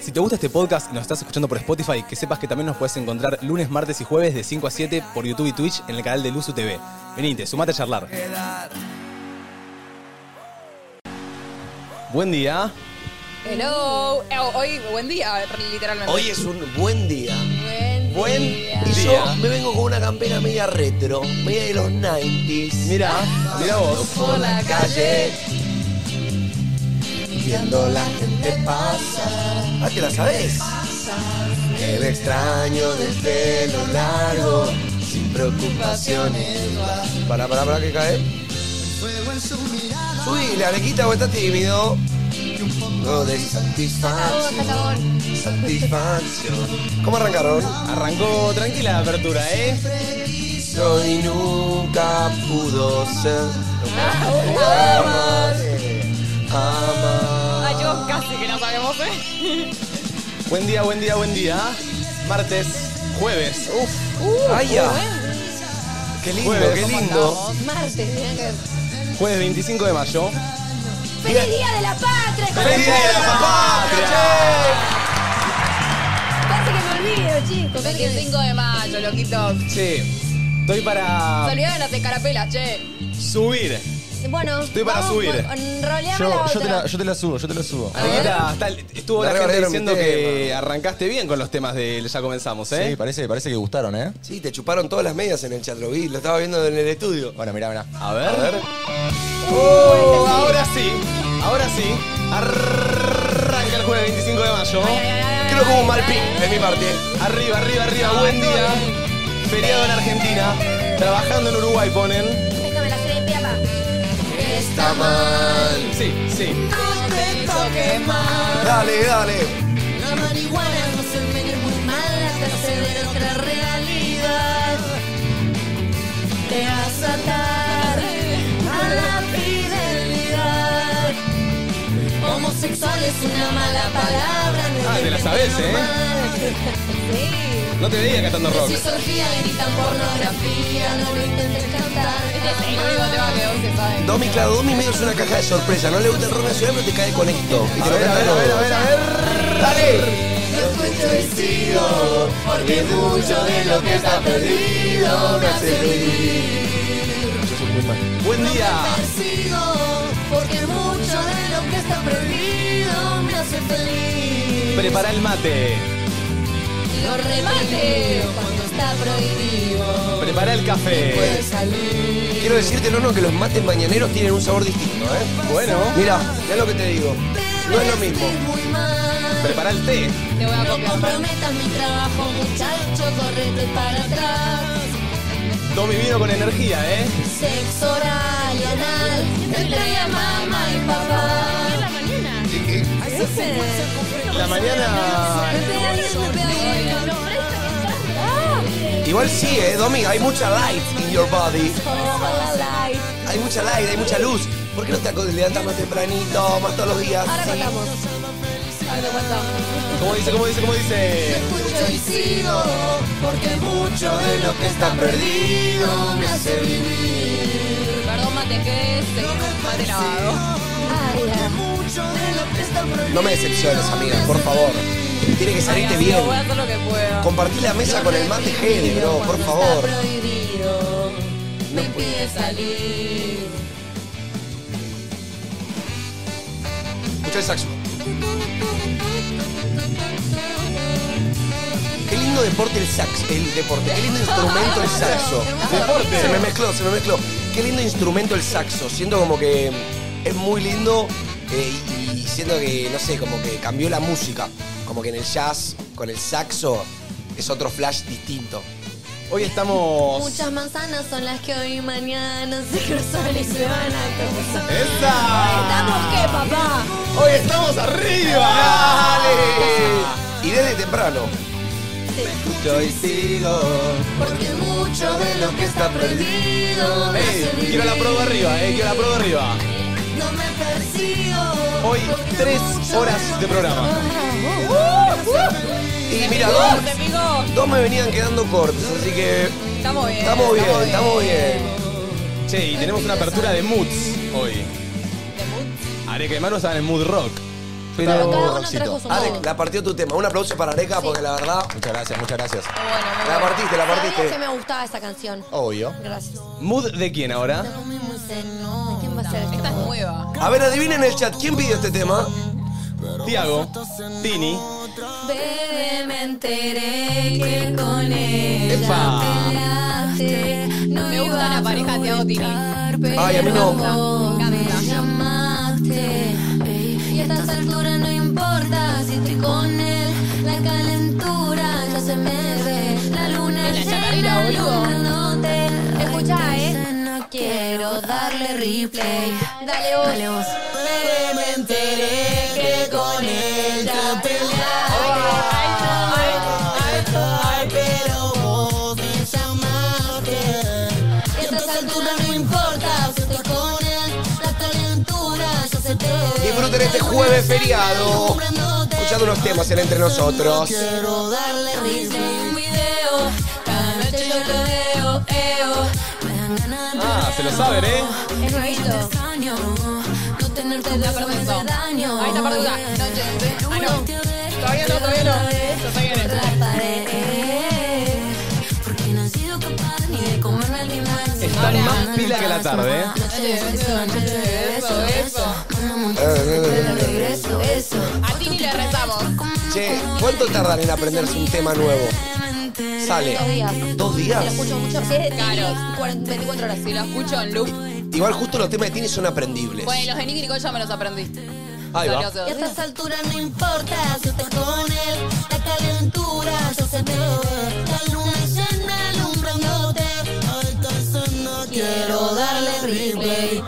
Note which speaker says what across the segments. Speaker 1: Si te gusta este podcast y nos estás escuchando por Spotify, que sepas que también nos puedes encontrar lunes, martes y jueves de 5 a 7 por YouTube y Twitch en el canal de Luzu TV. Venite, sumate a charlar. Buen día.
Speaker 2: Hello. Eh, Hoy, buen día, literalmente.
Speaker 3: Hoy es un buen día.
Speaker 2: Buen,
Speaker 3: Buen
Speaker 2: día.
Speaker 3: Y
Speaker 1: Día.
Speaker 3: yo me vengo con una campera media retro, media de los 90s.
Speaker 1: Mirá, mirá vos.
Speaker 3: Por la calle, viendo la gente pasa. Ah, te la sabes. El extraño del pelo largo, sin preocupaciones. Para, para, para que cae. Uy, la arequita, vos estás tímido. No de satisfacción,
Speaker 2: Acabón.
Speaker 3: satisfacción. ¿Cómo arrancaron?
Speaker 1: Arrancó tranquila la apertura, ¿eh?
Speaker 3: No, y nunca pudo ser.
Speaker 2: Vamos.
Speaker 3: Amar.
Speaker 2: Ay, yo casi que no sabemos, ¿eh?
Speaker 1: Buen día, buen día, buen día. Martes, jueves. Uf,
Speaker 3: Ay, ya.
Speaker 2: Uh, Buen
Speaker 3: Qué lindo,
Speaker 1: Jueves,
Speaker 3: qué
Speaker 1: ¿cómo
Speaker 3: lindo.
Speaker 2: martes. mirá que-
Speaker 1: jueves 25 de mayo.
Speaker 2: ¡Feliz Día de la Patria! hijo de
Speaker 1: ¡Feliz Día de la
Speaker 2: puta!
Speaker 1: Patria,
Speaker 2: Casi que me olvido, chicos. 25 de mayo, loquitos.
Speaker 1: Che, estoy
Speaker 2: Se
Speaker 1: para
Speaker 2: olvidaron las escarapelas, che.
Speaker 1: subir.
Speaker 2: Bueno,
Speaker 1: Estoy para
Speaker 2: vamos
Speaker 1: subir.
Speaker 2: con- enroleame
Speaker 4: Yo,
Speaker 2: la
Speaker 4: yo te
Speaker 2: otra.
Speaker 4: la, yo te la subo, yo te la subo.
Speaker 2: ver.
Speaker 1: Ariquita, está- estuvo
Speaker 3: La
Speaker 1: la gente
Speaker 3: rebarrieron mi
Speaker 1: diciendo que arrancaste bien con los temas de Ya Comenzamos, ¿eh?
Speaker 4: Sí, parece, parece que gustaron, ¿eh?
Speaker 3: Sí, te chuparon todas las medias en el chatroví, lo estaba viendo en el estudio.
Speaker 4: Bueno, mirá, mirá.
Speaker 1: A ver.
Speaker 3: A ver.
Speaker 1: Oh, ahora sí, ahora sí. Arranca el jueves 25 de mayo.
Speaker 2: Ay, ay, ay, ay,
Speaker 3: Creo que hubo un mal
Speaker 2: ay,
Speaker 3: pin de mi parte.
Speaker 1: Arriba, arriba, arriba. Buen día. Feriado en Argentina. Trabajando en Uruguay ponen.
Speaker 2: Esta me la sé de piapa.
Speaker 3: Está mal.
Speaker 1: Sí, sí.
Speaker 5: No te toque más.
Speaker 3: Dale, dale.
Speaker 5: La marihuana nos hace venir muy mal, te hace ver otra realidad. Te hace atar a la fidelidad. Homosexual es una mala palabra. no
Speaker 1: Ah,
Speaker 5: es
Speaker 1: te la
Speaker 5: que
Speaker 1: sabés,
Speaker 5: menos
Speaker 1: ¿eh?
Speaker 5: mal.
Speaker 1: No te veía cantando rock.
Speaker 5: Si surgía gritan pornografía, no lo intentes cantar.
Speaker 2: Este es el único tema que vos que sabes.
Speaker 3: Domi, claro, Domi medio es una caja de sorpresa. No le gusta el rock nacional, pero te cae con esto. Y te
Speaker 1: A
Speaker 3: lo
Speaker 1: ver, a
Speaker 3: canta
Speaker 1: ver, a ver, a
Speaker 3: todo.
Speaker 1: ver, a ver. Dale.
Speaker 5: Después te vestido, porque mucho de lo que está perdido me hace vivir.
Speaker 1: Buen día.
Speaker 5: Persigo, porque mucho de lo que está prohibido me hace feliz.
Speaker 1: Prepara el mate.
Speaker 5: Lo remateo cuando está prohibido.
Speaker 1: Prepara el café.
Speaker 5: Puede salir.
Speaker 3: Quiero decirte, no, no, que los mates mañaneros tienen un sabor distinto, ¿eh?
Speaker 1: Bueno.
Speaker 3: Mira, ya lo que te digo. No es lo mismo.
Speaker 5: Te muy mal.
Speaker 1: Prepara el té.
Speaker 2: Te voy a
Speaker 5: No
Speaker 2: copiar.
Speaker 5: comprometas mi trabajo, muchacho, correte para atrás.
Speaker 1: Domi vino con energía, ¿eh?
Speaker 5: Sexo oral y anal entre a mamá y papá.
Speaker 1: La mañana.
Speaker 3: Igual sí, eh, Domi, hay mucha light in your body. Hay mucha light, hay mucha luz. ¿Por qué no te aco- levantas más tempranito, más todos los días?
Speaker 2: Ahora contamos. Ahora te cuento.
Speaker 1: ¿Cómo dice, cómo dice, cómo dice?
Speaker 5: Mucho y sigo, porque mucho de lo que está perdido me hace vivir.
Speaker 2: Perdón, mate, que este. es mate lavado.
Speaker 5: Mucho de lo que está perdido.
Speaker 3: No me decepciones, amiga, por favor. Tiene que salirte
Speaker 2: Ay, amigo,
Speaker 3: bien.
Speaker 2: Voy a hacer lo que pueda.
Speaker 3: Compartí la mesa con el mate Gede, bro, por
Speaker 5: Está
Speaker 3: favor.
Speaker 5: prohibido, me pide salir.
Speaker 3: Escucha el saxo. Qué lindo deporte el saxo, el deporte. Qué lindo instrumento el saxo.
Speaker 1: Deporte.
Speaker 3: Se me mezcló, se me mezcló. Qué lindo instrumento el saxo. Siento como que es muy lindo eh, y y siento que, no sé, como que cambió la música. Como que en el jazz, con el saxo, es otro flash distinto.
Speaker 1: Hoy estamos.
Speaker 5: Muchas manzanas son las que hoy y mañana se cruzan y se van a cruzar. ¿Estamos qué,
Speaker 1: ¡Esa!
Speaker 5: papá?
Speaker 1: ¡Hoy estamos arriba! ¡Dale!
Speaker 3: Y desde temprano. Yo y sigo.
Speaker 5: Porque mucho de lo que está perdido me hace
Speaker 1: Ey, quiero la
Speaker 5: vivir.
Speaker 1: prueba arriba, eh, quiero la prueba arriba.
Speaker 5: No me persigo.
Speaker 1: Hoy,
Speaker 5: porque
Speaker 1: tres
Speaker 5: mucho
Speaker 1: horas
Speaker 5: lo
Speaker 1: de
Speaker 5: que
Speaker 1: programa.
Speaker 3: Y mira,
Speaker 2: ¡Oh,
Speaker 3: dos,
Speaker 2: te picó!
Speaker 3: dos me venían quedando cortos, así que
Speaker 2: Estamos bien.
Speaker 3: estamos bien, estamos bien.
Speaker 1: Che, y tenemos una apertura de moods hoy.
Speaker 2: ¿De mood?
Speaker 1: Areca y Manu están en mood rock.
Speaker 2: Pero cada uno
Speaker 4: Roxito.
Speaker 2: trajo su modo.
Speaker 3: Arek, Ah, la partió tu tema. Un aplauso para Areca
Speaker 2: Sí.
Speaker 3: porque la verdad.
Speaker 4: Muchas gracias, muchas gracias.
Speaker 2: Muy bueno, muy
Speaker 3: La
Speaker 2: bueno.
Speaker 3: partiste, la
Speaker 5: Sabía que
Speaker 3: partiste.
Speaker 5: me gustaba esa canción.
Speaker 4: Obvio.
Speaker 5: Gracias.
Speaker 1: ¿Mood de quién ahora?
Speaker 5: ¿De quién va a ser este
Speaker 2: Esta es
Speaker 5: modo?
Speaker 2: nueva.
Speaker 3: A ver, adivinen en el chat, ¿quién pidió este tema?
Speaker 1: Tiago, Tini.
Speaker 5: Bebé, me enteré que con ella
Speaker 1: ¡Epa!
Speaker 5: peleaste. No
Speaker 2: Me gusta la pareja Tiago Tini.
Speaker 3: Ay, a mí no.
Speaker 5: vos
Speaker 2: Me encanta.
Speaker 5: me llamaste. Y a estas alturas no importa si estoy con él. La calentura ya se me ve. La luna
Speaker 2: Es la
Speaker 5: llena,
Speaker 2: chacarera, boludo.
Speaker 5: alumbrándote.
Speaker 2: Escuchá, eh.
Speaker 5: Entonces No quiero darle replay.
Speaker 2: Dale vos.
Speaker 5: Dale vos. Bebé, me enteré que con él ya peleaste. Ay, pero vos me llamaste. Y a estas alturas no importa si estoy con él. La calentura ya se te ve.
Speaker 3: Disfruten este jueves feriado. Escuchando unos temas en entre nosotros.
Speaker 5: Quiero darle risa en un video. Cada noche yo te veo, eo. Me dan ganas de
Speaker 1: Ah, se lo saben, ¿eh?
Speaker 2: Es nuevito.
Speaker 5: extraño, no tenerte de
Speaker 2: La parte
Speaker 5: me
Speaker 2: de
Speaker 5: hace daño.
Speaker 2: Ahí está parte de Noche de Ah, no. Todavía no, todavía no. Yo sé quién es.
Speaker 5: Porque no he sido capaz ni de comerme el animal.
Speaker 1: Están
Speaker 5: Ahora,
Speaker 1: más pila que la tarde, ¿eh?
Speaker 5: Noche de beso, noche de beso, beso. Mándame un beso, regreso, beso.
Speaker 2: A Tini le rezamos.
Speaker 3: Che, ¿cuánto tardan en aprenderse un tema nuevo? Sale.
Speaker 2: Dos días.
Speaker 3: ¿Dos días?
Speaker 2: Lo escucho mucho. Si es de Tini,
Speaker 5: Claro.
Speaker 2: 40 24 horas. Si lo escucho en loop.
Speaker 3: Igual justo los temas de Tini son aprendibles.
Speaker 2: Bueno, los de Nicky Nicole ya me los aprendí.
Speaker 3: Ahí va.
Speaker 2: Salió
Speaker 5: Y a
Speaker 2: hace dos
Speaker 5: estas alturas no importa si estás con él, la calentura ya se me ve. La luna llena alumbrándote, ay, casi no quiero darle replay.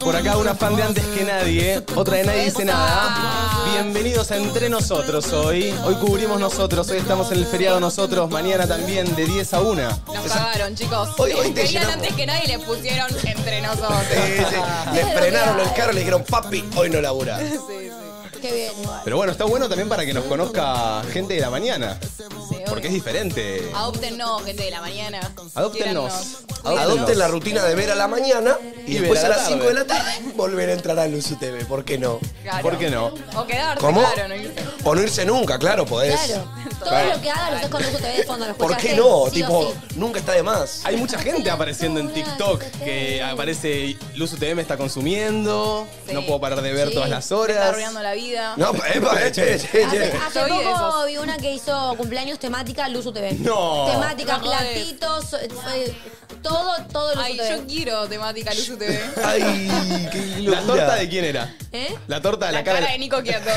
Speaker 1: Por acá una fan de antes que nadie, otra de nadie dice nada.
Speaker 2: ¡Epa!
Speaker 1: Bienvenidos a Entre Nosotros hoy. Hoy cubrimos nosotros, hoy estamos en el feriado nosotros, mañana también de 10 a 1.
Speaker 2: Nos cagaron, chicos.
Speaker 3: Hoy- hoy te
Speaker 2: Querían
Speaker 3: llenamos.
Speaker 2: antes que nadie le pusieron entre nosotros.
Speaker 3: Sí, sí. Les frenaron el carro y le dijeron, papi, hoy no labura.
Speaker 2: Qué bien, igual.
Speaker 1: Pero bueno, está bueno también para que nos conozca gente de la mañana, porque es diferente.
Speaker 2: Adóptennos, gente de la mañana.
Speaker 1: Adóptennos.
Speaker 3: Adopten la rutina de ver a la mañana y,
Speaker 1: Y
Speaker 3: después
Speaker 1: ver
Speaker 3: a
Speaker 1: a la
Speaker 3: las
Speaker 1: tarde.
Speaker 3: 5 de la tarde volver a entrar a Luzu TV. ¿Por qué no?
Speaker 2: Claro.
Speaker 1: ¿Por qué no?
Speaker 2: O quedarse,
Speaker 3: ¿Cómo?
Speaker 2: claro. No irse.
Speaker 3: O no irse nunca, claro, podés.
Speaker 5: Claro, todo
Speaker 3: Claro.
Speaker 5: lo que hagas lo haces con Luzu TV de fondo, ¿lo
Speaker 3: ¿Por qué
Speaker 5: escuchaste?
Speaker 3: no?
Speaker 5: Sí o
Speaker 3: tipo,
Speaker 5: sí.
Speaker 3: nunca está de más.
Speaker 1: Hay mucha gente apareciendo en TikTok que aparece Luz UTM está consumiendo,
Speaker 2: Sí.
Speaker 1: no puedo parar de ver
Speaker 5: Sí.
Speaker 1: todas las
Speaker 2: Me está
Speaker 1: horas.
Speaker 2: arruinando la vida.
Speaker 3: No, epa, eh, che, che,
Speaker 5: Hace,
Speaker 3: che.
Speaker 5: hace
Speaker 2: Yo vi
Speaker 5: poco
Speaker 2: esos.
Speaker 5: vi una que hizo cumpleaños temática Luzu TV.
Speaker 1: No.
Speaker 5: Temática,
Speaker 2: No jodés.
Speaker 5: platitos, eh, eh, todo, todo Luzu
Speaker 2: Ay,
Speaker 5: TV.
Speaker 2: yo quiero temática Luzu TV.
Speaker 3: Ay, qué locura.
Speaker 1: ¿La torta de quién era?
Speaker 5: ¿Eh?
Speaker 1: La torta de la,
Speaker 2: La cara de Nico Quieto.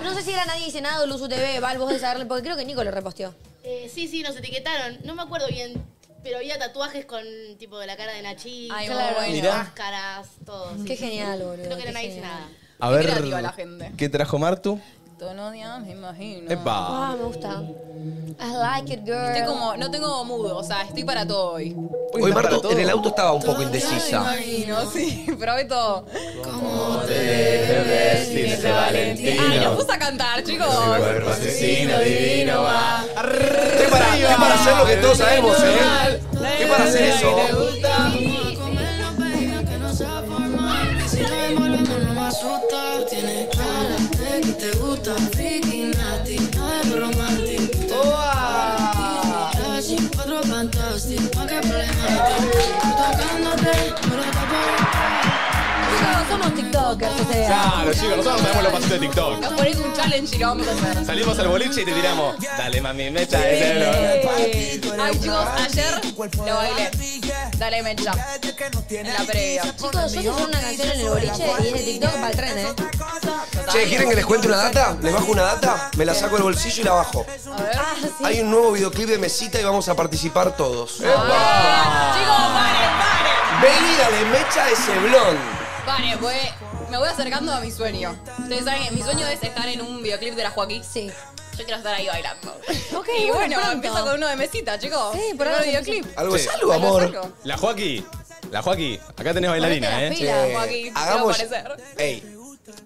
Speaker 5: No, no sé si era nadie dice nada de Luzu TV, Val, vos de saberle, porque creo que Nico lo reposteó.
Speaker 6: Eh, sí, sí, nos etiquetaron. No me acuerdo bien, pero había tatuajes con tipo de la cara de Nachi,
Speaker 2: Ay,
Speaker 5: Claro.
Speaker 2: bueno.
Speaker 1: Mirá.
Speaker 6: máscaras, todo. sí,
Speaker 5: Qué
Speaker 6: sí,
Speaker 5: genial,
Speaker 6: sí.
Speaker 5: boludo,
Speaker 6: Creo
Speaker 5: qué
Speaker 6: que no nadie dice
Speaker 5: genial.
Speaker 6: nada.
Speaker 1: A
Speaker 2: Qué
Speaker 1: ver,
Speaker 2: creativa la gente.
Speaker 1: ¿qué trajo Martu?
Speaker 2: Tono de me imagino.
Speaker 1: Epa.
Speaker 5: Ah, me gusta. I like it, girl.
Speaker 2: Estoy como, no tengo mudo, o sea, estoy para todo hoy.
Speaker 3: Hoy
Speaker 1: Está para
Speaker 3: Marto
Speaker 1: todo.
Speaker 3: en el auto estaba un poco
Speaker 2: Me
Speaker 3: indecisa.
Speaker 2: imagino, sí, probé todo.
Speaker 1: Vestirse
Speaker 2: Ay, nos Ah, puse a cantar, chicos.
Speaker 1: asesino divino va. ¿Qué
Speaker 3: para- qué para hacer lo que todos sabemos, eh? ¿Qué para hacer eso?
Speaker 5: Chicos, somos TikTokers, o sea.
Speaker 1: Claro, chicos, Ah, nosotros no tenemos los pasitos de TikTok.
Speaker 2: Nos pones un challenge y lo vamos a hacer.
Speaker 1: Salimos al boliche y te tiramos. Dale, mami, eh, me echa ese.
Speaker 2: Ay, chicos, ayer lo bailé. Dale, mecha. En la previa.
Speaker 5: Chicos, yo sé una canción en el boliche y es de TikTok para el tren, ¿eh?
Speaker 3: Che, ¿quieren que les cuente una data? ¿Les bajo una data? Me la saco del bolsillo y la bajo.
Speaker 2: A ver. Ah,
Speaker 3: Hay un nuevo videoclip de mesita y vamos a participar todos.
Speaker 2: Ah, Chicos,
Speaker 3: Vení, dale, mecha ese blon.
Speaker 2: paren, paren. Paren, pues me voy acercando a mi sueño. Ustedes saben que mi sueño es estar en un videoclip de la Joaquín.
Speaker 5: Sí.
Speaker 2: Yo quiero estar ahí bailando.
Speaker 5: Ok,
Speaker 2: y
Speaker 5: bueno,
Speaker 2: bueno,
Speaker 5: pronto.
Speaker 2: empiezo con uno de mesita, chicos.
Speaker 5: Sí, por
Speaker 2: Primer
Speaker 5: ahora se
Speaker 2: videoclip.
Speaker 3: Algo
Speaker 1: Sí.
Speaker 3: es algo, amor.
Speaker 2: Algo.
Speaker 1: La Joaquí. La Joaquí, acá tenés
Speaker 5: Ponete
Speaker 1: bailarina,
Speaker 5: las
Speaker 1: eh.
Speaker 5: pilas.
Speaker 2: Joaquín, te va a
Speaker 3: hagamos.
Speaker 2: aparecer.
Speaker 3: Ey,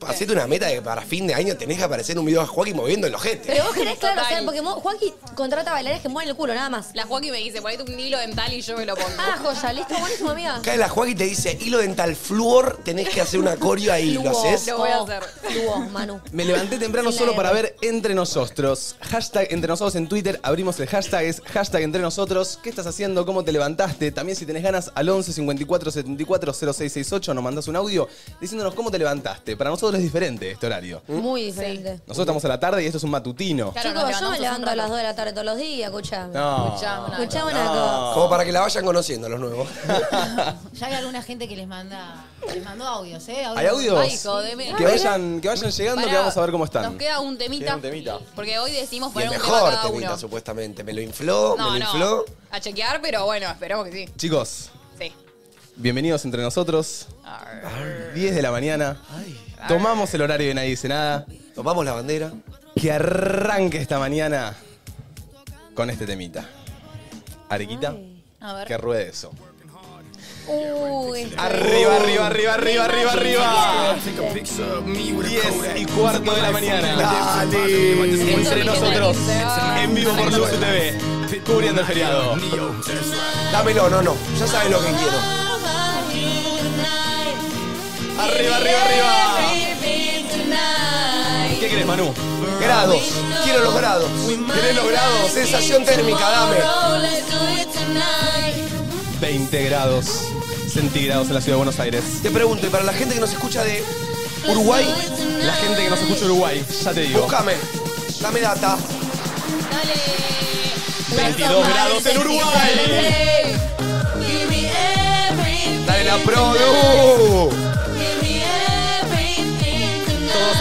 Speaker 3: hacete una meta de que para fin de año tenés que aparecer en un video de Joaquín moviendo el ojete.
Speaker 5: Pero vos querés, claro,
Speaker 2: Total.
Speaker 5: o sea, porque mo- Juanqui contrata bailarines que mueven el culo, nada más.
Speaker 2: La Joaquín me dice, ponete un hilo dental y yo me lo pongo.
Speaker 5: Ah, joya, listo, buenísimo, amiga.
Speaker 3: Cae la Joaquín y te dice, hilo dental flúor, tenés que hacer una coreo ahí, ¿lo
Speaker 5: Lugo,
Speaker 3: haces?
Speaker 2: Lo voy a
Speaker 5: oh,
Speaker 2: hacer.
Speaker 5: Lugo, Manu.
Speaker 1: Me levanté temprano
Speaker 5: Sin la
Speaker 1: solo
Speaker 5: R.
Speaker 1: para ver entre nosotros. Hashtag entre nosotros en Twitter. Abrimos el hashtag, es hashtag entre nosotros. ¿Qué estás haciendo? ¿Cómo te levantaste? También si tenés ganas, al 11 54 74 0668 nos mandás un audio diciéndonos cómo te levantaste. Para nosotros es diferente este horario.
Speaker 5: Muy diferente.
Speaker 1: Nosotros estamos a la tarde y esto es un matutino.
Speaker 2: Claro, nos
Speaker 5: Chicos, yo me
Speaker 2: levantamos
Speaker 5: levanto
Speaker 2: hace
Speaker 5: a
Speaker 2: un
Speaker 5: las
Speaker 2: rato.
Speaker 5: 2 de la tarde todos los días, escuchame.
Speaker 1: No.
Speaker 2: Escuchame una cosa.
Speaker 5: Escuchame una cosa.
Speaker 3: Como para que la vayan conociendo los nuevos.
Speaker 7: Ya hay alguna gente que les manda, les mandó audios, ¿eh?
Speaker 1: ¿Hay audios?
Speaker 2: Ay, jodeme.
Speaker 1: que, vayan, que vayan llegando,
Speaker 2: Pará,
Speaker 1: que vamos a ver cómo están.
Speaker 2: Nos queda un temita.
Speaker 4: Queda un temita.
Speaker 2: Porque hoy
Speaker 3: Y
Speaker 2: decimos
Speaker 3: el
Speaker 2: poner un tema
Speaker 3: mejor
Speaker 2: cada
Speaker 3: temita,
Speaker 2: uno.
Speaker 3: supuestamente. Me lo infló,
Speaker 2: No,
Speaker 3: me lo
Speaker 2: no.
Speaker 3: infló.
Speaker 2: A chequear, pero bueno, esperemos que sí.
Speaker 1: Chicos,
Speaker 2: Sí.
Speaker 1: bienvenidos entre nosotros.
Speaker 2: Arr.
Speaker 1: 10 de la mañana. Tomamos el horario de nadie dice nada.
Speaker 3: Tomamos la bandera.
Speaker 1: Que arranque esta mañana con este temita. Arequita,
Speaker 7: A ver.
Speaker 1: que ruede eso.
Speaker 5: Uy,
Speaker 1: Arriba, arriba, arriba, arriba, arriba, arriba. 10 y cuarto de la mañana. Entre nosotros, en vivo por Luz TV, cubriendo el feriado.
Speaker 3: Dámelo, no, no. Ya sabes lo que quiero.
Speaker 1: Arriba, arriba, arriba. ¿Qué querés, Manu?
Speaker 3: Grados. Quiero los grados.
Speaker 1: ¿Querés los grados?
Speaker 3: Sensación térmica, dame.
Speaker 1: 20 grados centígrados en la ciudad de Buenos Aires.
Speaker 3: Te pregunto, y para la gente que nos escucha de Uruguay,
Speaker 1: La gente que nos escucha en Uruguay, ya te digo.
Speaker 3: búscame. Dame data.
Speaker 2: Dale.
Speaker 1: 22 grados en Uruguay.
Speaker 3: Dale la uh. produ.
Speaker 1: Todos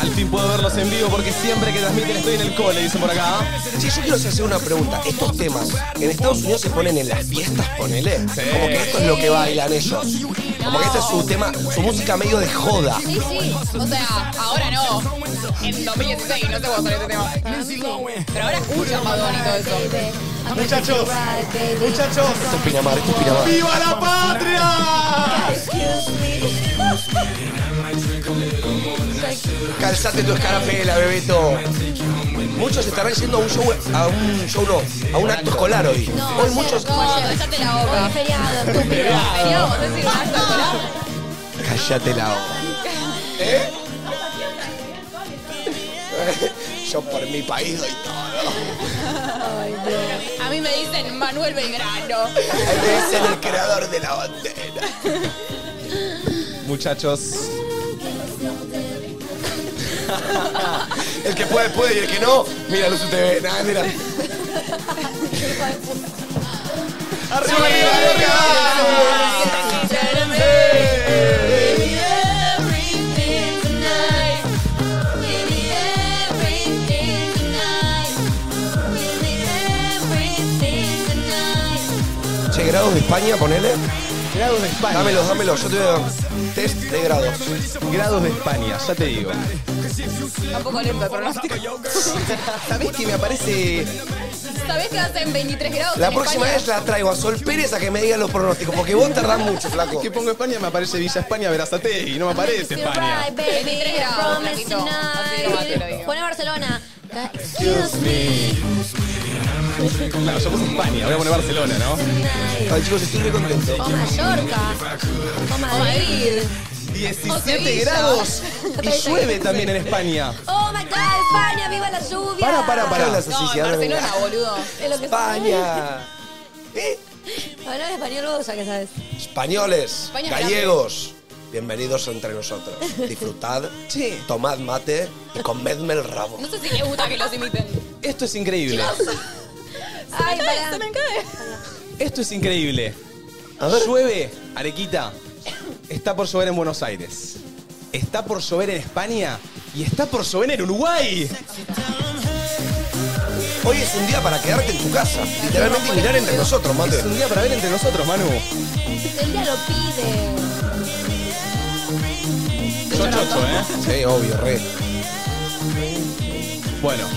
Speaker 1: Al fin puedo verlos en vivo porque siempre que transmiten estoy en el cole, dicen por acá.
Speaker 3: Che, yo quiero hacer una pregunta. Estos temas en Estados Unidos se ponen en las fiestas, ponele. Como que esto es lo que bailan ellos. Como que este es su tema, su música medio de joda.
Speaker 5: sí, sí.
Speaker 2: O sea, ahora no. En 2016, no te voy a este tema. Pero ahora escucha más bonito eso.
Speaker 1: Muchachos, muchachos,
Speaker 3: Esto es Pinamar, esto es Pinamar.
Speaker 1: ¡viva la patria!
Speaker 3: Calzate tu escarapela, Bebeto. Muchos estarán yendo a un show, a un show no, a un acto escolar hoy. hoy muchos.
Speaker 2: No, cállate la boca.
Speaker 5: Hoy feriado, estúpido.
Speaker 2: Feriado, vos decís, ¿vas a colar?
Speaker 3: Cállate la ¿Eh? Yo por mi país doy todo.
Speaker 2: A mí me dicen Manuel Belgrano.
Speaker 3: Ahí te dicen el creador de la bandera.
Speaker 1: Muchachos,
Speaker 3: El que puede, puede y el que no, mira Luz TV. Nada, mira.
Speaker 1: arriba, arriba, arriba.
Speaker 3: Che, grados de España, ponele.
Speaker 1: Grados de España.
Speaker 3: Dámelos, dámelos. Yo te voy a dar test de grados.
Speaker 1: Grados de España, ya te digo.
Speaker 2: Un poco lento el pronóstico.
Speaker 1: ¿Sabés que me aparece
Speaker 2: ¿Sabés que hacen 23 grados?
Speaker 3: La
Speaker 2: en
Speaker 3: próxima
Speaker 2: España?
Speaker 3: vez la traigo a Sol Pérez a que me diga los pronósticos, porque vos tardás mucho, flaco.
Speaker 1: que pongo España? Me aparece Villa España, Verazate y no me aparece España.
Speaker 5: Pone Barcelona.
Speaker 1: Claro, yo puse España, voy a poner Barcelona, ¿no?
Speaker 3: Ay, chicos, estoy muy contento.
Speaker 5: O Mallorca. O Madrid.
Speaker 1: 17
Speaker 2: Sevilla.
Speaker 1: grados y llueve también en España.
Speaker 5: Oh my god, España, viva la lluvia.
Speaker 3: Para, para, para. Las
Speaker 2: No, en Barcelona, boludo.
Speaker 5: Es lo que
Speaker 3: España. ¿Eh?
Speaker 5: Hablar español vos, ya que sabes.
Speaker 3: Españoles,
Speaker 2: España es
Speaker 3: gallegos, bienvenidos entre nosotros. Disfrutad,
Speaker 1: Sí.
Speaker 3: tomad mate y comedme el rabo.
Speaker 2: No sé si les gusta que los imiten.
Speaker 1: Esto es increíble.
Speaker 5: Ay, pará.
Speaker 1: Esto es increíble.
Speaker 3: A ver.
Speaker 1: Llueve, Arequita. Está por llover en Buenos Aires. Está por llover en España. Y está por llover en Uruguay.
Speaker 3: Hoy es un día para quedarte en tu casa, literalmente y mirar entre nosotros, mate.
Speaker 1: Es un día para ver entre nosotros, Manu.
Speaker 5: El día lo pide.
Speaker 1: Yo chocho, ¿eh?
Speaker 3: Sí, obvio, re.
Speaker 1: Bueno.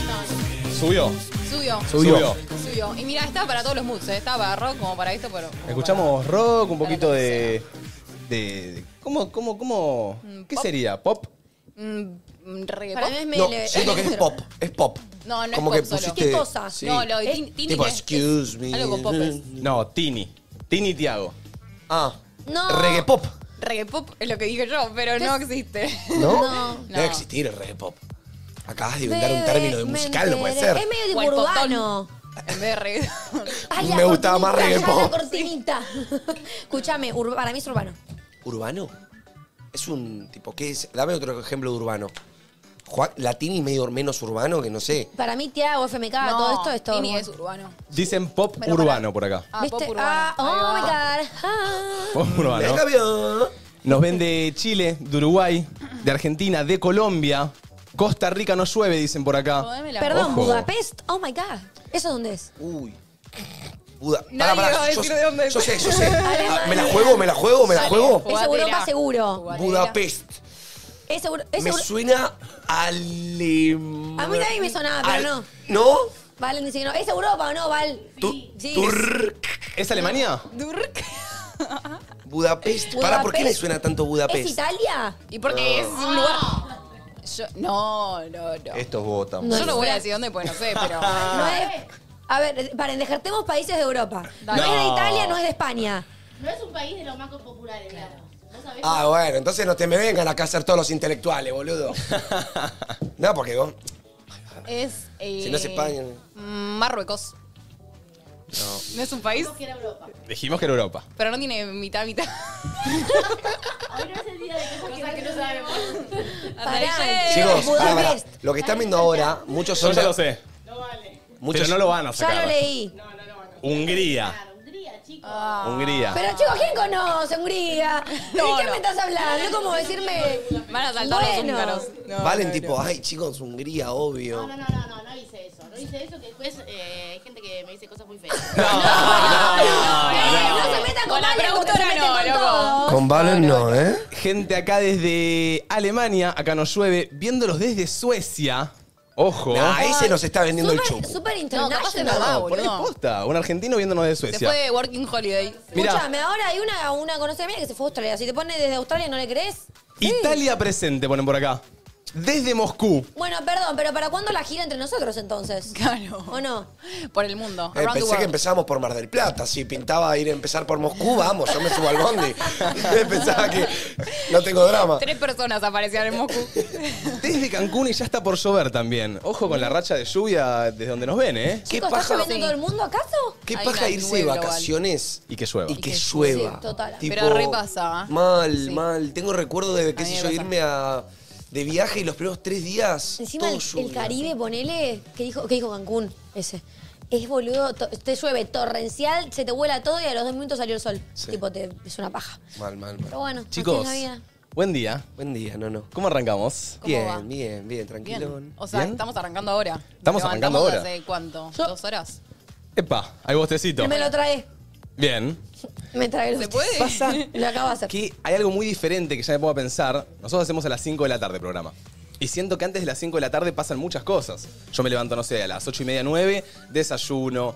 Speaker 1: Subió.
Speaker 2: Subió.
Speaker 1: Subió.
Speaker 2: Subió. obvio. Y mira, está para todos los moods, ¿eh? está para rock como para esto, pero. como
Speaker 1: Escuchamos rock, un poquito de. de. de- ¿Cómo, cómo, cómo?
Speaker 8: Mm,
Speaker 1: ¿Qué
Speaker 2: pop.
Speaker 1: sería? ¿Pop?
Speaker 2: para- Mm, mm, reggae
Speaker 9: Para
Speaker 2: pop.
Speaker 9: mí es
Speaker 3: No,
Speaker 9: medio leve.
Speaker 3: siento que es pop, es pop.
Speaker 2: No, no
Speaker 3: Como que
Speaker 2: es pop solo.
Speaker 3: pusiste-
Speaker 8: ¿Qué cosa?
Speaker 3: sí.
Speaker 2: No, lo de Tin- Tini.
Speaker 3: Tipo,
Speaker 2: que es-
Speaker 3: excuse me.
Speaker 2: Algo con pop es.
Speaker 1: No, Tini. Tini Tiago.
Speaker 3: Ah,
Speaker 8: No.
Speaker 3: reggae pop.
Speaker 2: Reggae pop es lo que dije yo, pero no existe.
Speaker 3: ¿No?
Speaker 8: No.
Speaker 3: Debe existir el reggae pop. Acabas de inventar un término de
Speaker 8: Me
Speaker 3: musical, no puede
Speaker 8: enteré.
Speaker 3: ser.
Speaker 8: Es medio
Speaker 2: O
Speaker 8: tipo
Speaker 2: el popón.
Speaker 8: urbano.
Speaker 2: En vez de reggae.
Speaker 8: Em, Ay, la
Speaker 3: Me gustaba más
Speaker 8: cortinita,
Speaker 3: reggae
Speaker 8: ya la
Speaker 3: pop.
Speaker 8: cortinita. Escúchame, ur- para mí es urbano.
Speaker 3: ¿Urbano? Es un tipo, ¿qué es? Dame otro ejemplo de urbano. Juan, Latini medio menos urbano, que no sé.
Speaker 8: Para mí, Tiago, FMK, Ah, todo esto es todo.
Speaker 2: Tini
Speaker 8: urbano.
Speaker 2: es urbano.
Speaker 1: Dicen pop
Speaker 2: Pero
Speaker 1: urbano por acá.
Speaker 2: Ah,
Speaker 8: ¿Viste?
Speaker 2: pop urbano.
Speaker 8: Ah, oh my
Speaker 2: Ahí va.
Speaker 8: god. Ah.
Speaker 1: Pop urbano.
Speaker 3: Venga, bien.
Speaker 1: Nos ven de Chile, de Uruguay, de Argentina, de Colombia. Costa Rica no llueve, dicen por acá.
Speaker 2: Jodeme la
Speaker 8: Perdón,
Speaker 1: Ojo.
Speaker 8: Budapest. Oh my god. ¿Eso dónde es?
Speaker 3: Uy. Buda. Pará,
Speaker 2: Nadie
Speaker 3: pará,
Speaker 2: va a
Speaker 3: yo,
Speaker 2: decir de dónde es.
Speaker 3: yo sé, yo sé. Ah,
Speaker 8: Alemania.
Speaker 3: ¿Me la juego? ¿Me la juego? ¿Me la
Speaker 2: Dale.
Speaker 3: juego?
Speaker 8: Es
Speaker 2: Jugatela.
Speaker 8: Europa seguro.
Speaker 2: Jugatela.
Speaker 3: Budapest.
Speaker 8: Es seguro. Es
Speaker 3: Me
Speaker 8: seguro-
Speaker 3: suena alem...
Speaker 8: A mí también me sonaba, pero
Speaker 3: al-
Speaker 8: no.
Speaker 3: ¿No?
Speaker 8: Valen dice que no. ¿Es Europa o no, Val?
Speaker 3: Tu-
Speaker 8: Sí.
Speaker 3: turr-
Speaker 1: ¿Es Alemania?
Speaker 2: Durk.
Speaker 3: Budapest. Pará, ¿por qué le
Speaker 8: Budapest.
Speaker 3: suena tanto
Speaker 8: ¿Es
Speaker 3: Budapest?
Speaker 8: Italia?
Speaker 2: Y porque es un
Speaker 8: Ah.
Speaker 2: lugar. Yo, no, no, no.
Speaker 10: Estos votan.
Speaker 8: No
Speaker 2: Yo no
Speaker 8: sé.
Speaker 2: voy a decir dónde, pues no sé, pero.
Speaker 8: No es. A ver, paren, descartemos países de Europa.
Speaker 2: Dale.
Speaker 8: No es de
Speaker 1: No.
Speaker 8: Italia, no es de España.
Speaker 6: No es un país de los más populares, digamos. ¿Vos sabés?
Speaker 3: Ah, bueno, entonces no te me vengan acá a ser todos los intelectuales, boludo. no, porque vos...
Speaker 2: Es. eh,
Speaker 3: Si no es España.
Speaker 2: Marruecos. No. No es un país,
Speaker 6: que era Europa.
Speaker 1: Dijimos que era Europa.
Speaker 2: pero no tiene mitad, mitad.
Speaker 6: Hoy no es el día de cosas, que, no sabemos.
Speaker 8: Pará.
Speaker 2: Ayer.
Speaker 3: Chicos, pará, pará.
Speaker 8: Budapest.
Speaker 3: Lo que están viendo ahora, muchos
Speaker 1: Yo
Speaker 3: son...
Speaker 1: ya lo sé.
Speaker 3: Muchos,
Speaker 1: pero no lo van a
Speaker 8: Ya
Speaker 1: sacar.
Speaker 8: lo leí.
Speaker 1: Hungría.
Speaker 6: Claro, Hungría, chicos.
Speaker 1: Hungría.
Speaker 8: Ah. Pero chicos, ¿quién conoce Hungría?
Speaker 2: No,
Speaker 8: ¿De qué
Speaker 2: no.
Speaker 8: me estás hablando? ¿Cómo decirme?
Speaker 2: Van a saltar
Speaker 8: Bueno.
Speaker 2: los húngaros. No,
Speaker 3: Valen
Speaker 2: no,
Speaker 3: tipo,
Speaker 2: no.
Speaker 3: ay chicos, Hungría,
Speaker 6: No,
Speaker 3: obvio.
Speaker 6: no, no, no, no, no hice eso. No hice eso que después eh, hay gente que me dice cosas muy feas.
Speaker 8: No,
Speaker 2: no.
Speaker 8: se
Speaker 2: Con
Speaker 8: metan con
Speaker 2: la
Speaker 8: Valen porque se
Speaker 2: productora
Speaker 8: meten
Speaker 2: no,
Speaker 8: con
Speaker 2: loco.
Speaker 8: todos.
Speaker 3: Con Valen no, ¿eh?
Speaker 1: Gente acá desde Alemania, acá no llueve, viéndolos desde Suecia. Ojo.
Speaker 3: Nah, ese nos está vendiendo el
Speaker 8: Súper-
Speaker 3: chupo.
Speaker 8: Súper
Speaker 2: No, capaz es
Speaker 8: internacional.
Speaker 2: verdad,
Speaker 1: Por ahí
Speaker 2: Ah, boludo.
Speaker 1: posta, un argentino viéndonos desde Suecia.
Speaker 2: Después de Working Holiday.
Speaker 1: Mirá.
Speaker 8: Escúchame, ahora hay una, una conocida mía que se fue a Australia. Si te pone desde Australia, ¿no le crees?
Speaker 1: Italia presente, ponen por acá. Desde Moscú.
Speaker 8: Bueno, perdón, pero ¿para cuándo la gira entre nosotros entonces?
Speaker 2: Claro.
Speaker 8: ¿O no?
Speaker 2: Por el mundo.
Speaker 3: Eh,
Speaker 2: Around the
Speaker 3: pensé que
Speaker 2: world.
Speaker 3: empezamos por Mar del Plata. Si pintaba ir a empezar por Moscú, vamos, yo me subo al bondi. Pensaba que no tengo drama.
Speaker 2: Tres personas aparecían en Moscú.
Speaker 1: Desde Cancún y ya está por llover también. Ojo con la racha de lluvia desde donde nos ven, ¿eh?
Speaker 3: ¿Qué
Speaker 8: Chicos, ¿Estás
Speaker 3: paja,
Speaker 8: lloviendo en todo el mundo acaso?
Speaker 3: qué
Speaker 2: Hay
Speaker 3: paja
Speaker 2: una
Speaker 3: irse
Speaker 2: nube
Speaker 3: de
Speaker 2: global.
Speaker 3: vacaciones
Speaker 1: Y que llueva.
Speaker 3: y que
Speaker 2: sí,
Speaker 3: llueva?
Speaker 8: total.
Speaker 2: Pero repasa, ¿eh?
Speaker 3: Mal,
Speaker 2: Sí.
Speaker 3: mal. Tengo recuerdo de, qué
Speaker 2: A mí
Speaker 3: sé
Speaker 2: me
Speaker 3: yo,
Speaker 2: pasa.
Speaker 3: irme a, de viaje y los primeros tres días.
Speaker 8: Encima
Speaker 3: todo
Speaker 8: el, el
Speaker 3: lluvia.
Speaker 8: Caribe, ponele, que dijo, que dijo Cancún, ese. Es boludo, to- te llueve torrencial, se te vuela todo y a los dos minutos salió el sol.
Speaker 3: Sí.
Speaker 8: Tipo, te, es una paja.
Speaker 3: Mal, mal,
Speaker 8: Pero
Speaker 3: mal.
Speaker 8: bueno,
Speaker 1: Chicos,
Speaker 8: así es la vida.
Speaker 1: buen día.
Speaker 3: Buen día, no, no.
Speaker 1: ¿Cómo arrancamos?
Speaker 2: ¿Cómo va?
Speaker 3: Bien, bien, bien, tranquilo.
Speaker 2: Bien. O sea,
Speaker 1: Bien.
Speaker 2: estamos arrancando ahora.
Speaker 1: Estamos
Speaker 2: Levantamos
Speaker 1: arrancando ahora.
Speaker 2: ¿Hace cuánto?
Speaker 8: Yo-
Speaker 2: ¿Dos horas?
Speaker 1: Epa, hay bostecito.
Speaker 8: Me lo trae,
Speaker 1: Bien.
Speaker 8: me trae el
Speaker 2: ¿Se puede?
Speaker 1: Pasa
Speaker 8: Lo acabo de hacer.
Speaker 1: que hay algo muy diferente que ya me pongo a pensar. Nosotros hacemos a las 5 de la tarde programa. Y siento que antes de las 5 de la tarde pasan muchas cosas. Yo me levanto, no sé, a las 8 y media, 9, desayuno,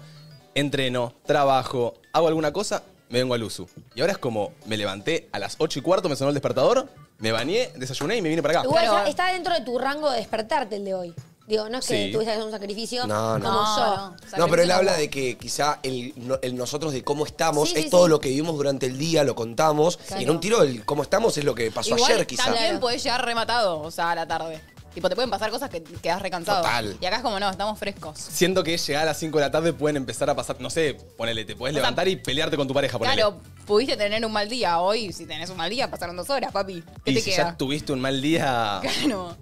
Speaker 1: entreno, trabajo, hago alguna cosa, me vengo al USU. Y ahora es como, me levanté a las 8 y cuarto, me sonó el despertador, me bañé, desayuné y me vine para acá.
Speaker 8: Igual
Speaker 2: Claro.
Speaker 8: ya está dentro de tu rango de despertarte el de hoy. Digo, no es que
Speaker 1: Sí.
Speaker 8: tuviste que hacer un sacrificio
Speaker 3: No, no.
Speaker 8: como
Speaker 2: No,
Speaker 8: yo.
Speaker 2: no. O sea,
Speaker 3: No, pero él
Speaker 2: no-
Speaker 3: habla de que quizá el, no- el nosotros de cómo estamos
Speaker 8: Sí,
Speaker 3: es
Speaker 8: sí,
Speaker 3: todo
Speaker 8: sí.
Speaker 3: lo que vivimos durante el día, lo contamos. Y en un tiro el cómo estamos es lo que pasó
Speaker 2: Igual
Speaker 3: ayer, quizá.
Speaker 2: también podés llegar rematado, o sea, a la tarde. Tipo, te pueden pasar cosas que quedás recansado.
Speaker 3: Total.
Speaker 2: Y acá es como, no, estamos frescos.
Speaker 1: Siento que llegar a las 5 de la tarde pueden empezar a pasar, no sé, ponele, te puedes
Speaker 2: sea,
Speaker 1: levantar y pelearte con tu pareja, ponele.
Speaker 2: Claro, pudiste tener un mal día hoy. Si tenés un mal día, pasaron dos horas, papi. ¿Qué
Speaker 1: Y
Speaker 2: te
Speaker 1: si ya
Speaker 2: queda?
Speaker 1: tuviste un mal día
Speaker 2: Claro.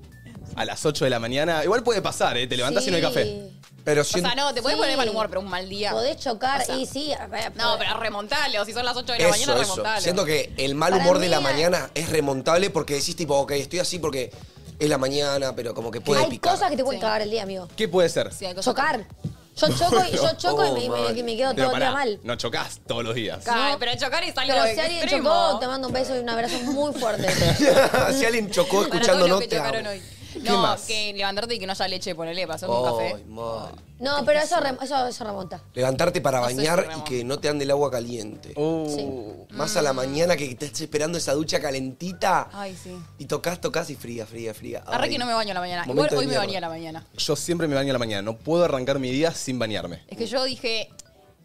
Speaker 1: a las 8 de la mañana, igual puede pasar, ¿eh? Te levantás y no hay café.
Speaker 3: Pero
Speaker 2: O
Speaker 3: siento-
Speaker 2: sea, no, te podés
Speaker 8: Sí.
Speaker 2: poner mal humor, pero un mal día.
Speaker 8: Podés chocar
Speaker 2: O sea,
Speaker 8: y sí. a ver,
Speaker 2: No,
Speaker 8: podés.
Speaker 2: pero remontale. O si son las 8 de la
Speaker 3: eso,
Speaker 2: mañana,
Speaker 3: eso.
Speaker 2: remontale. eh.
Speaker 3: Siento que el mal
Speaker 8: Para
Speaker 3: humor de la
Speaker 8: mí-
Speaker 3: mañana es remontable porque decís tipo, ok, estoy así porque es la mañana, pero como que puede
Speaker 8: Hay
Speaker 3: picar.
Speaker 8: cosas que te pueden
Speaker 2: Sí.
Speaker 8: cagar el día, amigo.
Speaker 1: ¿Qué puede ser?
Speaker 2: Sí, hay cosas-
Speaker 8: Chocar. Yo choco y, yo choco
Speaker 3: Oh,
Speaker 8: y me,
Speaker 3: mal.
Speaker 8: me- me quedo
Speaker 1: Pero
Speaker 8: todo el día
Speaker 1: pará,
Speaker 8: mal.
Speaker 1: no chocás todos los días.
Speaker 2: Ay,
Speaker 8: No.
Speaker 2: pero chocar es algo
Speaker 8: Pero si alguien
Speaker 2: extremo.
Speaker 8: chocó, te mando un beso y un abrazo muy fuerte.
Speaker 3: si alguien chocó
Speaker 2: Para todos los
Speaker 3: escuchándonos,
Speaker 2: que
Speaker 3: te
Speaker 2: chocaron
Speaker 3: amo.
Speaker 2: hoy. No,
Speaker 1: ¿Qué más?
Speaker 2: que levantarte y que no haya leche, ponele, pasar un
Speaker 3: Ay,
Speaker 2: café.
Speaker 3: mal.
Speaker 8: No, pero eso, rem- eso, eso remonta.
Speaker 3: Levantarte para
Speaker 2: No sé si
Speaker 3: bañar y
Speaker 2: Ramón.
Speaker 3: que no te ande el agua caliente.
Speaker 1: Uh,
Speaker 3: Más a
Speaker 2: Mm.
Speaker 3: la mañana que estás esperando esa ducha calentita.
Speaker 2: Ay, sí.
Speaker 3: Y tocas, tocas y fría, fría, fría.
Speaker 2: Ah. Arre
Speaker 3: Ay.
Speaker 2: que no me baño a la mañana.
Speaker 3: Momento
Speaker 2: Igual
Speaker 3: de
Speaker 2: hoy me
Speaker 3: mierda.
Speaker 2: bañé a la mañana.
Speaker 1: Yo siempre me baño a la mañana. No puedo arrancar mi día sin bañarme.
Speaker 2: Es que yo dije,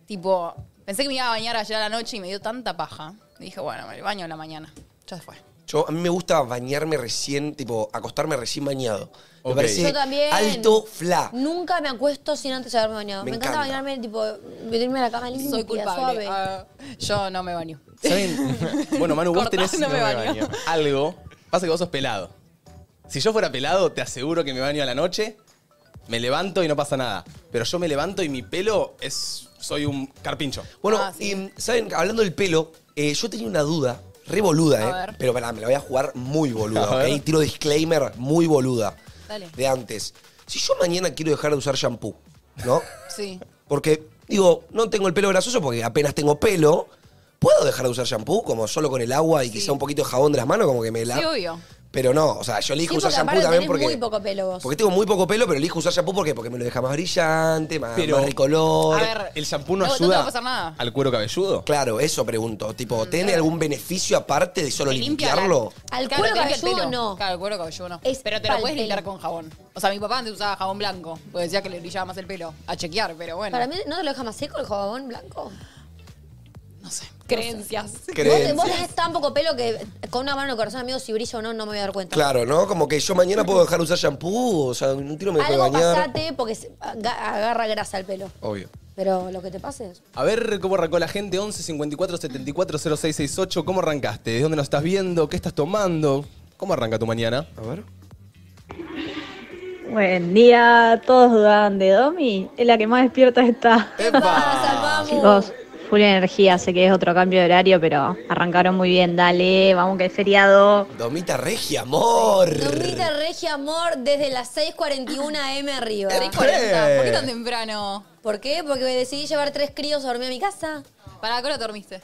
Speaker 2: tipo, pensé que me iba a bañar ayer a la noche y me dio tanta paja. Y Dije, bueno, me baño en la mañana. Ya fue.
Speaker 3: Yo, a mí me gusta bañarme recién, tipo, acostarme recién bañado. Me
Speaker 1: Ok.
Speaker 3: parece
Speaker 8: Yo también.
Speaker 3: Eh, alto fla.
Speaker 8: Nunca me acuesto sin antes haberme bañado.
Speaker 3: Me
Speaker 8: Me, encanta,
Speaker 3: encanta.
Speaker 8: bañarme, tipo, meterme a la cama limpia,
Speaker 2: Soy culpable.
Speaker 8: suave.
Speaker 2: Ah, yo no me baño.
Speaker 1: ¿Saben? Bueno, Manu, vos
Speaker 2: Cortá,
Speaker 1: tenés
Speaker 2: no me baño.
Speaker 1: algo. Pasa que vos sos pelado. Si yo fuera pelado, te aseguro que me baño a la noche, me levanto y no pasa nada. Pero yo me levanto y mi pelo es. Soy un carpincho.
Speaker 3: Bueno,
Speaker 2: Ah, sí.
Speaker 3: em, ¿saben? Hablando del pelo, eh, yo tenía una duda, re boluda,
Speaker 2: A
Speaker 3: ¿eh?
Speaker 2: ver.
Speaker 3: Pero pará, me la voy a jugar muy boluda,
Speaker 1: A
Speaker 3: ¿ok?
Speaker 1: ver.
Speaker 3: Tiro disclaimer muy boluda.
Speaker 2: Dale.
Speaker 3: De antes. Si yo mañana quiero dejar de usar shampoo, ¿no?
Speaker 2: Sí.
Speaker 3: Porque, digo, no tengo el pelo grasoso porque apenas tengo pelo. ¿Puedo dejar de usar shampoo como solo con el agua y quizá un poquito de jabón de las manos? Como que me la...
Speaker 2: Sí, obvio.
Speaker 3: Pero no, o sea, yo elijo
Speaker 8: Sí,
Speaker 3: usar
Speaker 8: porque
Speaker 3: shampoo
Speaker 8: aparte
Speaker 3: también
Speaker 8: tenés
Speaker 3: porque...
Speaker 8: muy poco pelo vos.
Speaker 3: Porque tengo muy poco pelo, pero elijo usar shampoo porque, porque me lo deja más brillante, más,
Speaker 1: Pero-
Speaker 3: más
Speaker 2: A
Speaker 3: recolor.
Speaker 2: ver.
Speaker 1: ¿El shampoo no,
Speaker 2: No, no te va
Speaker 1: ayuda
Speaker 2: a pasar nada.
Speaker 1: al cuero cabelludo?
Speaker 3: Claro, eso pregunto. Tipo, ¿tiene algún beneficio aparte de solo
Speaker 2: Te limpia la-
Speaker 3: limpiarlo?
Speaker 8: Al
Speaker 2: Claro,
Speaker 8: cuero
Speaker 2: te limpia el
Speaker 8: cabelludo
Speaker 2: pelo.
Speaker 8: no.
Speaker 2: Claro, el cuero cabelludo no.
Speaker 8: Es
Speaker 2: pero te lo
Speaker 8: pa'l
Speaker 2: puedes
Speaker 8: pelo.
Speaker 2: limpiar con jabón. O sea, mi papá antes usaba jabón blanco, porque decía que le brillaba más el pelo. A chequear, pero bueno.
Speaker 8: Para mí, ¿no te lo deja más seco el jabón blanco?
Speaker 2: no sé. Creencias.
Speaker 8: Vos, te-
Speaker 3: Creencias.
Speaker 8: vos tenés tan poco pelo que con una mano en el corazón, amigo, si brilla o no, no me voy a dar cuenta.
Speaker 3: Claro, ¿no? Como que yo mañana puedo dejar de usar shampoo, o sea, un tiro me dejo de
Speaker 8: Algo
Speaker 3: bañar.
Speaker 8: pasate porque se- aga- agarra grasa al pelo.
Speaker 3: Obvio.
Speaker 8: Pero lo que te pase es...
Speaker 1: A ver cómo arrancó la gente. 11 54 74 0668. ¿Cómo arrancaste? ¿De dónde nos estás viendo? ¿Qué estás tomando? ¿Cómo arranca tu mañana?
Speaker 3: A ver.
Speaker 11: Buen día, todos dudaban de Domi, es la que más despierta está.
Speaker 8: ¿Qué
Speaker 2: Ah,
Speaker 8: pasa, vamos?
Speaker 11: Chicos, full energía, sé que es otro cambio de horario, pero arrancaron muy bien, dale, vamos que es feriado.
Speaker 3: Domita Regia, amor.
Speaker 8: Dormita Regia Amor desde las 6.41 am arriba.
Speaker 2: 6.40. ¿Por qué tan temprano?
Speaker 8: ¿Por qué? Porque decidí llevar tres críos a dormir a mi casa.
Speaker 2: ¿Para qué hora te dormiste?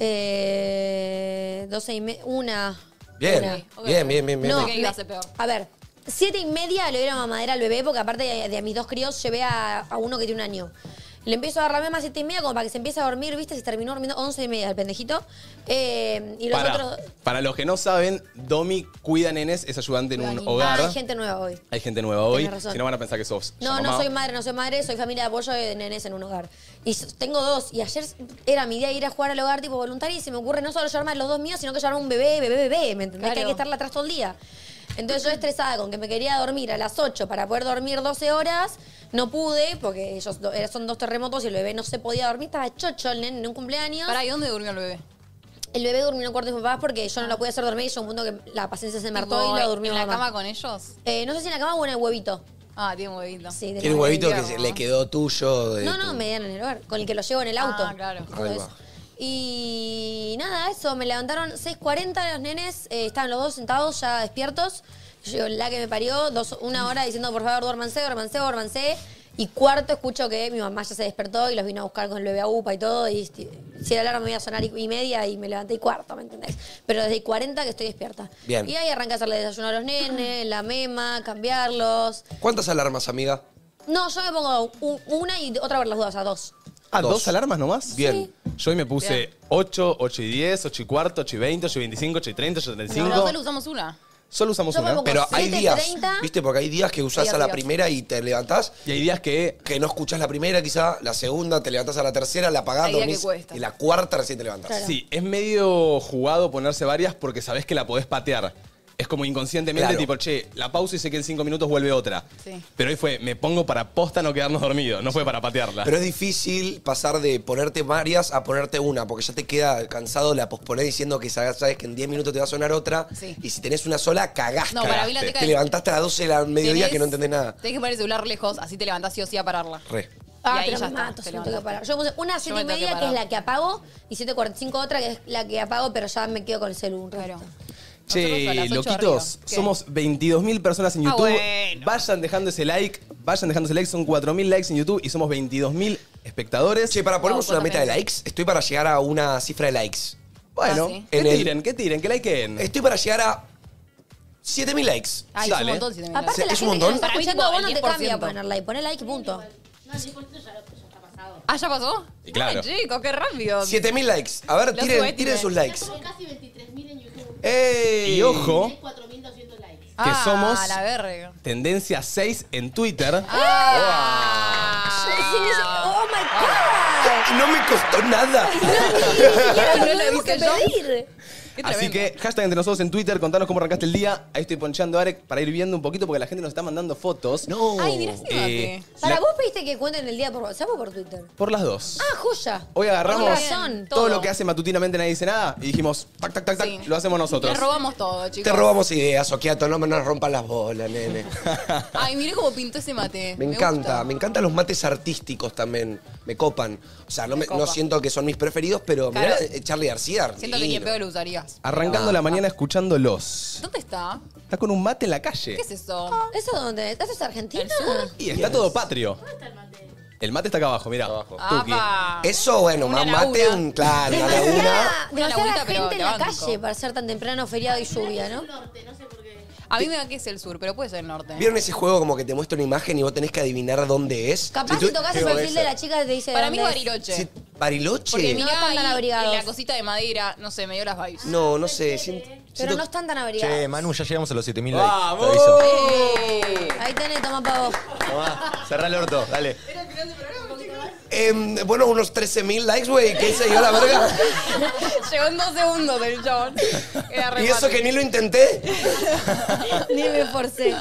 Speaker 8: Eh, 12 y media. Una.
Speaker 3: Bien,
Speaker 8: Una.
Speaker 2: ok.
Speaker 3: bien, bien, bien, bien.
Speaker 8: No,
Speaker 2: que
Speaker 8: me-
Speaker 2: iba a ser peor.
Speaker 8: a ver, siete y media le doy la mamadera al bebé, porque aparte de, de a mis dos críos llevé a, a uno que tiene un año. Le empiezo a agarrar más a siete y media como para que se empiece a dormir, ¿viste? Se terminó durmiendo once y media el pendejito. Eh, y los
Speaker 1: Para,
Speaker 8: otros...
Speaker 1: para los que no saben, Domi cuida nenes, es ayudante en un
Speaker 2: Cuida
Speaker 1: hogar.
Speaker 8: Ah, hay gente nueva hoy.
Speaker 1: Hay gente nueva hoy.
Speaker 8: Tenés razón.
Speaker 1: Si no van a pensar que sos. ya
Speaker 8: No,
Speaker 1: mamá.
Speaker 8: no soy madre, no soy madre, soy familia de apoyo de nenes en un hogar. Y s- tengo dos, y ayer era mi día de ir a jugar al hogar tipo voluntaria y se me ocurre no solo llevarme a los dos míos, sino que llevar a un bebé, bebé, bebé, ¿me entendés? Que hay
Speaker 2: Claro.
Speaker 8: que estarle atrás todo el día. Entonces yo estresada con que me quería dormir a las 8 para poder dormir 12 horas, no pude porque ellos do- eh, son dos terremotos y el bebé no se podía dormir, estaba chocho el nene en un cumpleaños.
Speaker 2: ¿Para ¿y dónde durmió el bebé?
Speaker 8: El bebé durmió en el cuarto de mis papás porque yo no lo pude hacer dormir y yo un punto que la paciencia se me hartó
Speaker 2: Tipo,
Speaker 8: y lo durmió
Speaker 2: ¿En la
Speaker 8: mamá.
Speaker 2: cama con ellos?
Speaker 8: Eh, no sé si en la cama o en el huevito.
Speaker 2: Ah, tiene un huevito.
Speaker 8: Sí, de
Speaker 3: Tiene
Speaker 8: la-
Speaker 3: un huevito que
Speaker 2: Digamos.
Speaker 3: se- le quedó tuyo. de
Speaker 8: No,
Speaker 3: tu-
Speaker 8: no, me dieron en el hogar, con el que lo llevo en el
Speaker 2: Ah,
Speaker 8: auto.
Speaker 2: claro.
Speaker 8: Todo
Speaker 3: Ahí
Speaker 8: eso.
Speaker 3: va.
Speaker 8: Y nada, eso, me levantaron 6.40 los nenes, eh, estaban los dos sentados ya despiertos. Yo, la que me parió, dos, una hora diciendo, por favor, duérmanse, duérmanse, duérmanse. Y cuarto escucho que mi mamá ya se despertó y los vino a buscar con el bebé a UPA y todo. Y esti- si era alarma me iba a sonar y, y media y me levanté y cuarto, ¿me entendés? Pero desde 40 que estoy despierta.
Speaker 3: Bien.
Speaker 8: Y ahí arranca a hacerle desayuno a los nenes, la mema, cambiarlos.
Speaker 3: ¿Cuántas alarmas, amiga?
Speaker 8: No, yo me pongo u- una y otra por las dudas, o sea, dos.
Speaker 1: Ah, dos,
Speaker 3: Dos.
Speaker 1: alarmas nomás.
Speaker 3: Bien.
Speaker 1: Yo hoy me puse
Speaker 2: Bien.
Speaker 1: 8, 8 y 10, 8 y cuarto, 8 y 20, 8 y 25, 8 y 30, 8 y
Speaker 2: No,
Speaker 1: 35.
Speaker 2: nosotros usamos una.
Speaker 1: Solo usamos
Speaker 8: Yo me
Speaker 1: una.
Speaker 8: pongo-
Speaker 3: Pero hay días,
Speaker 8: 7:30.
Speaker 3: ¿viste? Porque hay días que usás
Speaker 2: Días,
Speaker 3: a la
Speaker 2: días.
Speaker 3: primera y te levantás
Speaker 1: Y hay días que.
Speaker 3: que no escuchás la primera, quizá, la segunda, te levantás a la tercera, la apagás,
Speaker 2: Hay día que
Speaker 3: dormís,
Speaker 2: cuesta.
Speaker 3: y la cuarta recién te levantás.
Speaker 8: Claro.
Speaker 1: Sí, es medio jugado ponerse varias porque sabés que la podés patear. Es como inconscientemente,
Speaker 3: Claro.
Speaker 1: tipo, che, la pausa y sé que en 5 minutos vuelve otra.
Speaker 2: Sí.
Speaker 1: Pero hoy fue, me pongo para posta no quedarnos dormidos, no fue para patearla.
Speaker 3: Pero es difícil pasar de ponerte varias a ponerte una, porque ya te queda cansado la posponer diciendo que sabes, sabes que en 10 minutos te va a sonar otra.
Speaker 2: Sí.
Speaker 3: Y si tenés una sola, cagaste.
Speaker 2: No, para mí la
Speaker 1: Cagaste.
Speaker 2: teca
Speaker 3: Te levantaste a las 12 de la mediodía
Speaker 2: tenés-
Speaker 3: que no entendés nada.
Speaker 2: Tenés que poner el celular lejos, así te levantás sí o sí a pararla.
Speaker 3: Re.
Speaker 8: Ah,
Speaker 2: y ahí
Speaker 8: pero
Speaker 2: ya
Speaker 8: me
Speaker 2: está, te
Speaker 8: mato, si no tengo que
Speaker 2: levantaste.
Speaker 8: parar. Yo me puse una siete
Speaker 2: me
Speaker 8: y
Speaker 2: tengo que
Speaker 8: media, que es
Speaker 2: parar.
Speaker 8: la que apago, y 7.45 otra, que es la que apago, pero ya me quedo con el celular.
Speaker 2: Claro. Nosotros a
Speaker 1: Che,
Speaker 2: las ocho
Speaker 1: loquitos,
Speaker 2: arriba. ¿Qué?
Speaker 1: somos 22.000 personas en
Speaker 2: Ah,
Speaker 1: YouTube.
Speaker 2: bueno.
Speaker 1: Vayan dejando ese like, vayan dejando ese like, son 4.000 likes en YouTube y somos 22.000 espectadores.
Speaker 3: Che, para ponemos
Speaker 2: No,
Speaker 3: una meta de
Speaker 2: totalmente.
Speaker 3: likes, estoy para llegar a una cifra de likes.
Speaker 1: bueno,
Speaker 2: Ah, sí.
Speaker 1: que
Speaker 3: En el- Este,
Speaker 1: tiren, que tiren, que likeen.
Speaker 3: Estoy para llegar a 7.000 likes.
Speaker 8: Ay,
Speaker 3: Dale.
Speaker 8: Aparte,
Speaker 3: es
Speaker 8: la gente
Speaker 3: un montón.
Speaker 8: que nos está
Speaker 2: Para mí,
Speaker 8: escuchando
Speaker 2: tipo,
Speaker 8: a vos no
Speaker 2: el
Speaker 8: te cambia
Speaker 2: 10%.
Speaker 8: poner like. Poné like y punto.
Speaker 6: No, el 10% ya, lo- ya está pasado.
Speaker 2: Ah, ¿ya pasó?
Speaker 3: Y claro.
Speaker 2: Ay, chicos, qué rápido.
Speaker 3: 7.000 likes. A ver,
Speaker 2: Lo
Speaker 3: tiren,
Speaker 2: subestimen.
Speaker 3: tiren sus
Speaker 6: Ya
Speaker 3: likes.
Speaker 6: somos casi 23.000 en YouTube.
Speaker 3: ¡Ey!
Speaker 1: Y ojo,
Speaker 6: Hay 4.200 likes.
Speaker 2: ah,
Speaker 1: somos-
Speaker 2: la verga.
Speaker 3: ¡Oh!
Speaker 1: tendencia 6 en Twitter.
Speaker 2: Ah.
Speaker 8: ¡Oh, my
Speaker 3: Y
Speaker 8: God!
Speaker 3: No me costó nada.
Speaker 2: No la
Speaker 8: Tenemos
Speaker 2: viste
Speaker 8: que
Speaker 2: yo.
Speaker 8: pedir.
Speaker 2: Qué
Speaker 1: Así
Speaker 2: tremendo.
Speaker 1: que, hashtag entre nosotros en Twitter, contanos cómo arrancaste el día. Ahí estoy ponchando a Arek para ir viendo un poquito porque la gente nos está mandando fotos.
Speaker 3: No.
Speaker 2: Ay, este mira, sí,
Speaker 1: Eh,
Speaker 2: Mati.
Speaker 8: Para
Speaker 1: la-
Speaker 8: vos pediste que cuenten el día por WhatsApp o por Twitter.
Speaker 1: por las dos.
Speaker 8: Ah, joya.
Speaker 1: Hoy agarramos
Speaker 8: Con razón,
Speaker 1: todo,
Speaker 2: todo.
Speaker 1: lo que hace matutinamente nadie dice nada y dijimos, tac, tac, tac, tac,
Speaker 2: Sí.
Speaker 1: lo hacemos nosotros.
Speaker 2: Le robamos todo, chicos.
Speaker 3: Te robamos ideas, Okiato. No me nos rompan las bolas, nene.
Speaker 2: Ay, miré cómo pintó ese mate.
Speaker 3: Me
Speaker 2: gusta.
Speaker 3: encanta, me encantan los mates artísticos también. Me copan. O sea, no, me- no siento que son mis preferidos, pero
Speaker 2: Claro.
Speaker 3: mirá, eh, Charlie García.
Speaker 2: Siento que ni en
Speaker 3: divino.
Speaker 2: pedo lo usarías.
Speaker 1: Arrancando la mañana escuchándolos.
Speaker 2: ¿Dónde está?
Speaker 1: Está con un mate en la calle.
Speaker 2: ¿Qué es eso?
Speaker 8: ¿Eso dónde? ¿Eso es Argentina?
Speaker 1: Y está todo patrio. El mate está acá abajo, mira.
Speaker 3: Ah,
Speaker 1: Tuki.
Speaker 2: ¡Apa!
Speaker 3: Eso, bueno,
Speaker 2: Una
Speaker 3: más mate,
Speaker 2: laguna.
Speaker 3: un claro, una
Speaker 8: Demasiada,
Speaker 3: laguna.
Speaker 8: demasiada
Speaker 2: lagunita, pero
Speaker 8: gente en la
Speaker 2: te banco.
Speaker 8: calle para ser tan temprano, feriado y lluvia, ¿no?
Speaker 6: Norte, no sé por qué.
Speaker 2: A mí me da que es el sur, pero puede ser el norte.
Speaker 3: ¿Vieron ese juego como que te muestra una imagen y vos tenés que adivinar dónde es?
Speaker 8: Capaz
Speaker 3: Si
Speaker 8: si
Speaker 3: tú-
Speaker 8: tocas el perfil de la chica te dice.
Speaker 2: Para mí
Speaker 8: dónde es.
Speaker 2: Bariloche.
Speaker 3: si-
Speaker 2: porque
Speaker 3: ¿Bariloche?
Speaker 8: mi-
Speaker 2: mirá
Speaker 8: No están tan
Speaker 2: ahí,
Speaker 8: abrigados.
Speaker 2: la cosita de madera, no sé, me dio las vibes.
Speaker 3: No, no sé. siento-
Speaker 8: Pero
Speaker 3: siento-
Speaker 8: no están tan averiados.
Speaker 4: Che, Manu, ya llegamos a los 7000 likes.
Speaker 1: ¡Vamos!
Speaker 4: Te aviso.
Speaker 8: Ahí tenés, toma pa' vos.
Speaker 4: Tomá, cerrá el orto, dale.
Speaker 3: Em, bueno, unos 13.000 likes, güey. ¿Qué se dio la verga?
Speaker 2: Llegó en dos segundos el John. Era re
Speaker 3: y eso
Speaker 2: fácil.
Speaker 3: que ni lo intenté.
Speaker 8: Ni me forcé.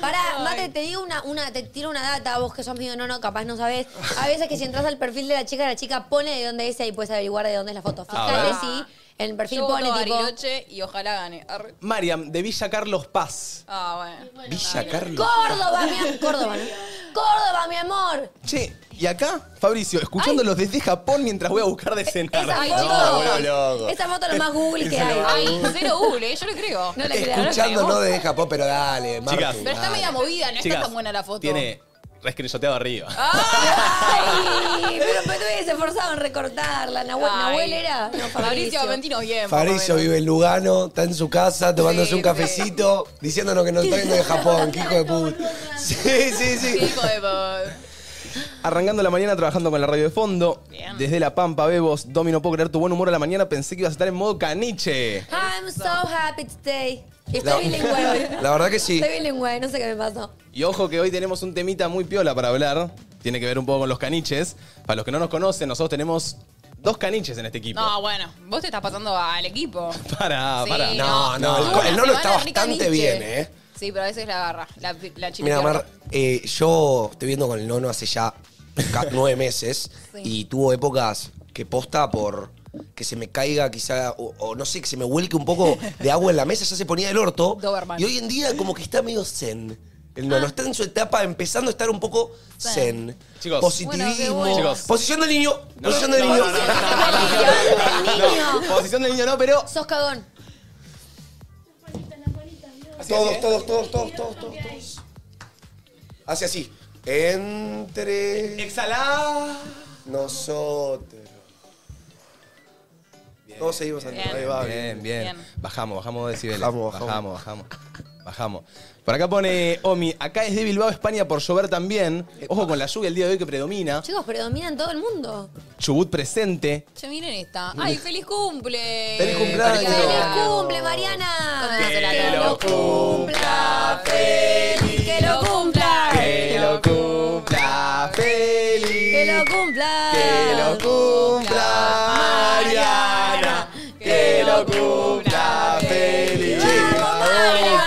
Speaker 8: Pará, Mate, te digo una, una, te tiro una data, vos que sos mío, no, no, capaz no sabés. A veces que si entras al perfil de la chica, la chica pone de dónde es y ahí puedes averiguar de dónde es la foto. Fíjate
Speaker 1: ver.
Speaker 8: si en el perfil
Speaker 2: Yo voto
Speaker 8: pone tipo.
Speaker 2: Bariloche y ojalá gane. Arre.
Speaker 1: Mariam, de Villa Carlos Paz.
Speaker 2: Ah, bueno.
Speaker 3: Villa Carlos.
Speaker 8: Córdoba, mi amor. Córdoba, ¿no? Córdoba, mi amor.
Speaker 1: Che, y acá, Fabricio, escuchándolos desde Japón mientras voy a buscar de cenar.
Speaker 8: Esa
Speaker 2: Ay,
Speaker 8: foto.
Speaker 2: no,
Speaker 4: vuelvo loco.
Speaker 8: Esa foto es lo más Google que hay.
Speaker 2: Ay, cero Google, eh, yo le creo.
Speaker 8: No la creo.
Speaker 3: Escuchando,
Speaker 2: no
Speaker 3: no Ah.
Speaker 2: la creo.
Speaker 3: de Japón, pero dale, Martu,
Speaker 1: Chicas.
Speaker 2: Pero está
Speaker 3: dale.
Speaker 2: media movida, no está tan buena la foto. Ah.
Speaker 1: Tiene rescrechoteado arriba.
Speaker 8: Ay, pero me tuviese esforzado en recortarla. Nahuel,
Speaker 2: Ay.
Speaker 8: Nahuel era. No, Fabricio.
Speaker 2: Fabricio Valentino, bien. por lo
Speaker 3: Ah, Fabricio
Speaker 2: menos.
Speaker 3: vive en Lugano, está en su casa tomándose
Speaker 2: Sí,
Speaker 3: un
Speaker 2: sí.
Speaker 3: cafecito, diciéndonos que nos está viendo de Japón, qué hijo de puta. Sí, sí,
Speaker 2: Sí,
Speaker 3: sí.
Speaker 2: hijo de...
Speaker 1: Arrancando la mañana trabajando con la radio de fondo.
Speaker 2: Bien.
Speaker 1: Desde La Pampa, Bebos. Domi, no puedo creer tu buen humor a la mañana. Pensé que ibas a estar en modo caniche.
Speaker 8: I'm so happy today. Estoy
Speaker 3: La,
Speaker 8: bilingüe hoy.
Speaker 3: la verdad que sí.
Speaker 8: Estoy bilingüe, no sé qué me pasó.
Speaker 1: Y ojo que hoy tenemos un temita muy piola para hablar. Tiene que ver un poco con los caniches. Para los que no nos conocen, nosotros tenemos dos caniches en este equipo.
Speaker 2: No, bueno, vos te estás pasando al equipo.
Speaker 1: Para,
Speaker 2: Sí,
Speaker 1: para.
Speaker 3: No, no,
Speaker 2: Tuvo
Speaker 3: el co-
Speaker 2: una
Speaker 3: el Nolo está
Speaker 2: semana rica
Speaker 3: bastante
Speaker 2: Nietzsche.
Speaker 3: bien, ¿eh?
Speaker 2: Sí, pero a veces la agarra, la, la
Speaker 3: Mira,
Speaker 2: chiripiorca.
Speaker 3: Mar, eh, yo estoy viendo con el nono hace ya ca- nueve meses y tuvo épocas que posta por que se me caiga quizá, o, o no sé, que se me vuelque un poco de agua en la mesa, ya se ponía el orto.
Speaker 2: Doberman. Ah.
Speaker 3: Y hoy en día como que está medio zen. El nono está en su etapa empezando a estar un poco zen.
Speaker 1: Chicos.
Speaker 3: Positivismo.
Speaker 2: Bueno, qué bueno.
Speaker 1: Chicos.
Speaker 3: Posición del niño. Posición del niño.
Speaker 8: Maldición del niño.
Speaker 1: No, posición del niño no, pero
Speaker 8: Sos cagón.
Speaker 3: Todos, todos, todos, todos, todos, todos, todos. Hace así. Entre
Speaker 1: exhalá.
Speaker 3: nosotros. Todos seguimos andando.
Speaker 2: Bien.
Speaker 3: Ahí va.
Speaker 1: Bien, bien,
Speaker 2: Bien.
Speaker 1: Bajamos, bajamos decibeles.
Speaker 3: Bajamos, bajamos.
Speaker 1: bajamos, bajamos. Bajamos. Por acá pone Omi, acá es de Bilbao, España, por llover también. Ojo con la lluvia el día de hoy que predomina.
Speaker 8: Chicos, predominan todo el mundo.
Speaker 1: Chubut presente.
Speaker 2: Che, miren esta. ¡Ay, feliz cumple!
Speaker 3: Feliz cumpleaños.
Speaker 2: Mariana.
Speaker 8: ¡Feliz
Speaker 3: Claro.
Speaker 8: cumple, Mariana!
Speaker 2: Que Que lo
Speaker 8: cumpla, feliz. Que lo cumpla.
Speaker 1: Que lo cumpla feliz.
Speaker 8: Que lo cumpla.
Speaker 1: cumpla
Speaker 2: Mariana. Que lo cumpla
Speaker 1: feliz.
Speaker 8: ¡Vamos, Mariana!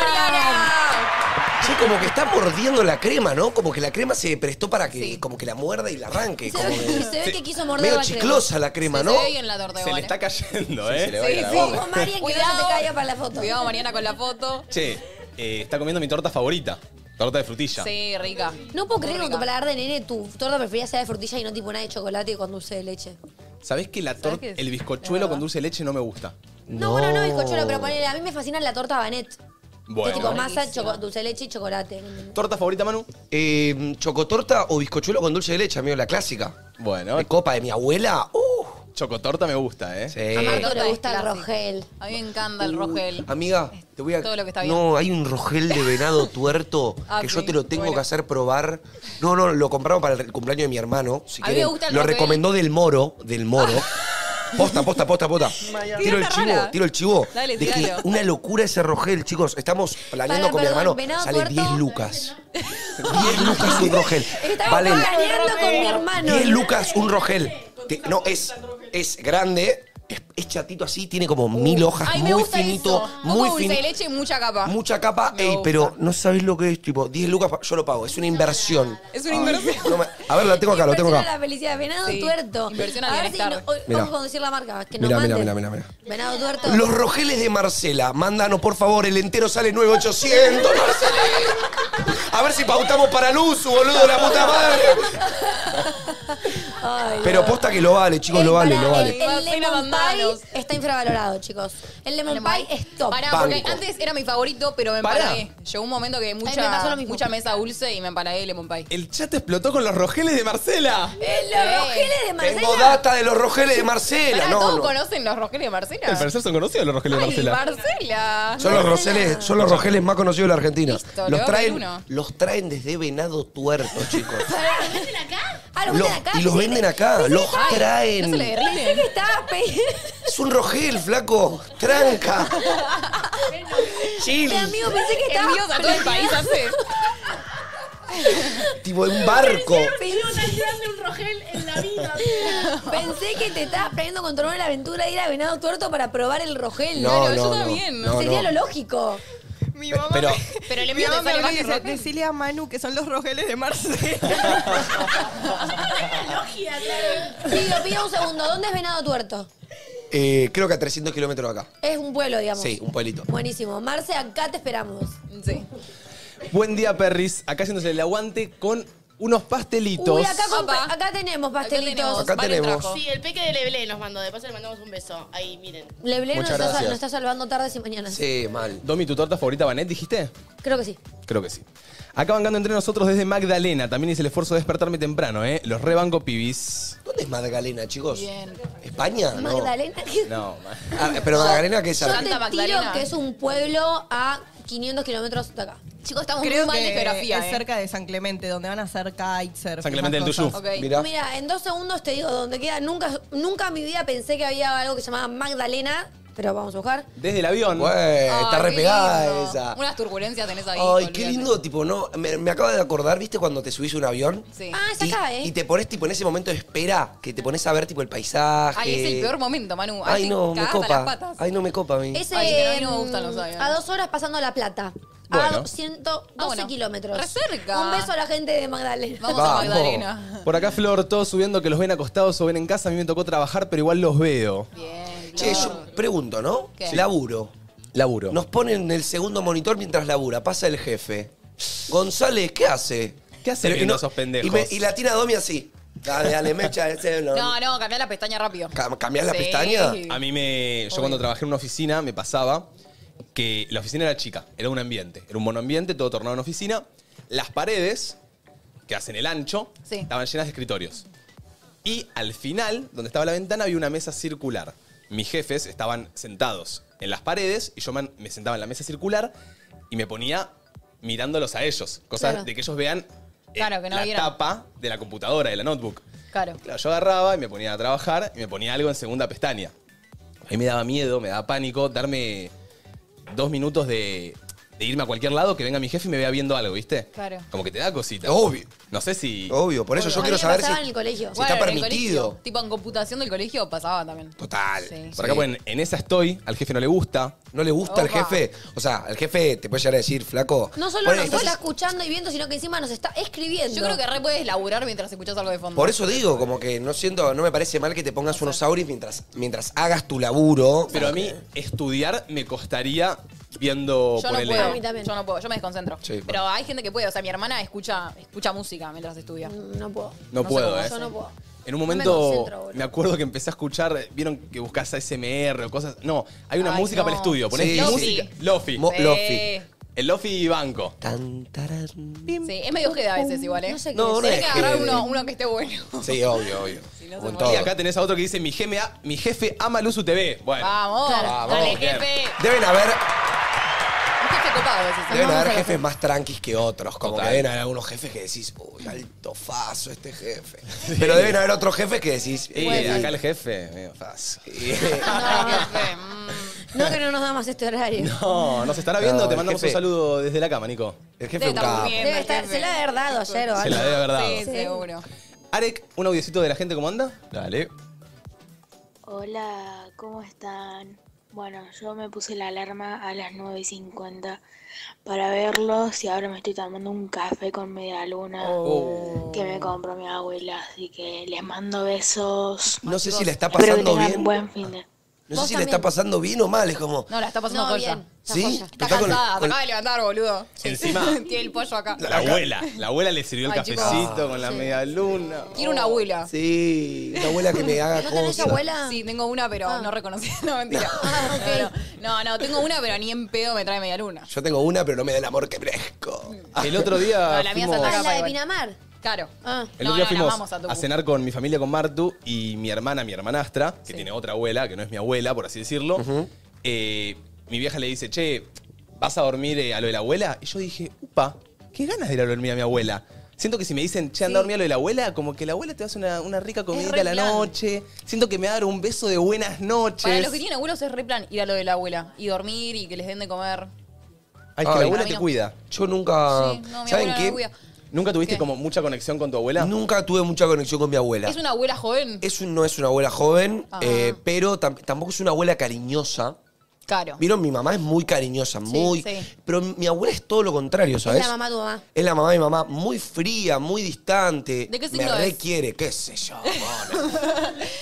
Speaker 3: Che, como que está mordiendo la crema, ¿no? Como que la crema se prestó para que
Speaker 2: Sí.
Speaker 3: como que la muerda y la arranque.
Speaker 8: Se
Speaker 3: Como
Speaker 8: ve,
Speaker 3: que-
Speaker 8: se ve que quiso morder
Speaker 3: medio
Speaker 8: la crema.
Speaker 3: chiclosa la crema,
Speaker 2: Se
Speaker 3: ¿no?
Speaker 2: ve bien la torta
Speaker 1: Se le
Speaker 2: igual,
Speaker 1: está
Speaker 2: eh.
Speaker 1: cayendo, ¿eh?
Speaker 2: Sí, sí.
Speaker 8: Ojo, Marian, que no se te
Speaker 2: Cuidado.
Speaker 8: caiga para la foto.
Speaker 2: Cuidado, Mariana, con la foto.
Speaker 1: Che, eh, está comiendo mi torta favorita. Torta de frutilla.
Speaker 2: Sí, rica.
Speaker 8: No puedo
Speaker 2: Muy
Speaker 8: creer que con
Speaker 2: rica.
Speaker 8: tu paladar de nene tu torta preferida sea de frutilla y no tipo nada de chocolate y con dulce de leche.
Speaker 1: ¿Sabés que la torta,
Speaker 2: qué es?
Speaker 1: el bizcochuelo con dulce de leche no me gusta?
Speaker 8: No, bueno, no, bizcochuelo, pero ponele, a mí me fascina la torta banet. Que
Speaker 1: Bueno.
Speaker 8: tipo masa,
Speaker 2: Buenísimo.
Speaker 8: choco- dulce de leche y chocolate.
Speaker 1: ¿Torta favorita, Manu?
Speaker 3: Em, Eh, chocotorta o bizcochuelo con dulce de leche, amigo, la clásica.
Speaker 1: Bueno,
Speaker 3: De copa de mi abuela. Uh,
Speaker 1: Chocotorta me gusta, ¿eh?
Speaker 3: Sí.
Speaker 8: Marco le gusta el
Speaker 7: clásico.
Speaker 8: rogel.
Speaker 7: A mí me encanta el rogel.
Speaker 3: Amiga, te voy a.
Speaker 7: Todo lo que está bien.
Speaker 3: No, hay un rogel de venado tuerto
Speaker 7: Ah,
Speaker 3: que
Speaker 7: sí,
Speaker 3: yo te lo tengo
Speaker 7: bueno.
Speaker 3: que hacer probar. No, no, lo compramos para el cumpleaños de mi hermano. Si
Speaker 7: A mí me
Speaker 3: quieren.
Speaker 7: gusta el
Speaker 3: lo
Speaker 7: rogel.
Speaker 3: recomendó del moro, del moro. Posta, posta, posta, posta. Tiro el
Speaker 7: Tirata
Speaker 3: chivo,
Speaker 7: rara.
Speaker 3: tiro el chivo.
Speaker 7: Dale,
Speaker 3: de que
Speaker 7: tiralo.
Speaker 3: una locura ese rogel, chicos. Estamos planeando
Speaker 8: Para,
Speaker 3: con
Speaker 8: perdón,
Speaker 3: mi hermano.
Speaker 8: venado
Speaker 3: Sale
Speaker 8: tuerto.
Speaker 3: 10 lucas. 10 lucas un rogel.
Speaker 8: Estaba
Speaker 3: Valen,
Speaker 8: planeando con mi hermano.
Speaker 3: 10 lucas un rogel. Te- no, es, es grande, es, es chatito así, tiene como mil hojas,
Speaker 7: Uh, Ay, me
Speaker 3: muy
Speaker 7: gusta
Speaker 3: finito,
Speaker 7: eso. Poco
Speaker 3: muy
Speaker 7: dulce de
Speaker 3: finito.
Speaker 7: leche y mucha capa.
Speaker 3: Mucha capa,
Speaker 7: Me
Speaker 3: ey,
Speaker 7: gusta.
Speaker 3: pero no sabés lo que es, tipo, 10 lucas, pa- yo lo pago, es una inversión.
Speaker 7: Es una inversión.
Speaker 3: No me- a ver, la tengo acá, lo tengo
Speaker 8: Inversión
Speaker 3: acá.
Speaker 8: a la felicidad. Venado
Speaker 7: Sí,
Speaker 8: tuerto.
Speaker 7: inversión al
Speaker 8: a ver si
Speaker 7: bienestar.
Speaker 8: no- hoy-
Speaker 3: Mirá.
Speaker 8: vamos a decir la marca. Que nos
Speaker 3: Mirá, mirá,
Speaker 8: manden.
Speaker 3: mirá, mirá, mirá.
Speaker 8: Venado tuerto.
Speaker 3: Los rogeles de Marcela, mándanos por favor, el entero sale 9800, Marcela. A ver si pautamos para Luz, boludo, la puta madre.
Speaker 8: Ay,
Speaker 3: Pero posta que lo vale, chicos,
Speaker 8: El-
Speaker 3: lo vale,
Speaker 8: pará,
Speaker 3: lo
Speaker 8: El,
Speaker 3: vale.
Speaker 8: el
Speaker 7: Marcela,
Speaker 8: lemon
Speaker 7: mandanos.
Speaker 8: pie está infravalorado, chicos. El lemon, pie es top.
Speaker 7: Pará, porque
Speaker 3: Banco.
Speaker 7: antes era mi favorito, pero me
Speaker 1: Pará.
Speaker 7: empalagué. Llegó un momento que
Speaker 8: me pasó
Speaker 7: mucha,
Speaker 8: lo mismo.
Speaker 7: mucha mesa dulce y me empalagué el lemon pie.
Speaker 1: El chat explotó con los rogeles de Marcela.
Speaker 8: Eh, los rogeles de
Speaker 3: Tengo
Speaker 8: Marcela.
Speaker 3: data de los rogeles de Marcela,
Speaker 7: Pará,
Speaker 3: no,
Speaker 7: ¿todos
Speaker 3: no.
Speaker 7: conocen los rogeles de Marcela?
Speaker 1: Al parecer son conocidos los rogeles de
Speaker 7: Ay,
Speaker 1: Marcela.
Speaker 7: Marcela.
Speaker 3: Son los, rogeles, son los rogeles más conocidos de la Argentina.
Speaker 7: Listo, le voy
Speaker 3: los,
Speaker 7: a
Speaker 3: traen,
Speaker 7: pedir uno.
Speaker 3: los traen desde Venado Tuerto, chicos.
Speaker 6: ¿Venden acá?
Speaker 8: Ah, los
Speaker 3: Lo-
Speaker 8: venden acá.
Speaker 3: y los
Speaker 8: sí.
Speaker 3: venden acá, los
Speaker 7: Ay,
Speaker 3: traen.
Speaker 7: No se le
Speaker 8: Pensé
Speaker 7: derriten.
Speaker 8: que estaba pe-
Speaker 3: Es un rogel, flaco. Tranca. Chill.
Speaker 8: Mi amigo, pensé que estaba.
Speaker 7: Envíos a todo el país hace.
Speaker 3: Tipo en barco.
Speaker 6: Yo tan grande un rogel en la vida.
Speaker 8: Pensé que te estabas planeando con tu hermano la aventura de ir a Venado Tuerto para probar el rogel.
Speaker 3: No,
Speaker 7: Claro,
Speaker 3: no,
Speaker 7: yo
Speaker 3: no.
Speaker 7: también.
Speaker 3: No,
Speaker 8: Sería
Speaker 3: no.
Speaker 8: lo lógico.
Speaker 12: Mi mamá
Speaker 3: Pero-
Speaker 12: me-
Speaker 7: Pero el
Speaker 12: mi
Speaker 7: envío
Speaker 12: mamá
Speaker 7: te
Speaker 12: me
Speaker 7: sale
Speaker 12: habló
Speaker 7: más
Speaker 12: y
Speaker 7: que
Speaker 12: dice,
Speaker 7: rogel.
Speaker 12: decile a Manu que son los rogeles de Marcela.
Speaker 8: Sí, pido un segundo. ¿Dónde es Venado Tuerto?
Speaker 3: Eh, creo que a 300 kilómetros de acá.
Speaker 8: Es un pueblo, digamos.
Speaker 3: Sí, un pueblito.
Speaker 8: Buenísimo. Marce, acá te esperamos.
Speaker 7: Sí.
Speaker 1: Buen día, Perris. Acá haciéndose el aguante con unos pastelitos.
Speaker 8: Uy, acá, comp-
Speaker 7: Opa.
Speaker 8: acá tenemos pastelitos.
Speaker 3: Acá
Speaker 7: varios
Speaker 3: tenemos.
Speaker 7: trajos.
Speaker 6: Sí, el peque de Leblé nos mandó. De paso le mandamos un beso. Ahí, miren.
Speaker 8: Leblé nos
Speaker 3: Muchas
Speaker 8: está, sal-
Speaker 3: gracias.
Speaker 8: nos está salvando tardes y mañanas.
Speaker 3: Sí, mal.
Speaker 1: Domi, ¿tu torta favorita, Vanet, dijiste?
Speaker 8: Creo que sí.
Speaker 1: Creo que sí. Acá bancando entre nosotros desde Magdalena. También hice el esfuerzo de despertarme temprano, ¿eh? Los rebanco pibis.
Speaker 3: ¿Dónde es Magdalena, chicos?
Speaker 7: Bien.
Speaker 3: ¿España? Ah, No.
Speaker 8: Magdalena.
Speaker 1: No, ma-
Speaker 3: Ah, pero Magdalena, ¿qué es?
Speaker 8: Yo
Speaker 7: Santa
Speaker 8: te tiro
Speaker 7: Magdalena.
Speaker 8: que es un pueblo a 500 kilómetros de acá.
Speaker 7: Chicos, estamos
Speaker 12: Creo
Speaker 7: muy mal de
Speaker 12: que
Speaker 7: geografía.
Speaker 12: es
Speaker 7: eh.
Speaker 12: cerca de San Clemente, donde van a hacer kitesurf. y
Speaker 1: San Clemente del
Speaker 12: esas
Speaker 1: Tuyú.
Speaker 12: cosas.
Speaker 7: Ok.
Speaker 3: Mirá.
Speaker 8: Mira, en dos segundos te digo dónde queda. Nunca, nunca en mi vida pensé que había algo que se llamaba Magdalena, pero vamos a buscar.
Speaker 1: Desde el avión.
Speaker 3: Güey, está
Speaker 7: Ay, qué
Speaker 3: repegada
Speaker 7: lindo.
Speaker 3: esa.
Speaker 7: Unas turbulencias tenés ahí.
Speaker 3: Ay, qué
Speaker 7: olvídate.
Speaker 3: lindo, tipo, no. Me, me acabo de acordar, ¿viste cuando te subís a un avión?
Speaker 7: Sí.
Speaker 8: Ah, es
Speaker 3: Y,
Speaker 8: acá, ¿eh?
Speaker 3: y te pones, tipo, en ese momento de espera, que te pones a ver, tipo, el paisaje.
Speaker 7: Ay, es el peor momento, Manu. Ay,
Speaker 3: eh, Ay, no, me
Speaker 7: cagaste las
Speaker 3: copa.
Speaker 7: patas.
Speaker 3: Ay, no me copa a mí.
Speaker 8: Es
Speaker 7: Ay, que no, a mí
Speaker 8: em,
Speaker 7: no me gustan los aviones.
Speaker 8: a dos horas pasando La Plata.
Speaker 1: Bueno.
Speaker 8: A 112
Speaker 7: Ah, bueno.
Speaker 8: kilómetros.
Speaker 7: Re cerca.
Speaker 8: Un beso a la gente de Magdalena.
Speaker 7: Vamos, a
Speaker 3: Vamos.
Speaker 7: Magdalena.
Speaker 1: Por acá, Flor, todos subiendo que los ven acostados o ven en casa. A mí me tocó trabajar, pero igual los veo.
Speaker 7: Bien.
Speaker 3: Che,
Speaker 7: Flor.
Speaker 3: yo pregunto, ¿no?
Speaker 7: ¿Qué?
Speaker 3: Laburo.
Speaker 1: Laburo.
Speaker 3: Nos ponen el segundo monitor mientras labura. Pasa el jefe. González, ¿qué hace?
Speaker 1: ¿Qué hace
Speaker 3: Pero-
Speaker 1: viendo esos pendejos?
Speaker 3: Y, y la tira a Domi así. Dale, dale, mecha. Ese, no.
Speaker 7: No, no, cambiá la pestaña rápido.
Speaker 3: Cam- ¿Cambiás la
Speaker 7: Sí.
Speaker 3: pestaña?
Speaker 1: A mí me. Yo cuando trabajé en una oficina me pasaba que la oficina era chica, era un ambiente, era un monoambiente, todo tornado en oficina. Las paredes, que hacen el ancho,
Speaker 7: Sí.
Speaker 1: estaban llenas de escritorios. Y al final, donde estaba la ventana, había una mesa circular. Mis jefes estaban sentados en las paredes y yo man- me sentaba en la mesa circular y me ponía mirándolos a ellos. Cosa
Speaker 8: Claro.
Speaker 1: de que ellos vean eh,
Speaker 7: Claro, que no
Speaker 1: la
Speaker 7: vieran.
Speaker 1: tapa de la computadora, de la notebook.
Speaker 7: Claro.
Speaker 1: Claro, yo agarraba y me ponía a trabajar y me ponía algo en segunda pestaña. A mí me daba miedo, me daba pánico darme dos minutos de, de irme a cualquier lado, que venga mi jefe y me vea viendo algo, ¿viste?
Speaker 7: Claro.
Speaker 1: Como que te da cosita.
Speaker 3: Obvio. Oh,
Speaker 1: No sé si...
Speaker 3: Obvio, por eso yo
Speaker 8: A
Speaker 3: quiero
Speaker 8: mí me
Speaker 3: saber
Speaker 8: pasaba
Speaker 3: si.
Speaker 8: en el colegio.
Speaker 3: si está
Speaker 7: en el
Speaker 3: permitido.
Speaker 7: colegio, tipo en computación del colegio pasaba también.
Speaker 3: Total.
Speaker 7: Sí.
Speaker 1: Por acá ponen, en esa estoy, al jefe no le gusta.
Speaker 3: ¿No le gusta al
Speaker 7: Opa.
Speaker 3: jefe? O sea, al jefe te puede llegar a decir, flaco.
Speaker 8: No solo
Speaker 3: bueno,
Speaker 8: nos
Speaker 3: estás-
Speaker 8: está escuchando y viendo, sino que encima nos está escribiendo.
Speaker 7: Yo creo que re puedes laburar mientras escuchas algo de fondo.
Speaker 3: Por eso digo, como que no siento, no me parece mal que te pongas unos auris mientras, mientras hagas tu laburo.
Speaker 1: Pero a mí estudiar me costaría viendo...
Speaker 7: yo no
Speaker 1: ponele-
Speaker 7: puedo.
Speaker 8: A mí también.
Speaker 7: Yo no puedo, yo me desconcentro.
Speaker 3: Sí, bueno.
Speaker 7: Pero hay gente que puede, o sea, mi hermana escucha, escucha música mientras estudia.
Speaker 8: No puedo.
Speaker 1: No, puedo,
Speaker 7: cómo
Speaker 1: ¿eh?
Speaker 8: Yo no puedo.
Speaker 1: En un
Speaker 8: No me
Speaker 1: momento
Speaker 8: concentro, boludo.
Speaker 1: me, acuerdo que empecé a escuchar, eh, vieron que buscas ASMR o cosas. No, hay una
Speaker 7: Ay,
Speaker 1: música
Speaker 7: no.
Speaker 1: para el estudio, ponés
Speaker 3: Sí,
Speaker 1: música.
Speaker 7: sí.
Speaker 1: Lofi.
Speaker 3: Mo-
Speaker 7: Sí.
Speaker 3: Lofi.
Speaker 1: El Lofi y Banco.
Speaker 2: Sí, es medio ojeda a veces igual, ¿eh? No sé
Speaker 1: qué No, es. no
Speaker 2: Hay
Speaker 1: es
Speaker 2: que agarrar
Speaker 1: que-
Speaker 2: uno, uno que esté bueno.
Speaker 1: Sí, obvio, obvio.
Speaker 2: Con
Speaker 1: y acá tenés a otro que dice, mi, GMA, mi jefe ama Luzu TV. Bueno.
Speaker 2: Vamos.
Speaker 1: Vamos,
Speaker 2: Dale,
Speaker 1: bien.
Speaker 2: jefe.
Speaker 3: Deben haber,
Speaker 2: Un jefe copado es ese.
Speaker 3: deben haber jefes más tranquis que otros. Como que deben haber algunos jefes que decís, uy, alto faso este jefe. Pero deben haber otros jefes que decís,
Speaker 1: Y
Speaker 3: eh,
Speaker 1: acá el jefe, medio fácil.
Speaker 8: No, que no nos da más este horario.
Speaker 1: No, nos estará viendo,
Speaker 3: No,
Speaker 1: te
Speaker 3: el
Speaker 1: mandamos un
Speaker 3: jefe-
Speaker 1: saludo desde la cama, Nico.
Speaker 2: Mm,
Speaker 3: El
Speaker 8: Debe estar, debe estar- se la ha verdado ayer o
Speaker 1: Se
Speaker 8: algo.
Speaker 1: la debe haber dado.
Speaker 8: Sí, seguro.
Speaker 1: Arek, un audiocito de la gente, ¿cómo anda?
Speaker 4: Dale.
Speaker 13: Hola, ¿cómo están? Bueno, yo me puse la alarma a las 9 y 50 para verlos y ahora me estoy tomando un café con media luna
Speaker 1: Oh.
Speaker 13: que me compró mi abuela, así que les mando besos.
Speaker 3: No sé si la está
Speaker 13: Espero que
Speaker 3: pasando
Speaker 13: tengan
Speaker 3: bien.
Speaker 13: buen fin de-
Speaker 3: no sé si le está pasando bien o mal, es como.
Speaker 2: No, la está pasando
Speaker 13: No,
Speaker 2: joya.
Speaker 13: bien.
Speaker 3: ¿Sí?
Speaker 2: Está
Speaker 3: Está con-
Speaker 2: cansada, se
Speaker 3: con-
Speaker 2: acaba de levantar, boludo.
Speaker 1: Encima-
Speaker 2: Tiene el pollo acá.
Speaker 1: La abuela. La abuela le sirvió el
Speaker 2: Ay, chicos.
Speaker 1: cafecito con la
Speaker 2: Sí.
Speaker 1: media luna.
Speaker 2: Quiero una abuela.
Speaker 3: Sí, una abuela que me haga cosas.
Speaker 8: Ah,
Speaker 2: Sí, tengo una, pero no reconocida. No, mentira. no, no. No, no, tengo una, pero ni en pedo me trae media luna.
Speaker 3: Yo tengo una, pero no me da el amor que merezco.
Speaker 1: El otro día
Speaker 2: No, la mía
Speaker 1: fuimos-
Speaker 2: se
Speaker 1: Ah, la de
Speaker 2: Pinamar? Claro.
Speaker 8: Ah,
Speaker 1: El otro día
Speaker 2: no, no, la
Speaker 1: fuimos
Speaker 2: vamos a tu
Speaker 1: a, cenar con mi familia, con Martu, y mi hermana, mi hermanastra, que tiene otra abuela, que no es mi abuela, por así decirlo. Eh, mi vieja le dice, che, ¿vas a dormir eh, a lo de la abuela? Y yo dije, upa, qué ganas de ir a dormir a mi abuela. Siento que si me dicen, che, anda a dormir a lo de la abuela, como que la abuela te hace una, una rica comidita
Speaker 2: re
Speaker 1: a la
Speaker 2: plan.
Speaker 1: noche. Siento que me va a dar un beso de buenas noches.
Speaker 2: Para los que tienen abuelos es re plan ir a lo de la abuela y dormir y que les den de
Speaker 1: Ay,
Speaker 2: comer.
Speaker 1: que
Speaker 3: Ay,
Speaker 1: la abuela
Speaker 2: a mí
Speaker 1: te
Speaker 2: no.
Speaker 1: cuida.
Speaker 3: Yo nunca.
Speaker 2: Sí, no, mi
Speaker 3: Ah. ¿Saben
Speaker 2: abuela no
Speaker 3: qué?
Speaker 2: me cuida.
Speaker 1: ¿Nunca tuviste como mucha conexión con tu abuela?
Speaker 3: Nunca tuve mucha conexión con mi abuela.
Speaker 2: Es Ah. una abuela joven.
Speaker 3: Es un- no es una abuela joven,
Speaker 2: Ajá.
Speaker 3: eh, pero tam- tampoco es una abuela cariñosa.
Speaker 2: Claro.
Speaker 3: Vieron, mi mamá es muy cariñosa, muy.
Speaker 8: sí.
Speaker 3: Pero mi abuela es todo lo contrario,
Speaker 8: Es
Speaker 3: ¿sabes?
Speaker 8: la mamá de tu mamá.
Speaker 3: Es la mamá de mi mamá, muy fría, muy distante.
Speaker 2: ¿De qué
Speaker 3: Me
Speaker 2: signo es?
Speaker 3: requiere, qué sé yo, mona.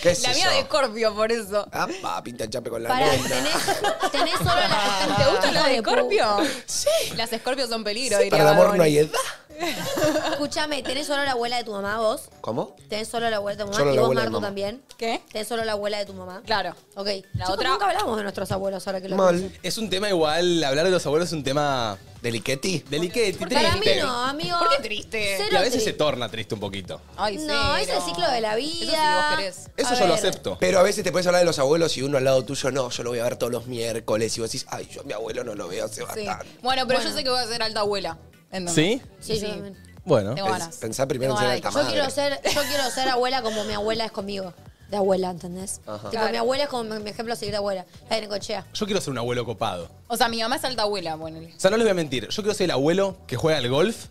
Speaker 3: ¿Qué sé
Speaker 2: La mía
Speaker 3: yo?
Speaker 2: de Scorpio, por eso.
Speaker 3: Apa, pinta el chape con la
Speaker 2: Pará,
Speaker 3: luna.
Speaker 2: ¿Tenés solo
Speaker 8: Ah.
Speaker 2: las ¿Te gustan las Ah. de Scorpio?
Speaker 3: Sí.
Speaker 2: Las Scorpio son peligro, diría
Speaker 3: Para el amor
Speaker 2: Bad
Speaker 3: no
Speaker 2: Bunny.
Speaker 3: hay edad.
Speaker 8: Escúchame, ¿tenés solo la abuela de tu mamá vos?
Speaker 3: ¿Cómo?
Speaker 8: ¿Tenés solo la abuela de tu mamá?
Speaker 3: Solo
Speaker 8: ¿Y
Speaker 3: la
Speaker 8: vos,
Speaker 3: abuela de mi
Speaker 8: Martu,
Speaker 3: mamá.
Speaker 8: también?
Speaker 2: ¿Qué?
Speaker 8: ¿Tenés solo la abuela de tu mamá?
Speaker 2: Claro.
Speaker 8: Ok.
Speaker 2: La
Speaker 8: Chicos,
Speaker 2: otra-
Speaker 8: nunca hablamos de nuestros abuelos ahora que lo pienso.
Speaker 1: Es un tema igual, hablar de los abuelos es un tema...
Speaker 3: ¿Deliqueti?
Speaker 1: Deliqueti,
Speaker 8: Para mí
Speaker 1: triste.
Speaker 8: no, amigo.
Speaker 2: ¿Por qué triste?
Speaker 8: Cero
Speaker 1: Y a veces
Speaker 8: triste.
Speaker 1: se torna triste un poquito.
Speaker 2: Ay,
Speaker 8: No, es el ciclo de la vida.
Speaker 1: Eso
Speaker 8: A
Speaker 1: yo lo
Speaker 8: ver,
Speaker 1: acepto.
Speaker 3: Pero a veces te puedes hablar de los abuelos y uno al lado tuyo, no, yo lo voy a ver todos los miércoles. Y vos decís, ay, yo a mi abuelo no lo veo hace
Speaker 2: Sí.
Speaker 3: bastante.
Speaker 2: Bueno, pero yo sé que voy a ser alta abuela. Entonces.
Speaker 1: ¿Sí?
Speaker 8: Sí, yo
Speaker 2: sí.
Speaker 8: también.
Speaker 1: Bueno.
Speaker 2: Tengo ganas.
Speaker 3: Pens- Pensá primero en
Speaker 2: Tengo
Speaker 3: ser
Speaker 2: ganas de-
Speaker 3: alta
Speaker 8: Yo
Speaker 3: madre.
Speaker 8: quiero, ser, yo quiero ser abuela como mi abuela es conmigo. De abuela, ¿entendés?
Speaker 3: Ajá.
Speaker 8: Tipo,
Speaker 2: Claro.
Speaker 8: mi abuela es como mi mi ejemplo a seguir de abuela. La de Necochea.
Speaker 1: Yo quiero ser un abuelo copado.
Speaker 2: O sea, mi mamá es alta abuela, ponele.
Speaker 1: O sea, no les voy a mentir. Yo quiero ser el abuelo que juega al golf.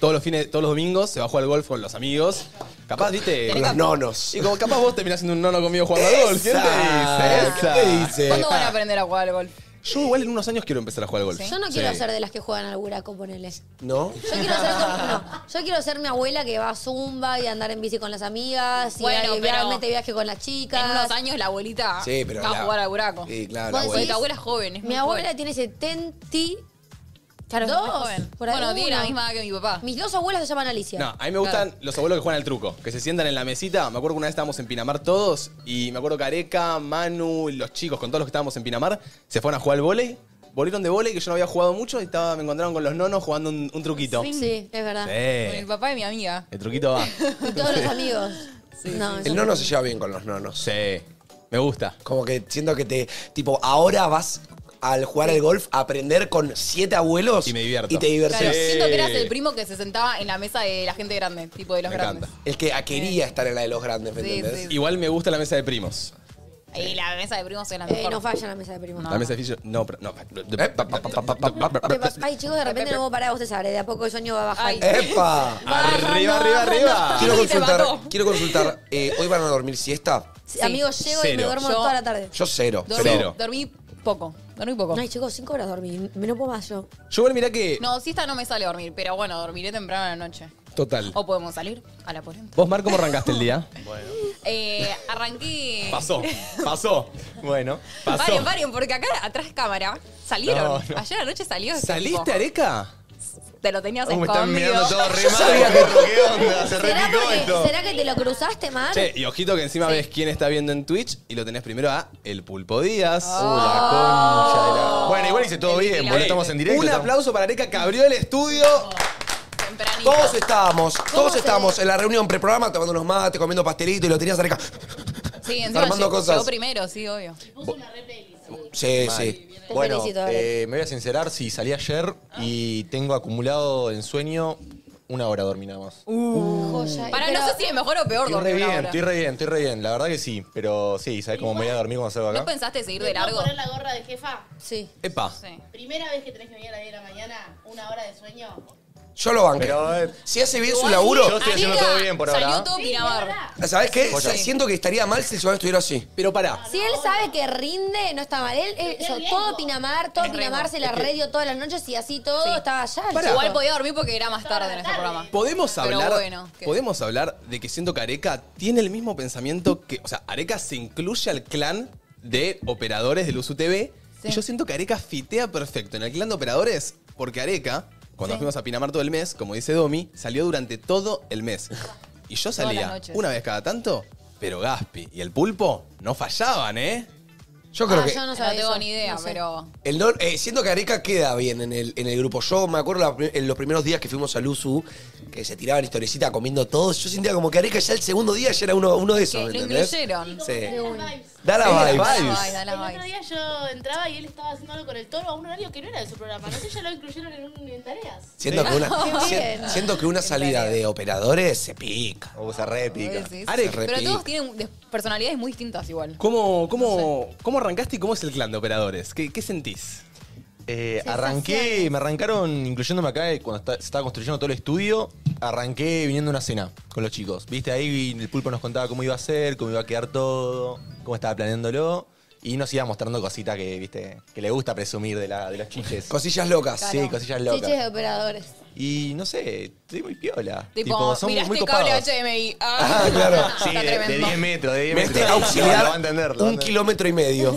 Speaker 1: Todos los fines, todos los domingos se va a jugar al golf con los amigos. Capaz, viste.
Speaker 3: Con los nonos.
Speaker 1: Y como capaz vos terminás siendo un nono conmigo jugando al golf. ¿Quién te
Speaker 3: Esa,
Speaker 1: dice?
Speaker 3: ¿qué te dice?
Speaker 2: ¿Cuándo van a aprender a jugar al golf?
Speaker 1: Yo igual en unos años quiero empezar a jugar al golf.
Speaker 8: Yo no quiero
Speaker 1: Sí.
Speaker 8: ser de las que juegan al buraco, ponele.
Speaker 3: ¿No?
Speaker 8: Yo quiero ser como- no, yo quiero ser mi abuela que va a Zumba y andar en bici con las amigas y
Speaker 2: Bueno,
Speaker 8: y
Speaker 2: pero-
Speaker 8: mete viaje con las chicas.
Speaker 2: En unos años la abuelita
Speaker 3: Sí, pero
Speaker 2: va
Speaker 3: la-
Speaker 2: a jugar al buraco.
Speaker 3: Sí, claro, la
Speaker 2: Porque
Speaker 3: abuela.
Speaker 2: tu abuela es joven. Es
Speaker 8: Mi
Speaker 2: muy
Speaker 8: abuela
Speaker 2: joven.
Speaker 8: tiene 70.
Speaker 2: Claro, es muy
Speaker 8: dos,
Speaker 2: joven.
Speaker 8: por ahí
Speaker 2: Bueno, tiene la
Speaker 8: uno.
Speaker 2: misma edad que mi papá.
Speaker 8: Mis dos abuelas se llaman Alicia.
Speaker 1: No, a mí me gustan los abuelos que juegan al truco, que se sientan en la mesita. Me acuerdo que una vez estábamos en Pinamar todos y me acuerdo que Areca, Manu, los chicos, con todos los que estábamos en Pinamar, se fueron a jugar al volei. Volvieron de volei que yo no había jugado mucho y estaba, me encontraron con los nonos jugando un, un truquito.
Speaker 8: Sí, es verdad.
Speaker 2: Con
Speaker 1: Sí.
Speaker 2: el papá de mi amiga.
Speaker 1: El truquito va.
Speaker 8: Y todos los amigos. no, eso
Speaker 3: El nono se lleva bien con los nonos.
Speaker 1: Sí. Me gusta.
Speaker 3: Como que siento que te. Tipo, ahora vas al jugar al golf a aprender con siete abuelos.
Speaker 1: Y me divierto.
Speaker 3: Y te divertís.
Speaker 2: Claro, siento que eras
Speaker 1: Sí.
Speaker 2: el primo que se sentaba en la mesa de la gente grande, tipo de los
Speaker 1: Me
Speaker 2: grandes.
Speaker 1: encanta.
Speaker 3: El que quería estar en la de los grandes, ¿me
Speaker 2: Sí,
Speaker 3: entendés?
Speaker 2: sí, sí.
Speaker 1: Igual me gusta la mesa de primos.
Speaker 2: Y la mesa de primos es la
Speaker 8: Eh,
Speaker 2: mejor.
Speaker 8: no falla la mesa de primos.
Speaker 1: La mesa de fichos. No, pero. No.
Speaker 4: Eh,
Speaker 3: Epa, pa, pa, pa, pa, pa, pa,
Speaker 8: Te
Speaker 3: pa.
Speaker 8: pas- Ay, chicos, de repente no puedo parar de bostezar. eh, De a poco el sueño va a bajar.
Speaker 2: Ay.
Speaker 3: ¡Epa!
Speaker 1: Arriba, arriba, arriba.
Speaker 3: Quiero
Speaker 2: Sí, Ah. te
Speaker 3: consultar,
Speaker 2: mató.
Speaker 3: quiero consultar. eh, ¿Hoy van a dormir siesta?
Speaker 8: Sí, Amigos, llego y me
Speaker 1: Cero.
Speaker 8: duermo
Speaker 2: Yo-
Speaker 8: toda la tarde.
Speaker 3: Yo cero.
Speaker 2: Dormí,
Speaker 1: Cero.
Speaker 2: dormí poco, dormí poco.
Speaker 8: Ay, chicos, cinco horas dormí. Me no puedo más yo.
Speaker 1: Yo igual mirá que.
Speaker 2: No, siesta no me sale dormir, pero bueno, dormiré temprano en la noche.
Speaker 1: Total.
Speaker 2: O podemos salir a la polenta.
Speaker 1: ¿Vos, Mar, cómo arrancaste el día?
Speaker 2: Eh, arranqué.
Speaker 1: Pasó. Pasó.
Speaker 4: Bueno.
Speaker 1: Pasó.
Speaker 2: Paren, paren, porque acá atrás cámara salieron.
Speaker 1: No, no.
Speaker 2: Ayer anoche salió. este tipo.
Speaker 1: ¿Saliste, Areca?
Speaker 2: te lo tenías
Speaker 4: Oh, me
Speaker 2: escondido.
Speaker 4: están mirando todos re mal, tipo, ¿qué onda? Se
Speaker 8: ¿Será,
Speaker 4: repicó
Speaker 8: porque-
Speaker 4: esto.
Speaker 8: ¿Será que te lo cruzaste, Mar?
Speaker 1: Che, y ojito que encima ves quién está viendo en Twitch y lo tenés primero a El Pulpo Díaz.
Speaker 4: Bueno, igual hice todo bien, boludo, estamos en directo.
Speaker 1: Un
Speaker 4: estamos-
Speaker 1: aplauso para Areca que abrió el estudio.
Speaker 3: Todos estábamos, todos
Speaker 1: se
Speaker 3: estábamos en la reunión preprograma tomando unos mates, comiendo pastelito y lo tenías cerca.
Speaker 2: Sí, encima
Speaker 3: Armando
Speaker 2: llegó,
Speaker 3: cosas.
Speaker 2: llegó primero, sí, obvio.
Speaker 3: Sí,
Speaker 4: Mal.
Speaker 3: sí.
Speaker 2: Te
Speaker 4: Bueno,
Speaker 2: felicito, Ale.
Speaker 4: eh, me voy a sincerar si salí ayer y tengo acumulado en sueño una hora dormí nada más.
Speaker 2: Para, no sé si es mejor o peor
Speaker 4: Estoy re
Speaker 2: dormir
Speaker 4: bien,
Speaker 2: ahora.
Speaker 4: estoy re bien, estoy re bien. La verdad que sí, pero sí, ¿sabes cómo me voy a dormir cuando salgo
Speaker 2: ¿No
Speaker 4: acá?
Speaker 2: pensaste seguir
Speaker 6: ¿Te
Speaker 2: de
Speaker 6: puedo
Speaker 2: largo?
Speaker 6: poner la gorra de jefa?
Speaker 8: Sí.
Speaker 1: Epa.
Speaker 6: Primera vez que tenés que venir a la 10 de la mañana, una hora de sueño.
Speaker 3: Yo lo banqué.
Speaker 4: eh,
Speaker 3: Si hace bien su laburo.
Speaker 4: Yo estoy haciendo todo bien por ahora.
Speaker 6: todo Miramar.
Speaker 3: ¿Sabés qué?
Speaker 4: Joya.
Speaker 3: Siento que estaría mal si el ciudadano estuviera así.
Speaker 1: Pero pará.
Speaker 8: Si él sabe que rinde, no está mal. Él, él-
Speaker 6: Es
Speaker 8: so-
Speaker 6: riesgo.
Speaker 8: todo Pinamar, todo
Speaker 6: Es
Speaker 8: Pinamar
Speaker 6: riesgo.
Speaker 8: se la
Speaker 6: Es que-
Speaker 8: redio todas las noches y así todo estaba allá. el
Speaker 1: Pará.
Speaker 8: chico.
Speaker 1: Igual
Speaker 2: Podía dormir porque era más tarde en este programa.
Speaker 1: Podemos
Speaker 2: Pero
Speaker 1: hablar,
Speaker 2: bueno, que-
Speaker 1: podemos hablar de que siento que Areca tiene el mismo pensamiento que. O sea, Areca se incluye al clan de operadores del USU TV. Y yo siento que Areca fitea perfecto en el clan de operadores porque Areca, cuando fuimos a Pinamar todo el mes, como dice Domi, salió durante todo el mes. Y yo
Speaker 3: las
Speaker 1: salía
Speaker 3: noches.
Speaker 1: una vez cada tanto, pero Gaspi y el pulpo no fallaban, ¿eh?
Speaker 3: Yo creo que
Speaker 2: no,
Speaker 7: sabía
Speaker 2: tengo
Speaker 7: eso.
Speaker 2: ni idea,
Speaker 7: No sé.
Speaker 2: pero.
Speaker 3: El no- eh, siento que Areca queda bien en el, en el grupo. Yo me acuerdo la pri- en los primeros días que fuimos al USU, que se tiraban historiecita comiendo todos. Yo sentía como que Areca ya el segundo día ya era uno, uno de esos,
Speaker 2: Lo
Speaker 3: ¿entendés?
Speaker 2: incluyeron.
Speaker 3: Sí.
Speaker 6: El
Speaker 3: Da la
Speaker 1: Es
Speaker 3: vibes.
Speaker 1: la vibes.
Speaker 6: otro día yo entraba y él estaba haciendo algo con el toro a un horario que no era de su programa. No sé, ya lo incluyeron en, un- en tareas.
Speaker 3: Siento que, una,
Speaker 6: Qué
Speaker 3: si-
Speaker 6: bien.
Speaker 3: siento que una salida de operadores se pica.
Speaker 4: O se repica.
Speaker 2: Sí, sí.
Speaker 1: Arek,
Speaker 2: Pero todos tienen des- personalidades muy distintas igual.
Speaker 1: ¿Cómo, cómo, ¿Cómo arrancaste y cómo es el clan de operadores? ¿Qué, qué sentís?
Speaker 4: Eh, arranqué, me arrancaron incluyéndome acá eh, cuando está- se estaba construyendo todo el estudio. Arranqué viniendo a una cena con los chicos. Viste, ahí el pulpo nos contaba cómo iba a ser, cómo iba a quedar todo, cómo estaba planeándolo. Y nos iba mostrando cositas que, viste, que le gusta presumir de, la, de los chiches.
Speaker 3: Cosillas locas.
Speaker 4: Sí, cosillas locas.
Speaker 8: Chiches de operadores.
Speaker 4: Y no sé, estoy muy piola.
Speaker 2: Tipo, mirá este cable HDMI. Ah,
Speaker 4: Ah, claro.
Speaker 2: Está
Speaker 4: Sí, de, de
Speaker 2: tremendo.
Speaker 4: 10 metros, de 10
Speaker 3: Me
Speaker 4: metros.
Speaker 3: este auxiliar
Speaker 4: Lo va a entender, lo va a
Speaker 3: un
Speaker 4: entender.
Speaker 3: kilómetro y medio.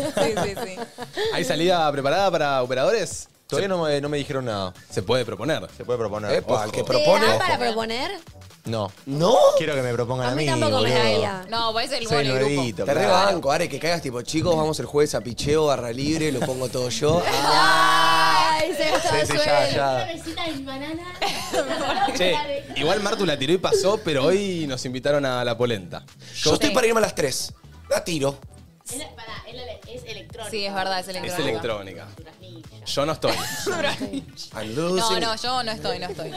Speaker 1: ¿Hay salida preparada para operadores?
Speaker 4: Todavía no me, no me dijeron nada.
Speaker 1: Se puede proponer.
Speaker 4: Se puede proponer.
Speaker 3: Epa, el que
Speaker 4: Ojo.
Speaker 8: ¿Te da para proponer?
Speaker 4: No.
Speaker 3: ¿No?
Speaker 4: Quiero que me propongan a mí. boludo.
Speaker 2: No, parece el
Speaker 4: Soy
Speaker 2: buen grupo.
Speaker 4: nuevito.
Speaker 3: Te
Speaker 4: claro.
Speaker 3: rebanco, Are, que caigas tipo, chicos, vamos el jueves a picheo, barra libre, lo pongo todo yo. Ah,
Speaker 8: Ay, se
Speaker 4: Sí, sí, ya,
Speaker 6: Una
Speaker 4: ya.
Speaker 6: mesita de banana.
Speaker 1: Che, igual Martu la tiró y pasó, pero hoy nos invitaron a la polenta.
Speaker 3: Yo estoy para irme a las 3. La tiro.
Speaker 6: Es, para, es, ele- es electrónica.
Speaker 2: Sí, es verdad, es
Speaker 1: Es
Speaker 2: electrónica.
Speaker 1: electrónica. Yo no estoy.
Speaker 2: No, no, yo no estoy, no estoy.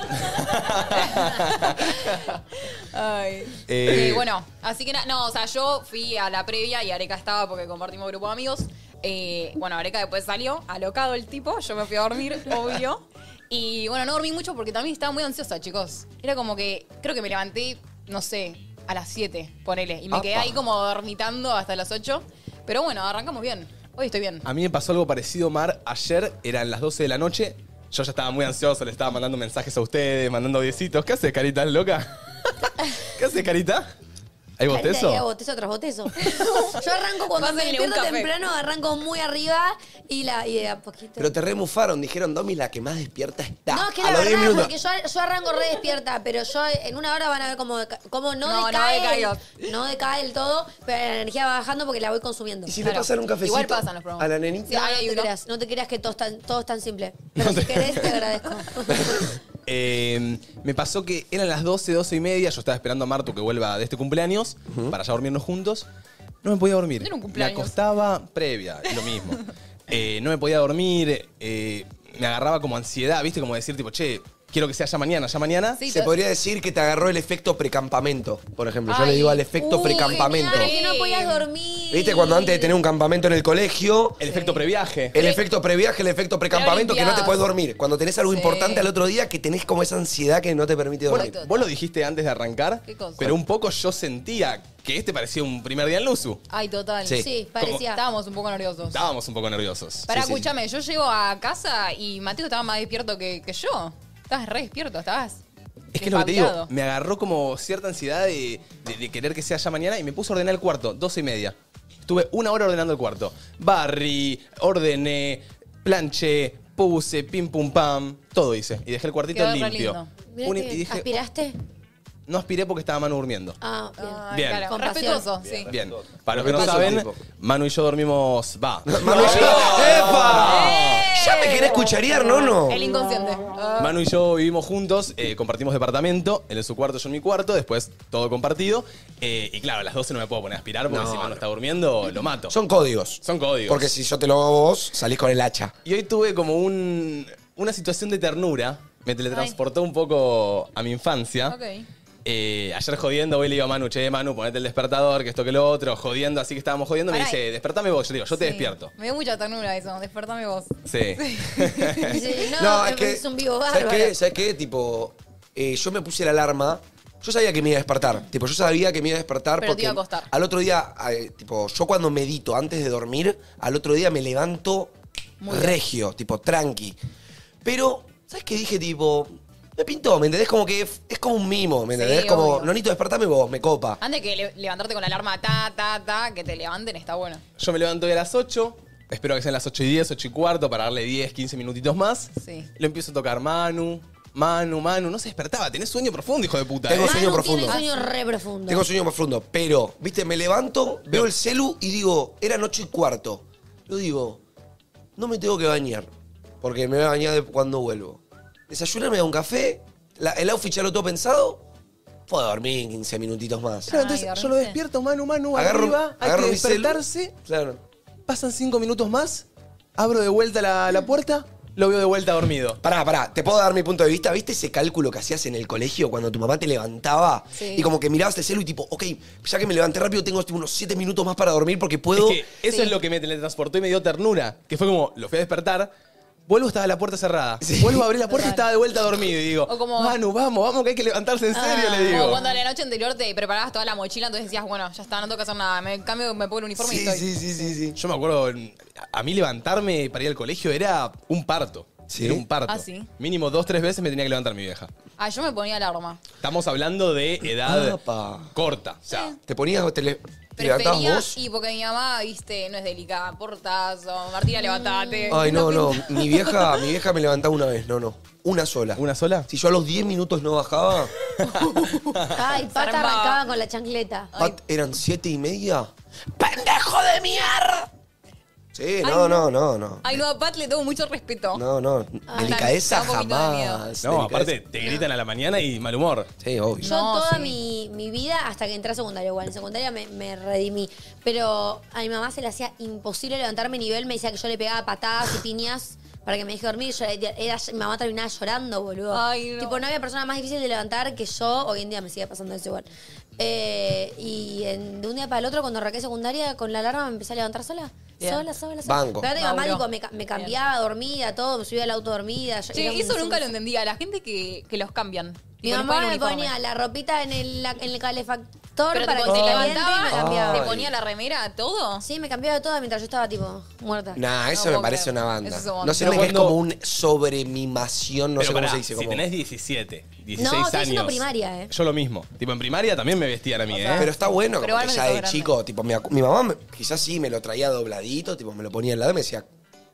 Speaker 2: Ay.
Speaker 1: Eh.
Speaker 2: Eh, bueno, así que na- no, o sea, yo fui a la previa y Areca estaba porque compartimos grupo de amigos. Eh, bueno, Areca después salió, alocado el tipo, yo me fui a dormir, obvio. Y bueno, no dormí mucho porque también estaba muy ansiosa, chicos. Era como que, creo que me levanté, no sé, a las 7, ponele. Y me quedé
Speaker 1: Apa.
Speaker 2: ahí como dormitando hasta las 8. Pero bueno, arrancamos bien. Hoy estoy
Speaker 3: Ah,
Speaker 2: bien.
Speaker 1: A mí me pasó algo parecido, Mar. Ayer eran las 12 de la noche. Yo ya estaba muy ansioso, le estaba mandando mensajes a ustedes, mandando diecitos. ¿Qué haces, carita loca? ¿Qué haces, carita? ¿Hay
Speaker 8: Carita de
Speaker 1: botezo?
Speaker 8: botezo tras botezo. Yo arranco cuando me
Speaker 2: Pásenle un
Speaker 8: despierto
Speaker 2: café.
Speaker 8: temprano, arranco muy arriba y la y de a poquito.
Speaker 3: Pero te remufaron, dijeron, Domi, la que más despierta está.
Speaker 8: No, es que
Speaker 3: a
Speaker 8: la
Speaker 3: los 10
Speaker 8: verdad,
Speaker 3: minutos.
Speaker 8: porque yo, yo arranco re despierta, pero yo en una hora van a ver cómo, deca- cómo no,
Speaker 2: No, no
Speaker 8: decae.
Speaker 2: decaigo.
Speaker 8: el- No decae el todo, pero la energía va bajando porque la voy consumiendo.
Speaker 3: ¿Y si le Claro. pasan un cafecito
Speaker 2: Igual pasan los programas.
Speaker 3: a la nenita?
Speaker 2: Sí,
Speaker 8: no,
Speaker 2: hay
Speaker 8: no te
Speaker 2: uno.
Speaker 8: creas, no te creas que todo es tan, todo es tan simple. Pero si querés, te agradezco.
Speaker 1: Eh, me pasó que eran las 12, 12 y media. Yo estaba esperando a Martu que vuelva de este cumpleaños para ya dormirnos juntos. No me podía dormir.
Speaker 2: Era un cumpleaños.
Speaker 1: Me acostaba previa, lo mismo. Eh, no me podía dormir. eh, me agarraba como ansiedad, ¿viste? Como decir, tipo, che, quiero que sea ya mañana, ya mañana.
Speaker 3: Se podría decir que te agarró el efecto precampamento, por ejemplo. Yo le
Speaker 1: Ay.
Speaker 3: digo al efecto
Speaker 1: Uy,
Speaker 3: precampamento.
Speaker 8: Claro, que no podías dormir.
Speaker 3: ¿Viste cuando antes de tener un campamento en el colegio?
Speaker 1: El efecto previaje.
Speaker 3: El efecto previaje, el efecto precampamento que no te puedes dormir. Cuando tenés algo importante al otro día que tenés como esa ansiedad que no te permite
Speaker 1: Bueno,
Speaker 3: dormir.
Speaker 1: vos lo dijiste antes de arrancar,
Speaker 2: ¿Qué cosa?
Speaker 1: pero un poco yo sentía que este parecía un primer día en Luzu.
Speaker 2: Ay, total.
Speaker 1: Sí.
Speaker 2: Sí,
Speaker 1: Sí,
Speaker 2: parecía.
Speaker 1: Como-
Speaker 2: Estábamos un poco nerviosos.
Speaker 1: Estábamos un poco nerviosos.
Speaker 2: Pará,
Speaker 1: Sí, sí.
Speaker 2: escúchame, yo llego a casa y Mateo estaba más despierto que, que yo. Estabas re despierto, estabas.
Speaker 1: Es que es lo que te digo,
Speaker 2: despabilado.
Speaker 1: me agarró como cierta ansiedad de, de- de querer que sea ya mañana y me puse a ordenar el cuarto, 12 y media. Estuve una hora ordenando el cuarto. Barry, ordené, planché, puse, pim pum pam, todo hice. Y dejé el cuartito
Speaker 8: Quedó re
Speaker 1: limpio.
Speaker 8: lindo. Mirá
Speaker 1: Un-
Speaker 8: que-
Speaker 1: y dije,
Speaker 8: ¿Aspiraste?
Speaker 1: no aspiré porque estaba Manu durmiendo.
Speaker 8: Ah, bien.
Speaker 1: Bien.
Speaker 8: Claro, con
Speaker 2: Respetuoso,
Speaker 8: pasión.
Speaker 2: sí.
Speaker 1: Bien, para los que no
Speaker 3: Respetuoso
Speaker 1: saben,
Speaker 3: tipo.
Speaker 1: Manu y yo dormimos. Va.
Speaker 3: Manu y yo- ¡Epa! Ya me querés cucharear, no, no.
Speaker 2: El inconsciente. Ah.
Speaker 1: Manu y yo vivimos juntos, eh, compartimos departamento, él en su cuarto, yo en mi cuarto, después todo compartido. eh, y claro, a las 12 no me puedo poner a aspirar porque
Speaker 3: No,
Speaker 1: si Manu
Speaker 3: no.
Speaker 1: está durmiendo, lo mato.
Speaker 3: Son códigos.
Speaker 1: Son códigos.
Speaker 3: Porque si yo te lo hago a vos, salís con el hacha.
Speaker 1: Y hoy tuve como un, una situación de ternura. Me teletransportó un poco a mi infancia. Eh, ayer jodiendo, hoy le digo a Manu, che, Manu, ponete el despertador, que esto que lo otro. Jodiendo, así que estábamos jodiendo. Me
Speaker 2: Pará.
Speaker 1: dice, despertame vos. Yo le digo, yo te
Speaker 2: Sí.
Speaker 1: despierto.
Speaker 2: Me dio mucha ternura eso. Despertame vos.
Speaker 1: Sí.
Speaker 8: Sí, no,
Speaker 3: No, es
Speaker 8: pero
Speaker 3: que-
Speaker 8: es un vivo
Speaker 3: ¿Sabes
Speaker 8: bárbaro.
Speaker 3: qué? ¿Sabes qué? Tipo, eh, yo me puse la alarma. Yo sabía que me iba a despertar. Tipo, yo sabía que me iba a despertar
Speaker 2: Pero
Speaker 3: porque
Speaker 2: te iba a costar.
Speaker 3: al otro día, eh, tipo, yo cuando medito antes de dormir, al otro día me levanto regio, tipo, tranqui. Pero, ¿sabes qué dije? Tipo, me pintó, ¿me entendés? Como que f- es como un mimo, ¿me
Speaker 2: Sí,
Speaker 3: entendés? como,
Speaker 2: obvio.
Speaker 3: Nonito, despertame vos, me copa.
Speaker 2: Antes que le- levantarte con la alarma ta, ta, ta, que te levanten, está bueno.
Speaker 1: Yo me levanto hoy a las 8. Espero que sean las 8 y 10, 8 y cuarto, para darle 10, 15 minutitos más.
Speaker 2: Sí.
Speaker 1: Lo empiezo a tocar Manu, Manu, Manu. No se despertaba, tenés sueño profundo, hijo de puta.
Speaker 3: Tengo
Speaker 1: ¿eh?
Speaker 3: sueño profundo.
Speaker 8: Tiene sueño re profundo.
Speaker 3: Tengo sueño profundo, pero, viste, me levanto, veo el celu y digo, eran ocho y cuarto. Yo digo, no me tengo que bañar, porque me voy a bañar de- cuando vuelvo. Desayunar, me da un café, la- el outfit ya lo todo pensado, puedo dormir 15 minutitos más.
Speaker 1: Claro, entonces yo lo despierto, Manu, Manu,
Speaker 3: Agarro-
Speaker 1: arriba, hay
Speaker 3: agarro
Speaker 1: que
Speaker 3: mi celu.
Speaker 1: despertarse.
Speaker 3: Claro.
Speaker 1: Pasan cinco minutos más, abro de vuelta la, la puerta, lo veo de vuelta dormido.
Speaker 3: Pará, pará, te puedo dar mi punto de vista. ¿Viste ese cálculo que hacías en el colegio cuando tu mamá te levantaba
Speaker 2: Sí.
Speaker 3: y como que mirabas el celu y tipo, ok, ya que me levanté rápido, tengo tipo, unos 7 minutos más para dormir porque puedo.
Speaker 1: Es que eso
Speaker 2: Sí.
Speaker 1: es lo que me teletransportó y me dio ternura. Que fue como, lo fui a despertar, vuelvo, estaba la puerta cerrada. Vuelvo a abrir la puerta y estaba de vuelta dormido. Y digo,
Speaker 2: O como- Ah,
Speaker 1: Manu, vamos, vamos, que hay que levantarse en serio, le
Speaker 2: Como
Speaker 1: digo.
Speaker 2: cuando la noche anterior te preparabas toda la mochila, entonces decías, bueno, ya está, no tengo que hacer nada. Me cambio, me pongo el uniforme y
Speaker 3: Sí,
Speaker 2: estoy.
Speaker 3: sí, sí, sí, sí.
Speaker 1: Yo me acuerdo, a mí levantarme para ir al colegio era un parto.
Speaker 3: ¿Sí?
Speaker 1: Era un parto.
Speaker 2: Ah, ¿sí?
Speaker 1: Mínimo dos, tres veces me tenía que levantar mi vieja.
Speaker 2: Ah, yo me ponía alarma.
Speaker 1: Estamos hablando de edad
Speaker 3: Apa.
Speaker 1: corta. O sea,
Speaker 3: ¿Te ponías o te, le- te levantabas
Speaker 2: Prefería,
Speaker 3: vos?
Speaker 2: y porque mi mamá, viste, no es delicada, portazo,
Speaker 8: Mm.
Speaker 2: Martina, levantate.
Speaker 3: Ay, no, no.
Speaker 2: pinta.
Speaker 3: Mi vieja, mi vieja me levantaba una vez, no, no. Una sola.
Speaker 1: ¿una sola?
Speaker 3: Si yo a los 10 minutos no bajaba,
Speaker 8: Ay, Pata
Speaker 2: armaba.
Speaker 8: arrancaba con la chancleta.
Speaker 3: Pat, eran 7 y media. ¡Pendejo de mierda! Sí, no, no, no, no.
Speaker 2: Ay, no, Ah, a Pat le tengo mucho respeto.
Speaker 3: No, no. Delicadeza
Speaker 2: me da un poquito de miedo.
Speaker 3: jamás.
Speaker 1: No,
Speaker 3: Delicadeza.
Speaker 1: aparte te gritan a la mañana y mal humor.
Speaker 3: Sí, obvio.
Speaker 8: Yo
Speaker 2: No,
Speaker 8: toda
Speaker 2: sí.
Speaker 8: mi, mi vida, hasta que entré a secundaria, igual en secundaria me, me redimí. Pero a mi mamá se le hacía imposible levantarme nivel, me decía que yo le pegaba patadas y piñas para que me deje dormir. Yo le- era- mi mamá terminaba llorando, boludo.
Speaker 2: Ay, no.
Speaker 8: Tipo, no había persona más difícil de levantar que yo. Hoy en día me sigue pasando eso igual. Eh, y en- de un día para el otro, cuando arranqué secundaria, con la alarma me empecé a levantar sola.
Speaker 2: Bien.
Speaker 8: Sola, sola, sola.
Speaker 3: Banco.
Speaker 8: Pero aparte mi mamá
Speaker 2: Laburó.
Speaker 8: tipo, me, ca- me cambiaba dormida, todo, me subía al auto dormida. yo-
Speaker 2: Che,
Speaker 8: era un-
Speaker 2: eso nunca
Speaker 8: un-
Speaker 2: lo entendía. La gente que, que los cambian.
Speaker 8: mi
Speaker 2: Tipo, les
Speaker 8: mamá
Speaker 2: ponen
Speaker 8: me
Speaker 2: uniforme.
Speaker 8: ponía la ropita en el, la- en el calefactor
Speaker 2: Pero
Speaker 8: para
Speaker 2: tipo,
Speaker 8: que
Speaker 2: te
Speaker 8: se caliente y me
Speaker 2: levantaba,
Speaker 8: cambiaba.
Speaker 2: te ponía la remera, todo.
Speaker 8: Sí, me cambiaba toda mientras yo estaba tipo muerta.
Speaker 3: Nah, eso
Speaker 2: No
Speaker 3: me
Speaker 2: puedo
Speaker 3: parece
Speaker 2: creer.
Speaker 3: una banda.
Speaker 2: Eso es un montón.
Speaker 3: No sé,
Speaker 1: Pero
Speaker 3: no, que es
Speaker 1: cuando-
Speaker 3: como una sobremimación, no
Speaker 1: Pero
Speaker 3: sé cómo
Speaker 1: pará,
Speaker 3: se dice.
Speaker 1: si
Speaker 3: como-
Speaker 1: tenés 17, 16
Speaker 8: No,
Speaker 1: años.
Speaker 8: estoy diciendo primaria, ¿eh?
Speaker 1: Yo lo mismo. Tipo, en primaria también me vestían a mí, ¿eh?
Speaker 3: Pero está bueno,
Speaker 2: Pero
Speaker 3: como que
Speaker 2: igual me
Speaker 3: ya
Speaker 2: quedó
Speaker 3: de
Speaker 2: grande.
Speaker 3: chico, tipo, mi, acu- mi mamá me- quizás sí me lo traía dobladito, tipo, me lo ponía al lado y me decía,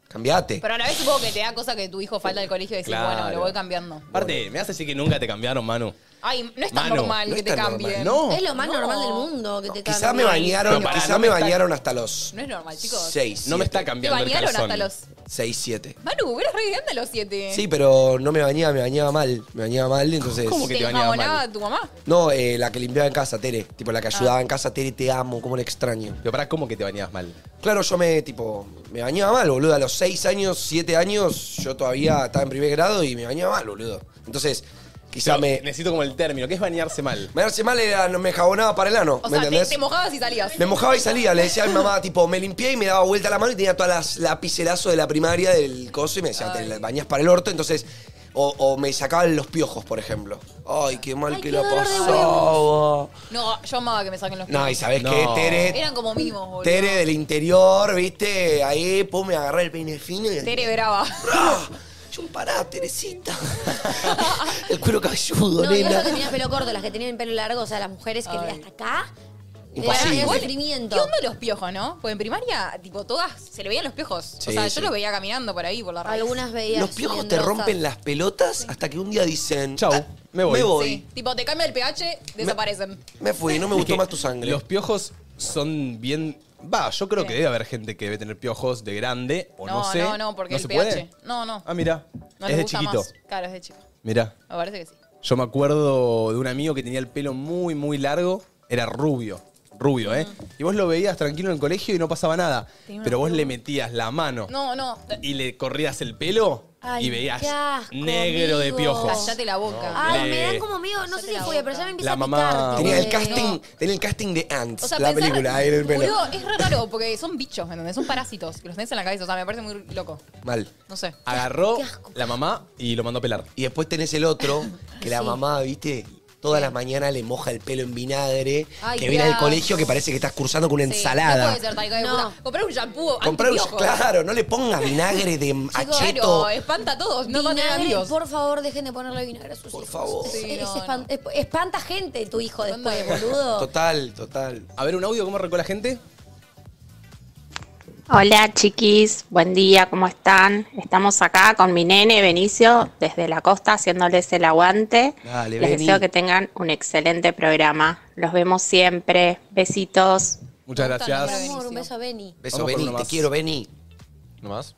Speaker 3: cambiate.
Speaker 2: Pero a la vez supongo que te da cosa que tu hijo falta al colegio y decís,
Speaker 1: Claro.
Speaker 2: bueno, lo voy cambiando.
Speaker 1: Aparte, me hace decir que nunca te cambiaron, Manu.
Speaker 2: Ay, no es tan
Speaker 1: Mano,
Speaker 2: normal
Speaker 3: no
Speaker 2: que
Speaker 3: es
Speaker 2: te
Speaker 3: tan
Speaker 2: cambien.
Speaker 3: normal. No.
Speaker 8: es lo más
Speaker 2: No.
Speaker 8: normal del mundo que te
Speaker 3: Quizás me
Speaker 8: cambien.
Speaker 3: bañaron,
Speaker 1: Pero pará,
Speaker 3: quizás
Speaker 1: no
Speaker 3: me
Speaker 1: me está-
Speaker 3: bañaron hasta los
Speaker 2: No es normal, chicos.
Speaker 3: 6.
Speaker 1: No me está
Speaker 2: te
Speaker 1: cambiando el
Speaker 2: bañaron
Speaker 1: calzón.
Speaker 2: hasta los.
Speaker 3: 6, 7.
Speaker 2: Manu, hubieras re grande a los siete.
Speaker 3: Sí, pero no me bañaba, me bañaba mal. Me bañaba mal, entonces.
Speaker 1: ¿Cómo que te bañaba
Speaker 2: enjabonaba
Speaker 1: mal?
Speaker 2: tu mamá.
Speaker 3: No, eh, la que limpiaba en casa, Tere. Tipo, la que
Speaker 2: Ah.
Speaker 3: ayudaba en casa, Tere, te amo, cómo le extraño.
Speaker 1: Pero pará, ¿cómo que te bañabas mal?
Speaker 3: Claro, yo me, tipo, me bañaba mal, boludo. A los 6 años, 7 años, yo todavía estaba en primer grado y me bañaba mal, boludo. Entonces, quizá
Speaker 1: Pero
Speaker 3: me.
Speaker 1: Necesito como el término. ¿Qué es bañarse mal?
Speaker 3: Bañarse mal era, no- me jabonaba para el ano, ¿me
Speaker 2: O sea, te,
Speaker 3: entendés?
Speaker 2: te mojabas y salías.
Speaker 3: Me mojaba y salía, le decía a mi mamá, tipo, me limpié y me daba vuelta la mano y tenía todas las lapicerazos de la primaria del coso y me decía, te la bañas para el orto, entonces. O, o me sacaban los piojos, por ejemplo. Ay, qué mal
Speaker 8: Ay,
Speaker 3: que
Speaker 8: qué
Speaker 3: la
Speaker 8: dolor de
Speaker 3: pasaba.
Speaker 2: No, yo amaba que me saquen los
Speaker 3: No, y
Speaker 2: pies.
Speaker 3: sabes
Speaker 1: No.
Speaker 3: qué, Tere.
Speaker 2: Eran como mimos, boludo.
Speaker 3: Tere del interior, viste, ahí, pum, me agarré el peine fino y.
Speaker 2: Tere brava.
Speaker 3: ¡Ah! Yo pará, Teresita. el cuero cabelludo,
Speaker 8: No, y eso
Speaker 3: nena.
Speaker 8: que tenían pelo corto, las que tenían pelo largo, o sea, las mujeres que
Speaker 2: Ay.
Speaker 8: hasta acá, Impasible.
Speaker 2: Igual,
Speaker 8: sufrimiento.
Speaker 2: ¿Qué onda los piojos, no? Pues en primaria, tipo, todas se le veían los piojos.
Speaker 3: Sí,
Speaker 2: o sea,
Speaker 3: sí.
Speaker 2: yo los veía caminando por ahí, por la raíz.
Speaker 8: Algunas veías.
Speaker 3: Los piojos te rompen las pelotas hasta que un día dicen. Chau,
Speaker 1: me voy.
Speaker 3: Me voy.
Speaker 2: Sí. Tipo, te cambia el pH, desaparecen.
Speaker 3: Me fui, no me gustó más tu sangre.
Speaker 1: Los piojos son bien. Va, yo creo que debe haber gente que debe tener piojos de grande o no,
Speaker 2: no,
Speaker 1: sé.
Speaker 2: no, no, porque
Speaker 1: ¿No
Speaker 2: el
Speaker 1: se
Speaker 2: pH.
Speaker 1: puede?
Speaker 2: No, no.
Speaker 1: Ah, mira.
Speaker 2: No
Speaker 1: es
Speaker 2: les
Speaker 1: de
Speaker 2: gusta
Speaker 1: chiquito.
Speaker 2: más. Claro, es de chico.
Speaker 1: Mirá.
Speaker 2: Me parece que sí.
Speaker 1: Yo me acuerdo de un amigo que tenía el pelo muy, muy largo. Era rubio. Rubio, ¿eh? Y vos lo veías tranquilo en el colegio y no pasaba nada.
Speaker 2: Mm. Tenía
Speaker 1: Pero
Speaker 2: una
Speaker 1: vos le metías la mano
Speaker 2: No, no.
Speaker 1: y le corrías el pelo
Speaker 8: Ay,
Speaker 1: y veías
Speaker 8: qué asco,
Speaker 1: negro de
Speaker 3: Oh.
Speaker 8: amigo.
Speaker 1: piojos.
Speaker 2: Cállate la boca.
Speaker 8: Ay, me
Speaker 1: Le-
Speaker 3: eh,
Speaker 8: dan como medio, no sé si fue, pero ya me empieza
Speaker 1: La
Speaker 8: a
Speaker 1: mamá-
Speaker 8: picar. tipo,
Speaker 3: Tenía el
Speaker 8: de-
Speaker 3: casting, tenía el casting de Ants, la
Speaker 2: pensar-
Speaker 3: película, ahí en el pelo.
Speaker 2: Boludo, es re raro porque son bichos, ¿me entendés? Son parásitos que los tenés en la cabeza. O sea, me parece muy loco.
Speaker 3: Mal.
Speaker 2: No sé.
Speaker 1: Agarró la mamá y lo mandó a pelar.
Speaker 3: Y después tenés el otro, que la
Speaker 2: Sí.
Speaker 3: mamá, viste, todas las mañanas le moja el pelo en vinagre,
Speaker 2: Ay,
Speaker 3: que
Speaker 2: qué
Speaker 3: viene al
Speaker 2: asco.
Speaker 3: colegio que parece que estás cursando con una
Speaker 2: Sí, No
Speaker 3: ensalada.
Speaker 2: puede ser tal cosa de puta. Comprar un shampoo
Speaker 3: Comprar un,
Speaker 2: antipiojos.
Speaker 3: claro, no le pongas vinagre de
Speaker 2: Chicos,
Speaker 3: acheto.
Speaker 2: claro, espanta a todos. No van a tener
Speaker 8: Vinagre,
Speaker 2: amigos.
Speaker 8: por favor, dejen de ponerle vinagre a sus Por
Speaker 3: favor.
Speaker 8: Es,
Speaker 2: Sí,
Speaker 8: es
Speaker 2: no,
Speaker 8: espan- es- Espanta gente tu hijo después,
Speaker 1: Espanta.
Speaker 8: boludo.
Speaker 3: Total, total.
Speaker 1: A ver, un audio, ¿cómo arrancó la gente?
Speaker 14: Hola chiquis, buen día, ¿cómo están? Estamos acá con mi nene Benicio desde la costa haciéndoles el aguante.
Speaker 3: Dale,
Speaker 14: Les
Speaker 3: Beni.
Speaker 14: deseo que tengan un excelente programa. Los vemos siempre. Besitos.
Speaker 1: Muchas
Speaker 8: Mi amor, un beso a Benny.
Speaker 3: Beso, Beni, te quiero, Beni.
Speaker 4: ¿No más?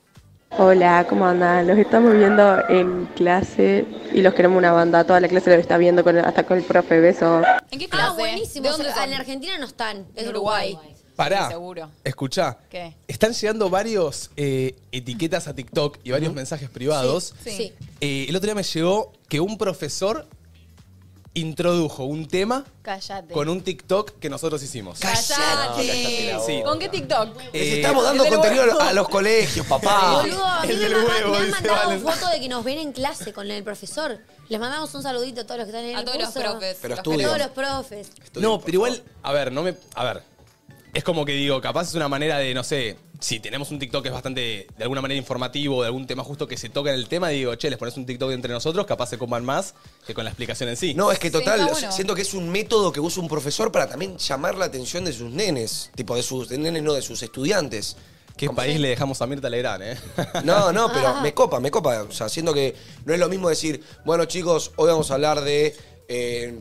Speaker 15: Hola, ¿cómo andan? Los estamos viendo en clase y los queremos una banda. Toda la clase los está viendo con- hasta con el profe. Beso.
Speaker 2: ¿En qué
Speaker 8: Ah, buenísimo. O sea, en Argentina no están, es Uruguay.
Speaker 1: Pará.
Speaker 8: seguro.
Speaker 1: Escuchá.
Speaker 8: ¿Qué?
Speaker 1: Están llegando varios eh, etiquetas a TikTok y varios mensajes privados.
Speaker 8: Sí.
Speaker 1: Eh, el otro día me llegó que un profesor introdujo un tema
Speaker 2: Cállate.
Speaker 1: con un TikTok que nosotros hicimos.
Speaker 3: Eh,
Speaker 2: Cállate.
Speaker 1: la boca.
Speaker 2: ¿Con qué TikTok?
Speaker 3: Les
Speaker 1: Eh,
Speaker 3: estamos dando
Speaker 1: el del
Speaker 3: contenido
Speaker 1: huevo.
Speaker 3: a los colegios, papá.
Speaker 8: Boludo, a mí
Speaker 3: El
Speaker 8: me,
Speaker 3: del
Speaker 8: manda-
Speaker 3: huevo,
Speaker 8: me han
Speaker 3: dice
Speaker 8: mandado
Speaker 3: Valen.
Speaker 8: foto de que nos ven en clase con el profesor. Les mandamos un saludito a todos los que están en el
Speaker 2: A todos los
Speaker 8: curso.
Speaker 2: profes,
Speaker 1: Pero los
Speaker 8: todos
Speaker 1: estudian.
Speaker 8: los profes.
Speaker 1: no, pero igual, a ver, no me. A ver. Es como que digo, capaz es una manera de, no sé, si tenemos un TikTok que es bastante, de alguna manera informativo, de algún tema justo que se toca en el tema, digo, che, les pones un TikTok entre nosotros, capaz se coman más que con la explicación en sí.
Speaker 3: No, es que total, siento que es un método que usa un profesor para también llamar la atención de sus nenes. Tipo, de sus de nenes, no, de sus estudiantes.
Speaker 1: ¿Qué país le dejamos a Mirta Legrand, eh?
Speaker 3: No, no, pero me copa, me copa. O sea, siento que no es lo mismo decir, bueno, chicos, hoy vamos a hablar de. eh,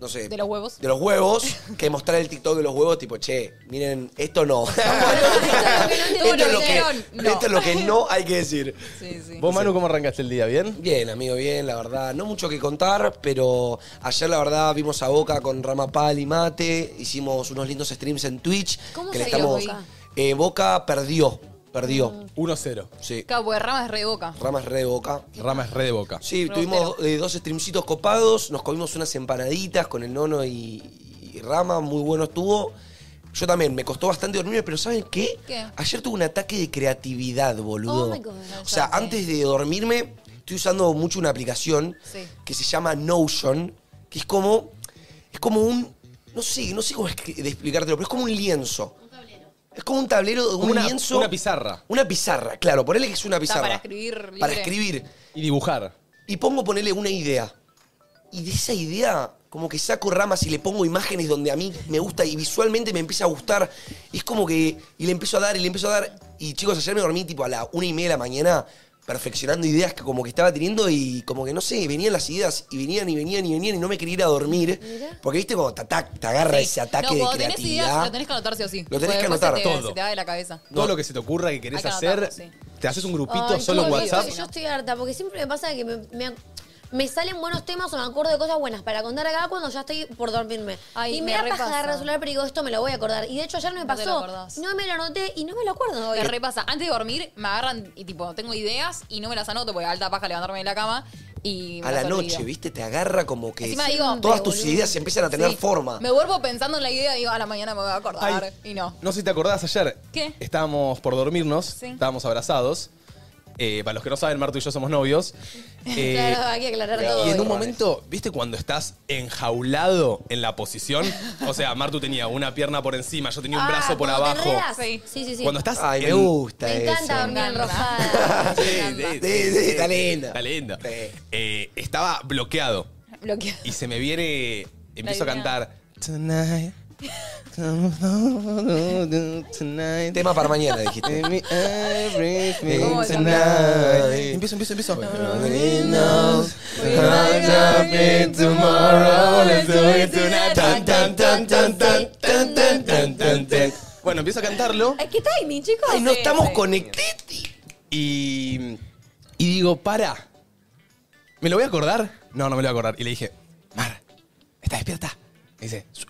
Speaker 3: no sé.
Speaker 2: De los huevos.
Speaker 3: De los huevos, que mostrar el TikTok de los huevos, tipo, che, miren, esto no.
Speaker 2: Tú
Speaker 3: esto, es
Speaker 2: no
Speaker 3: lo que,
Speaker 2: dijeron, no.
Speaker 3: esto es lo que no hay que decir.
Speaker 2: Sí, sí.
Speaker 1: ¿Vos, Manu, cómo arrancaste el día? ¿Bien?
Speaker 3: Bien, amigo, bien, la verdad. No mucho que contar, pero ayer, la verdad, vimos a Boca con Ramapal y Mate. Hicimos unos lindos streams en Twitch.
Speaker 2: ¿Cómo
Speaker 3: que le
Speaker 2: salió
Speaker 3: estamos-
Speaker 2: Boca? Mm.
Speaker 3: Eh, Boca perdió, perdió.
Speaker 1: 1-0.
Speaker 3: Sí.
Speaker 2: Claro, porque Rama es re de boca.
Speaker 3: Ramas re de boca.
Speaker 1: Ramas re de boca.
Speaker 3: Sí,
Speaker 2: Re
Speaker 3: tuvimos eh, dos streamcitos copados, nos comimos unas empanaditas con el nono y, y rama, muy bueno estuvo. Yo también, me costó bastante dormirme, pero ¿saben qué?
Speaker 2: ¿Qué?
Speaker 3: Ayer tuve un ataque de creatividad, boludo.
Speaker 2: Oh my God.
Speaker 3: o sea, antes de dormirme, estoy usando mucho una aplicación
Speaker 2: Sí.
Speaker 3: que se llama Notion, que es como. Es como un. No sé, no sé cómo es que- de explicártelo, pero es como un lienzo. Es como un tablero, un
Speaker 1: una,
Speaker 3: lienzo.
Speaker 1: una pizarra.
Speaker 3: Una pizarra, claro, ponele que es una
Speaker 2: Está
Speaker 3: pizarra.
Speaker 2: para escribir libre.
Speaker 3: Para escribir.
Speaker 1: Y dibujar.
Speaker 3: Y pongo ponerle una idea. Y de esa idea, como que saco ramas y le pongo imágenes donde a mí me gusta y visualmente me empieza a gustar. Y es como que. Y le empiezo a dar, y le empiezo a dar. Y chicos, ayer me dormí tipo a la una y media de la mañana perfeccionando ideas que como que estaba teniendo y como que no sé, venían las ideas y venían y venían y venían y no me quería ir a dormir. Porque viste como te, ataca- te agarra
Speaker 2: Sí.
Speaker 3: ese ataque
Speaker 2: no,
Speaker 3: de
Speaker 2: cuando
Speaker 3: creatividad.
Speaker 2: tenés ideas, lo tenés que anotar sí o sí.
Speaker 3: Lo tenés
Speaker 2: Porque
Speaker 3: que
Speaker 2: después
Speaker 3: anotar
Speaker 2: se te,
Speaker 3: todo.
Speaker 2: Se te va de la cabeza.
Speaker 1: Todo lo que se te ocurra que querés
Speaker 2: Hay que
Speaker 1: hacer,
Speaker 2: anotarlo,
Speaker 1: te haces un grupito
Speaker 8: Ay,
Speaker 1: solo en
Speaker 8: chicos,
Speaker 1: WhatsApp.
Speaker 8: Yo estoy harta porque siempre me pasa que me, me- me salen buenos temas o me acuerdo de cosas buenas para contar acá cuando ya estoy por dormirme.
Speaker 2: Ay,
Speaker 8: y me,
Speaker 2: me
Speaker 8: da paja
Speaker 2: repasa.
Speaker 8: agarrar el celular, pero digo, esto me lo voy a acordar. Y de hecho ayer me
Speaker 2: No te lo
Speaker 8: pasó.
Speaker 2: acordás.
Speaker 8: No me lo anoté y no me lo acuerdo hoy.
Speaker 2: Me repasa. Antes de dormir, me agarran y tipo, tengo ideas y no me las anoto porque alta paja levantarme de la cama y. me
Speaker 3: A la
Speaker 2: las olvido.
Speaker 3: noche, ¿viste? Te agarra como que
Speaker 2: Encima digo-
Speaker 3: todas tus ideas empiezan a tener
Speaker 2: Sí.
Speaker 3: forma.
Speaker 2: Me vuelvo pensando en la idea y digo, a la mañana me voy a acordar. Y no.
Speaker 1: No sé si te acordás ayer.
Speaker 2: ¿Qué?
Speaker 1: Estábamos por dormirnos,
Speaker 2: Sí.
Speaker 1: estábamos abrazados. Eh, para los que no saben, Marto y yo somos novios. Eh,
Speaker 8: claro, hay que aclarar todo.
Speaker 1: Y en
Speaker 8: hoy.
Speaker 1: un momento, ¿viste cuando estás enjaulado en la posición? O sea, Martu tenía una pierna por encima, yo tenía un
Speaker 8: Ah,
Speaker 1: brazo por
Speaker 8: cuando te
Speaker 1: abajo.
Speaker 8: enredás. Sí, sí, sí.
Speaker 1: Cuando estás.
Speaker 3: Ay, me
Speaker 1: en-
Speaker 3: gusta
Speaker 8: Me
Speaker 3: eso.
Speaker 8: encanta dormir enrosada.
Speaker 1: Sí, sí,
Speaker 3: Sí, sí, está lindo.
Speaker 1: Está lindo. Eh, estaba bloqueado
Speaker 2: Bloqueado.
Speaker 1: y se me viene. Empiezo a
Speaker 2: idea.
Speaker 1: cantar. Tonight, Tema
Speaker 3: para mañana, dijiste.
Speaker 1: Everything
Speaker 3: ¿Cómo es?
Speaker 1: tonight. Empiezo, empiezo, empiezo. Bueno, empiezo a cantarlo
Speaker 8: Es que está ahí, chicos.
Speaker 1: Ay, no
Speaker 8: Sí,
Speaker 1: estamos
Speaker 8: sí.
Speaker 1: conectados. Y, y digo, para. ¿Me lo voy a acordar? No, no me lo voy a acordar. Y le dije, Mar, ¿estás despierta? Me dice, sí.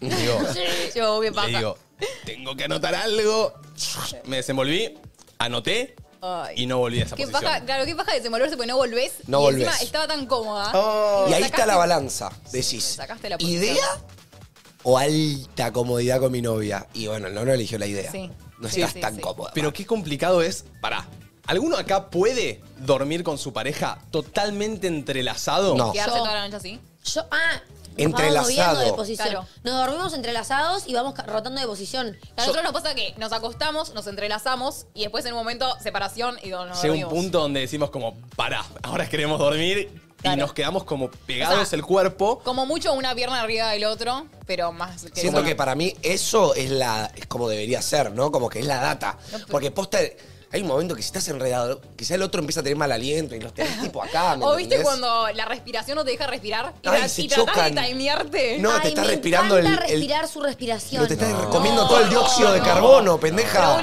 Speaker 1: Y digo,
Speaker 2: Yo, ¿qué pasa?
Speaker 1: le digo, tengo que anotar algo. Me desenvolví, anoté
Speaker 2: Ay.
Speaker 1: y no volví a esa
Speaker 2: ¿Qué
Speaker 1: posición.
Speaker 2: paja, claro, qué paja desenvolverse porque no volvés.
Speaker 1: No
Speaker 2: y encima
Speaker 1: volvés.
Speaker 2: estaba tan cómoda.
Speaker 8: Oh.
Speaker 3: Y ahí
Speaker 2: Sacaste-
Speaker 3: está la balanza, decís.
Speaker 2: Sacaste la posición.
Speaker 3: ¿Idea o alta comodidad con mi novia? Y bueno, no, no eligió la idea.
Speaker 2: Sí.
Speaker 3: No
Speaker 2: Sí,
Speaker 3: estás
Speaker 2: sí,
Speaker 3: tan
Speaker 2: sí.
Speaker 3: cómoda.
Speaker 1: Pero qué complicado es, pará. ¿Alguno acá puede dormir con su pareja totalmente entrelazado?
Speaker 2: Quedarse toda la noche así.
Speaker 8: Yo, ah,
Speaker 1: Entrelazado.
Speaker 8: Vamos moviendo de posición.
Speaker 2: Claro.
Speaker 8: Nos dormimos entrelazados y vamos ca- rotando de posición.
Speaker 2: A nosotros nos pasa que nos acostamos, nos entrelazamos y después en un momento separación y nos
Speaker 1: Llega un
Speaker 2: dormimos.
Speaker 1: punto donde decimos como, pará, ahora queremos dormir y nos quedamos como pegados
Speaker 2: O sea,
Speaker 1: el cuerpo.
Speaker 2: Como mucho una pierna arriba del otro, pero más que
Speaker 3: Siento que para mí eso es la es como debería ser, ¿no? Como que es la data. Porque posta, hay un momento que si estás enredado, quizá el otro empieza a tener mal aliento y los tenés tipo acá, ¿me
Speaker 2: O viste
Speaker 3: entendés?
Speaker 2: cuando la respiración no te deja respirar y,
Speaker 3: Ay,
Speaker 2: tra-
Speaker 3: se
Speaker 2: y tratás
Speaker 3: chocan.
Speaker 2: de timearte.
Speaker 3: No, te Ay, está me respirando el- encanta el-
Speaker 8: respirar su respiración.
Speaker 3: Pero te estás comiendo todo el dióxido de carbono, pendeja.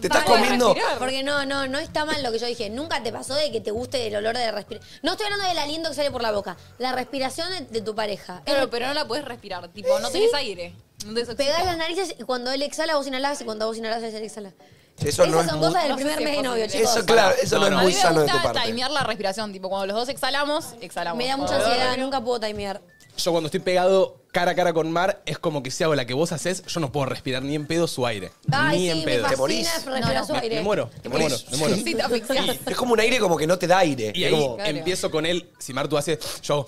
Speaker 3: te estás comiendo.
Speaker 8: Porque no, no, no está mal lo que yo dije. Nunca te pasó de que te guste el olor de respirar. No estoy hablando del aliento que sale por la boca. La respiración de, de tu pareja. Eh,
Speaker 2: Claro, pero no la puedes respirar, tipo, no
Speaker 8: Sí.
Speaker 2: tenés aire. No te
Speaker 8: Pegás las narices y cuando él exhala, vos inhalás y cuando vos inhalás, él exhala.
Speaker 3: Eso no
Speaker 8: Esas
Speaker 3: es
Speaker 8: son
Speaker 3: muy-
Speaker 8: cosas del
Speaker 2: No sé
Speaker 8: primer
Speaker 2: si es
Speaker 8: mes de novio,
Speaker 2: posible.
Speaker 8: chicos.
Speaker 3: Eso, claro, eso no,
Speaker 1: No,
Speaker 3: es
Speaker 1: no.
Speaker 3: muy
Speaker 2: A mí
Speaker 3: sano
Speaker 2: me
Speaker 3: de tu
Speaker 2: gusta
Speaker 3: parte.
Speaker 2: timear la respiración, tipo, cuando los dos exhalamos, exhalamos.
Speaker 8: Me da mucha
Speaker 2: Cuando-
Speaker 8: ansiedad, nunca puedo timear.
Speaker 1: Yo cuando estoy pegado cara a cara con Mar, es como que si hago la que vos haces, yo no puedo respirar ni en pedo su aire.
Speaker 8: Ay,
Speaker 1: ni
Speaker 8: sí,
Speaker 1: en
Speaker 8: me
Speaker 1: pedo.
Speaker 8: fascina Te morís. respirar su
Speaker 1: Me-
Speaker 8: aire.
Speaker 1: Me, muero,
Speaker 3: Te
Speaker 1: me muero,
Speaker 3: morís.
Speaker 1: me muero.
Speaker 8: Sí, te asfixiás.
Speaker 3: Es como un aire como que no te da aire.
Speaker 1: Y
Speaker 3: Es
Speaker 1: ahí
Speaker 3: como-
Speaker 1: empiezo con él, si Mar tú haces, yo hago.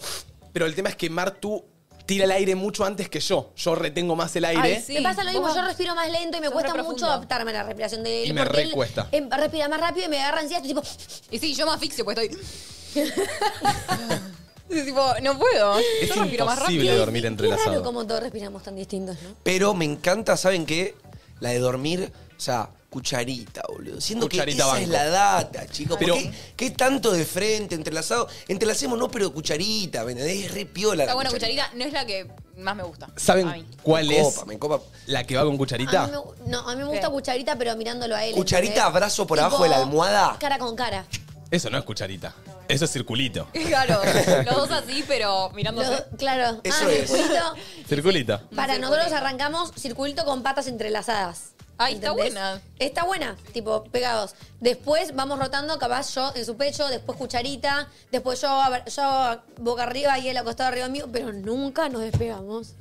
Speaker 1: Pero el tema es que Mar tú tira el aire mucho antes que yo. Yo retengo más el aire.
Speaker 8: Me pasa lo mismo,
Speaker 2: Vos-
Speaker 8: yo respiro más lento y me
Speaker 2: sos
Speaker 8: cuesta
Speaker 2: re
Speaker 8: mucho
Speaker 2: profundo.
Speaker 8: adaptarme a la respiración de él.
Speaker 1: Y me
Speaker 8: porque él,
Speaker 1: recuesta.
Speaker 8: em, respira más rápido y me agarra ansiedad. Estoy tipo,
Speaker 2: Y sí, yo me asfixio, pues estoy. Sí, tipo, no puedo.
Speaker 1: Es
Speaker 2: yo respiro más
Speaker 1: imposible
Speaker 2: rápido.
Speaker 1: dormir
Speaker 8: qué raro
Speaker 1: entrelazado.
Speaker 8: como todos respiramos tan distintos, ¿no?
Speaker 3: Pero me encanta, ¿saben qué? La de dormir, o sea, cucharita, boludo. Siento
Speaker 1: Cucharita
Speaker 3: que esa
Speaker 1: banco.
Speaker 3: es la data, chicos.
Speaker 1: Pero-
Speaker 3: ¿Por qué, qué tanto de frente, entrelazado? Entrelacemos, no, pero cucharita, ¿me entendés? Es re piola.
Speaker 2: Está
Speaker 3: la
Speaker 2: buena cucharita, no es la que más me gusta. A
Speaker 1: ¿Saben
Speaker 2: mí.
Speaker 1: cuál
Speaker 3: Me
Speaker 1: es
Speaker 3: copa,
Speaker 1: la que va con
Speaker 8: A mí
Speaker 1: cucharita?
Speaker 8: me, no, a mí me gusta cucharita, pero mirándolo a él.
Speaker 1: Cucharita,
Speaker 8: ¿entendés?
Speaker 1: abrazo por abajo de la almohada.
Speaker 8: Cara con cara.
Speaker 1: Eso no es cucharita. Eso es circulito.
Speaker 2: Claro, los dos así, pero mirándose.
Speaker 8: Lo- claro.
Speaker 1: Eso
Speaker 8: ah,
Speaker 1: es.
Speaker 8: circulito.
Speaker 1: Circulito.
Speaker 8: Para nosotros arrancamos circulito con patas entrelazadas.
Speaker 2: Ay, está buena.
Speaker 8: Está buena, tipo, pegados. Después vamos rotando, capaz yo en su pecho, después cucharita, después yo, abra- yo boca arriba y él acostado arriba mío, pero nunca nos despegamos.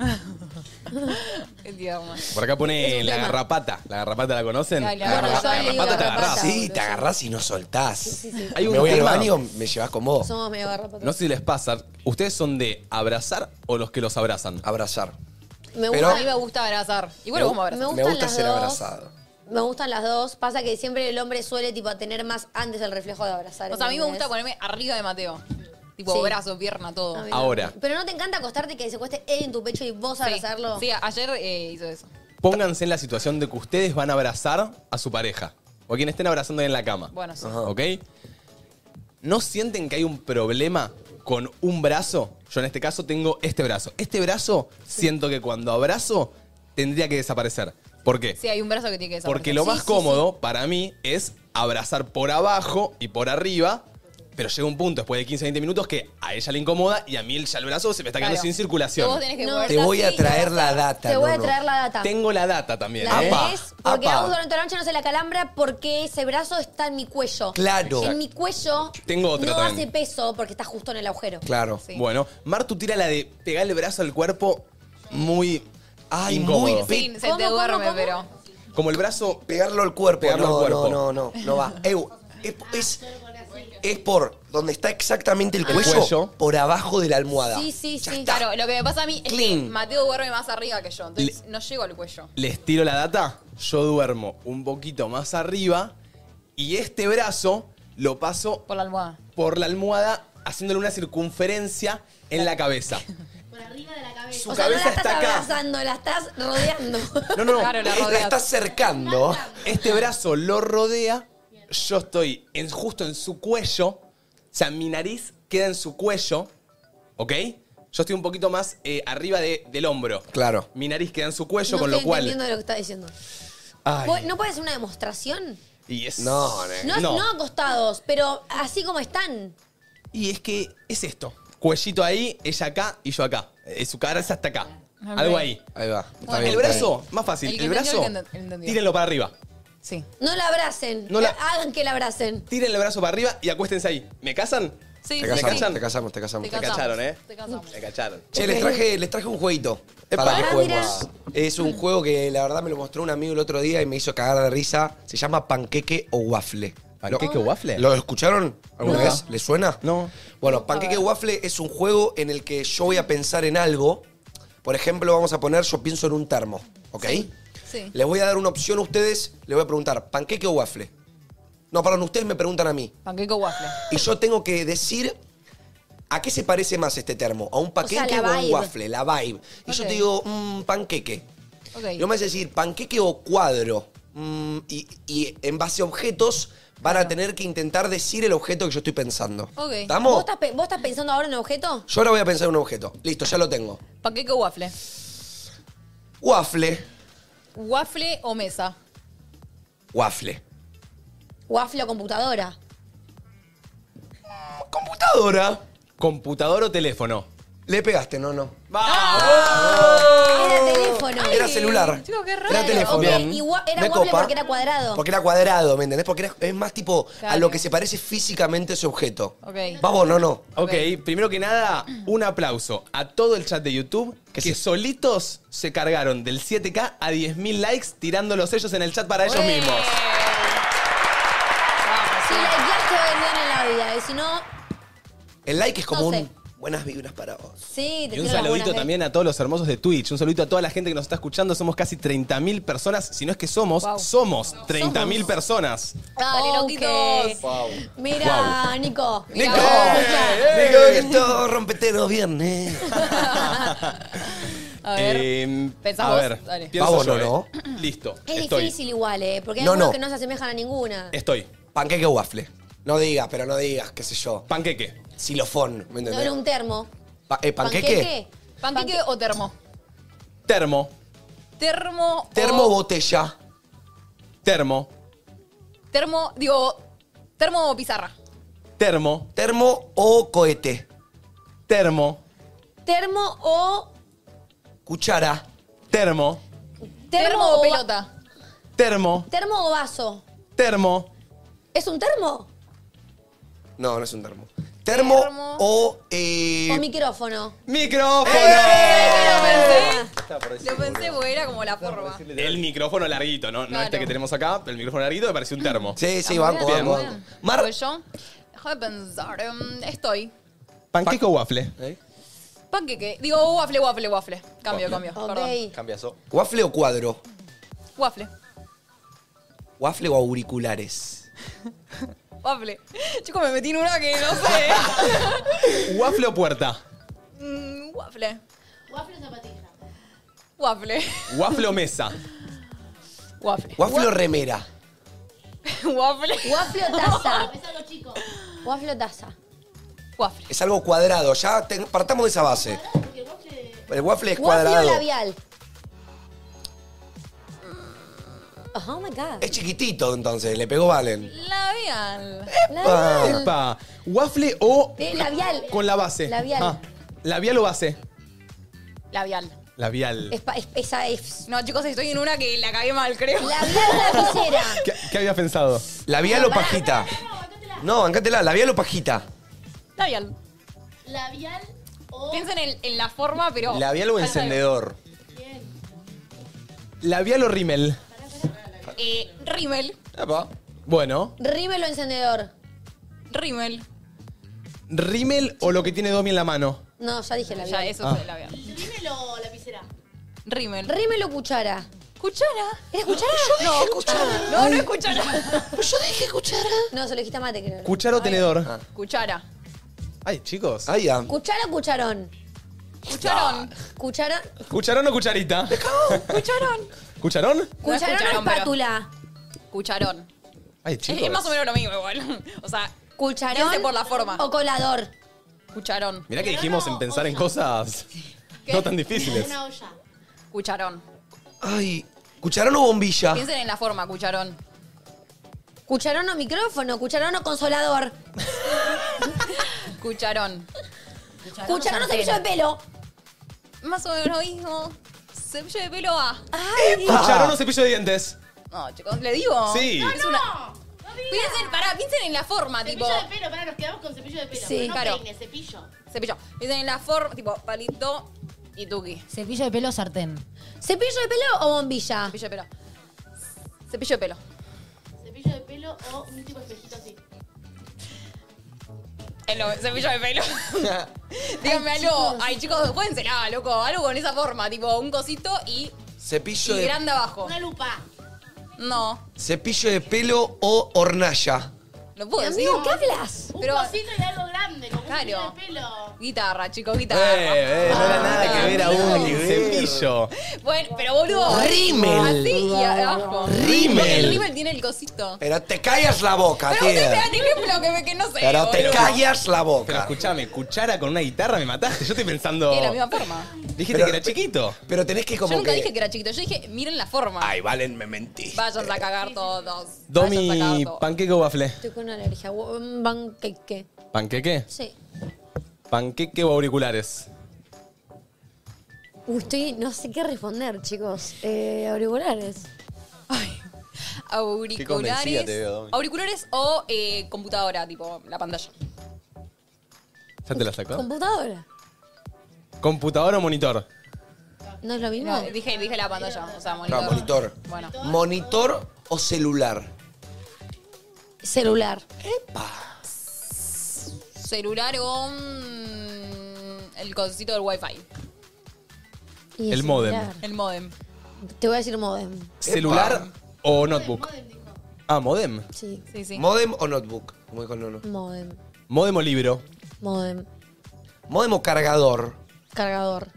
Speaker 2: Qué tierno.
Speaker 1: Por acá pone la garrapata. ¿La garrapata la conocen?
Speaker 2: Dale,
Speaker 1: la garra-
Speaker 8: yo
Speaker 1: la
Speaker 8: le digo
Speaker 1: garrapata te
Speaker 8: garrapata,
Speaker 1: agarrás.
Speaker 3: Sí, te agarrás y no soltás.
Speaker 8: sí.
Speaker 1: Hay un
Speaker 3: me voy al
Speaker 1: tema.
Speaker 3: baño, me llevas con vos.
Speaker 8: Somos medio garrapatas.
Speaker 1: No sé si les pasa. ¿Ustedes son de abrazar o los que los abrazan?
Speaker 3: Abrazar.
Speaker 8: Me
Speaker 1: Pero-
Speaker 2: a mí me gusta abrazar. Igual vos me abrazás.
Speaker 8: Me gustan las dos. Me gustan las dos. Pasa que siempre el hombre suele tipo tener más antes el reflejo de abrazar.
Speaker 2: O sea, a mí me
Speaker 8: ¿entendés?
Speaker 2: gusta ponerme arriba de Mateo. Tipo,
Speaker 8: Sí.
Speaker 2: brazo, pierna, todo.
Speaker 8: mí
Speaker 1: Ahora,
Speaker 8: Pero no te encanta acostarte y que se cueste él en tu pecho y vos abrazarlo.
Speaker 2: Sí, ayer eh, hizo eso.
Speaker 1: pónganse en la situación de que ustedes van a abrazar a su pareja. O a quien estén abrazando ahí en la cama.
Speaker 2: Bueno, sí.
Speaker 1: ¿Ok? ¿No sienten que hay un problema con un brazo? Yo en este caso tengo este brazo. Este brazo siento que cuando abrazo tendría que desaparecer. ¿Por qué?
Speaker 2: Sí, hay un brazo que tiene que desaparecer.
Speaker 1: Porque lo
Speaker 2: Sí,
Speaker 1: más
Speaker 2: sí,
Speaker 1: cómodo para mí es abrazar por abajo y por arriba, pero llega un punto después de 15, 20 minutos que a ella le incomoda y a mí el- ya el brazo se me está quedando
Speaker 2: Claro.
Speaker 1: sin circulación.
Speaker 2: Vos tenés que
Speaker 8: No,
Speaker 2: moverte
Speaker 3: Te voy a
Speaker 2: así.
Speaker 3: traer la data.
Speaker 8: Te voy a
Speaker 3: Nono.
Speaker 8: traer la data.
Speaker 1: Tengo la data también.
Speaker 8: La
Speaker 1: ¿eh?
Speaker 8: ves, porque
Speaker 1: Apa.
Speaker 8: hago durante la noche no se la calambra porque ese brazo está en mi cuello.
Speaker 1: Claro.
Speaker 8: En mi cuello
Speaker 1: Tengo otra
Speaker 8: no
Speaker 1: también.
Speaker 8: hace peso porque está justo en el agujero.
Speaker 1: Claro. Bueno, Martu tira la de pegar el brazo al cuerpo muy
Speaker 3: Ay,
Speaker 1: incómodo.
Speaker 3: muy
Speaker 2: Sí, se te duerme, pero.
Speaker 1: Como el brazo
Speaker 3: pegarlo al cuerpo.
Speaker 1: Pegarlo
Speaker 3: no,
Speaker 1: al cuerpo.
Speaker 3: No, no, no, no va. Eu, es, es- es por donde está exactamente el
Speaker 1: El
Speaker 3: cuello,
Speaker 1: cuello.
Speaker 3: por abajo de la almohada.
Speaker 8: Sí, sí, sí.
Speaker 2: Claro, lo que me pasa a mí es que
Speaker 1: Clean.
Speaker 2: Mateo duerme más arriba que yo, entonces no llego al cuello.
Speaker 1: Les tiro la data, yo duermo un poquito más arriba y este brazo lo paso
Speaker 2: Por la almohada.
Speaker 1: por la almohada haciéndole una circunferencia en la cabeza.
Speaker 6: Por arriba de la cabeza.
Speaker 3: Su cabeza
Speaker 8: no la
Speaker 3: está
Speaker 8: estás
Speaker 3: acá.
Speaker 8: abrazando, la estás rodeando.
Speaker 1: No, no, no.
Speaker 8: Claro, la
Speaker 1: la,
Speaker 8: rodeas.
Speaker 1: está cercando. Este brazo lo rodea. Yo estoy en- justo en su cuello. O sea, mi nariz queda en su cuello. ¿Ok? Yo estoy un poquito más eh, arriba de- del hombro.
Speaker 3: Claro.
Speaker 1: Mi nariz queda en su cuello,
Speaker 8: No
Speaker 1: con lo
Speaker 8: estoy
Speaker 1: cual.
Speaker 8: entendiendo lo que está diciendo.
Speaker 1: Ay,
Speaker 8: ¿Vos- ¿No puede ser una demostración?
Speaker 1: y es-
Speaker 3: No,
Speaker 8: No, no. acostados, pero así como están.
Speaker 1: Y es que es esto. Cuellito ahí, ella acá y yo acá. Eh, su cara es hasta acá.
Speaker 2: Ok.
Speaker 1: Algo ahí.
Speaker 3: Ahí va.
Speaker 2: Bueno. bien,
Speaker 1: el
Speaker 2: está
Speaker 1: brazo,
Speaker 2: bien.
Speaker 1: más fácil.
Speaker 2: El
Speaker 1: El,
Speaker 2: que entendió,
Speaker 1: brazo,
Speaker 2: el que ent- entendió.
Speaker 1: tírenlo para arriba.
Speaker 2: Sí.
Speaker 8: No la abracen.
Speaker 1: No la-
Speaker 8: Hagan que la abracen.
Speaker 1: Tiren el brazo para arriba y acuéstense ahí. ¿Me casan?
Speaker 8: Sí,
Speaker 3: Te
Speaker 1: ¿Me
Speaker 3: casamos,
Speaker 1: casan?
Speaker 3: te casamos, te casamos.
Speaker 1: Me cacharon, ¿eh?
Speaker 2: Te casamos.
Speaker 1: Me cacharon.
Speaker 3: Che, les traje, les traje un jueguito para que
Speaker 8: Ah,
Speaker 3: juguemos. Es un juego que la verdad me lo mostró un amigo el otro día y me hizo cagar de risa. Se llama panqueque o waffle.
Speaker 1: ¿Panqueque
Speaker 3: Lo-
Speaker 1: o waffle?
Speaker 3: ¿Lo escucharon alguna
Speaker 1: No.
Speaker 3: vez? ¿Les suena?
Speaker 1: No.
Speaker 3: Bueno, panqueque o waffle es un juego en el que yo voy a pensar en algo. Por ejemplo, vamos a poner, yo pienso en un termo, ¿ok?
Speaker 2: Sí.
Speaker 3: Les voy a dar una opción a ustedes, les voy a preguntar, ¿panqueque o waffle? No, perdón, ustedes me preguntan a mí.
Speaker 2: Panqueque o waffle.
Speaker 3: Y yo tengo que decir a qué se parece más este termo, a un panqueque o,
Speaker 8: la
Speaker 3: a un
Speaker 8: vibe.
Speaker 3: waffle, la vibe. Y yo
Speaker 8: Ok.
Speaker 3: te digo, mmm, panqueque.
Speaker 2: Ok.
Speaker 3: Y vos me vas a decir, panqueque o cuadro. Mm, y, y en base a objetos van a tener que intentar decir el objeto que yo estoy pensando.
Speaker 8: Ok. ¿Vos
Speaker 3: ¿Estamos?
Speaker 8: estás, pe- vos estás pensando ahora en el objeto?
Speaker 3: Yo ahora voy a pensar en un objeto. Listo, ya lo tengo.
Speaker 2: Panqueque o waffle.
Speaker 3: Waffle.
Speaker 2: Waffle o mesa.
Speaker 3: Waffle.
Speaker 8: Waffle o computadora.
Speaker 3: Computadora.
Speaker 1: ¿Computador o teléfono?
Speaker 3: Le pegaste, no, no.
Speaker 8: Era teléfono.
Speaker 3: Era celular.
Speaker 8: Chicos, qué raro.
Speaker 3: Era teléfono.
Speaker 8: Ok, y wa- era
Speaker 3: Me
Speaker 8: waffle
Speaker 3: copa.
Speaker 8: porque era cuadrado.
Speaker 3: Porque era cuadrado, ¿me entendés? Porque era- es más tipo a
Speaker 8: Claro.
Speaker 3: lo que se parece físicamente ese objeto.
Speaker 2: Ok.
Speaker 3: ¿Vas vos? No, no.
Speaker 1: Ok, primero que nada, un aplauso a todo el chat de YouTube que solitos se cargaron del 7K a 10.000 likes tirando los sellos en el chat para ellos
Speaker 8: ¡Bien!
Speaker 1: mismos.
Speaker 8: Si likeaste va a ir bien en la vida. Y si no,
Speaker 3: El like es como
Speaker 8: No sé.
Speaker 3: un buenas vibras para vos.
Speaker 8: sí, te
Speaker 1: Y
Speaker 8: ¿eh?
Speaker 1: un
Speaker 8: tiro las buenas
Speaker 1: saludito
Speaker 8: de-
Speaker 1: también a todos los hermosos de Twitch. Un saludito a toda la gente que nos está escuchando. Somos casi 30.000 personas. Si no es que somos,
Speaker 8: Wow.
Speaker 1: somos 30.000 personas.
Speaker 8: Dale,
Speaker 2: Ok.
Speaker 8: loquitos. Mira, Nico.
Speaker 3: ¡Nico! Eh,
Speaker 8: Mirá.
Speaker 3: ¡Nico, esto rompete los viernes!
Speaker 2: A ver.
Speaker 1: Eh,
Speaker 2: ¿pensás
Speaker 1: a
Speaker 2: vos?
Speaker 1: ver,
Speaker 2: Dale.
Speaker 1: pienso
Speaker 3: Vamos,
Speaker 1: yo,
Speaker 3: no,
Speaker 1: eh. Listo,
Speaker 8: Es
Speaker 1: estoy. Eh,
Speaker 8: difícil igual, ¿eh? Porque hay
Speaker 3: No,
Speaker 8: algunos
Speaker 3: no.
Speaker 8: que no se asemejan a ninguna.
Speaker 1: Estoy.
Speaker 3: Panqueque o waffle. No digas, pero no digas, qué sé yo.
Speaker 1: Panqueque.
Speaker 3: Xilofón, ¿me
Speaker 8: No
Speaker 3: entendés?
Speaker 8: era un termo.
Speaker 3: Pa- eh, ¿Panqueque?
Speaker 2: Panqueque
Speaker 8: Panque-
Speaker 2: o termo.
Speaker 1: Termo.
Speaker 2: Termo.
Speaker 3: Termo
Speaker 2: o-
Speaker 3: botella.
Speaker 1: Termo.
Speaker 2: Termo, digo, termo o pizarra.
Speaker 1: Termo.
Speaker 3: Termo o cohete.
Speaker 1: Termo.
Speaker 8: Termo o.
Speaker 3: Cuchara.
Speaker 1: Termo.
Speaker 8: Termo,
Speaker 2: Termo o
Speaker 8: va-
Speaker 2: pelota.
Speaker 1: Termo.
Speaker 8: Termo o vaso.
Speaker 1: Termo.
Speaker 8: ¿Es un termo?
Speaker 3: No, no es un termo. Termo,
Speaker 2: Termo.
Speaker 3: o... eh,
Speaker 8: O micrófono.
Speaker 1: ¡Micrófono!
Speaker 2: Lo pensé porque era como la forma.
Speaker 1: El micrófono larguito, ¿no? No
Speaker 2: Claro.
Speaker 1: este que tenemos acá, pero el micrófono larguito me pareció un termo.
Speaker 3: Sí, sí,
Speaker 2: Muy
Speaker 3: banco,
Speaker 2: bien,
Speaker 3: banco,
Speaker 2: muy
Speaker 3: banco.
Speaker 2: bien.
Speaker 3: Mar...
Speaker 2: Pues yo, déjame pensar. em, estoy.
Speaker 1: Panqueque o waffle.
Speaker 3: ¿Eh?
Speaker 2: Panqueque. Digo, oh, waffle, waffle, waffle. Cambio, cambio. Perdón.
Speaker 8: Ok.
Speaker 4: Cambiazo.
Speaker 3: ¿Waffle o cuadro?
Speaker 2: Waffle.
Speaker 3: ¿Waffle o auriculares?
Speaker 2: Waffle. Chicos, me metí en una que no sé.
Speaker 1: ¿Waffle o puerta?
Speaker 2: Mm, waffle.
Speaker 6: Waffle o zapatilla.
Speaker 2: Waffle.
Speaker 1: ¿Waffle o mesa?
Speaker 2: Waffle.
Speaker 3: ¿Waffle o remera?
Speaker 2: Waffle.
Speaker 8: Waffle o taza.
Speaker 6: Es algo chico.
Speaker 8: Waffle o taza.
Speaker 2: Waffle.
Speaker 3: Es algo cuadrado, ya te- partamos de esa base.
Speaker 6: Cuadrado, porque el waffle.
Speaker 3: El waffle es
Speaker 8: Waffle o
Speaker 3: cuadrado.
Speaker 8: labial. Oh my god.
Speaker 3: Es chiquitito entonces, le pegó Valen.
Speaker 2: Labial.
Speaker 8: Labial.
Speaker 1: Epa. ¿Waffle o
Speaker 8: Eh, Ah. labial.
Speaker 1: con la base? Ah.
Speaker 8: Labial.
Speaker 1: ¿Labial o base?
Speaker 2: Labial.
Speaker 1: Labial.
Speaker 8: Es pa- es- esa es.
Speaker 2: No, chicos, estoy en una que la cagué mal, creo.
Speaker 8: Labial o lapicera.
Speaker 1: ¿Qué, qué habías pensado?
Speaker 3: ¿Labial o pajita? No, bancátela, labial o pajita.
Speaker 2: Labial.
Speaker 6: Labial o.
Speaker 2: Piensen en, en la forma, pero.
Speaker 4: Labial o encendedor.
Speaker 6: Bien.
Speaker 1: ¿Labial o rímel?
Speaker 2: Eh, rímel.
Speaker 4: Epa.
Speaker 1: Bueno.
Speaker 8: Rímel o encendedor.
Speaker 2: Rímel.
Speaker 1: ¿Rímel o lo que tiene Domi en la mano?
Speaker 8: No, ya dije labial.
Speaker 2: Ya, eso
Speaker 1: Ah.
Speaker 2: es el labial.
Speaker 6: ¿Rímel o lapicera?
Speaker 2: Rímel.
Speaker 8: Rímel o cuchara.
Speaker 2: ¿Cuchara?
Speaker 8: ¿Era cuchara?
Speaker 2: No,
Speaker 6: Ah.
Speaker 2: cuchara. No, no es cuchara.
Speaker 6: Pues
Speaker 8: yo dije cuchara. No, se lo dijiste a mate, creo.
Speaker 1: ¿Cuchara o tenedor?
Speaker 2: Cuchara.
Speaker 1: Ah. Ay, chicos.
Speaker 3: Ahí ya.
Speaker 8: ¿Cuchara o cucharón?
Speaker 2: Cucharón.
Speaker 8: Cucharón.
Speaker 1: ¿Cucharón o cucharita?
Speaker 2: Cucharón.
Speaker 1: ¿Cucharón?
Speaker 8: Cucharón
Speaker 2: pero-
Speaker 8: o espátula.
Speaker 2: Cucharón.
Speaker 1: Ay,
Speaker 2: Es, es más o menos lo mismo igual. O sea,
Speaker 8: Cucharón.
Speaker 2: por la forma.
Speaker 8: O colador.
Speaker 2: Cucharón.
Speaker 1: Mirá que dijimos en pensar en cosas no tan difíciles.
Speaker 2: olla. Cucharón.
Speaker 3: Ay, ¿cucharón o bombilla?
Speaker 2: Piensen en la forma, cucharón.
Speaker 8: Cucharón o micrófono. Cucharón o consolador.
Speaker 2: Cucharón.
Speaker 8: Cucharón o cepillo de pelo.
Speaker 2: Más o menos lo mismo. Cepillo de pelo A.
Speaker 1: ¿Cucharón o cepillo de dientes?
Speaker 2: No, chicos, le digo.
Speaker 1: Sí. No,
Speaker 2: no. Piensen, pará, piensen en la forma,
Speaker 6: Cepillo
Speaker 2: tipo.
Speaker 6: de pelo, para nos quedamos con cepillo de pelo.
Speaker 2: Sí,
Speaker 6: no
Speaker 2: claro.
Speaker 6: peine, cepillo.
Speaker 2: Cepillo. Piensen en la forma, tipo, palito y tuki.
Speaker 7: Cepillo de pelo o sartén.
Speaker 8: ¿Cepillo de pelo o bombilla?
Speaker 2: Cepillo de pelo. Cepillo de pelo.
Speaker 6: Cepillo de pelo o un tipo espejito así.
Speaker 2: Es lo- cepillo de pelo. Díganme algo. Ay, chicos, juénsela, loco. Algo con esa forma, tipo un cosito y, y
Speaker 3: Cepillo de,
Speaker 2: grande abajo. Una lupa. No,
Speaker 3: cepillo de pelo o hornalla.
Speaker 2: no puedo decir.
Speaker 8: Amigo, ¿qué hablas?
Speaker 6: Un cosito y algo grande, como un cepillo de pelo.
Speaker 2: Guitarra, chicos,
Speaker 1: Eh,
Speaker 2: guitarra.
Speaker 1: eh, no
Speaker 2: ah,
Speaker 1: era nada que ver aún. Eh. Cepillo.
Speaker 2: Bueno, pero boludo.
Speaker 3: Rímel.
Speaker 2: Así y abajo.
Speaker 3: Rímel.
Speaker 2: Porque el rímel tiene el cosito.
Speaker 3: Pero te callas la boca,
Speaker 2: Pero
Speaker 3: tío.
Speaker 2: usted me da ejemplo que, me- que no sé.
Speaker 3: Pero te
Speaker 2: boludo.
Speaker 3: callas la boca.
Speaker 1: Pero escuchame, cuchara con una guitarra me mataste. Yo estoy pensando.
Speaker 2: Tiene la misma forma.
Speaker 1: Dijiste
Speaker 3: Pero-
Speaker 1: que era chiquito.
Speaker 3: Pero tenés que
Speaker 2: Yo nunca dije que era chiquito. Yo dije, miren la forma.
Speaker 3: Ay, Valen, me mentí.
Speaker 2: Vayan a cagar todos.
Speaker 1: Domi, panqueque o waffle.
Speaker 8: Estoy con una alergia. Un Banqueque.
Speaker 1: ¿Panqueque?
Speaker 8: Sí.
Speaker 1: ¿Panqueque o auriculares?
Speaker 8: Uy, estoy, no sé qué responder, chicos. Eh, auriculares.
Speaker 4: Qué convencida
Speaker 2: Auriculares.
Speaker 4: te veo, Domi.
Speaker 2: auriculares o eh, computadora, tipo la pantalla.
Speaker 1: ¿Ya te la sacó?
Speaker 8: ¿Computadora?
Speaker 1: ¿Computadora o monitor?
Speaker 8: ¿No es lo mismo?
Speaker 2: No, dije, dije la pantalla, o sea, monitor.
Speaker 3: No, Ah, monitor.
Speaker 2: Bueno.
Speaker 3: Monitor o celular.
Speaker 8: Celular.
Speaker 2: Celular o mm, el cosito del wifi.
Speaker 8: Y
Speaker 1: El
Speaker 8: celular.
Speaker 2: El modem.
Speaker 8: Te voy a decir modem.
Speaker 1: ¿Celular o notebook? Ah, modem.
Speaker 8: Sí.
Speaker 2: Sí, sí.
Speaker 3: ¿Modem o notebook? Como dijo Nono.
Speaker 8: Modem.
Speaker 1: ¿Modem o libro?
Speaker 8: Modem.
Speaker 3: ¿Modem o cargador?
Speaker 8: Cargador.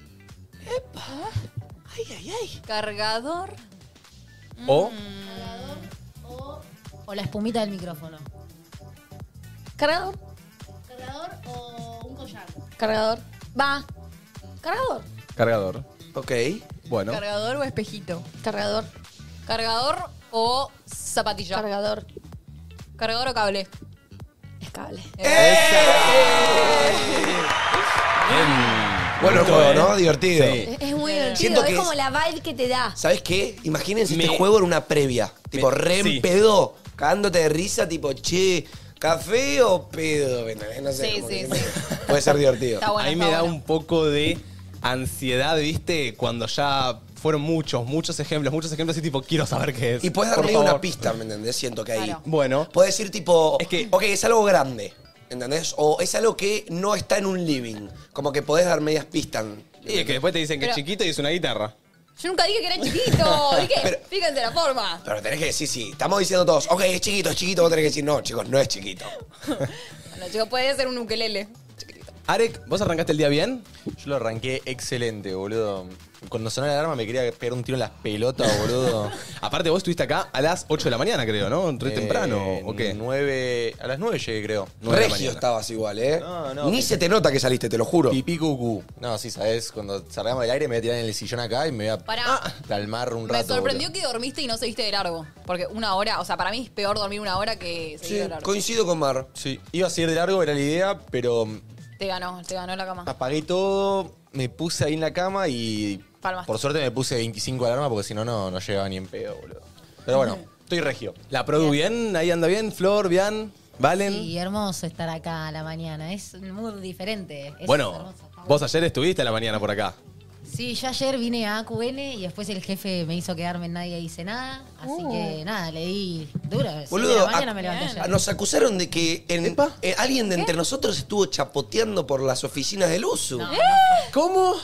Speaker 2: Ay, ay, ay. Cargador.
Speaker 1: ¿O?
Speaker 2: Mm.
Speaker 7: O la espumita del micrófono.
Speaker 8: Cargador.
Speaker 6: Cargador o un collar.
Speaker 8: Cargador. Va. Cargador.
Speaker 1: Cargador.
Speaker 3: Ok.
Speaker 2: Eh.
Speaker 1: Bueno.
Speaker 12: ¿Cargador o espejito?
Speaker 8: Cargador.
Speaker 2: Cargador o zapatilla.
Speaker 8: Cargador.
Speaker 2: Cargador o cable.
Speaker 8: Es cable.
Speaker 3: ¡Eh! Bueno, el
Speaker 1: Bonito,
Speaker 3: juego,
Speaker 1: eh.
Speaker 3: ¿no? Divertido.
Speaker 1: Sí.
Speaker 8: Es
Speaker 6: Eh,
Speaker 8: muy divertido.
Speaker 3: Siento
Speaker 8: Es
Speaker 3: que
Speaker 8: como
Speaker 3: es-
Speaker 8: la vibe que te da.
Speaker 3: ¿Sabes qué? Imagínense
Speaker 1: Me-
Speaker 3: este juego en una previa. Tipo, re en
Speaker 1: sí.
Speaker 3: pedo, cagándote de risa, tipo, che, ¿café o pedo? Bueno, eh, no sé,
Speaker 2: Sí,
Speaker 3: como
Speaker 2: sí,
Speaker 3: que
Speaker 2: sí.
Speaker 3: puede ser divertido.
Speaker 2: Está bueno,
Speaker 1: a mí
Speaker 2: está
Speaker 1: me da
Speaker 2: bueno.
Speaker 1: un poco de ansiedad, ¿viste? Cuando ya fueron muchos, muchos ejemplos, muchos ejemplos y tipo, quiero saber qué es.
Speaker 3: Y puedes
Speaker 1: Por
Speaker 3: darle
Speaker 1: favor.
Speaker 3: una pista, ¿me entendés? Siento que ahí.
Speaker 2: Claro.
Speaker 1: Bueno,
Speaker 3: Puedes decir, tipo,
Speaker 1: Es que-
Speaker 3: ok, es algo grande, ¿entendés? O es algo que no está en un living. Como que podés dar medias pistas.
Speaker 1: y es que después te dicen que es
Speaker 2: Pero-
Speaker 1: chiquito y es una guitarra.
Speaker 2: Yo nunca dije que era chiquito. Dije,
Speaker 3: Pero-
Speaker 2: fíjense la forma.
Speaker 3: Pero tenés que decir, sí, estamos diciendo todos, ok, es chiquito, es chiquito, vos tenés que decir, no, chicos, no es chiquito.
Speaker 2: Bueno, chicos, puede ser un ukelele.
Speaker 1: Arek, ¿vos arrancaste el día bien?
Speaker 4: Yo lo arranqué excelente, boludo. Cuando sonó la alarma me quería pegar un tiro en las pelotas, boludo.
Speaker 1: Aparte, vos estuviste acá a las 8 de la mañana, creo, ¿no? Re
Speaker 4: Eh,
Speaker 1: temprano, ¿o qué?
Speaker 4: Nueve, a las nueve llegué, creo.
Speaker 1: Nueve de la
Speaker 3: Regio
Speaker 1: mañana.
Speaker 3: estabas igual, ¿eh?
Speaker 4: No, no,
Speaker 3: Ni
Speaker 4: que-
Speaker 3: se te nota que saliste, te lo juro.
Speaker 4: Pipí cucú. No, sí, sabes, cuando salgamos del aire me voy a tirar en el sillón acá y me voy a Ah,
Speaker 2: Pará.
Speaker 4: calmar un
Speaker 2: Me
Speaker 4: rato.
Speaker 2: sorprendió que dormiste y no seguiste de largo. Porque una hora, o sea, para mí es peor dormir una hora que seguir
Speaker 3: Sí,
Speaker 2: de largo.
Speaker 3: coincido con Mar.
Speaker 4: Sí, iba a seguir de largo, era la idea, pero mm,
Speaker 2: Te ganó, te ganó la cama.
Speaker 4: apagué todo, me puse ahí en la cama y
Speaker 2: Palmas.
Speaker 4: por suerte me puse 25 alarma porque si no, no, no llegaba ni en pedo, boludo. Pero bueno, estoy regio.
Speaker 1: ¿La produ bien? ¿Ahí anda bien? ¿Flor, Bian? ¿Valen?
Speaker 7: Sí, hermoso estar acá a la mañana. Es muy diferente. Es
Speaker 1: bueno,
Speaker 7: hermoso.
Speaker 1: vos ayer estuviste a la mañana por acá.
Speaker 7: Sí, yo ayer vine a AQN y después el jefe me hizo quedarme en nadie hice nada. Así que nada, le di duro. siete de la
Speaker 3: Boludo,
Speaker 7: mañana
Speaker 3: a-
Speaker 7: me levanté ayer.
Speaker 3: a- nos acusaron de que en- eh, alguien de entre nosotros estuvo chapoteando por las oficinas del uso.
Speaker 1: ¿Cómo?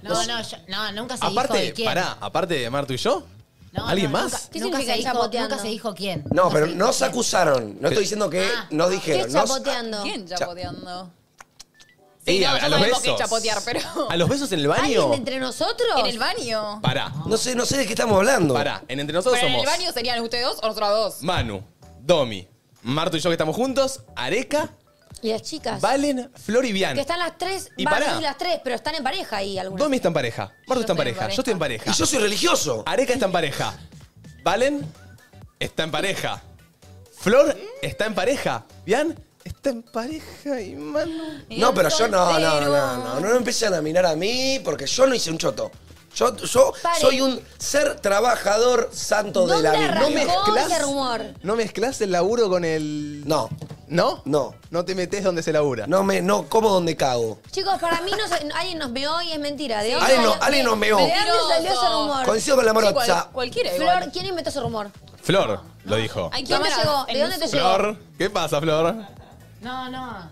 Speaker 7: No, no, yo- no, nunca se dijo de
Speaker 1: Aparte,
Speaker 7: quién.
Speaker 1: pará, aparte de Martu y yo,
Speaker 7: No,
Speaker 1: ¿alguien
Speaker 7: no,
Speaker 1: más?
Speaker 8: ¿Qué
Speaker 7: Nunca, nunca
Speaker 8: significa
Speaker 7: se dijo,
Speaker 8: chapoteando?
Speaker 7: nunca se dijo quién.
Speaker 3: No, pero
Speaker 7: se dijo
Speaker 3: nos
Speaker 7: quién.
Speaker 3: acusaron. No estoy diciendo que
Speaker 7: Ah,
Speaker 3: nos
Speaker 8: ¿Qué
Speaker 3: dijeron.
Speaker 8: es
Speaker 3: Nos-
Speaker 8: chapoteando?
Speaker 2: ¿Quién
Speaker 3: Cha-
Speaker 2: chapoteando?
Speaker 1: Ey,
Speaker 2: no,
Speaker 1: a,
Speaker 2: ya
Speaker 1: a los besos.
Speaker 2: sabemos que es chapotear, pero.
Speaker 1: ¿A los besos en el
Speaker 8: ¿Alguien
Speaker 1: baño?
Speaker 8: de entre nosotros?
Speaker 2: ¿En el baño?
Speaker 1: Pará.
Speaker 3: No sé, no sé de qué estamos hablando.
Speaker 1: Pará, en entre nosotros
Speaker 2: Pero en el
Speaker 1: somos
Speaker 2: baño serían ustedes dos o nosotros dos.
Speaker 1: Manu, Domi, Marto y yo que estamos juntos, Areca,
Speaker 8: Y las chicas.
Speaker 1: Valen, Flor y Bian.
Speaker 8: Que están las tres,
Speaker 1: Y
Speaker 8: va a
Speaker 1: pará.
Speaker 8: decir las tres, pero están en pareja ahí algunas.
Speaker 1: Domi está en pareja, Marto está en pareja, yo estoy en pareja. Y yo soy religioso. Areca está en pareja. Valen está en pareja. Flor está en pareja. Bian está en pareja y Manu.
Speaker 3: No, pero yo no, no, no, no, no, no empiecen a mirar a mí porque yo no hice un choto. Yo, yo
Speaker 8: Paren.
Speaker 3: soy un ser trabajador santo de la
Speaker 8: ¿Dónde
Speaker 3: vida.
Speaker 8: arrancó ese rumor?
Speaker 1: ¿No mezclas el laburo con el.?
Speaker 3: No.
Speaker 1: ¿No?
Speaker 3: No.
Speaker 1: No te metes donde se labura.
Speaker 3: No me, no, como donde cago.
Speaker 8: Chicos, para mí no se- alguien nos meó y es mentira. ¿De
Speaker 3: Sí.
Speaker 8: dónde
Speaker 3: Alguien no-
Speaker 8: salió-
Speaker 3: alguien nos meó.
Speaker 8: ¿De dónde salió ese
Speaker 2: Mentiroso.
Speaker 8: rumor?
Speaker 3: Coincido con la morocha. Sí, cual-
Speaker 8: cualquiera Flor, ¿quién inventó ese rumor?
Speaker 1: Flor lo dijo.
Speaker 8: ¿A quién te llegó? ¿De dónde te llegó?
Speaker 1: Flor, ¿qué pasa, Flor?
Speaker 7: No, no.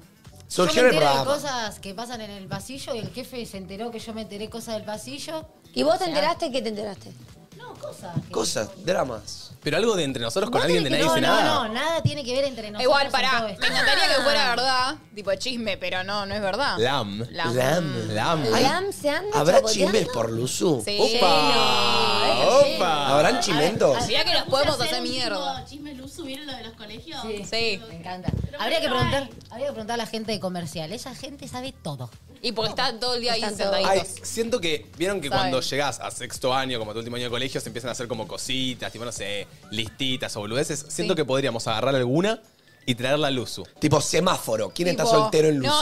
Speaker 1: Surgió
Speaker 7: yo me
Speaker 1: en el
Speaker 7: enteré de
Speaker 1: programa.
Speaker 7: cosas que pasan en el pasillo y el jefe se enteró que yo me enteré cosas del pasillo.
Speaker 8: ¿Y vos te enteraste? ¿Qué te enteraste?
Speaker 7: No, cosas.
Speaker 3: Cosas, dramas.
Speaker 1: Pero algo de entre nosotros con alguien de nadie
Speaker 7: no,
Speaker 1: dice
Speaker 7: no,
Speaker 1: nada.
Speaker 7: no, nada tiene que ver entre nosotros.
Speaker 2: Igual,
Speaker 7: en
Speaker 2: pará.
Speaker 7: todo
Speaker 2: Me
Speaker 7: esto.
Speaker 2: encantaría que fuera verdad, tipo chisme, pero no, no es verdad.
Speaker 1: Lam.
Speaker 2: Lam.
Speaker 3: Lam.
Speaker 1: Lam.
Speaker 8: Lam se anda
Speaker 3: ¿Habrá
Speaker 8: chapoteando?
Speaker 3: chimbes por Luzu?
Speaker 2: Sí.
Speaker 3: ¡Opa!
Speaker 1: ¡Opa!
Speaker 3: ¿Habrán chimentos?
Speaker 2: Mirá que los podemos hacer mierda.
Speaker 6: Chisme luz subieron lo de los colegios.
Speaker 7: Sí, me encanta. Habría que, preguntar, habría que preguntar a la gente de comercial. Esa gente sabe todo.
Speaker 2: Y porque está todo el día ahí
Speaker 7: Están
Speaker 1: Ay,
Speaker 2: sentaditos.
Speaker 1: siento que vieron que
Speaker 2: Saben.
Speaker 1: cuando llegás a sexto año, como tu último año de colegio, se empiezan a hacer como cositas, tipo, no sé, listitas o boludeces. Siento
Speaker 2: Sí.
Speaker 1: que podríamos agarrar alguna y traerla a Luzu.
Speaker 3: Tipo semáforo. ¿Quién
Speaker 2: Tipo, No,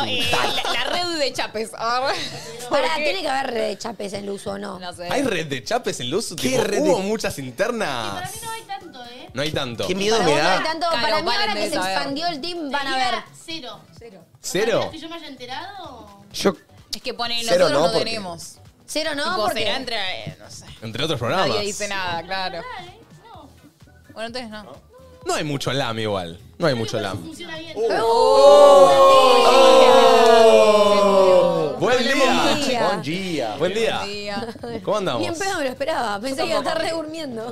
Speaker 2: eh, la, la red de chapes. Ahora,
Speaker 8: Pará, tiene que haber red de chapes en luz o no.
Speaker 2: No sé.
Speaker 1: ¿Hay red de chapes en Luzu?
Speaker 3: ¿Qué
Speaker 1: Tipo,
Speaker 3: red
Speaker 1: hubo
Speaker 3: de-
Speaker 1: muchas internas. no hay tanto, ¿eh? No hay tanto.
Speaker 3: Qué miedo
Speaker 8: Para
Speaker 3: me
Speaker 8: vos no hay
Speaker 3: da.
Speaker 8: tanto,
Speaker 2: Claro,
Speaker 8: para mí
Speaker 2: Valen
Speaker 8: ahora que
Speaker 2: debe
Speaker 8: se
Speaker 2: saber.
Speaker 8: expandió el team van a
Speaker 6: Sería
Speaker 8: ver.
Speaker 6: Cero. Cero.
Speaker 1: ¿Cero?
Speaker 6: que yo me haya enterado?
Speaker 3: Yo,
Speaker 2: Es que pone,
Speaker 3: Cero
Speaker 2: nosotros
Speaker 3: no,
Speaker 2: no,
Speaker 3: porque-
Speaker 2: tenemos.
Speaker 8: Cero no,
Speaker 2: Tipo, será
Speaker 8: porque
Speaker 2: entre, eh, no sé.
Speaker 1: entre otros
Speaker 2: Nadie
Speaker 1: programas.
Speaker 2: dice nada, claro. Bueno, entonces no.
Speaker 1: No hay mucho LAM igual. No hay mucho Uh. LAM.
Speaker 6: Funciona bien.
Speaker 8: ¡Uh!
Speaker 3: ¡Oh!
Speaker 2: Oh.
Speaker 1: Oh. Buen día.
Speaker 8: Buen día. Buen
Speaker 1: día. Buen día.
Speaker 2: Día.
Speaker 1: ¿Cómo andamos?
Speaker 8: bien pedo me lo esperaba. Pensé que iba a estar re durmiendo.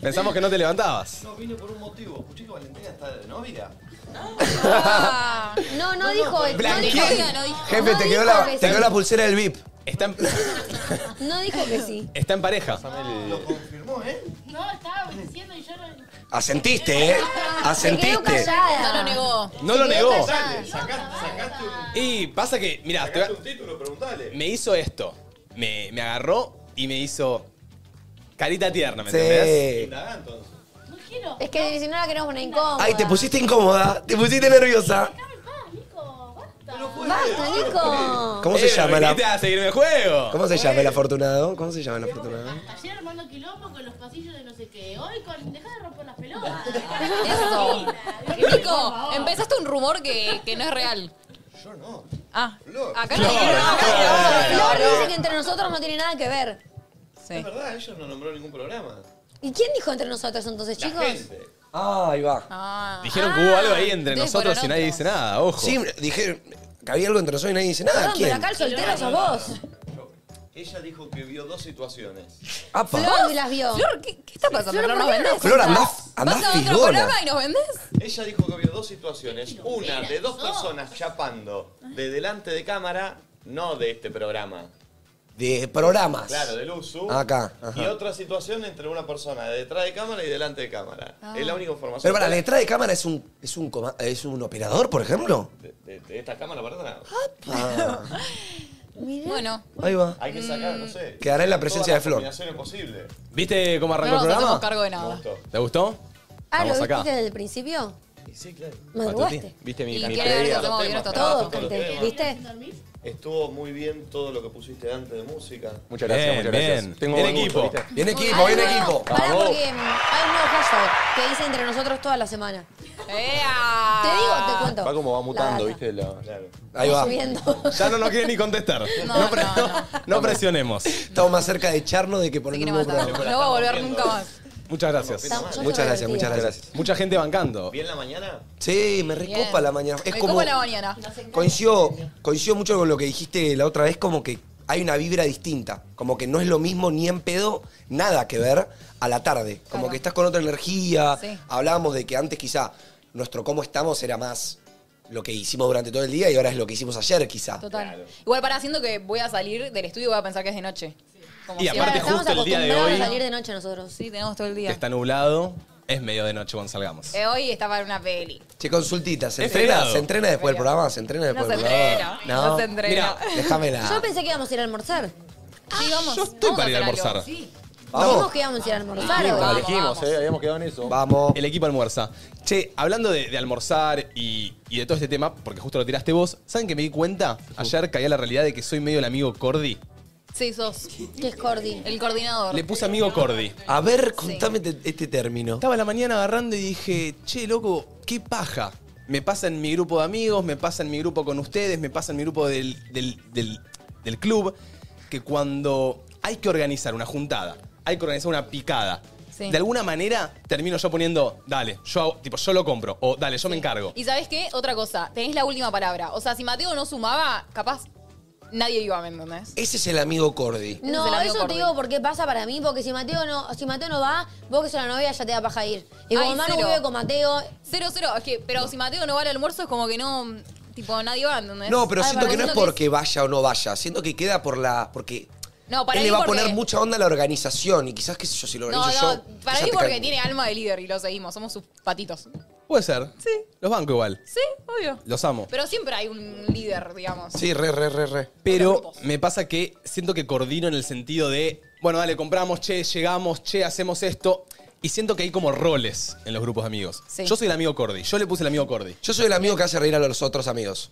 Speaker 1: Pensamos que no te levantabas.
Speaker 4: No, vine por un motivo. Escuché que Valentina está de novia.
Speaker 2: Ah,
Speaker 8: No, no dijo eso. No dijo,
Speaker 2: Blanqueé. No dijo.
Speaker 3: Jefe,
Speaker 8: No
Speaker 3: te,
Speaker 8: dijo
Speaker 3: quedó la,
Speaker 8: que
Speaker 3: te
Speaker 8: sí.
Speaker 3: quedó la pulsera del VIP.
Speaker 1: Está en,
Speaker 8: no dijo que sí.
Speaker 1: está en pareja.
Speaker 4: ¿eh?
Speaker 6: No, estaba obedeciendo y yo no.
Speaker 3: Asentiste, ¿eh?
Speaker 8: Se quedó
Speaker 3: Asentiste.
Speaker 2: No
Speaker 8: callada.
Speaker 2: lo negó.
Speaker 1: No lo
Speaker 8: Se quedó
Speaker 1: negó.
Speaker 8: callada.
Speaker 1: Y pasa que, mirá, te voy a- me hizo esto. Me, me agarró y me hizo carita tierna, ¿me
Speaker 3: Sí.
Speaker 1: entendés?
Speaker 6: No quiero.
Speaker 8: Es que si no la queremos poner incómoda.
Speaker 3: Ay, te pusiste incómoda, te pusiste nerviosa.
Speaker 6: Déjame en paz, Nico. Basta.
Speaker 8: Basta, Nico.
Speaker 3: ¿Cómo se
Speaker 1: Eh,
Speaker 3: llama
Speaker 1: viniste
Speaker 3: la
Speaker 1: a seguirme el juego?
Speaker 3: ¿Cómo se llama el afortunado? ¿Cómo se llama el afortunado?
Speaker 6: Ayer armando quilombo con los pasillos de no sé qué. Hoy con. Deja de romper las pelotas.
Speaker 2: Eso. Nico, empezaste un rumor que, que no es real.
Speaker 4: Yo no.
Speaker 2: Ah, acá
Speaker 1: Flor.
Speaker 2: no
Speaker 1: Flor.
Speaker 2: dijeron.
Speaker 8: Flor dice que entre nosotros no tiene nada que ver.
Speaker 2: Sí.
Speaker 4: Es verdad, ellos no nombraron ningún programa.
Speaker 8: ¿Y quién dijo entre nosotros entonces,
Speaker 4: La
Speaker 8: chicos?
Speaker 4: gente.
Speaker 3: Ah, ahí va.
Speaker 2: Ah.
Speaker 1: Dijeron que hubo algo ahí entre
Speaker 2: Ustedes
Speaker 1: nosotros y
Speaker 2: fueron
Speaker 1: nadie
Speaker 2: otros.
Speaker 1: dice nada, ojo.
Speaker 3: Sí, dije que había algo entre nosotros y nadie dice nada.
Speaker 8: Perdón, pero
Speaker 3: ¿Quién?
Speaker 8: acá el soltero sos vos.
Speaker 4: Ella dijo que vio dos situaciones.
Speaker 3: Apa.
Speaker 8: Flor las vio.
Speaker 2: Flor, ¿qué, qué está pasando? ¿No
Speaker 8: Flor, ¿por
Speaker 2: nos
Speaker 8: qué no
Speaker 2: vendés?
Speaker 3: Flor, andás,
Speaker 2: ¿Vas
Speaker 3: andás
Speaker 2: a otro
Speaker 3: figona.
Speaker 2: programa y nos vendés?
Speaker 4: Ella dijo que vio dos situaciones. Una de dos personas chapando de delante de cámara, no de este programa.
Speaker 3: De programas.
Speaker 4: Claro, del uso.
Speaker 3: Acá, ajá.
Speaker 4: Y otra situación entre una persona de detrás de cámara y delante de cámara. Es la única información.
Speaker 3: Pero para, detrás de cámara es un, es un, coma- es un operador, por ejemplo.
Speaker 4: de, de- de esta cámara, perdona.
Speaker 3: Ah,
Speaker 2: Bueno,
Speaker 3: ahí va.
Speaker 4: Hay que sacar, no sé.
Speaker 3: Quedará en la presencia
Speaker 4: todas
Speaker 3: de Flor.
Speaker 4: las combinaciones posibles.
Speaker 1: ¿Viste cómo
Speaker 2: no
Speaker 1: arrancó
Speaker 2: nos
Speaker 1: el
Speaker 2: hacemos
Speaker 1: programa?
Speaker 2: cargo de
Speaker 4: Me
Speaker 2: nada.
Speaker 4: gustó.
Speaker 1: ¿Te gustó?
Speaker 8: Ah, ¿lo
Speaker 1: Estamos
Speaker 8: viste
Speaker 1: acá.
Speaker 8: desde el principio?
Speaker 4: Y sí, claro.
Speaker 8: Madrugaste.
Speaker 1: ¿Viste mi,
Speaker 2: Y
Speaker 1: mi
Speaker 2: quiere ver
Speaker 1: previa?
Speaker 2: cómo vieron esto
Speaker 4: Todo,
Speaker 8: Todo,
Speaker 2: todo.
Speaker 4: todo,
Speaker 8: canté.
Speaker 4: todo.
Speaker 8: ¿Viste?
Speaker 6: ¿Dormís?
Speaker 4: Estuvo muy bien todo lo que pusiste antes de música.
Speaker 16: Muchas gracias,
Speaker 1: Bien,
Speaker 16: muchas gracias.
Speaker 1: bien.
Speaker 16: Tengo
Speaker 1: Bien
Speaker 16: buen gusto,
Speaker 1: equipo.
Speaker 16: ¿viste?
Speaker 3: Viene equipo, viene equipo.
Speaker 8: Pará,
Speaker 16: Vamos.
Speaker 8: porque mm, hay un nuevo hashtag que dice entre nosotros toda la semana.
Speaker 2: ¡Ea!
Speaker 8: Te digo,
Speaker 2: Ah,
Speaker 8: te cuento.
Speaker 16: Va como va mutando,
Speaker 8: La-
Speaker 16: ¿viste? La-
Speaker 4: Claro.
Speaker 3: Ahí va.
Speaker 8: Subiendo.
Speaker 1: Ya no nos quiere ni contestar.
Speaker 2: No,
Speaker 1: pre-
Speaker 2: no, no.
Speaker 1: no presionemos.
Speaker 3: Estamos más cerca de echarnos de que
Speaker 2: Se
Speaker 3: poner un
Speaker 2: quiere
Speaker 3: nuevo
Speaker 2: matar.
Speaker 3: programa.
Speaker 2: No va a volver nunca más.
Speaker 1: Muchas gracias.
Speaker 8: Estamos- yo
Speaker 3: Muchas
Speaker 8: estoy
Speaker 3: gracias, muchas
Speaker 8: divertida.
Speaker 3: gracias.
Speaker 1: Mucha gente bancando.
Speaker 4: ¿Bien la mañana?
Speaker 3: Sí, me recopa
Speaker 2: Bien.
Speaker 3: la mañana. Es
Speaker 2: Me
Speaker 3: como.
Speaker 2: como la mañana.
Speaker 3: Coincido, coincido mucho con lo que dijiste la otra vez, como que hay una vibra distinta. Como que no es lo mismo ni en pedo, nada que ver a la tarde. Como
Speaker 2: Claro.
Speaker 3: que estás con otra energía.
Speaker 2: Sí.
Speaker 3: Hablábamos de que antes quizá nuestro cómo estamos era más lo que hicimos durante todo el día y ahora es lo que hicimos ayer, quizá.
Speaker 2: Total. Igual para haciendo que voy a salir del estudio voy a pensar que es de noche. Como
Speaker 1: Y
Speaker 2: siempre.
Speaker 1: aparte Estamos justo el día de acostumbrados hoy- a salir
Speaker 8: de noche nosotros.
Speaker 2: Sí, tenemos todo el día.
Speaker 1: Está nublado, es medio de noche cuando salgamos.
Speaker 2: Eh, hoy está para una peli.
Speaker 3: Che, consultita, ¿se
Speaker 1: Es
Speaker 3: entrena?
Speaker 1: feriado.
Speaker 3: ¿Se entrena después del programa? ¿Se entrena después
Speaker 2: No
Speaker 3: del
Speaker 2: se
Speaker 3: programa?
Speaker 2: entrena, no se entrena.
Speaker 3: Mirá, déjamela.
Speaker 8: Yo pensé que íbamos a ir a almorzar.
Speaker 2: Sí, vamos.
Speaker 8: Yo
Speaker 1: estoy para ir a almorzar.
Speaker 8: Sí.
Speaker 1: Vamos.
Speaker 8: Dijimos que íbamos a ir a almorzar.
Speaker 1: Dijimos,
Speaker 8: hoy.
Speaker 1: dijimos, eh, habíamos quedado en eso. Vamos. El equipo almuerza. Che, hablando de, de almorzar y, y de todo este tema, porque justo lo tiraste vos, ¿saben que me di cuenta? Ayer caía la realidad de que soy medio el amigo Cordy.
Speaker 2: Sí, sos.
Speaker 8: ¿Qué es Cordi?
Speaker 2: El coordinador.
Speaker 1: Le puse amigo Cordy.
Speaker 3: A ver, contame este término.
Speaker 1: Estaba a la mañana agarrando y dije, che, loco, qué paja. Me pasa en mi grupo de amigos, me pasa en mi grupo con ustedes, me pasa en mi grupo del, del- del- del club, que cuando hay que organizar una juntada, hay que organizar una picada,
Speaker 2: Sí.
Speaker 1: de alguna manera termino yo poniendo, dale, yo hago- tipo, yo lo compro, o dale, yo me encargo.
Speaker 2: Y sabes qué? Otra cosa, tenés la última palabra. O sea, si Mateo no sumaba, capaz nadie iba, ¿me entendés?
Speaker 3: Ese es el amigo Cordy.
Speaker 2: Es el
Speaker 8: No,
Speaker 2: amigo
Speaker 8: eso te
Speaker 2: Cordy.
Speaker 8: digo porque pasa para mí, porque si Mateo no, si Mateo no va, vos que sos la novia ya te da paja ir. Y
Speaker 2: Ay,
Speaker 8: como Manu
Speaker 2: cero.
Speaker 8: vive con Mateo.
Speaker 2: Cero, cero. Es que, pero si Mateo no va al almuerzo es como que no, tipo, nadie va, ¿entendés?
Speaker 3: No, pero
Speaker 2: Ay,
Speaker 3: siento
Speaker 2: Ah, para
Speaker 3: que no
Speaker 2: mí
Speaker 3: es porque vaya o no vaya, siento que queda por la. porque
Speaker 2: No, para
Speaker 3: él le
Speaker 2: mí
Speaker 3: va a
Speaker 2: porque-
Speaker 3: poner mucha onda a la organización y quizás, qué sé yo, si lo
Speaker 2: No,
Speaker 3: organizo
Speaker 2: no,
Speaker 3: yo.
Speaker 2: para
Speaker 3: quizás
Speaker 2: mí
Speaker 3: te
Speaker 2: porque
Speaker 3: cae-
Speaker 2: tiene alma de líder y lo seguimos, somos sus patitos.
Speaker 1: Puede ser. Sí. Los banco igual.
Speaker 2: Sí, obvio.
Speaker 1: Los amo.
Speaker 2: Pero siempre hay un líder, digamos.
Speaker 1: re, re, re, re. Pero me pasa que siento que coordino en el sentido de, bueno, dale, compramos, che, llegamos, che, hacemos esto. Y siento que hay como roles en los grupos de amigos.
Speaker 2: Sí.
Speaker 1: Yo soy el amigo Cordy, yo le puse el amigo Cordy.
Speaker 3: Yo soy el amigo que hace reír a los otros amigos.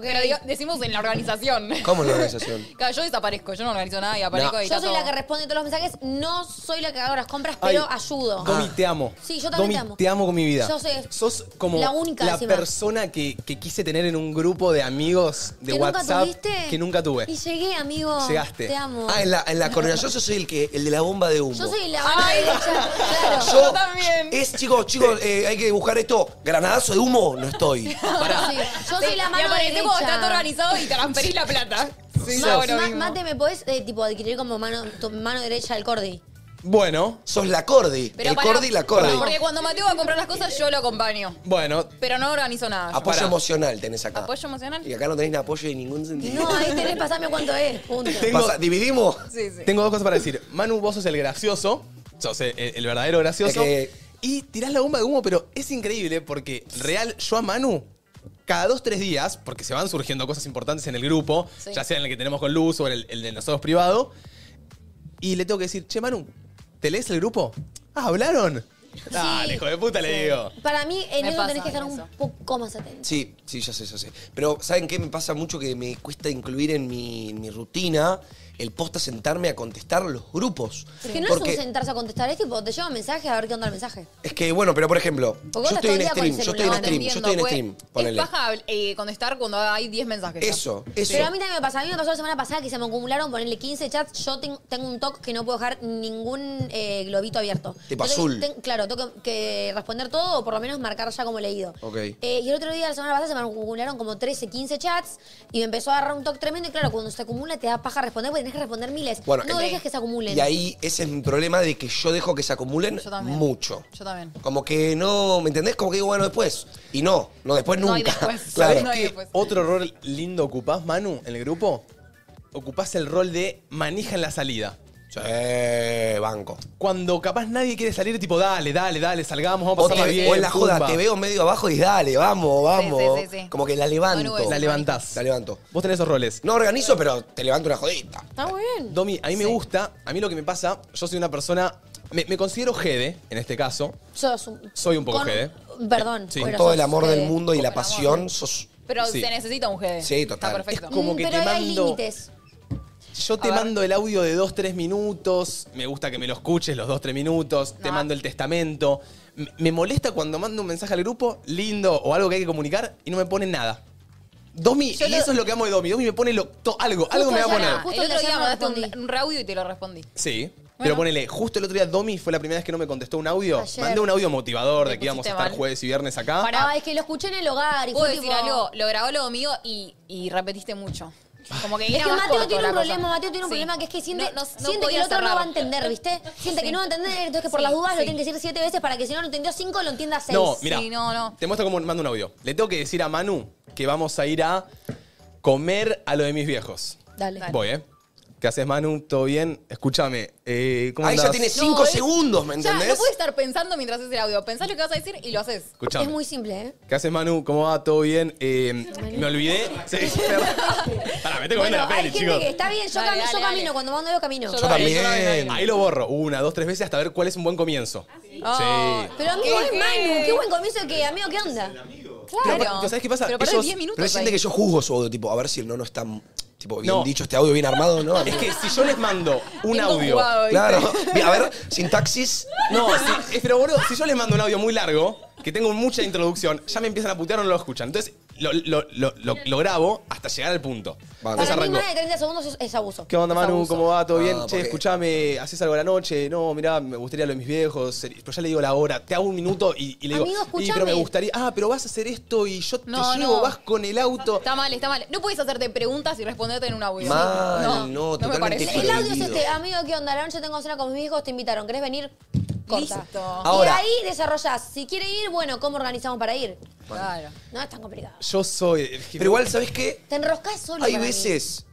Speaker 2: Pero digo- decimos en la organización.
Speaker 3: ¿Cómo es la organización?
Speaker 2: Claro, yo desaparezco, yo no organizo nada y aparezco
Speaker 3: No.
Speaker 2: y
Speaker 8: Yo
Speaker 2: está
Speaker 8: soy
Speaker 2: todo.
Speaker 8: la que responde todos los mensajes, no soy la que hago las compras, pero
Speaker 1: Ay,
Speaker 8: ayudo. Ah.
Speaker 1: Gomi, te amo.
Speaker 8: Sí, yo también
Speaker 1: Gomi,
Speaker 8: te amo.
Speaker 1: Te amo con mi vida.
Speaker 8: Yo sé.
Speaker 1: Sos como
Speaker 8: La única encima.
Speaker 1: persona que, que quise tener en un grupo de amigos de
Speaker 8: ¿Que nunca
Speaker 1: WhatsApp
Speaker 8: tuviste?
Speaker 1: que nunca tuve.
Speaker 8: Y llegué, amigo.
Speaker 1: Llegaste.
Speaker 8: Te amo.
Speaker 3: Ah, en la, en la coordinación yo soy el que, el de la bomba de humo.
Speaker 8: Yo soy la banda derecha. Claro.
Speaker 3: Yo- Es, chicos, chicos, eh, hay que buscar esto. Granadazo de humo, no estoy.
Speaker 8: Sí, Yo soy la mano
Speaker 2: Y aparece
Speaker 8: derecha.
Speaker 2: como está todo organizado y transferís la plata.
Speaker 8: Ma-
Speaker 2: Está bueno
Speaker 8: Ma-
Speaker 2: mismo.
Speaker 8: Mate, ¿me podés eh, tipo, adquirir como mano, tu mano derecha al Cordy?
Speaker 1: Bueno.
Speaker 3: Sos la Cordy.
Speaker 2: Pero
Speaker 3: el
Speaker 2: pará,
Speaker 3: Cordy y la Cordy.
Speaker 2: Porque cuando Mateo va a comprar las cosas, yo lo acompaño.
Speaker 1: Bueno.
Speaker 2: Pero no organizo nada. yo.
Speaker 3: Apoyo emocional tenés acá.
Speaker 2: ¿Apoyo emocional?
Speaker 3: Y acá no tenés ni apoyo en ningún sentido.
Speaker 8: No, ahí tenés, pasame cuánto es. Punto.
Speaker 3: Pasa- ¿Dividimos?
Speaker 2: Sí, sí.
Speaker 1: Tengo dos cosas para decir. Manu, vos sos el gracioso. Sos el, el verdadero gracioso.
Speaker 3: Es
Speaker 1: Y tirás la bomba de humo, pero es increíble porque real, yo a Manu, cada dos, tres días, porque se van surgiendo cosas importantes en el grupo,
Speaker 4: Sí.
Speaker 1: ya sea en el que tenemos con Luz o en el, el de nosotros privado, y le tengo que decir, che, Manu, ¿te lees el grupo? Ah, ¿hablaron? Dale, hijo de puta, le digo.
Speaker 8: Para mí, en
Speaker 2: Me
Speaker 8: eso
Speaker 2: pasa
Speaker 8: tenés que estar
Speaker 2: eso.
Speaker 8: un poco más atento.
Speaker 3: Sí, sí, ya sé, ya sé. Pero, ¿saben qué? Me pasa mucho que me cuesta incluir en mi, en mi rutina el posta sentarme a contestar los grupos.
Speaker 8: Es que no
Speaker 3: Porque-
Speaker 8: es un sentarse a contestar, es tipo, te lleva un mensaje a ver qué onda el mensaje.
Speaker 3: Es que, bueno, pero por ejemplo,
Speaker 8: Porque vos
Speaker 3: yo
Speaker 8: estás
Speaker 3: estoy en
Speaker 8: todo el
Speaker 3: stream, yo
Speaker 8: día con
Speaker 3: estoy en
Speaker 8: el
Speaker 3: stream, yo estoy en
Speaker 8: pues,
Speaker 3: stream,
Speaker 2: Es
Speaker 3: ponele.
Speaker 2: baja eh, contestar cuando hay 10 mensajes. ya.
Speaker 3: Eso, eso.
Speaker 8: Pero a mí también me pasa. A mí me pasó la semana pasada que se me acumularon ponerle 15 chats. Yo ten- tengo un toque que no puedo dejar ningún eh, globito abierto.
Speaker 3: Tipo
Speaker 8: Yo tengo-
Speaker 3: azul.
Speaker 8: ten- claro, tengo que, que responder todo o por lo menos marcar ya como leído.
Speaker 3: Ok.
Speaker 8: Eh, y el otro día, la semana pasada, se me acumularon como 13, 15 chats y me empezó a agarrar un toque tremendo. Y claro, cuando se acumula te da paja responder porque tenés que responder miles.
Speaker 3: Bueno,
Speaker 8: no
Speaker 3: el-
Speaker 8: dejes que se acumulen.
Speaker 3: Y ahí ese es mi problema de que yo dejo que se acumulen
Speaker 8: Yo también.
Speaker 3: mucho.
Speaker 2: Yo también.
Speaker 3: Como que no, ¿me entendés? Como que digo, bueno, después. Y no, no después
Speaker 2: No
Speaker 3: nunca.
Speaker 2: hay después.
Speaker 3: claro.
Speaker 2: No hay
Speaker 1: ¿Qué
Speaker 2: después.
Speaker 1: otro rol lindo ocupás, Manu, en el grupo? Ocupás el rol de manija en la salida.
Speaker 3: Sí, Eh, banco.
Speaker 1: Cuando capaz nadie quiere salir, tipo, dale, dale, dale, salgamos, vamos a
Speaker 3: O, te-
Speaker 1: pasarla bien.
Speaker 3: o en la joda,
Speaker 1: pumba.
Speaker 3: te veo medio abajo y dale, vamos, vamos.
Speaker 1: sí, sí, sí.
Speaker 3: Como que la levanto.
Speaker 1: Manu, es La levantás.
Speaker 3: La levanto.
Speaker 1: Vos tenés esos roles.
Speaker 3: No organizo, pero te levanto una jodita.
Speaker 8: Está muy bien.
Speaker 1: Domi, a mí me gusta, a mí lo que me pasa, yo soy una persona, me, me considero jede, en este caso,
Speaker 8: Sos un-
Speaker 1: soy un poco
Speaker 8: Con-
Speaker 1: jede.
Speaker 8: Perdón.
Speaker 1: Sí.
Speaker 8: pero
Speaker 1: Con
Speaker 3: Todo el
Speaker 8: sos-
Speaker 3: amor
Speaker 8: eh,
Speaker 3: del mundo y la pasión, sos...
Speaker 2: Pero
Speaker 1: Sí.
Speaker 2: se necesita un jefe.
Speaker 1: Sí,
Speaker 2: Está
Speaker 1: total.
Speaker 2: perfecto.
Speaker 1: Es como
Speaker 8: Mm,
Speaker 1: que
Speaker 8: pero
Speaker 1: te
Speaker 8: ahí hay
Speaker 1: mando-
Speaker 8: límites.
Speaker 1: Yo te
Speaker 8: A ver.
Speaker 1: mando el audio de 2-3 minutos, me gusta que me lo escuches los 2-3 minutos, te mando el testamento. M- Me molesta cuando mando un mensaje al grupo, lindo o algo que hay que comunicar, y no me pone nada. Domi, y eso es lo que amo de Domi. Domi me pone lo- to- algo, algo me va a poner.
Speaker 2: Ah, el
Speaker 8: en la
Speaker 2: otro día
Speaker 8: semana
Speaker 2: mandaste un, un reaudio y te lo respondí.
Speaker 1: Sí. Pero ponele, justo el otro día Domi fue la primera vez que no me contestó un audio.
Speaker 8: Ayer.
Speaker 1: Mandé un audio motivador de
Speaker 2: Te
Speaker 1: que íbamos a
Speaker 2: pusiste
Speaker 1: estar
Speaker 2: mal.
Speaker 1: jueves y viernes acá.
Speaker 3: ah,
Speaker 8: Ah, es que lo escuché en el hogar y
Speaker 2: Puedo
Speaker 8: fue
Speaker 2: decir
Speaker 8: tipo-
Speaker 2: algo, lo grabó lo mío y, y repetiste mucho. Como que
Speaker 8: Es
Speaker 2: era
Speaker 8: que
Speaker 2: más
Speaker 8: Mateo
Speaker 2: corto
Speaker 8: tiene un
Speaker 2: la cosa.
Speaker 8: problema, Mateo tiene un
Speaker 2: Sí.
Speaker 8: problema que es que siente,
Speaker 2: No- no- no
Speaker 8: siente que el
Speaker 2: podía
Speaker 8: otro no va a
Speaker 2: cerrarlo.
Speaker 8: entender, ¿viste? Siente que no va a entender, entonces que por
Speaker 2: Sí,
Speaker 8: las dudas lo
Speaker 2: sí.
Speaker 8: tiene que decir siete veces para que si no lo entendió cinco, lo entienda seis.
Speaker 1: No, mira. Te muestro cómo mando un audio. Le tengo que decir a Manu que vamos a ir a comer a lo de mis viejos.
Speaker 8: Dale.
Speaker 1: Voy, ¿eh? ¿Qué haces, Manu? ¿Todo bien? Escúchame. Eh, ¿cómo
Speaker 3: Ahí ya
Speaker 1: andás?
Speaker 3: Ah, tiene cinco
Speaker 2: es-
Speaker 3: segundos, ¿me
Speaker 2: Ya,
Speaker 3: entendés?
Speaker 2: no puedes estar pensando mientras haces el audio. Pensás lo que vas a decir y lo haces.
Speaker 1: Escuchame. Es muy
Speaker 8: simple, ¿eh?
Speaker 1: ¿Qué haces, Manu? ¿Cómo va? ¿Todo bien? Eh, me olvidé. Sí, perdón. Pará, me estoy comiendo
Speaker 8: Bueno,
Speaker 1: la
Speaker 8: hay
Speaker 1: peli,
Speaker 8: gente
Speaker 1: chicos.
Speaker 8: que está bien, yo,
Speaker 2: Dale,
Speaker 8: cami-
Speaker 2: dale,
Speaker 8: yo
Speaker 2: dale.
Speaker 8: camino, cuando mando yo camino.
Speaker 1: Yo también. Ahí lo borro una, dos, tres veces hasta ver cuál es un buen comienzo. Sí.
Speaker 8: Pero amigo, es Manu, qué buen comienzo que, amigo, ¿qué onda?
Speaker 1: Pero,
Speaker 8: Claro.
Speaker 1: aparte, ¿Sabes qué pasa?
Speaker 8: Pero perdés
Speaker 1: Ellos-
Speaker 8: 10 minutos
Speaker 3: Pero él siente que yo juzgo su audio, tipo, a ver si el no no está tipo, bien
Speaker 1: No.
Speaker 3: dicho este audio, bien armado, ¿no?
Speaker 1: Es que si yo les mando un
Speaker 3: Tengo
Speaker 1: audio.
Speaker 3: jugado, ¿viste? Claro. Bien, a ver, sintaxis.
Speaker 1: No, si- es- pero boludo, si yo les mando un audio muy largo, que tengo mucha introducción, ya me empiezan a putear o no lo escuchan. Entonces lo, lo- lo- lo- lo grabo hasta llegar al punto. Entonces
Speaker 8: Para mí
Speaker 1: arranco.
Speaker 8: más de 30 segundos es, es abuso.
Speaker 1: ¿Qué onda, Manu?
Speaker 8: Abuso.
Speaker 1: ¿Cómo va? ¿Todo bien?
Speaker 3: Ah,
Speaker 1: che,
Speaker 3: porque-
Speaker 1: escuchame, ¿haces algo a la noche? No, mirá, me gustaría lo de mis viejos. ser- Pero ya le digo la hora. Te hago un minuto y, y le digo,
Speaker 2: Amigo,
Speaker 1: "Y, pero me
Speaker 2: escuchame".
Speaker 1: gustaría... Ah, pero vas a hacer esto y yo te
Speaker 2: No,
Speaker 1: llevo,
Speaker 2: no.
Speaker 1: vas con el auto.
Speaker 2: Está mal, está mal. No puedes hacerte preguntas y responderte en un audio.
Speaker 1: Mal, no,
Speaker 2: me
Speaker 1: totalmente
Speaker 2: parece.
Speaker 8: El audio es este, amigo, ¿qué onda? La noche tengo cena con mis viejos, te invitaron, ¿querés venir? Corta.
Speaker 1: Ahora-
Speaker 8: y ahí desarrollás. Si quiere ir, bueno, ¿cómo organizamos para ir? Claro. No es tan complicado.
Speaker 1: Yo soy...
Speaker 3: Pero igual, ¿sabes qué?
Speaker 8: Te enroscás solo.
Speaker 3: Hay
Speaker 8: para mí.
Speaker 3: veces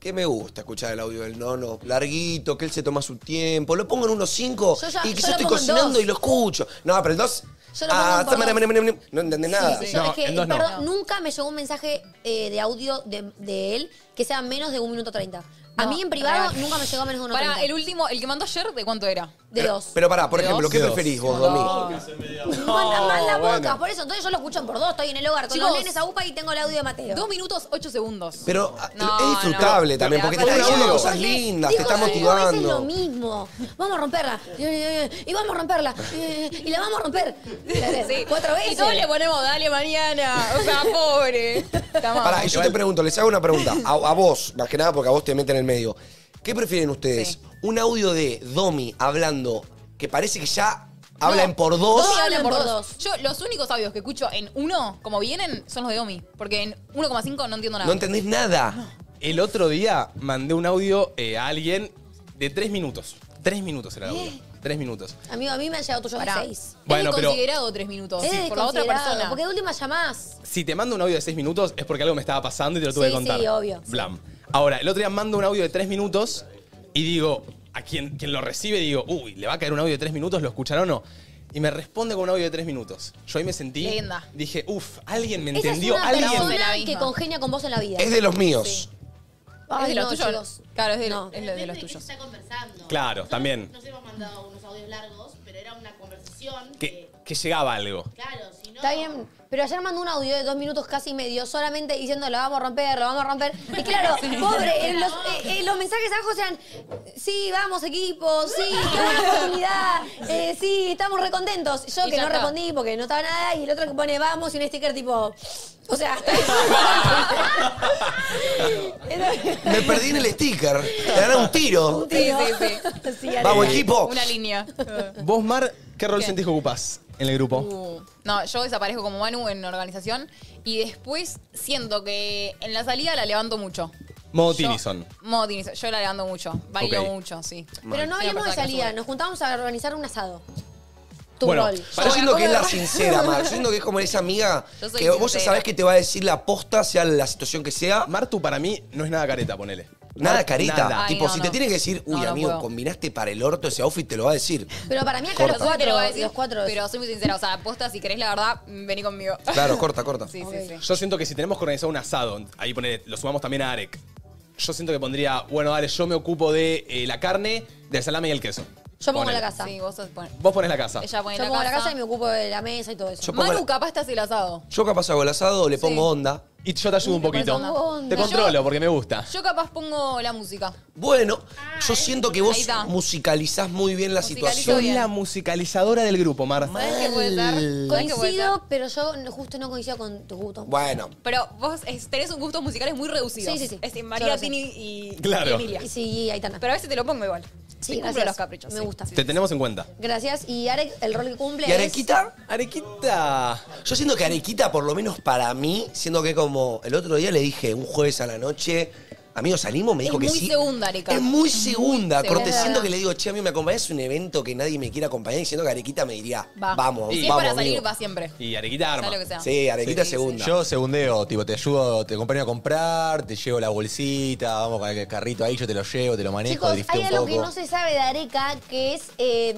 Speaker 3: que me gusta escuchar el audio del nono, larguito, que él se toma su tiempo. Lo pongo en unos cinco
Speaker 8: Yo ya-
Speaker 3: y que yo,
Speaker 8: yo lo
Speaker 3: estoy
Speaker 8: pongo en
Speaker 3: cocinando
Speaker 8: dos.
Speaker 3: y lo escucho. No, pero el dos... ah,
Speaker 8: Yo lo pongo en
Speaker 3: está- mira,
Speaker 8: dos.
Speaker 3: mira, mira, mira. no entendés nada.
Speaker 8: Sí, sí, yo- es que, eh, perdón, nunca me llegó un mensaje eh, de audio de, de él que sea menos de un minuto 30. A mí en privado
Speaker 2: real.
Speaker 8: nunca me llegó menos de 1
Speaker 2: Para, el último, el que mandó ayer, ¿de cuánto era? Oh,
Speaker 8: De
Speaker 3: Pero-
Speaker 8: dos.
Speaker 3: Pero pará, por
Speaker 2: ¿De
Speaker 3: ejemplo,
Speaker 2: dos?
Speaker 3: ¿qué
Speaker 2: De
Speaker 3: preferís
Speaker 2: dos.
Speaker 3: vos, Domi?
Speaker 8: Manda, manda
Speaker 3: bueno.
Speaker 8: podcast, por eso. Entonces yo lo escucho por dos, estoy en el hogar con los
Speaker 2: Chicos,
Speaker 8: nenes a UPA y tengo el audio de Mateo.
Speaker 2: Dos minutos, ocho segundos.
Speaker 3: Pero ah,
Speaker 2: No,
Speaker 3: es disfrutable
Speaker 2: no.
Speaker 3: también, porque te
Speaker 2: Pero
Speaker 3: está
Speaker 2: un
Speaker 3: diciendo
Speaker 2: audio.
Speaker 3: cosas
Speaker 2: Porque
Speaker 3: lindas, te
Speaker 8: Dijo
Speaker 3: está
Speaker 8: cinco veces
Speaker 3: motivando.
Speaker 8: lo mismo. Vamos a romperla. Eh, eh, Y vamos a romperla. Eh, Y la vamos a romper.
Speaker 2: Sí.
Speaker 8: Cuatro veces.
Speaker 2: Y todos le ponemos, dale mañana. O sea, pobre. Está mal.
Speaker 3: Pará, y yo te pregunto, les hago una pregunta. A, a vos, más que nada porque a vos te meten en el medio. ¿Qué prefieren ustedes? ¿Un audio de Domi hablando que parece que ya habla en por dos?
Speaker 2: Domi habla por dos. Yo, los únicos audios que escucho en uno, como vienen, son los de Domi. Porque en 1,5 no entiendo nada.
Speaker 1: No entendés nada. El otro día mandé un audio eh, a alguien de tres minutos. Tres minutos era el audio.
Speaker 8: ¿Eh?
Speaker 1: Tres minutos.
Speaker 8: Amigo, a mí me han llegado tuyos de seis.
Speaker 1: Bueno, pero-
Speaker 2: considerado tres minutos.
Speaker 8: Es
Speaker 2: sí, por la otra
Speaker 8: desconsiderado,
Speaker 2: persona.
Speaker 8: Porque de última llamás.
Speaker 1: Si te mando un audio de seis minutos es porque algo me estaba pasando y te lo tuve
Speaker 8: Sí,
Speaker 1: que contar.
Speaker 8: sí, obvio.
Speaker 1: Blam. Ahora, el otro día mando un audio de tres minutos y digo, a quien, quien lo recibe, digo, uy, le va a caer un audio de tres minutos, ¿lo escuchará o no? Y me responde con un audio de tres minutos. Yo ahí me sentí.
Speaker 8: Leyenda.
Speaker 1: Dije, uff, alguien me
Speaker 8: Esa
Speaker 1: entendió.
Speaker 8: es una
Speaker 1: alguien.
Speaker 8: persona que congenia con vos en la vida.
Speaker 1: Es de los míos.
Speaker 8: Sí.
Speaker 2: ¿Es de
Speaker 8: Ay,
Speaker 2: los
Speaker 8: no,
Speaker 2: tuyos?
Speaker 8: chicos.
Speaker 2: Claro, es de, es de los tuyos.
Speaker 6: Está conversando.
Speaker 1: Claro, también.
Speaker 6: Nos hemos mandado unos audios largos, pero era una conversación.
Speaker 1: Que, que llegaba algo.
Speaker 6: Claro, si no.
Speaker 8: Está bien, pero ayer mandó un audio de dos minutos casi medio, solamente diciendo lo vamos a romper, lo vamos a romper. Y claro, pobre, en los, eh, eh, los mensajes abajo sean, sí, vamos equipo, sí, qué buena oportunidad, eh, sí, estamos recontentos. Yo
Speaker 2: Y
Speaker 8: que
Speaker 2: ya
Speaker 8: no
Speaker 2: está.
Speaker 8: respondí porque no estaba nada, y el otro que pone vamos y un sticker tipo, o sea, hasta
Speaker 3: Me perdí en el sticker. Te dan un tiro.
Speaker 2: Sí, sí, sí.
Speaker 3: Vamos, equipo.
Speaker 2: Una línea.
Speaker 8: Eh.
Speaker 1: Vos, Mar, ¿qué rol sentís que ocupás en el grupo?
Speaker 2: Uh, No, yo desaparezco como Manu en organización y después siento que en la salida la levanto mucho.
Speaker 1: Modo Tinison.
Speaker 2: Modo tinizo, yo la levanto mucho, bailo
Speaker 1: Ok.
Speaker 2: mucho, sí.
Speaker 8: Pero no
Speaker 2: Soy una
Speaker 8: hablemos de
Speaker 2: persona que
Speaker 8: salida,
Speaker 2: sube.
Speaker 8: nos juntamos a organizar un asado. Tu
Speaker 3: bueno,
Speaker 8: rol.
Speaker 3: Yo siento que es la sincera, Mar. Yo siento que es como esa amiga
Speaker 8: Yo soy
Speaker 3: que vos ya
Speaker 8: sincera.
Speaker 3: sabés que te va a decir la posta, sea la situación que sea.
Speaker 1: Martu, para mí, no es nada careta, ponele.
Speaker 3: Nada careta.
Speaker 1: Nada. Ay,
Speaker 3: Tipo,
Speaker 1: no,
Speaker 3: si
Speaker 1: no.
Speaker 3: te tiene que decir, uy,
Speaker 1: No, no
Speaker 3: amigo,
Speaker 1: puedo.
Speaker 3: combinaste para el orto ese outfit, te lo va a decir.
Speaker 8: Pero para mí acá
Speaker 3: Corta.
Speaker 8: los cuatro, eh,
Speaker 2: Te lo voy a decir,
Speaker 8: los cuatro.
Speaker 2: Pero soy muy sincera, o sea, aposta, si querés la verdad, vení conmigo.
Speaker 3: Claro, corta, corta.
Speaker 2: Sí, sí, sí.
Speaker 1: Yo siento que si tenemos que organizar un asado, ahí ponele, lo sumamos también a Arek. Yo siento que pondría, bueno, dale, yo me ocupo de eh, la carne, del salame y el queso.
Speaker 8: Yo pongo
Speaker 1: Ponele.
Speaker 8: la casa.
Speaker 2: Sí, vos sos- pon-
Speaker 1: Vos pones la casa.
Speaker 2: Ella pone
Speaker 8: Yo
Speaker 2: la
Speaker 8: pongo
Speaker 2: casa.
Speaker 8: la casa y me ocupo de la mesa y todo eso.
Speaker 3: Ah. Yo pongo
Speaker 2: Manu
Speaker 3: la-
Speaker 2: capaz te hace el asado.
Speaker 3: Yo capaz hago el asado, le pongo onda.
Speaker 1: Y yo te ayudo un
Speaker 2: poquito. pones onda.
Speaker 1: Te
Speaker 2: Y yo-
Speaker 1: controlo porque me gusta.
Speaker 2: Yo capaz pongo la música.
Speaker 3: Bueno, yo siento que vos
Speaker 2: Ahí está.
Speaker 3: musicalizás muy bien la
Speaker 2: Musicalizo
Speaker 3: situación.
Speaker 2: bien.
Speaker 1: La musicalizadora del grupo, Mar.
Speaker 2: ¿Sabés qué puede ser? ¿Sabés qué puede ser?
Speaker 8: Coincido, pero yo no- justo no coincido con tu gusto.
Speaker 3: Bueno.
Speaker 2: Pero vos es- tenés un gustos musicales muy reducidos.
Speaker 8: Sí, sí, sí.
Speaker 2: Es en
Speaker 8: Yo
Speaker 2: María
Speaker 8: lo sé.
Speaker 2: Tini y,
Speaker 1: Claro.
Speaker 2: y Emilia.
Speaker 8: Y sí, y Aitana.
Speaker 2: Pero a veces te lo pongo igual. Sí,
Speaker 8: Sí,
Speaker 2: cumplo
Speaker 8: gracias.
Speaker 2: los caprichos.
Speaker 8: Me gusta.
Speaker 1: Te tenemos en cuenta.
Speaker 8: Gracias. Y Arek, el rol que cumple
Speaker 3: ¿Y
Speaker 8: es-
Speaker 3: Arequita? Arequita. Yo siento que Arequita, por lo menos para mí, siento que como el otro día le dije un jueves a la noche, amigo, salimos, me dijo
Speaker 2: es
Speaker 3: que
Speaker 2: muy
Speaker 3: sí.
Speaker 2: segunda, Areca.
Speaker 3: Es muy segunda, corte.
Speaker 2: segunda.
Speaker 3: Siento que le digo, che, a mí me acompañás a un evento que nadie me quiera acompañar y siento que Arequita me diría,
Speaker 2: Va.
Speaker 3: vamos,
Speaker 2: Y si es
Speaker 3: vamos.
Speaker 2: para salir,
Speaker 3: amigo.
Speaker 2: va siempre.
Speaker 1: Y Arequita
Speaker 2: arma. Sea lo que sea.
Speaker 3: Sí, Arequita segunda.
Speaker 4: Yo segundeo, tipo, te ayudo, te acompaño a comprar, te llevo la bolsita, vamos con el carrito ahí, yo te lo llevo, te lo manejo,
Speaker 8: Chicos,
Speaker 4: drifteo
Speaker 8: hay
Speaker 4: un
Speaker 8: algo
Speaker 4: poco.
Speaker 8: que no se sabe de Areca, que es eh,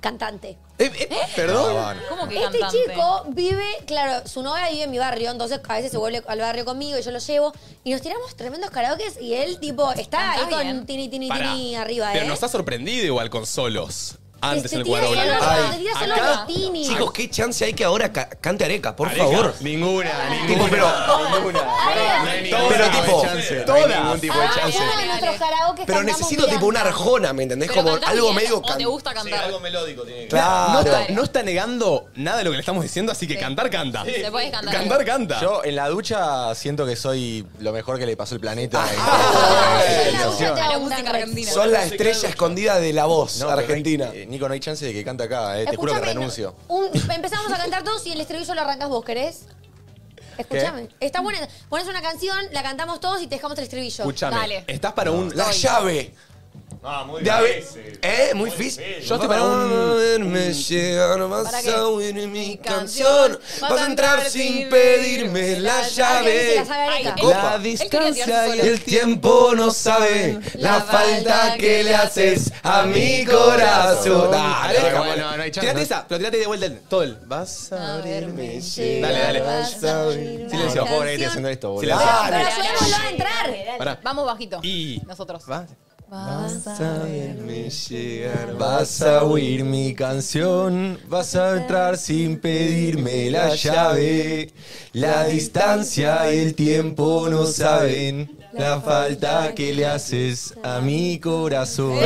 Speaker 8: cantante.
Speaker 3: Eh,
Speaker 4: ¿Eh? ¿Perdón? No, bueno.
Speaker 2: ¿Cómo que
Speaker 8: este
Speaker 2: cantante?
Speaker 8: chico vive, claro, su novia vive en mi barrio, entonces a veces se vuelve al barrio conmigo y yo lo llevo. Y nos tiramos tremendos karaokes y él, tipo, está ahí
Speaker 2: Canta
Speaker 8: con
Speaker 2: bien.
Speaker 8: tini, tini,
Speaker 1: Pará,
Speaker 8: tini arriba,
Speaker 1: pero
Speaker 8: ¿eh? Este
Speaker 1: nos ha sorprendido igual con solos. Antes
Speaker 8: Te
Speaker 1: en el
Speaker 8: tira
Speaker 1: cuadro
Speaker 8: solo-
Speaker 1: volador.
Speaker 8: te tira solo
Speaker 3: acá-
Speaker 8: los tini.
Speaker 3: Chicos, ¿qué chance hay que ahora ca- cante Areca? Por
Speaker 4: Areca,
Speaker 3: favor.
Speaker 4: Ninguna, ninguna.
Speaker 3: Tipo, pero, pero tipo,
Speaker 4: ningún tipo de
Speaker 8: Ah,
Speaker 4: chance.
Speaker 8: todos nuestros karaokes
Speaker 3: Pero
Speaker 8: cantamos
Speaker 3: necesito tipo una arjona, ¿me entendés?
Speaker 2: Pero
Speaker 3: Como
Speaker 2: cantás
Speaker 3: algo
Speaker 2: bien
Speaker 3: medio
Speaker 2: o te
Speaker 3: can-
Speaker 2: gusta cantar.
Speaker 4: algo melódico tiene
Speaker 3: Claro.
Speaker 1: No está, no está negando nada de lo que le estamos diciendo, así que cantar canta.
Speaker 2: Sí. Te podés cantar.
Speaker 1: Cantar canta.
Speaker 4: Yo en la ducha siento que soy lo mejor que le pasó el planeta.
Speaker 8: en la ducha te
Speaker 2: A la
Speaker 8: hago un
Speaker 2: música
Speaker 8: gran rex.
Speaker 2: argentina.
Speaker 3: Son la estrella escondida de la voz
Speaker 4: No, pero no hay-
Speaker 3: argentina.
Speaker 4: eh, Nico, no hay chance de que cante acá, eh, te juro que
Speaker 8: Escuchame,
Speaker 4: renuncio.
Speaker 8: Un- empezamos a cantar todos y el estribillo lo arrancas vos, ¿querés? Escúchame. Está buena. Pones una canción, la cantamos todos y te dejamos el estribillo.
Speaker 1: Escúchame,
Speaker 8: Dale.
Speaker 1: estás para un.
Speaker 3: La llave.
Speaker 4: Ah, muy
Speaker 3: De ave- ¿Eh? Muy físico. Yo
Speaker 1: estoy para un-
Speaker 3: Me llegaron más
Speaker 2: ¿Para qué?
Speaker 3: a oír mi canción. Vas a entrar sin pedirme la llave.
Speaker 8: Ay,
Speaker 2: Ay,
Speaker 3: Copa.
Speaker 2: él- él quería tirarse solo.
Speaker 3: el tiempo no sabe la falta que le haces a mi corazón.
Speaker 1: Ah,
Speaker 3: Dale,
Speaker 1: Areca,
Speaker 3: Areca,
Speaker 1: bueno,
Speaker 3: bueno.
Speaker 1: no hay chance. Tirate esa, pero tirate de vuelta el. Todo el. Vas a abrirme. Dale, dale.
Speaker 8: vas a abrir la
Speaker 1: Silencio.
Speaker 8: canción.
Speaker 4: Pobre que te haciendo esto, boludo.
Speaker 1: Silencio.
Speaker 3: Dale.
Speaker 8: Pero ayudémoslo a entrar.
Speaker 1: Pará.
Speaker 2: Vamos bajito.
Speaker 1: Y.
Speaker 2: Nosotros.
Speaker 1: Va.
Speaker 8: Vas a-
Speaker 4: Vas a oír mi canción, vas a entrar sin pedirme la llave. La distancia y el tiempo no saben la falta que le haces a mi corazón.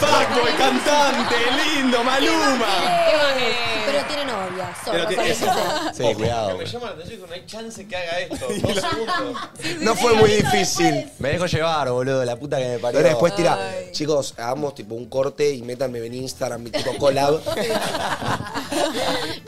Speaker 1: Paco, el cantante, lindo, Maluma.
Speaker 2: ¿Qué más querés?
Speaker 8: Pero tiene novia. Solo,
Speaker 1: Pero tiene-
Speaker 8: parece ser.
Speaker 4: Sí, cuidado.
Speaker 16: Me llama la atención que no hay chance que haga esto. Dos segundos.
Speaker 3: No fue muy difícil.
Speaker 4: Me dejo llevar, boludo, la puta que me parió.
Speaker 3: Pero después tira, chicos, hagamos tipo un corte y métanme en Instagram, tipo collab.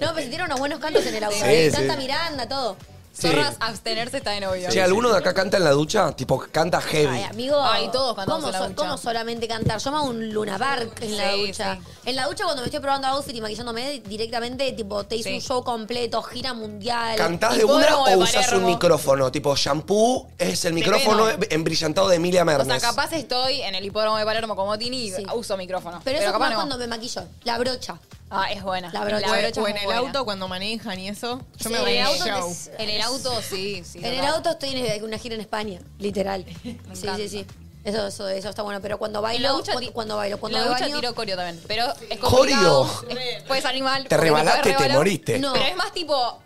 Speaker 8: No, pero se tiene unos buenos cantos en el auto.
Speaker 3: Sí,
Speaker 8: ¿eh?
Speaker 3: sí.
Speaker 8: Canta Miranda, todo.
Speaker 2: Zorras, abstenerse está de novio.
Speaker 3: Che, ¿alguno de acá canta en la ducha? Tipo, canta
Speaker 8: Ay,
Speaker 3: heavy.
Speaker 8: Eh, amigo.
Speaker 2: Ay, todos cantamos
Speaker 8: ¿cómo,
Speaker 2: en la
Speaker 8: so-
Speaker 2: ducha.
Speaker 8: cómo solamente cantar? Yo me hago un Luna Park en la
Speaker 2: Sí,
Speaker 8: ducha.
Speaker 2: sí.
Speaker 8: En la ducha, cuando me estoy probando outfit y maquillándome, directamente, tipo, te hice
Speaker 2: Sí.
Speaker 8: un show completo, gira mundial.
Speaker 3: ¿Cantás
Speaker 2: Y
Speaker 3: de una
Speaker 2: Palermo de
Speaker 3: o usás un
Speaker 2: Palermo.
Speaker 3: micrófono? Tipo, shampoo es el micrófono
Speaker 2: Depende.
Speaker 3: embrillantado de Emilia
Speaker 2: O sea,
Speaker 3: Mernes.
Speaker 2: capaz estoy en el hipódromo de Palermo como Tini y
Speaker 8: Sí.
Speaker 2: uso micrófono.
Speaker 8: Pero eso es
Speaker 2: capaz
Speaker 8: más
Speaker 2: no.
Speaker 8: cuando me maquillo. La brocha.
Speaker 2: Ah, es buena.
Speaker 8: La brocha.
Speaker 2: es
Speaker 12: O en
Speaker 2: muy
Speaker 12: el
Speaker 2: buena.
Speaker 12: auto cuando manejan y eso. Yo me
Speaker 8: Sí,
Speaker 12: voy
Speaker 8: en el
Speaker 12: a
Speaker 8: auto te-
Speaker 12: show.
Speaker 2: En el auto, sí, sí.
Speaker 8: En el
Speaker 2: verdad.
Speaker 8: auto estoy en una gira en España, literal. sí, sí, sí. Eso, eso, eso está bueno. Pero cuando
Speaker 2: En la
Speaker 8: bailo,
Speaker 2: ducha
Speaker 8: cuando,
Speaker 2: ti-
Speaker 8: cuando bailo, cuando
Speaker 2: en la ducha
Speaker 8: baño-
Speaker 2: tiro corio también. Pero es
Speaker 3: Corio.
Speaker 2: complicado. Es- Puedes animal.
Speaker 3: Te rebalaste, te moriste.
Speaker 8: No.
Speaker 2: Pero es más tipo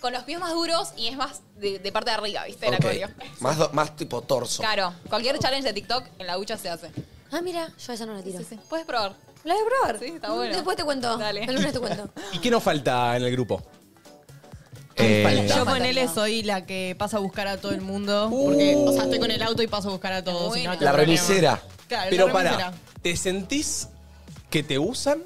Speaker 2: con los pies más duros y es más de, de parte de arriba, ¿viste? La
Speaker 3: Ok.
Speaker 2: corio.
Speaker 3: Más, do- más tipo torso.
Speaker 2: Claro, cualquier challenge de TikTok en la ducha se hace.
Speaker 8: Ah, mira, yo esa no la tiro.
Speaker 2: Sí, sí. Puedes probar.
Speaker 8: ¿La de probar?
Speaker 2: Sí, está bueno.
Speaker 8: Después te cuento.
Speaker 2: Dale.
Speaker 8: El lunes te cuento.
Speaker 1: ¿Y qué nos falta en el grupo?
Speaker 4: Eh,
Speaker 12: Yo con él soy la que pasa a buscar a todo el mundo. Uh. Porque, o sea, estoy con el auto y paso a buscar a todos. y no
Speaker 2: Buena.
Speaker 12: tengo
Speaker 3: La
Speaker 12: problema.
Speaker 3: remisera.
Speaker 12: Claro,
Speaker 1: Pero
Speaker 12: la
Speaker 1: para,
Speaker 12: remisera.
Speaker 1: ¿te sentís que te usan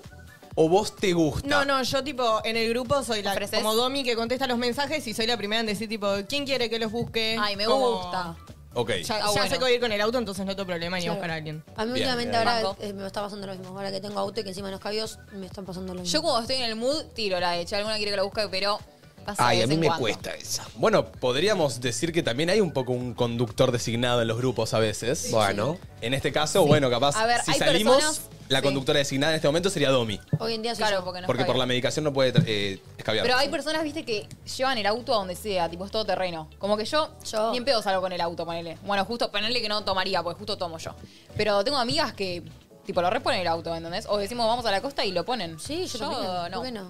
Speaker 1: o vos te gusta?
Speaker 12: No, no, yo tipo en el grupo soy la
Speaker 2: ¿Ofreces?
Speaker 12: como Domi que contesta los mensajes y soy la primera en decir tipo, ¿quién quiere que los busque?
Speaker 2: Ay, me
Speaker 12: Como-
Speaker 2: gusta.
Speaker 1: Ok.
Speaker 12: Ya,
Speaker 2: Está
Speaker 12: ya
Speaker 2: bueno.
Speaker 12: sé que voy a ir con el auto, entonces no tengo problema ni a
Speaker 8: Claro.
Speaker 12: buscar a alguien.
Speaker 8: A mí
Speaker 1: Bien,
Speaker 8: últimamente
Speaker 1: bien.
Speaker 8: ahora
Speaker 2: Banco.
Speaker 8: eh, me está pasando lo mismo. Ahora que tengo auto y que encima de los cabios me están pasando lo mismo.
Speaker 2: Yo cuando estoy en el mood tiro la de che, alguna quiere que la busque, pero pasa
Speaker 3: Ay,
Speaker 2: de
Speaker 3: a
Speaker 2: vez
Speaker 3: mí
Speaker 2: en
Speaker 3: me
Speaker 2: cuando.
Speaker 3: cuesta esa.
Speaker 1: Bueno, podríamos decir que también hay un poco un conductor designado en los grupos a veces.
Speaker 3: Bueno.
Speaker 1: En este caso, bueno, capaz,
Speaker 2: A ver,
Speaker 1: si
Speaker 2: hay
Speaker 1: salimos,
Speaker 2: personas-
Speaker 1: la
Speaker 2: sí.
Speaker 1: conductora designada en este momento sería Domi.
Speaker 8: Hoy en día soy
Speaker 2: Claro,
Speaker 8: yo.
Speaker 2: porque no
Speaker 1: Porque
Speaker 2: está
Speaker 1: por la
Speaker 2: bien.
Speaker 1: medicación no puede eh, escabiar.
Speaker 2: Pero hay personas, viste, que llevan el auto a donde sea, tipo es todo terreno. Como que yo,
Speaker 8: Yo.
Speaker 2: ni en pedo salgo con el auto, ponele. Bueno, justo, ponele que no tomaría, porque justo tomo yo. Pero tengo amigas que, tipo, lo reponen el auto, ¿entendés? O decimos, vamos a la costa y lo ponen.
Speaker 8: Sí, yo, también.
Speaker 2: no.
Speaker 8: ¿Por qué no?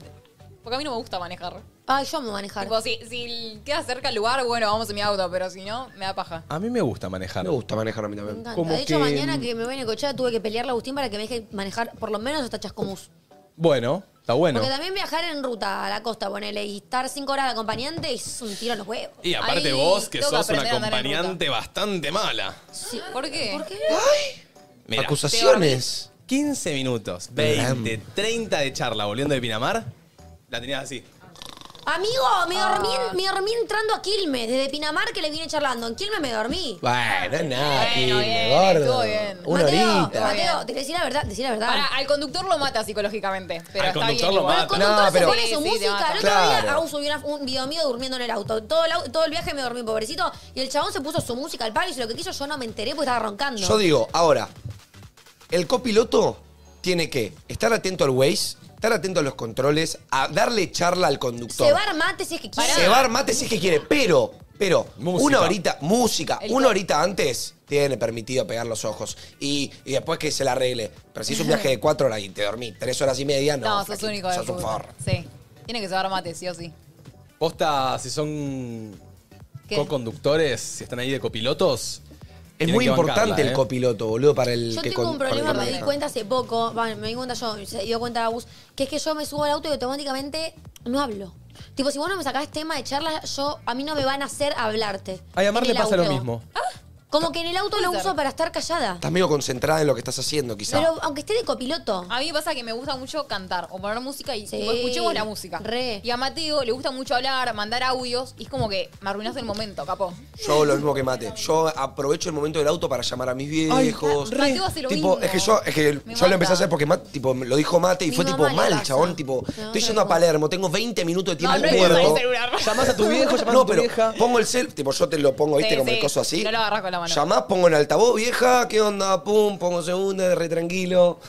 Speaker 2: Porque a mí no me gusta manejar.
Speaker 8: Ay, yo amo manejar.
Speaker 2: Tipo, si, si queda cerca el lugar, bueno, vamos en mi auto, pero si no, me da paja.
Speaker 1: A mí me gusta manejar.
Speaker 3: Me gusta manejar a mí
Speaker 8: Me
Speaker 3: también.
Speaker 8: encanta.
Speaker 1: Como
Speaker 8: de hecho,
Speaker 1: que-
Speaker 8: mañana que me voy en el cochera tuve que pelearle a Agustín para que me deje manejar por lo menos hasta Chascomús.
Speaker 1: Bueno, está bueno.
Speaker 8: Porque también viajar en ruta a la costa, ponele, y estar cinco horas de acompañante es un tiro en los huevos.
Speaker 1: Y aparte
Speaker 8: Ahí
Speaker 1: vos, que
Speaker 8: tengo
Speaker 1: sos una
Speaker 8: aprender a andar en
Speaker 1: acompañante bastante mala.
Speaker 8: Sí.
Speaker 2: ¿Por qué?
Speaker 8: ¿Por qué?
Speaker 1: Mirá.
Speaker 3: Acusaciones.
Speaker 1: 15 minutos, 20, 30 de charla volviendo de Pinamar. La tenías así.
Speaker 8: Amigo, me dormí,
Speaker 2: Ah.
Speaker 8: me dormí entrando a Quilmes, desde Pinamar que le vine charlando. En Quilmes me dormí.
Speaker 3: Bueno, nada, aquí,
Speaker 2: bien, estuvo
Speaker 3: gordo.
Speaker 2: bien.
Speaker 3: Una horita.
Speaker 8: Mateo, te decí la verdad, decí la verdad.
Speaker 2: Para, al conductor lo mata psicológicamente. Pero
Speaker 3: Al
Speaker 2: está
Speaker 3: conductor
Speaker 2: bien
Speaker 3: lo
Speaker 2: igual.
Speaker 3: mata. El conductor No,
Speaker 8: Se
Speaker 3: pero-
Speaker 8: pone su
Speaker 2: Sí, sí, te
Speaker 8: música.
Speaker 2: mata.
Speaker 8: El otro
Speaker 3: Claro.
Speaker 8: día Agus subió una- un video mío durmiendo en el auto. Todo el, au- todo el viaje me dormí, pobrecito. Y el chabón se puso su música al palo y lo que quiso yo no me enteré porque estaba roncando.
Speaker 3: Yo digo, ahora, el copiloto tiene que estar atento al Waze, estar atento a los controles, a darle charla al conductor.
Speaker 8: Se va a armar si es que quiere.
Speaker 3: Cebar mate si es que quiere, pero, pero, una horita, música,
Speaker 8: El
Speaker 3: una
Speaker 8: co-
Speaker 3: horita antes tiene permitido pegar los ojos. Y, y después que se la arregle. Pero si es un viaje de cuatro horas y te dormí tres horas y media, no.
Speaker 2: No, sos
Speaker 3: flaquito,
Speaker 2: único de
Speaker 3: sos un
Speaker 2: puta.
Speaker 3: forro.
Speaker 2: Sí. Tiene que llevar mate, sí o sí.
Speaker 1: Posta, si son
Speaker 2: ¿Qué?
Speaker 1: co-conductores, si están ahí de copilotos.
Speaker 3: Es
Speaker 1: tienen
Speaker 3: muy
Speaker 1: que
Speaker 3: importante
Speaker 1: bancarla,
Speaker 3: el
Speaker 1: ¿eh?
Speaker 3: copiloto, boludo, para el
Speaker 8: Yo
Speaker 3: que
Speaker 8: tengo
Speaker 3: con-
Speaker 8: un
Speaker 3: para el
Speaker 8: problema,
Speaker 3: que
Speaker 8: me di
Speaker 3: maneja.
Speaker 8: cuenta hace poco, va, me di cuenta yo, se dio cuenta Agus, que es que yo me subo al auto y automáticamente no hablo. Tipo, si vos no me sacás tema de charla, yo, a mí no me van a hacer hablarte.
Speaker 1: Ay, a Mar le
Speaker 8: En el
Speaker 1: pasa lo
Speaker 8: auto. ¿Ah?
Speaker 1: mismo.
Speaker 8: Como que en el auto lo uso para estar callada.
Speaker 3: Estás medio concentrada en lo que estás haciendo, quizás.
Speaker 8: Pero aunque esté de copiloto.
Speaker 2: A mí me pasa que me gusta mucho cantar o poner música y
Speaker 8: Sí.
Speaker 2: tipo, escuchemos la música. Y a Mateo le gusta mucho hablar, mandar audios y es como que me arruinaste el momento, capo.
Speaker 3: Yo hago lo mismo que mate. Yo aprovecho el momento del auto para llamar a mis viejos.
Speaker 2: re. Mateo hace lo
Speaker 3: tipo,
Speaker 2: mismo.
Speaker 3: es que yo, es que
Speaker 2: Me
Speaker 3: yo
Speaker 2: mata.
Speaker 3: lo empecé a hacer porque Mate, tipo, me lo dijo Mate y
Speaker 2: Mi
Speaker 3: fue
Speaker 2: mamá
Speaker 3: tipo
Speaker 2: le
Speaker 3: mal,
Speaker 2: pasa.
Speaker 3: chabón. Tipo, estoy yendo a Palermo, tengo 20 minutos de tiempo
Speaker 2: No, no le
Speaker 3: muerto.
Speaker 2: usa el celular.
Speaker 1: Llamás a tu viejo, llamás
Speaker 3: no,
Speaker 1: a tu
Speaker 3: pero
Speaker 1: vieja.
Speaker 3: Pongo el cel, tipo, yo te lo pongo, viste,
Speaker 2: Sí,
Speaker 3: como el
Speaker 2: sí.
Speaker 3: coso así.
Speaker 2: No lo agarrás con la mano.
Speaker 3: Llamás, pongo en altavoz, vieja, ¿qué onda? Pum, pongo segunda, re tranquilo.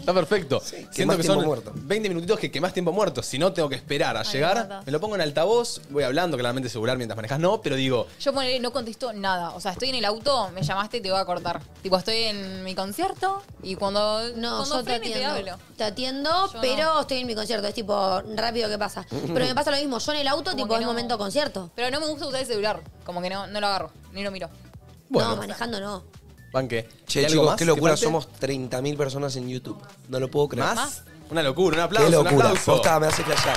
Speaker 1: Está perfecto.
Speaker 3: quemás
Speaker 1: Siento que
Speaker 3: tiempo
Speaker 1: son
Speaker 3: muerto.
Speaker 1: 20 minutitos que más tiempo muerto. Si no, tengo que esperar a
Speaker 2: me
Speaker 1: llegar.
Speaker 2: matás.
Speaker 1: Me lo pongo en altavoz, voy hablando, claramente celular mientras manejas. No, pero digo,
Speaker 2: Yo ponele, no contesto nada. O sea, estoy en el auto, me llamaste y te voy a cortar. Tipo, estoy en mi concierto y cuando,
Speaker 8: No,
Speaker 2: cuando
Speaker 8: yo te
Speaker 2: frene te
Speaker 8: atiendo.
Speaker 2: hablo.
Speaker 8: Te atiendo,
Speaker 2: Yo
Speaker 8: pero
Speaker 2: no.
Speaker 8: estoy en mi concierto. Es tipo, rápido que pasa. Pero me pasa lo mismo. Yo en el auto, tipo,
Speaker 2: que
Speaker 8: es
Speaker 2: no.
Speaker 8: momento concierto.
Speaker 2: Pero no me gusta usar el celular. Como que no, no lo agarro, ni lo miro.
Speaker 1: Bueno.
Speaker 8: No, manejando no.
Speaker 1: banque. ¿Hay
Speaker 3: Che,
Speaker 1: algo
Speaker 3: chicos,
Speaker 1: más
Speaker 3: qué
Speaker 1: que
Speaker 3: locura,
Speaker 1: falte?
Speaker 3: somos 30.000 personas en YouTube. No lo puedo creer.
Speaker 1: ¿Más? Una locura, un aplauso.
Speaker 3: Qué
Speaker 1: Un
Speaker 3: locura.
Speaker 1: aplauso.
Speaker 3: Posta, me hace flashear.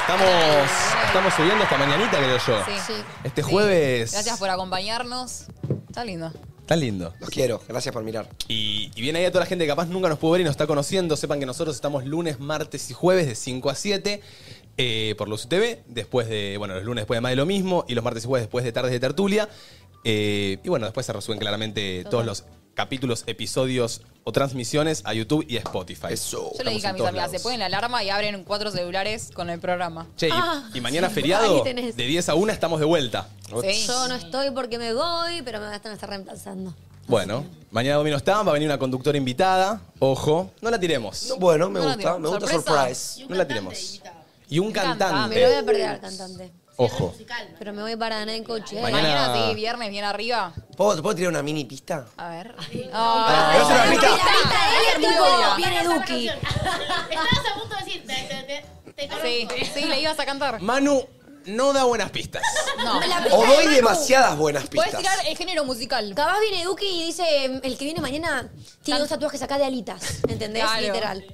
Speaker 1: Estamos, estamos subiendo hasta mañanita, creo yo.
Speaker 2: Sí. Sí.
Speaker 1: Este
Speaker 2: Sí.
Speaker 1: jueves.
Speaker 2: Gracias por acompañarnos. Está lindo.
Speaker 1: Está lindo.
Speaker 3: Los quiero, gracias por mirar.
Speaker 1: Y, y viene ahí a toda la gente que capaz nunca nos pudo ver y nos está conociendo. Sepan que nosotros estamos lunes, martes y jueves de 5 a 7 eh, por Luz TV. Después de, bueno, los lunes después de más de lo mismo y los martes y jueves después de tardes de tertulia. Eh, y bueno, después se resuelven claramente todos los capítulos, episodios o transmisiones a YouTube y a Spotify. Eso.
Speaker 3: Oh,
Speaker 2: Yo le dije a mis amigas, se ponen la alarma y abren cuatro celulares con el programa.
Speaker 1: Che, y,
Speaker 8: Ah,
Speaker 1: y mañana
Speaker 8: sí, ahí
Speaker 1: feriado, de
Speaker 8: tenés.
Speaker 1: 10 a 1 estamos de vuelta.
Speaker 2: Sí.
Speaker 8: Yo no estoy porque me voy, pero me van a estar reemplazando.
Speaker 1: Bueno, mañana Domino está, va a venir una conductora invitada. Ojo, no la tiremos.
Speaker 3: No, bueno, me
Speaker 1: No la
Speaker 3: gusta,
Speaker 1: tiremos.
Speaker 3: me gusta
Speaker 1: Sorpresa.
Speaker 3: Surprise.
Speaker 1: No la tiremos. Y un cantante.
Speaker 8: Me lo voy a perder al cantante.
Speaker 1: Ojo.
Speaker 8: Pero me voy para nada en coche. ¿eh?
Speaker 1: Mañana- Mañana
Speaker 2: Sí, viernes, bien arriba.
Speaker 3: ¿Puedo, ¿Puedo tirar una mini pista?
Speaker 2: A ver.
Speaker 3: Ah, ¿es una pista?
Speaker 8: él es muy buena. Viene Duki.
Speaker 6: Ah, Estabas a punto de decir, te, te, te, te conozco.
Speaker 2: Sí, sí, le ibas a cantar.
Speaker 1: Manu no da buenas pistas.
Speaker 2: No. La pista
Speaker 3: O
Speaker 2: de
Speaker 3: doy
Speaker 2: Manu.
Speaker 3: demasiadas buenas
Speaker 2: Puedes
Speaker 3: pistas.
Speaker 2: tirar el género musical.
Speaker 8: Capaz viene Duki y dice, el que viene mañana tiene dos tatuajes acá de alitas. ¿Entendés?
Speaker 2: Claro.
Speaker 8: Literal.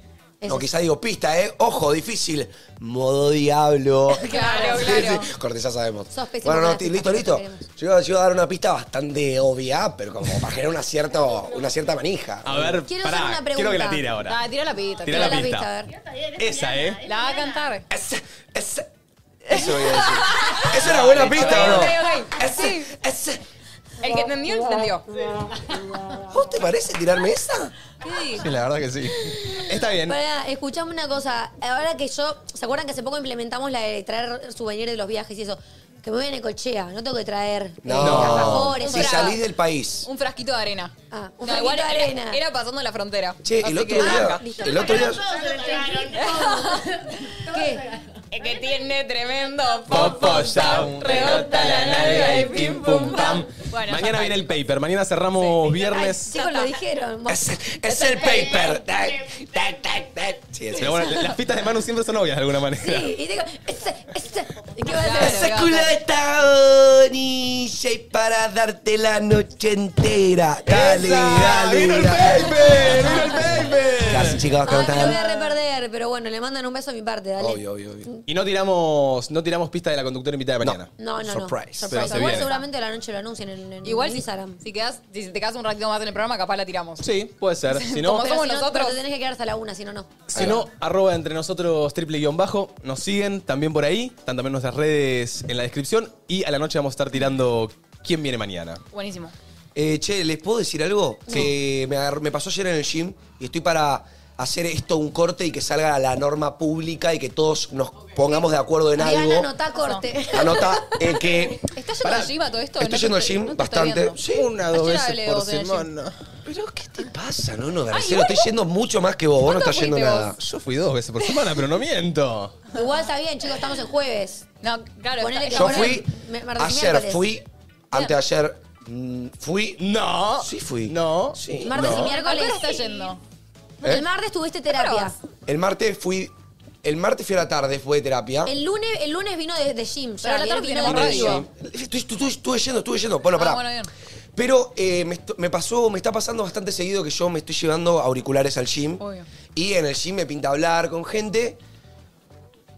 Speaker 3: No, quizá digo pista, ¿eh? Ojo, difícil. Modo diablo.
Speaker 8: Claro,
Speaker 3: Sí,
Speaker 8: claro.
Speaker 3: sí. Corte, ya sabemos.
Speaker 8: Sos pésimo
Speaker 3: Bueno,
Speaker 8: con
Speaker 3: no,
Speaker 8: las
Speaker 3: ti-
Speaker 8: pistas,
Speaker 3: listo,
Speaker 8: no
Speaker 3: listo.
Speaker 8: queremos.
Speaker 3: Yo, yo iba a dar una pista bastante obvia, pero como para generar una cierta, una cierta manija.
Speaker 4: Ah.
Speaker 1: A ver,
Speaker 2: Quiero
Speaker 1: pará,
Speaker 2: hacer una pregunta.
Speaker 1: quiero que la tire ahora.
Speaker 2: Ah, tira la pista.
Speaker 1: Tira la pista. Esa, ¿eh?
Speaker 2: La va a cantar.
Speaker 3: Eso voy a decir. ¿Es una buena pista o no?
Speaker 2: Ok, ok. Sí. El que entendió, entendió.
Speaker 3: ¿Vos te parece tirarme esa?
Speaker 2: Sí.
Speaker 4: la verdad que sí.
Speaker 1: Está bien.
Speaker 8: Pará, escuchame una cosa. Ahora que yo. ¿Se acuerdan que hace poco implementamos la de traer souvenirs de los viajes y eso? Que me voy en ecochea, no tengo que traer. eh,
Speaker 3: No.
Speaker 8: alfajores,
Speaker 3: si
Speaker 8: un
Speaker 3: salís del país.
Speaker 2: Un frasquito de arena.
Speaker 8: Ah, un
Speaker 2: No,
Speaker 8: frasquito
Speaker 2: igual
Speaker 8: de
Speaker 2: era-
Speaker 8: arena.
Speaker 2: Era pasando la frontera.
Speaker 3: Che,
Speaker 2: Así
Speaker 3: el otro
Speaker 2: que
Speaker 3: día.
Speaker 2: banca.
Speaker 3: El otro día.
Speaker 8: ¿Qué?
Speaker 2: Es que tiene tremendo
Speaker 1: Popo Sound, rebota la nalga y pim pum pam.
Speaker 2: Bueno,
Speaker 1: mañana viene el paper, mañana cerramos viernes.
Speaker 8: Chicos, pues lo dijeron.
Speaker 3: Es, es el paper. Sí, sí,
Speaker 1: Pero bueno,
Speaker 3: sí.
Speaker 1: las pistas de Manu siempre son obvias de alguna manera.
Speaker 8: Sí, y digo, ese, ese. ¿Qué va a hacer?
Speaker 3: Esa culata bonilla y para darte la noche entera. Dale, dale.
Speaker 5: ¡Vino el
Speaker 3: dale.
Speaker 5: paper! ¡Vino el paper!
Speaker 3: Casi, chicos, ¿cómo
Speaker 8: Ay, lo voy
Speaker 3: están?
Speaker 8: a reperder, pero bueno, le mandan un beso a mi parte, dale.
Speaker 1: Obvio, obvio, obvio. Y no tiramos, no tiramos pista de la conductora invitada de mañana.
Speaker 8: No, no,
Speaker 1: Surprise.
Speaker 8: no.
Speaker 1: Pero se
Speaker 8: Surprise. Igual
Speaker 1: viene.
Speaker 8: seguramente a la noche lo anuncian en, en
Speaker 2: Igual si-
Speaker 8: Instagram.
Speaker 2: Si, quedás, si te quedas un ratito más en el programa, capaz la tiramos.
Speaker 1: Sí, puede ser. Si no,
Speaker 8: Como somos nosotros.
Speaker 2: nosotros.
Speaker 8: Te tenés que quedar hasta la una, si no, no.
Speaker 1: Si no, arroba entre nosotros triple guión bajo. Nos siguen también por ahí. Están también nuestras redes en la descripción. Y a la noche vamos a estar tirando quién viene mañana.
Speaker 2: Buenísimo.
Speaker 3: Eh, che, ¿les puedo decir algo? Que me, agarró- me pasó ayer en el gym y estoy para hacer esto un corte y que salga a la norma pública y que todos nos pongamos de acuerdo en
Speaker 8: Diana,
Speaker 3: algo.
Speaker 8: anotá corte.
Speaker 3: Anota eh, que
Speaker 2: ¿Estás yendo al gym a todo esto?
Speaker 3: estoy
Speaker 2: No
Speaker 3: yendo al
Speaker 2: te-
Speaker 3: gym
Speaker 2: no te estoy
Speaker 3: bastante.
Speaker 2: viendo.
Speaker 3: Sí,
Speaker 1: una
Speaker 2: Ayer hablé vos en el gym.
Speaker 3: Pero ¿qué te pasa? No, no,
Speaker 8: Ay,
Speaker 3: Garcelo, estoy yendo mucho más que vos. Vos no
Speaker 8: ¿Cuánto
Speaker 3: estás yendo
Speaker 8: fuiste
Speaker 3: nada.
Speaker 8: vos?
Speaker 1: Yo fui dos veces por semana, pero no miento.
Speaker 8: Igual está bien, chicos, estamos en jueves.
Speaker 2: No, claro.
Speaker 3: Yo fui Ayer fui, anteayer mm, fui.
Speaker 1: No.
Speaker 3: Sí fui.
Speaker 1: No.
Speaker 3: Sí.
Speaker 8: Martes y
Speaker 3: No.
Speaker 8: miércoles.
Speaker 2: ¿A qué hora estás yendo?
Speaker 3: ¿Eh?
Speaker 8: El martes tuviste terapia.
Speaker 3: El martes fui. El martes fui a la tarde, fue de terapia.
Speaker 8: El lunes, el lunes vino de, de gym. Ya,
Speaker 2: Pero a la
Speaker 8: vino-
Speaker 2: tarde
Speaker 8: vino
Speaker 2: tenemos
Speaker 8: de
Speaker 2: radio.
Speaker 8: activo.
Speaker 3: Estoy- estoy- estoy- Estuve yendo, estuve yendo. Bueno, pará.
Speaker 2: Ah, bueno, bien.
Speaker 3: Pero eh, me, esto- me pasó, me está pasando bastante seguido que yo me estoy llevando auriculares al gym.
Speaker 2: Obvio.
Speaker 3: Y en el gym me pinta hablar con gente.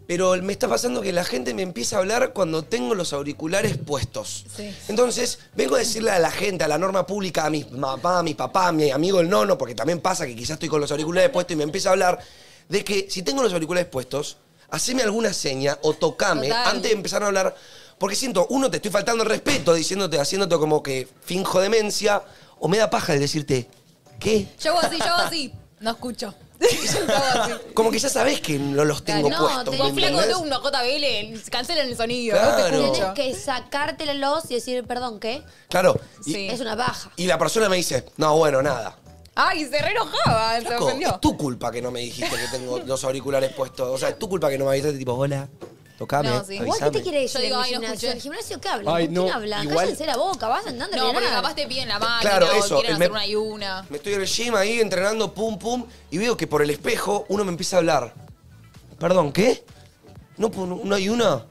Speaker 3: Pero me está pasando que la gente me empieza a hablar cuando tengo los auriculares puestos.
Speaker 2: Sí.
Speaker 3: Entonces, vengo a decirle a la gente, a la norma pública, a mi mamá, a mi papá, a mi amigo el nono, porque también pasa que quizás estoy con los auriculares puestos y me empieza a hablar, de que si tengo los auriculares puestos, haceme alguna seña o tocame
Speaker 5: Total.
Speaker 3: antes de empezar a hablar. Porque siento, uno, te estoy faltando el respeto diciéndote, haciéndote como que finjo demencia, o me da paja el decirte, ¿qué?
Speaker 2: Yo hago así, yo hago así. No escucho. Yo hago así.
Speaker 3: Como que ya sabés que no los tengo
Speaker 8: No,
Speaker 3: puestos.
Speaker 8: te
Speaker 3: ¿me
Speaker 2: Con flaco
Speaker 3: entendés?
Speaker 2: alumno, JBL, cancelen el sonido.
Speaker 3: Claro.
Speaker 2: No te
Speaker 8: Tienes
Speaker 2: escucho.
Speaker 8: que sacártelos y decir, perdón, ¿qué?
Speaker 3: Claro. Y,
Speaker 8: Es una baja.
Speaker 3: y la persona me dice, no, bueno, nada.
Speaker 2: Ay, se re enojaba, se
Speaker 3: Flaco,
Speaker 2: ofendió.
Speaker 3: es tu culpa que no me dijiste que tengo los auriculares puestos. O sea, es tu culpa que no me avisaste, tipo, hola, tocame,
Speaker 2: No, sí.
Speaker 8: Igual, ¿qué te
Speaker 3: avísame.
Speaker 8: quiere decir
Speaker 2: Yo digo,
Speaker 8: en el
Speaker 2: ay, no
Speaker 8: gimnasio?
Speaker 2: escuché.
Speaker 8: ¿En el gimnasio qué hablan?
Speaker 3: Ay,
Speaker 8: ¿Con
Speaker 3: no,
Speaker 8: quién hablan?
Speaker 3: igual-
Speaker 8: Cállense la boca, vas andando
Speaker 2: No, porque capaz te
Speaker 1: Eh,
Speaker 2: piden la mano,
Speaker 3: Claro, eso,
Speaker 2: quieren
Speaker 3: el
Speaker 2: hacer
Speaker 3: me-
Speaker 2: una y una.
Speaker 3: Me estoy en el gym ahí entrenando, pum, pum, y veo que por el espejo uno me empieza a hablar. Perdón, ¿qué? ¿No, pu- no, no hay una?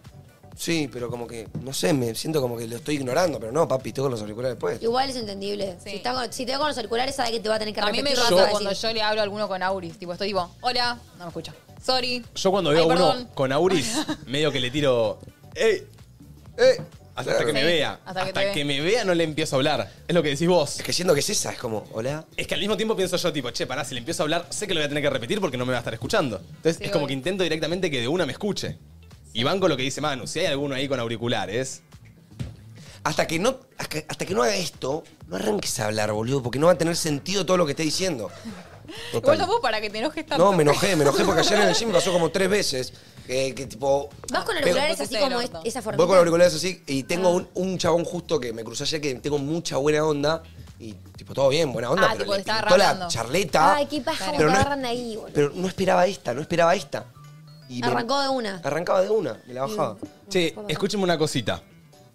Speaker 3: Sí, pero como que, no sé, me siento como que lo estoy ignorando, pero no, papi, tengo los auriculares puestos.
Speaker 8: Igual es entendible. Si, está con- si te veo con los auriculares, sabe que te va a tener que
Speaker 2: A mí me
Speaker 8: repetir
Speaker 2: pasa
Speaker 8: lo que vas a
Speaker 2: cuando
Speaker 8: decir.
Speaker 2: yo le hablo a alguno con Auris. Tipo, estoy tipo, hola, no me escucha. Sorry.
Speaker 1: Yo cuando veo
Speaker 2: Ay,
Speaker 1: a uno
Speaker 2: perdón.
Speaker 1: con auris, medio que le tiro. ¡Ey! ¡Ey!
Speaker 3: Eh,
Speaker 1: Hasta que me
Speaker 2: Sí,
Speaker 1: vea.
Speaker 2: hasta que
Speaker 1: Hasta,
Speaker 2: te
Speaker 1: que,
Speaker 2: ve.
Speaker 1: me vea no le empiezo a hablar. Es lo que decís vos. Es
Speaker 3: que siento que es esa, es como, hola.
Speaker 1: Es que al mismo tiempo pienso yo, tipo, che, pará, si le empiezo a hablar, sé que lo voy a tener que repetir porque no me va a estar escuchando. Entonces
Speaker 2: Sí,
Speaker 1: es como
Speaker 2: obvio.
Speaker 1: que intento directamente que de una me escuche. Y van con lo que dice Manu, si hay alguno ahí con auriculares.
Speaker 3: Hasta que no, hasta, hasta que no haga esto, no arranques a hablar, boludo, porque no va a tener sentido todo lo que esté diciendo.
Speaker 2: Igual
Speaker 3: Total.
Speaker 2: tampoco para que te enojes tanto.
Speaker 3: No, me enojé, me enojé porque ayer en el gym me pasó como tres veces. Que, que tipo.
Speaker 8: Vas con
Speaker 3: Pero-
Speaker 8: auriculares así
Speaker 2: Pusiste
Speaker 8: como
Speaker 2: el orto.
Speaker 8: es- esa forma.
Speaker 3: Voy con auriculares así y tengo
Speaker 2: Ah.
Speaker 3: un, un chabón justo que me cruzó ayer que tengo mucha buena onda y tipo todo bien, buena onda,
Speaker 8: Ah,
Speaker 3: pero
Speaker 8: tipo,
Speaker 3: le
Speaker 8: te estaba
Speaker 3: pintó la
Speaker 8: rablando.
Speaker 3: charleta.
Speaker 8: Ay, qué paja
Speaker 3: Pero
Speaker 8: pero
Speaker 3: no-
Speaker 8: agarran ahí, boludo.
Speaker 3: Pero no esperaba esta, no esperaba esta. Y me- Ah.
Speaker 8: Arrancó de una.
Speaker 3: Arrancaba de una, me la
Speaker 2: Mm.
Speaker 3: bajaba.
Speaker 1: Che, escúchenme una cosita.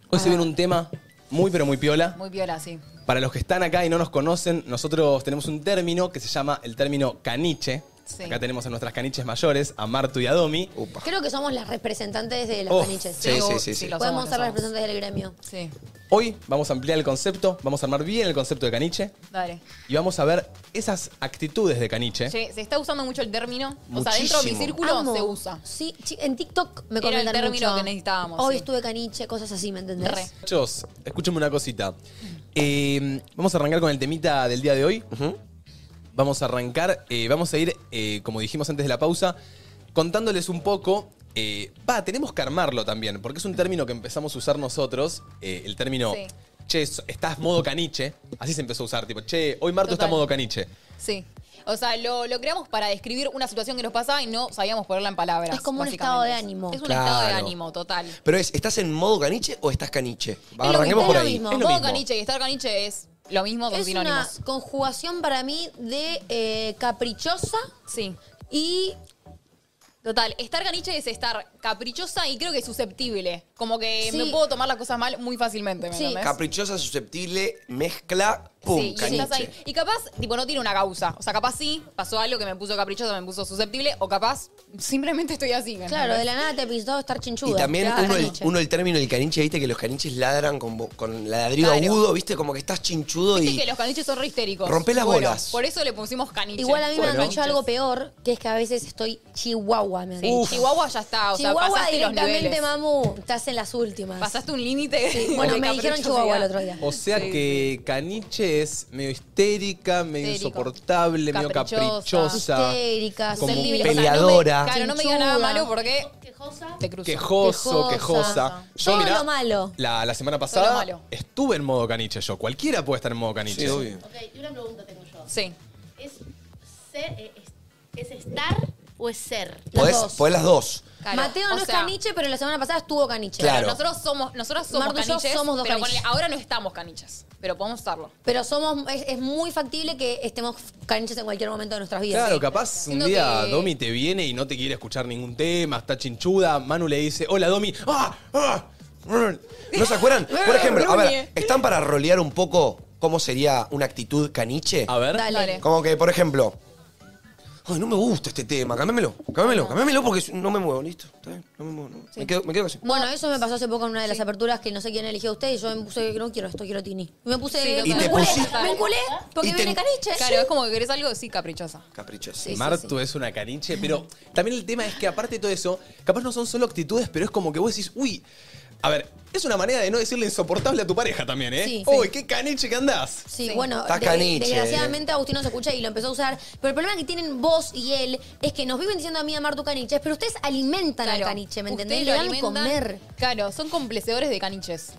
Speaker 1: Hoy se viene un tema muy pero muy piola.
Speaker 2: Muy piola, sí.
Speaker 1: Para los que están acá y no nos conocen, nosotros tenemos un término que se llama el término caniche.
Speaker 8: Sí.
Speaker 1: Acá tenemos a nuestras caniches mayores, a Martu y a Domi.
Speaker 8: Creo que somos las representantes de las
Speaker 1: Oh,
Speaker 8: caniches.
Speaker 1: sí, sí, sí, sí. Sí, lo somos,
Speaker 8: Podemos
Speaker 1: lo
Speaker 8: ser
Speaker 1: somos.
Speaker 8: las representantes del gremio.
Speaker 2: Sí.
Speaker 1: Hoy vamos a ampliar el concepto, vamos a armar bien el concepto de caniche
Speaker 2: Dale.
Speaker 1: y vamos a ver esas actitudes de caniche.
Speaker 2: Che, se está usando mucho el término. O sea, dentro de mi
Speaker 1: ¿Eh? Muchísimo.
Speaker 2: círculo
Speaker 8: Amo.
Speaker 2: se usa.
Speaker 8: Sí, chi- en TikTok me
Speaker 2: Era el
Speaker 8: comentan
Speaker 2: término
Speaker 8: mucho.
Speaker 2: que necesitábamos,
Speaker 8: Hoy
Speaker 2: sí.
Speaker 8: estuve caniche, cosas así, ¿me entendés?
Speaker 1: Muchachos, escúchenme una cosita. Eh, vamos a arrancar con el temita del día de hoy. Vamos a arrancar, eh, vamos a ir, eh, como dijimos antes de la pausa, contándoles un poco. eh, Va, tenemos que armarlo también, porque es un término que empezamos a usar nosotros, eh, el término,
Speaker 2: Sí.
Speaker 1: che, so- estás modo caniche. Así se empezó a usar, tipo, che, hoy Martu está
Speaker 2: Total.
Speaker 1: modo caniche.
Speaker 2: Sí. O sea, lo, lo creamos para describir una situación que nos pasaba y no sabíamos ponerla en palabras.
Speaker 8: Es como un
Speaker 2: básicamente.
Speaker 8: estado de ánimo.
Speaker 2: Es un
Speaker 3: Claro.
Speaker 2: estado de ánimo, total.
Speaker 3: Pero es, ¿estás en modo caniche o estás caniche?
Speaker 2: Es lo mismo,
Speaker 3: Arranquemos por
Speaker 2: es lo
Speaker 3: ahí.
Speaker 2: mismo.
Speaker 3: Es lo
Speaker 2: Modo
Speaker 3: mismo.
Speaker 2: caniche y estar caniche es lo mismo con
Speaker 8: Es una
Speaker 2: sinónimos.
Speaker 8: conjugación para mí de eh, caprichosa
Speaker 2: Sí.
Speaker 8: y
Speaker 2: Total, estar caniche es estar caprichosa y creo que susceptible. Como que
Speaker 8: Sí.
Speaker 2: me puedo tomar las cosas mal muy fácilmente, ¿me entendés?
Speaker 3: Caprichosa, susceptible, mezcla, Pum,
Speaker 2: sí, y estás
Speaker 3: caniche.
Speaker 2: ahí. Y capaz, tipo, no tiene una causa. O sea, capaz sí, pasó algo que me puso caprichoso, me puso susceptible, o capaz simplemente estoy así. ¿me
Speaker 8: Claro,
Speaker 2: entendés?
Speaker 8: de la nada te pisó estar
Speaker 3: Y
Speaker 8: chinchudo.
Speaker 3: también
Speaker 8: Claro.
Speaker 3: uno el, uno el término del caniche, viste que los caniches ladran con, vo- con ladrido
Speaker 2: Claro.
Speaker 3: agudo, viste como que estás chinchudo
Speaker 2: Viste
Speaker 3: y...
Speaker 2: que los caniches son re histéricos.
Speaker 3: Rompé las
Speaker 2: Bueno,
Speaker 3: bolas.
Speaker 2: Por eso le pusimos caniche.
Speaker 8: Igual a mí me
Speaker 2: Bueno.
Speaker 8: han dicho algo peor, que es que a veces estoy chihuahua. Me han
Speaker 2: Sí,
Speaker 8: dicho.
Speaker 2: Chihuahua ya está, o sea,
Speaker 8: Chihuahua
Speaker 2: pasaste los
Speaker 8: directamente,
Speaker 2: niveles.
Speaker 8: mamu, estás en las últimas.
Speaker 2: Pasaste un límite.
Speaker 8: Sí, bueno,
Speaker 2: de
Speaker 8: me dijeron
Speaker 2: caprichosidad.
Speaker 8: Chihuahua el otro día.
Speaker 1: O sea
Speaker 2: Sí,
Speaker 1: que Caniche es medio histérica, medio
Speaker 8: Histérico.
Speaker 1: insoportable, medio caprichosa.
Speaker 8: Histérica,
Speaker 1: como
Speaker 8: sensible.
Speaker 1: peleadora.
Speaker 2: Claro, no me diga nada
Speaker 8: Chinchuda.
Speaker 2: malo porque te cruzo.
Speaker 1: Quejoso, quejosa. Yo,
Speaker 8: Todo
Speaker 1: mirá,
Speaker 8: lo malo.
Speaker 1: La, la semana
Speaker 2: Todo
Speaker 1: pasada
Speaker 2: malo.
Speaker 1: estuve en modo caniche yo. Cualquiera puede estar en modo caniche.
Speaker 16: Sí, obvio.
Speaker 6: Ok, y una pregunta tengo yo.
Speaker 2: Sí.
Speaker 6: ¿Es, ser, eh, es, es estar o es ser?
Speaker 3: Podés, podés las dos.
Speaker 2: Claro,
Speaker 8: Mateo no
Speaker 2: o
Speaker 8: es
Speaker 2: sea-
Speaker 8: caniche, pero la semana pasada estuvo caniche.
Speaker 3: Claro.
Speaker 2: Nosotros somos, nosotros somos
Speaker 8: Martu y yo
Speaker 2: caniches,
Speaker 8: somos dos
Speaker 2: pero
Speaker 8: caniches.
Speaker 2: ponele, ahora no estamos caniches, pero podemos estarlo.
Speaker 8: Pero somos, es, es muy factible que estemos caniches en cualquier momento de nuestras vidas.
Speaker 1: Claro, capaz un
Speaker 8: Siento
Speaker 1: día
Speaker 8: que-
Speaker 1: Domi te viene y no te quiere escuchar ningún tema, está chinchuda. Manu le dice, hola Domi. ¡Ah! ¡Ah!
Speaker 3: mm. ¿No se acuerdan? Por ejemplo, a ver,
Speaker 1: Gruñe.
Speaker 3: ¿están para rolear un poco cómo sería una actitud caniche? A
Speaker 1: ver.
Speaker 8: Dale. Dale.
Speaker 3: Como que, por ejemplo... Ay, no me gusta este tema, cámbiamelo, cámbiamelo, cámbiamelo porque no me muevo, listo, está bien, no me muevo, no. me, quedo, me quedo así.
Speaker 8: Bueno, eso me pasó hace poco en una de las aperturas que no sé quién eligió usted y yo me puse, no quiero esto, quiero Tini. Y Me puse,
Speaker 2: Sí, total.
Speaker 8: me,
Speaker 2: Y te
Speaker 8: enculé,
Speaker 2: pusiste-
Speaker 8: me enculé porque
Speaker 2: Y te-
Speaker 8: viene caniche.
Speaker 2: Claro, es como que querés algo, sí, caprichosa.
Speaker 3: Caprichosa.
Speaker 8: Sí, sí,
Speaker 1: Martu es una caniche, pero también el tema es que aparte de todo eso, capaz no son solo actitudes, pero es como que vos decís, uy, a ver, es una manera de no decirle insoportable a tu pareja también, ¿eh?
Speaker 8: Sí.
Speaker 1: uy, qué caniche que andás.
Speaker 8: Sí, bueno,
Speaker 1: Estás
Speaker 8: de-
Speaker 1: caniche.
Speaker 8: desgraciadamente Agustín no se escucha y lo empezó a usar. Pero el problema que tienen vos y él es que nos viven diciendo a mí a Martu caniches, pero ustedes alimentan al caniche, ¿me entendés?
Speaker 2: Ustedes lo
Speaker 8: Le dan de
Speaker 2: alimentan.
Speaker 8: comer.
Speaker 2: Claro, son complacedores de caniches.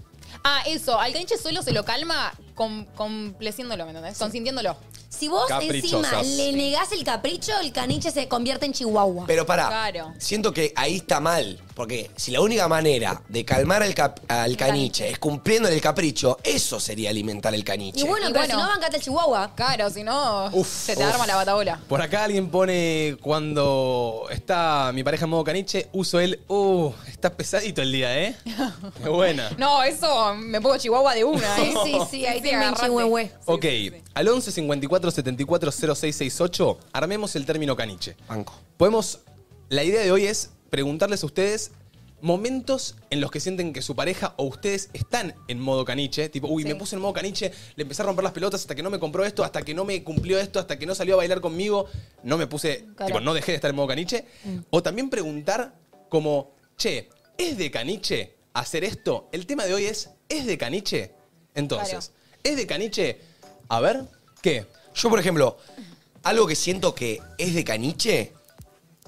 Speaker 2: Ah, eso, al caniche solo se lo calma com- complaciéndolo, ¿me entendés? Consintiéndolo.
Speaker 8: Si vos encima le negás el capricho, el caniche se convierte en chihuahua.
Speaker 3: Pero pará, siento que ahí está mal, porque si la única manera de calmar al, cap- al caniche es cumpliendo el capricho, eso sería alimentar el caniche.
Speaker 8: Y bueno, pero si no, bancate el chihuahua.
Speaker 2: Claro, si no, se te
Speaker 1: uf.
Speaker 2: arma la batabola.
Speaker 1: Por acá alguien pone cuando está mi pareja en modo caniche, uso el. Uh, está pesadito el día, ¿eh? Qué buena.
Speaker 2: No, eso me pongo chihuahua de una, ¿eh?
Speaker 8: Sí, sí, sí, ahí te enganché,
Speaker 2: agarrate.
Speaker 8: güey.
Speaker 1: ok, al 11 54 74 0668, armemos el término caniche.
Speaker 3: Banco.
Speaker 1: Podemos. La idea de hoy es preguntarles a ustedes momentos en los que sienten que su pareja o ustedes están en modo caniche. Tipo, uy, me puse en modo caniche, le empecé a romper las pelotas hasta que no me compró esto, hasta que no me cumplió esto, hasta que no salió a bailar conmigo. No me puse.
Speaker 2: Claro.
Speaker 1: Tipo, no dejé de estar en modo caniche.
Speaker 8: Mm.
Speaker 1: O también preguntar como, che, ¿es de caniche hacer esto? El tema de hoy es, ¿es de caniche? Entonces, ¿es de caniche? A ver, ¿qué?
Speaker 3: Yo, por ejemplo, algo que siento que es de caniche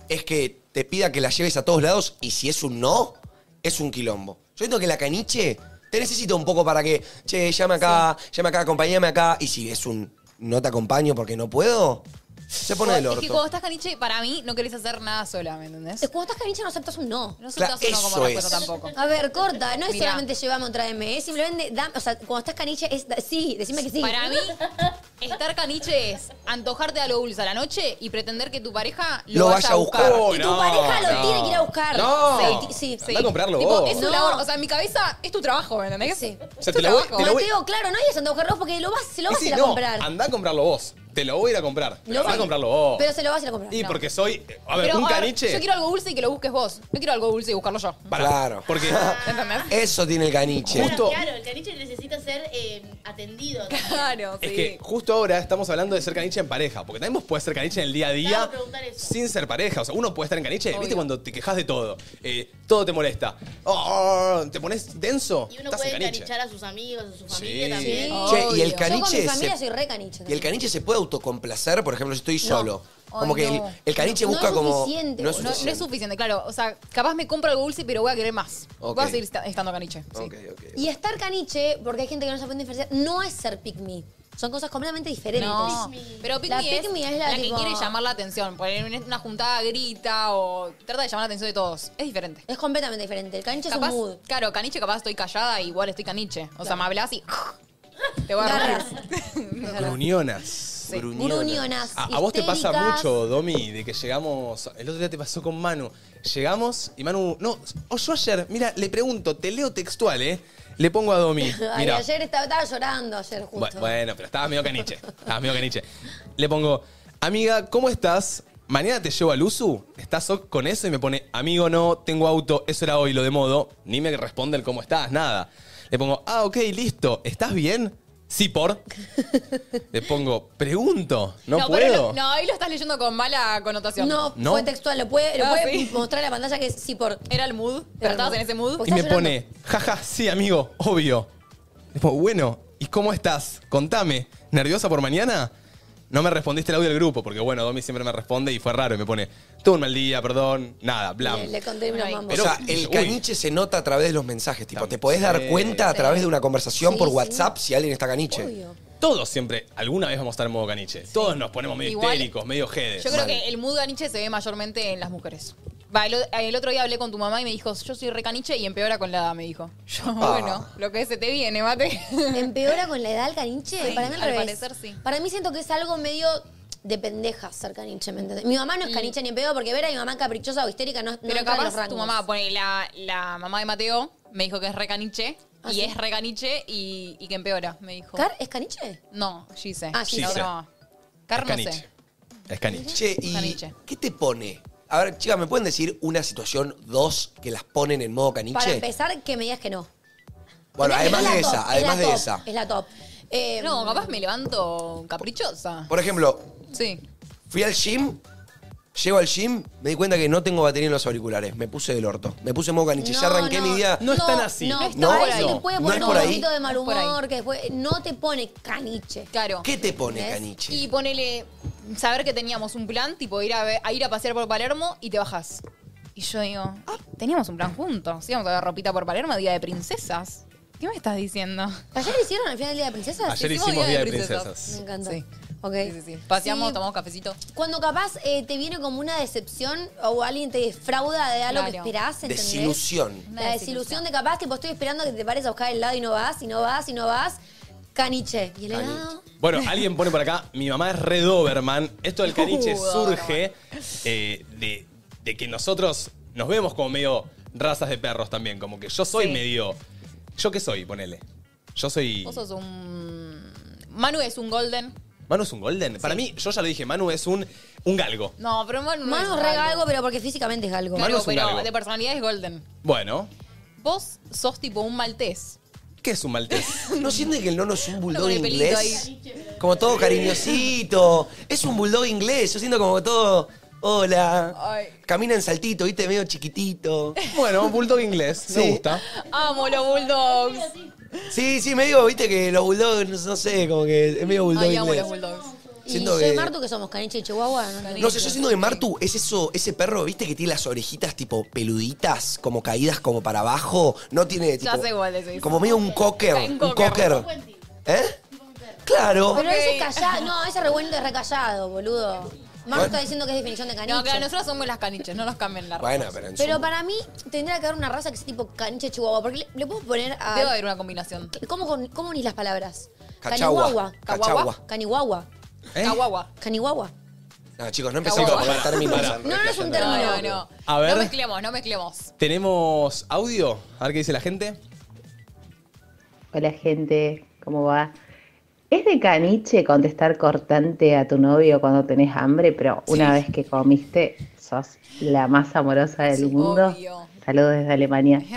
Speaker 3: es que te pida que la lleves a todos lados y si es un no, es un quilombo. Yo siento que la caniche te necesita un poco para que, che, llame acá, llame acá, acompáñame acá. Y si es un no te acompaño porque no puedo, se pone del
Speaker 2: es
Speaker 3: orto.
Speaker 2: que cuando estás caniche, para mí, no querés hacer nada sola, ¿me entendés?
Speaker 8: Cuando estás caniche no aceptas un no.
Speaker 2: No aceptas
Speaker 3: Claro,
Speaker 2: uno
Speaker 3: eso
Speaker 2: como respuesta
Speaker 3: es.
Speaker 2: tampoco.
Speaker 8: A ver, corta, no es
Speaker 2: Mirá.
Speaker 8: solamente llévame o tráeme, es simplemente, dame- o sea, cuando estás caniche es, da- sí, decime que sí.
Speaker 2: Para mí, estar caniche es antojarte algo dulce a la noche y pretender que tu pareja lo,
Speaker 3: Lo vaya a buscar.
Speaker 8: Y
Speaker 3: Uy,
Speaker 8: tu
Speaker 3: no,
Speaker 8: pareja lo
Speaker 3: no.
Speaker 8: tiene que ir a buscar.
Speaker 1: No.
Speaker 8: Sí, ti- sí.
Speaker 1: Andá a comprarlo
Speaker 2: Tipo,
Speaker 1: vos.
Speaker 2: es tu
Speaker 8: No.
Speaker 2: labor. O sea, en mi cabeza es tu trabajo, ¿me entendés? Sí.
Speaker 1: Oh. O sea, te la voy- te la voy-
Speaker 8: Mateo, claro, no digas anda a buscarlo porque lo vas, se lo
Speaker 1: Y
Speaker 8: vas
Speaker 1: sí,
Speaker 8: a ir a
Speaker 1: no,
Speaker 8: comprar.
Speaker 1: Andá a comprarlo vos. Te lo voy a ir a comprar. Pero
Speaker 8: Lo
Speaker 1: andá
Speaker 8: voy-
Speaker 1: a comprarlo vos.
Speaker 8: Pero se lo vas a ir a comprar.
Speaker 1: y
Speaker 8: No.
Speaker 1: porque soy. eh, A ver,
Speaker 2: Pero,
Speaker 1: un
Speaker 2: a ver,
Speaker 1: caniche.
Speaker 2: Yo quiero algo dulce y que lo busques vos. No quiero algo dulce y buscarlo yo.
Speaker 1: Pará,
Speaker 3: Claro.
Speaker 1: Porque
Speaker 3: eso tiene el caniche.
Speaker 6: Claro, claro, el caniche necesita ser eh, atendido.
Speaker 2: Claro,
Speaker 1: es que justo ahora estamos hablando de ser caniche en pareja. Porque también vos podés ser caniche en el día a
Speaker 6: Te hago
Speaker 1: día
Speaker 6: preguntar eso.
Speaker 1: sin ser pareja. O sea, uno puede estar en caniche. ¿Viste
Speaker 6: Obvio.
Speaker 1: cuando te quejas de todo? Eh, todo te molesta. Oh, oh, ¿Te pones denso?
Speaker 6: Y uno
Speaker 1: estás en
Speaker 6: puede
Speaker 1: caniche.
Speaker 6: canichar a sus amigos, a su familia
Speaker 3: Sí.
Speaker 6: también.
Speaker 3: Che, y el
Speaker 8: Yo con mi
Speaker 3: caniche
Speaker 8: familia
Speaker 3: se-
Speaker 8: soy re caniche.
Speaker 3: Y el caniche se puede autocomplacer, por ejemplo, si estoy
Speaker 2: No.
Speaker 3: solo.
Speaker 2: Ay,
Speaker 3: como que el-
Speaker 2: no.
Speaker 3: el, caniche busca como. No es
Speaker 2: No- no
Speaker 3: suficiente.
Speaker 2: es suficiente, claro. O sea, capaz me compro algo dulce, pero voy a querer más.
Speaker 3: Ok.
Speaker 2: Voy a seguir esta- estando caniche. sí.
Speaker 8: Y estar caniche, porque hay gente que no se aprende a diferenciar, no es ser pick me. Son cosas completamente diferentes.
Speaker 2: No, pero pick
Speaker 8: La
Speaker 2: me es,
Speaker 8: pick me es la,
Speaker 2: la, que
Speaker 8: tipo-
Speaker 2: quiere llamar la atención. Por ahí en una juntada grita o trata de llamar la atención de todos. Es diferente.
Speaker 8: Es completamente diferente. El caniche
Speaker 2: Capaz,
Speaker 8: es un mood.
Speaker 2: Claro, caniche capaz estoy callada, igual estoy caniche. O sea, me hablas y te voy a
Speaker 8: Garras.
Speaker 2: romper.
Speaker 1: Gruñonas. Gruñonas.
Speaker 8: Gruñonas,
Speaker 1: A, a vos te pasa
Speaker 8: histéricas.
Speaker 1: mucho, Domi, de que llegamos. El otro día te pasó con Manu. Llegamos y Manu. No, o yo ayer, mira, le pregunto, te leo textual, ¿eh? Le pongo a Domi.
Speaker 8: Ay,
Speaker 1: Mira.
Speaker 8: ayer estaba, estaba llorando, ayer
Speaker 1: Bu-
Speaker 8: justo.
Speaker 1: Bueno, pero estabas medio caniche. Estabas medio caniche. Le pongo, amiga, ¿cómo estás? Mañana te llevo al USU. ¿Estás ok con eso? Y me pone, amigo, no, tengo auto, eso era hoy, lo de modo. Ni me responde el cómo estás, nada. Le pongo, ah, ok, listo, ¿estás bien? Sí, por. Le pongo, pregunto, no,
Speaker 2: pero
Speaker 1: puedo.
Speaker 2: lo- no, ahí lo estás leyendo con mala connotación.
Speaker 8: No,
Speaker 1: ¿No?
Speaker 8: fue textual, lo puede, lo
Speaker 2: Ah,
Speaker 8: puede
Speaker 2: sí.
Speaker 8: mostrar en la pantalla que es sí por.
Speaker 2: Era el mood, pero estabas en ese mood.
Speaker 1: y me pone, jaja, sí, amigo, obvio. Le pongo, bueno, ¿y cómo estás? Contame, ¿nerviosa por mañana? No me respondiste el audio del grupo, porque bueno, Domi siempre me responde y fue raro. Y me pone, tuve un mal día, perdón, nada, blam.
Speaker 8: Le, le conté unos mambos.
Speaker 3: o sea, el caniche se nota a través de los mensajes, tipo, te podés dar
Speaker 1: Sí.
Speaker 3: cuenta a través de una conversación
Speaker 1: Sí,
Speaker 3: por
Speaker 1: sí.
Speaker 3: WhatsApp si alguien está caniche.
Speaker 1: Todos siempre, alguna vez vamos a estar en modo caniche. Todos nos ponemos medio
Speaker 2: Igual-
Speaker 1: histéricos, medio jedes.
Speaker 2: Yo creo que el mood ganiche se ve mayormente en las mujeres. Va, el, o- el otro día hablé con tu mamá y me dijo, yo soy recaniche y empeora con la edad, me dijo. Yo,
Speaker 1: Ah.
Speaker 2: bueno, lo que se te viene, mate.
Speaker 8: ¿Empeora con la edad el caniche?
Speaker 2: Sí,
Speaker 8: para mí al,
Speaker 2: al
Speaker 8: revés.
Speaker 2: parecer sí.
Speaker 8: Para mí siento que es algo medio de pendeja ser caniche, ¿me entendés? Mi mamá no es caniche ni en pedo porque ver a mi mamá caprichosa o histérica no, no
Speaker 2: Mm. Pero
Speaker 8: entra en los
Speaker 2: capaz tu
Speaker 8: rangos.
Speaker 2: mamá, pone la, la mamá de Mateo, me dijo que es recaniche.
Speaker 8: Ah,
Speaker 2: y
Speaker 8: ¿sí?
Speaker 2: es recaniche y, y que empeora, me dijo.
Speaker 8: ¿Car es caniche?
Speaker 2: No, Gise.
Speaker 8: Ah,
Speaker 3: Gise.
Speaker 2: La otra mamá. Car no sé.
Speaker 1: Es caniche.
Speaker 3: Che, ¿y qué te pone? A ver, chicas, ¿me pueden decir una situación, dos, que las ponen en modo caniche?
Speaker 8: Para empezar, que me digas que no.
Speaker 3: bueno,
Speaker 8: Es la-
Speaker 3: además
Speaker 8: es la
Speaker 3: de
Speaker 8: top,
Speaker 3: esa,
Speaker 8: es
Speaker 3: además
Speaker 8: la
Speaker 3: de
Speaker 8: top,
Speaker 3: esa.
Speaker 8: Es la top. Eh,
Speaker 2: No, capaz me levanto caprichosa.
Speaker 3: Por ejemplo,
Speaker 2: Sí.
Speaker 3: fui al gym, llego al gym, me di cuenta que no tengo batería en los auriculares, me puse del orto, me puse en modo caniche, ya
Speaker 8: No,
Speaker 3: arranqué
Speaker 8: no,
Speaker 3: mi día.
Speaker 8: No es tan no, así. no,
Speaker 3: No,
Speaker 8: es tan
Speaker 3: no,
Speaker 8: así, te puede
Speaker 3: no
Speaker 8: poner
Speaker 3: es
Speaker 8: un
Speaker 3: por ahí.
Speaker 8: poquito de mal
Speaker 2: No es por
Speaker 8: humor, que después no te pone caniche.
Speaker 2: Claro.
Speaker 3: ¿Qué te pone
Speaker 2: ¿Entendés?
Speaker 3: caniche?
Speaker 2: Y ponele, saber que teníamos un plan, tipo ir a, ve- a ir a pasear por Palermo y te bajás. Y yo digo, ah, teníamos un plan juntos. Íbamos a ver ropita por Palermo, día de princesas. ¿Qué me estás diciendo?
Speaker 8: ¿Ayer hicieron al final el Día de Princesas?
Speaker 1: Ayer hicimos Día de Princesas.
Speaker 8: Me encanta.
Speaker 2: Sí.
Speaker 8: Ok.
Speaker 2: Paseamos,
Speaker 8: Sí,
Speaker 2: tomamos cafecito.
Speaker 8: Cuando capaz eh, te viene como una decepción o alguien te defrauda de algo que
Speaker 2: Claro.
Speaker 8: esperás, ¿entendés?
Speaker 3: Desilusión.
Speaker 8: La desilusión de capaz, tipo, estoy esperando que te pares a buscar el helado y no vas, y no vas, y no vas. Caniche. Y "Ah, el helado...
Speaker 1: Bueno, alguien pone por acá, mi mamá es re Doberman. Esto del caniche
Speaker 8: Uh,
Speaker 1: surge eh, de, de que nosotros nos vemos como medio razas de perros también. Como que yo soy
Speaker 2: Sí.
Speaker 1: medio. ¿Yo qué soy? Ponele. Yo soy.
Speaker 2: Vos sos un. Manu es un golden.
Speaker 1: Manu es un golden. Para mí, yo ya lo dije, Manu es un, un galgo.
Speaker 2: No, pero Manu no
Speaker 8: Manu
Speaker 2: es
Speaker 8: rega
Speaker 2: galgo.
Speaker 8: algo, pero porque físicamente es algo.
Speaker 1: Manu
Speaker 2: Claro,
Speaker 1: es un
Speaker 2: pero
Speaker 1: galgo.
Speaker 2: de personalidad es golden.
Speaker 1: Bueno,
Speaker 2: Vos sos tipo un maltés.
Speaker 1: ¿qué es un maltés?
Speaker 3: ¿No siente que el nono es un
Speaker 2: Uno con
Speaker 3: bulldog
Speaker 2: el pelito
Speaker 3: inglés?
Speaker 2: ahí.
Speaker 3: Como todo cariñosito. Es un bulldog inglés, yo siento como todo. Hola.
Speaker 2: Ay.
Speaker 3: Camina en saltito, viste, medio chiquitito.
Speaker 1: Bueno, bulldog inglés, me gusta.
Speaker 2: Amo los bulldogs.
Speaker 3: Sí, sí, medio, viste que los bulldogs, no, no sé, como que es medio bulldog
Speaker 2: Ay, amo
Speaker 3: inglés.
Speaker 2: los bulldogs.
Speaker 8: Y
Speaker 3: Siento
Speaker 8: yo
Speaker 3: que-
Speaker 8: y Martu, que somos caniche y chihuahua. No,
Speaker 3: No sé, yo siento que Martu es eso, ese perro, viste, que tiene las orejitas tipo peluditas, como caídas como para abajo. No tiene tipo.
Speaker 2: Ya sé cuál decís.
Speaker 3: Como medio un cocker.
Speaker 2: Un
Speaker 3: Un
Speaker 2: cocker.
Speaker 3: cocker. ¿Eh? Claro.
Speaker 8: Pero ese es callado. No, ese revuelto es recallado, boludo. Martu está diciendo que es definición de caniche.
Speaker 2: No, claro, nosotros somos las caniches, no nos cambian la raza.
Speaker 3: Bueno, pero en
Speaker 8: Pero
Speaker 3: su-
Speaker 8: para mí tendría que haber una raza que sea tipo caniche chihuahua. Porque le, le puedo poner a.
Speaker 2: Debe haber una combinación.
Speaker 8: ¿Cómo, con- cómo unís las palabras?
Speaker 3: Cachagua.
Speaker 8: Canihuahua.
Speaker 3: Cachagua.
Speaker 8: Canihuahua.
Speaker 1: ¿Eh?
Speaker 2: Canihuahua.
Speaker 8: Canihuahua.
Speaker 3: No, Ah, chicos, no empecemos
Speaker 1: Cagua.
Speaker 3: con los términos.
Speaker 1: Para, para.
Speaker 8: No, no es un
Speaker 2: No,
Speaker 8: término.
Speaker 2: no, no.
Speaker 1: A ver.
Speaker 2: No mezclemos, no mezclemos.
Speaker 1: ¿Tenemos audio? A ver qué dice la gente.
Speaker 17: Hola gente, ¿cómo va? ¿Es de caniche contestar cortante a tu novio cuando tenés hambre, pero una vez que comiste sos la más amorosa del mundo? Saludos desde Alemania.
Speaker 8: Es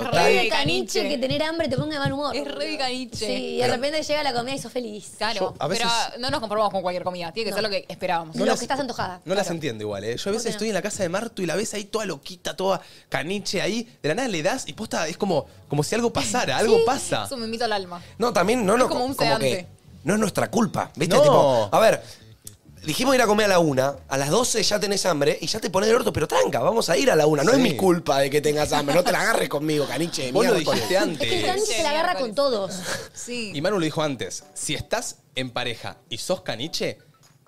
Speaker 8: de caniche que tener hambre te ponga de mal humor. Es
Speaker 2: re de caniche.
Speaker 8: Sí, y de repente llega la comida y sos feliz.
Speaker 2: Claro,
Speaker 1: a veces-
Speaker 2: pero ah, no nos conformamos con cualquier comida. Tiene que
Speaker 8: No.
Speaker 2: ser lo que esperábamos.
Speaker 1: No
Speaker 8: lo
Speaker 1: las-
Speaker 8: que estás antojada.
Speaker 1: No las entiendo igual, ¿eh? Yo a veces estoy en la casa de Martu y la ves ahí toda loquita, toda caniche ahí. De la nada le das y posta, es como, como si algo pasara, algo
Speaker 2: Sí,
Speaker 1: pasa.
Speaker 2: Eso me invita al alma.
Speaker 3: No, también no
Speaker 2: Es
Speaker 3: nos.
Speaker 2: como un
Speaker 3: que
Speaker 2: sedante.
Speaker 3: no es nuestra culpa. ¿Viste?
Speaker 1: No.
Speaker 3: Tipo, a ver, dijimos ir a comer a la una, a las 12 ya tenés hambre y ya te pones el orto, pero tranca, vamos a ir a la una. No
Speaker 1: Sí.
Speaker 3: es mi culpa de que tengas hambre, no te la agarres conmigo, caniche. de
Speaker 1: Vos lo
Speaker 3: mierda.
Speaker 1: dijiste
Speaker 8: Es que el
Speaker 1: antes.
Speaker 8: caniche se la agarra con todos.
Speaker 2: Sí.
Speaker 1: Y Manu lo dijo antes. Si estás en pareja y sos caniche,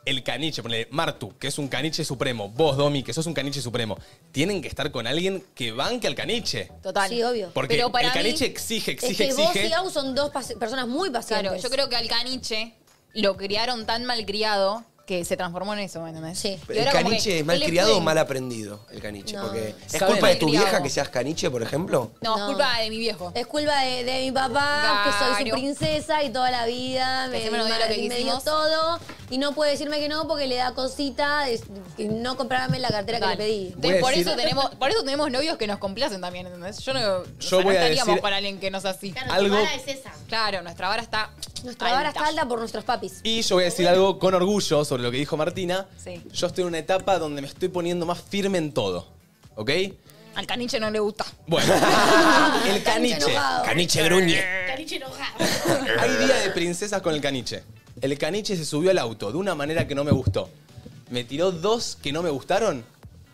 Speaker 1: el caniche, ponele Martu, que es un caniche supremo, vos, Domi, que sos un caniche supremo, tienen que estar con alguien que banque al caniche.
Speaker 2: Total.
Speaker 8: Sí, obvio.
Speaker 1: Porque
Speaker 2: Pero para
Speaker 1: el
Speaker 2: mí-
Speaker 1: caniche exige, exige,
Speaker 8: es que
Speaker 1: exige.
Speaker 8: vos y Agus son dos pas- personas muy pacientes.
Speaker 2: Claro, yo creo que al caniche lo criaron tan malcriado que se transformó en eso, ¿me entendés? Sí.
Speaker 3: Pero ¿El caniche es mal criado o mal aprendido? El caniche.
Speaker 2: No.
Speaker 3: Porque ¿Es
Speaker 2: Saben.
Speaker 3: culpa de tu
Speaker 2: Malcriado.
Speaker 3: vieja que seas caniche, por ejemplo?
Speaker 2: No, es culpa de mi viejo.
Speaker 8: Es culpa de, de mi papá, que soy su
Speaker 2: Claro.
Speaker 8: princesa y toda la vida me,
Speaker 2: siempre nos dio lo que
Speaker 8: me dio
Speaker 2: quisimos.
Speaker 8: todo. Y no puede decirme que no porque le da cosita de- de no comprarme la cartera que le pedí.
Speaker 2: Entonces, por, eso tenemos, por eso tenemos novios que nos complacen también, ¿entendés? Yo no,
Speaker 1: Yo
Speaker 2: o sea, no
Speaker 1: voy a
Speaker 2: estaríamos
Speaker 1: decir
Speaker 2: con alguien que no es así.
Speaker 1: Claro, tu Algo- vara es
Speaker 2: esa. Claro, nuestra vara está
Speaker 8: Nuestra vara está alta por nuestros papis.
Speaker 1: Y yo voy a decir algo con orgullo sobre lo que dijo Martina.
Speaker 2: Sí.
Speaker 1: Yo estoy en una etapa donde me estoy poniendo más firme en todo. ¿Ok?
Speaker 2: Al caniche no le gusta.
Speaker 1: Bueno. el
Speaker 2: Caniche
Speaker 1: caniche.
Speaker 2: enojado.
Speaker 1: Caniche gruñe.
Speaker 6: Caniche enojado.
Speaker 1: Hay día de princesas con el caniche. El caniche se subió al auto de una manera que no me gustó. Me tiró dos que no me gustaron.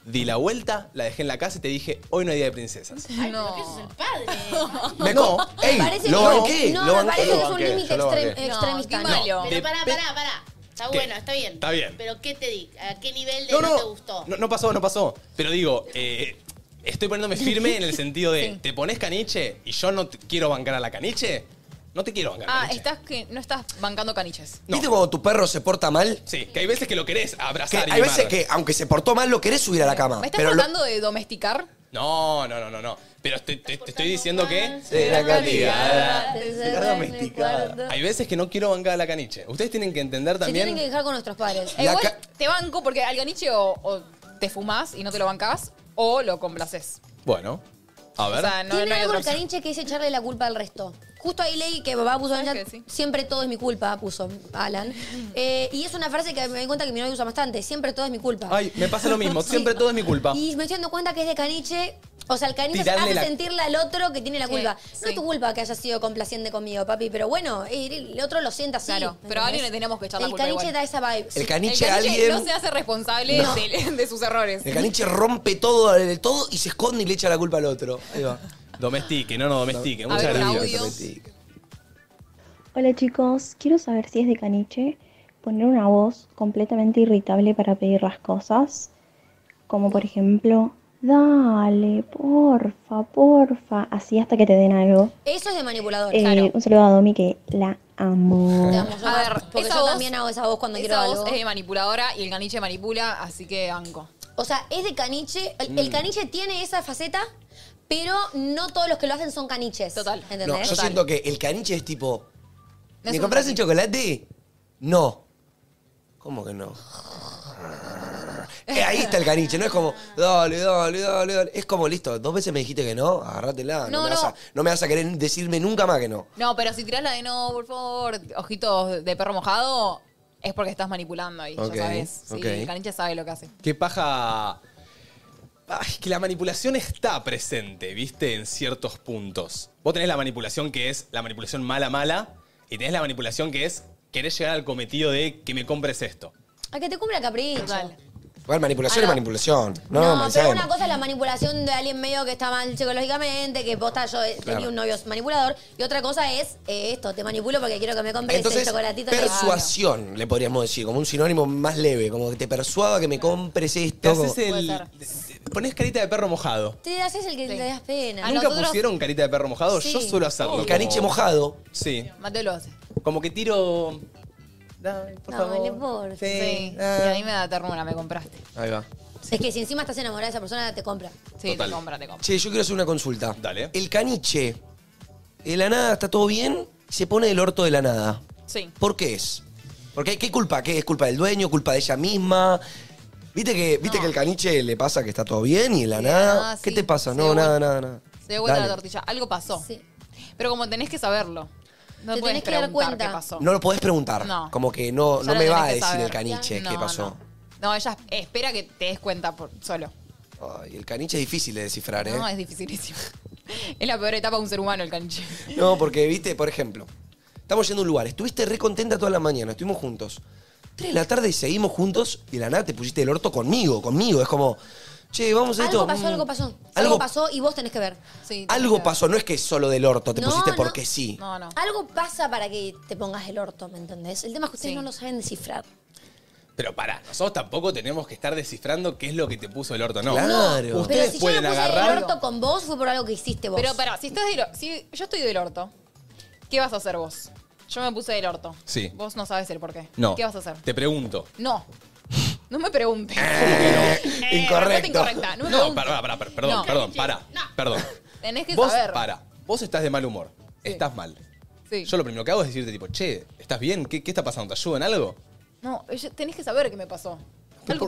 Speaker 1: Di la vuelta, la dejé en la casa y te dije, hoy no hay día de princesas.
Speaker 6: Ay, no. pero que sos el padre.
Speaker 1: Me No, co- me ey, parece lo que- banqué,
Speaker 6: No,
Speaker 1: no, lo me
Speaker 6: me
Speaker 1: banqué.
Speaker 6: parece que es
Speaker 1: Yo lo
Speaker 6: un
Speaker 1: banqué,
Speaker 6: límite
Speaker 1: límite yo lo extrem- banqué.
Speaker 6: extremista.
Speaker 1: extremista, No, no.
Speaker 6: Pero
Speaker 1: de-
Speaker 6: pará, pará, pará. Está
Speaker 1: ¿Qué?
Speaker 6: bueno, está bien.
Speaker 1: Está bien.
Speaker 6: Pero ¿qué te di? ¿A qué nivel de
Speaker 1: No,
Speaker 6: no,
Speaker 1: no.
Speaker 6: te gustó?
Speaker 1: No, no pasó, no pasó. Pero digo, eh, estoy poniéndome firme en el sentido de, ¿te pones caniche y yo no te quiero bancar a la caniche? No te quiero bancar.
Speaker 2: Ah, estás que no estás bancando caniches.
Speaker 3: ¿Viste cuando tu perro se porta mal?
Speaker 1: Sí, que hay veces que lo querés
Speaker 3: Que
Speaker 1: abrazar y
Speaker 3: hay
Speaker 1: mimar.
Speaker 3: veces que, aunque se portó mal, lo querés subir a la cama.
Speaker 2: ¿Me estás
Speaker 3: Pero lo-
Speaker 2: tratando de domesticar?
Speaker 1: No, no, no, no, no. Pero te, te- te estoy diciendo
Speaker 6: Ah,
Speaker 1: que...
Speaker 3: Será castigada.
Speaker 8: Será
Speaker 1: Ah, domesticada. Hay veces que no quiero bancar a la caniche. Ustedes tienen que entender
Speaker 8: Se
Speaker 1: también...
Speaker 8: tienen que dejar con nuestros padres.
Speaker 1: La
Speaker 2: Igual
Speaker 1: ca-
Speaker 2: te banco porque al caniche o, o te fumás y no te lo bancás o lo complaces.
Speaker 1: Bueno, a ver.
Speaker 2: O sea, no, no
Speaker 8: Tiene
Speaker 2: hay
Speaker 8: algo
Speaker 2: otra
Speaker 8: el
Speaker 2: opción.
Speaker 8: caniche que dice echarle la culpa al resto. Justo ahí leí que papá puso en el chat, siempre todo es mi culpa, puso Alan. Eh, y es una frase que me doy cuenta que mi novio usa bastante, siempre todo es mi culpa.
Speaker 1: Ay, me pasa lo mismo. Siempre todo es mi culpa.
Speaker 8: Y me estoy dando cuenta que es de caniche. O sea, el caniche
Speaker 1: Tirarle
Speaker 8: hace
Speaker 1: la-
Speaker 8: sentirle al otro que tiene la
Speaker 2: Sí,
Speaker 8: culpa. No
Speaker 2: sí.
Speaker 8: es tu culpa que haya sido complaciente conmigo, papi, pero bueno, el el otro lo sienta así.
Speaker 2: Claro,
Speaker 8: ¿me
Speaker 2: pero a alguien
Speaker 8: entendés?
Speaker 2: le tenemos que echar la
Speaker 8: El
Speaker 2: culpa
Speaker 8: caniche
Speaker 2: igual.
Speaker 8: da esa vibe.
Speaker 3: El
Speaker 8: sí.
Speaker 3: caniche a alguien...
Speaker 2: no se hace responsable
Speaker 3: No.
Speaker 2: de, de sus errores.
Speaker 3: El caniche rompe todo, el- todo y se esconde y le echa la culpa al otro. Ahí va.
Speaker 1: Domestique, no, no, domestique.
Speaker 3: A
Speaker 1: Muchas
Speaker 3: ver,
Speaker 1: gracias.
Speaker 3: audio.
Speaker 18: Hola chicos, quiero saber si es de caniche poner una voz completamente irritable para pedir las cosas, como por ejemplo, dale, porfa, porfa, así hasta que te den algo.
Speaker 8: Eso es de manipulador.
Speaker 18: Eh,
Speaker 8: claro.
Speaker 18: Un saludo a Domi que la amo.
Speaker 2: A ver,
Speaker 8: Porque
Speaker 2: esa
Speaker 8: yo
Speaker 2: voz-
Speaker 8: también hago esa voz cuando quiero
Speaker 2: Esa voz
Speaker 8: algo.
Speaker 2: es de manipuladora y el caniche manipula, así que banco.
Speaker 8: O sea, es de caniche. El, el
Speaker 2: Mm.
Speaker 8: caniche tiene esa faceta, pero no todos los que lo hacen son caniches. Total. ¿Entendés?
Speaker 3: No, yo siento que el caniche es tipo.
Speaker 8: No
Speaker 3: ¿Me
Speaker 8: es
Speaker 3: compras
Speaker 8: un
Speaker 3: un chocolate? No. ¿Cómo que no? Eh, ahí está el caniche, no es como, dale, dale, dale, dale. Es como, listo, dos veces me dijiste que no, agárratela. No,
Speaker 2: No,
Speaker 3: me, Vas a,
Speaker 2: no.
Speaker 3: no me vas a querer decirme nunca más que no.
Speaker 2: No, pero si tirás la de no, por favor, ojitos de perro mojado, es porque estás manipulando ahí,
Speaker 1: Ok,
Speaker 2: ya sabes. Sí,
Speaker 1: ok.
Speaker 2: el caniche sabe lo que hace.
Speaker 1: Qué paja. Ay, que la manipulación está presente, viste, en ciertos puntos. Vos tenés la manipulación que es la manipulación mala, mala, y tenés la manipulación que es querés llegar al cometido de que me compres esto.
Speaker 8: A que te cumple el capricho.
Speaker 3: Igual manipulación
Speaker 8: Ah,
Speaker 3: es
Speaker 8: no.
Speaker 3: manipulación. No,
Speaker 8: No,
Speaker 3: manipulación.
Speaker 8: pero una cosa es la manipulación de alguien medio que está mal psicológicamente, que posta yo eh, tenía
Speaker 3: Claro.
Speaker 8: un novio manipulador, y otra cosa es eh, esto, te manipulo porque quiero que me compres
Speaker 3: Entonces,
Speaker 8: el chocolatito. que-
Speaker 3: persuasión, le podríamos decir, como un sinónimo más leve, como que te persuada que me compres
Speaker 1: Te
Speaker 3: esto.
Speaker 1: haces
Speaker 3: como-
Speaker 1: el. te- te- Ponés carita de perro mojado.
Speaker 8: Te haces el que te das pena.
Speaker 2: Ah,
Speaker 1: ¿Nunca pusieron carita de perro mojado?
Speaker 8: Sí.
Speaker 1: Yo suelo hacerlo.
Speaker 3: El caniche mojado.
Speaker 1: Sí.
Speaker 2: Mateo lo hace.
Speaker 1: Como que tiro. Dame,
Speaker 8: por Dale, por
Speaker 2: Sí, y a mí me da ternura, me compraste.
Speaker 3: Ahí va.
Speaker 8: Es que si encima estás enamorada de esa persona, te compra.
Speaker 2: Sí,
Speaker 3: Total.
Speaker 2: te compra, te compra.
Speaker 3: Che, yo quiero hacer una consulta.
Speaker 1: Dale.
Speaker 3: El caniche, de la nada está todo bien, se pone el orto de la nada.
Speaker 2: Sí.
Speaker 3: ¿Por qué es? Porque ¿qué culpa? ¿Qué es culpa del dueño? ¿Culpa de ella misma? ¿Viste que, viste que el caniche le pasa que está todo bien y de la nada?
Speaker 2: nada,
Speaker 3: ¿Qué
Speaker 2: sí,
Speaker 3: te pasa?
Speaker 2: se
Speaker 3: No,
Speaker 2: dio
Speaker 3: nada, nada, nada.
Speaker 2: Se dio vuelta
Speaker 3: Dale.
Speaker 2: la tortilla. Algo pasó. Pero como tenés que saberlo. No
Speaker 8: Te
Speaker 2: puedes
Speaker 8: tenés que dar
Speaker 2: preguntar
Speaker 8: cuenta.
Speaker 2: qué pasó.
Speaker 3: No lo podés preguntar.
Speaker 2: No.
Speaker 3: Como que no,
Speaker 2: Ya
Speaker 3: no
Speaker 2: lo
Speaker 3: me
Speaker 2: tenés
Speaker 3: va a
Speaker 2: que
Speaker 3: decir
Speaker 2: saber.
Speaker 3: el caniche
Speaker 2: No,
Speaker 3: qué
Speaker 2: no.
Speaker 3: pasó.
Speaker 2: No, ella espera que te des cuenta por solo.
Speaker 3: Ay, el caniche es difícil de descifrar, ¿eh?
Speaker 2: No, es dificilísimo. Es la peor etapa de un ser humano el caniche.
Speaker 3: No, porque, viste, por ejemplo, estamos yendo a un lugar, estuviste re contenta toda la mañana, estuvimos juntos. Tres de la tarde seguimos juntos y de la nada te pusiste el orto conmigo, conmigo. Es como, che, vamos a esto.
Speaker 8: Algo pasó,
Speaker 3: mm,
Speaker 8: algo pasó. Algo,
Speaker 3: Algo-
Speaker 8: pasó y vos tenés que ver. Sí,
Speaker 3: Algo pasó, no es que es solo del orto, te
Speaker 8: No,
Speaker 3: pusiste
Speaker 8: no.
Speaker 3: porque sí.
Speaker 2: No, no.
Speaker 8: Algo pasa para que te pongas el orto, ¿me entendés? El tema es que ustedes
Speaker 2: Sí.
Speaker 8: no lo saben descifrar.
Speaker 1: Pero pará, nosotros tampoco tenemos que estar descifrando qué es lo que te puso el orto, no.
Speaker 3: Claro.
Speaker 1: Ustedes
Speaker 8: Pero si
Speaker 1: pueden
Speaker 8: yo me puse
Speaker 1: agarrar.
Speaker 8: el orto con vos fue por algo que hiciste vos.
Speaker 2: Pero pará, si estás del or- si yo estoy del orto, ¿qué vas a hacer vos? Yo me puse del orto.
Speaker 1: Sí.
Speaker 2: Vos no sabes el por qué.
Speaker 1: No.
Speaker 2: ¿Qué vas a hacer?
Speaker 1: Te pregunto.
Speaker 2: No. No me preguntes. Eh, respuesta
Speaker 1: Incorrecto.
Speaker 2: incorrecta. No me
Speaker 1: No,
Speaker 2: preguntes.
Speaker 1: pará, pará, pará, perdón,
Speaker 2: No.
Speaker 1: perdón, pará. Perdón.
Speaker 2: Tenés que
Speaker 1: Vos,
Speaker 2: saber.
Speaker 1: para, vos estás de mal humor. Estás mal.
Speaker 2: Sí.
Speaker 1: Yo lo primero que hago es decirte, tipo, che, ¿estás bien? ¿Qué, qué está pasando? ¿Te ayudo en algo?
Speaker 2: No, yo- tenés que saber qué me pasó. Algo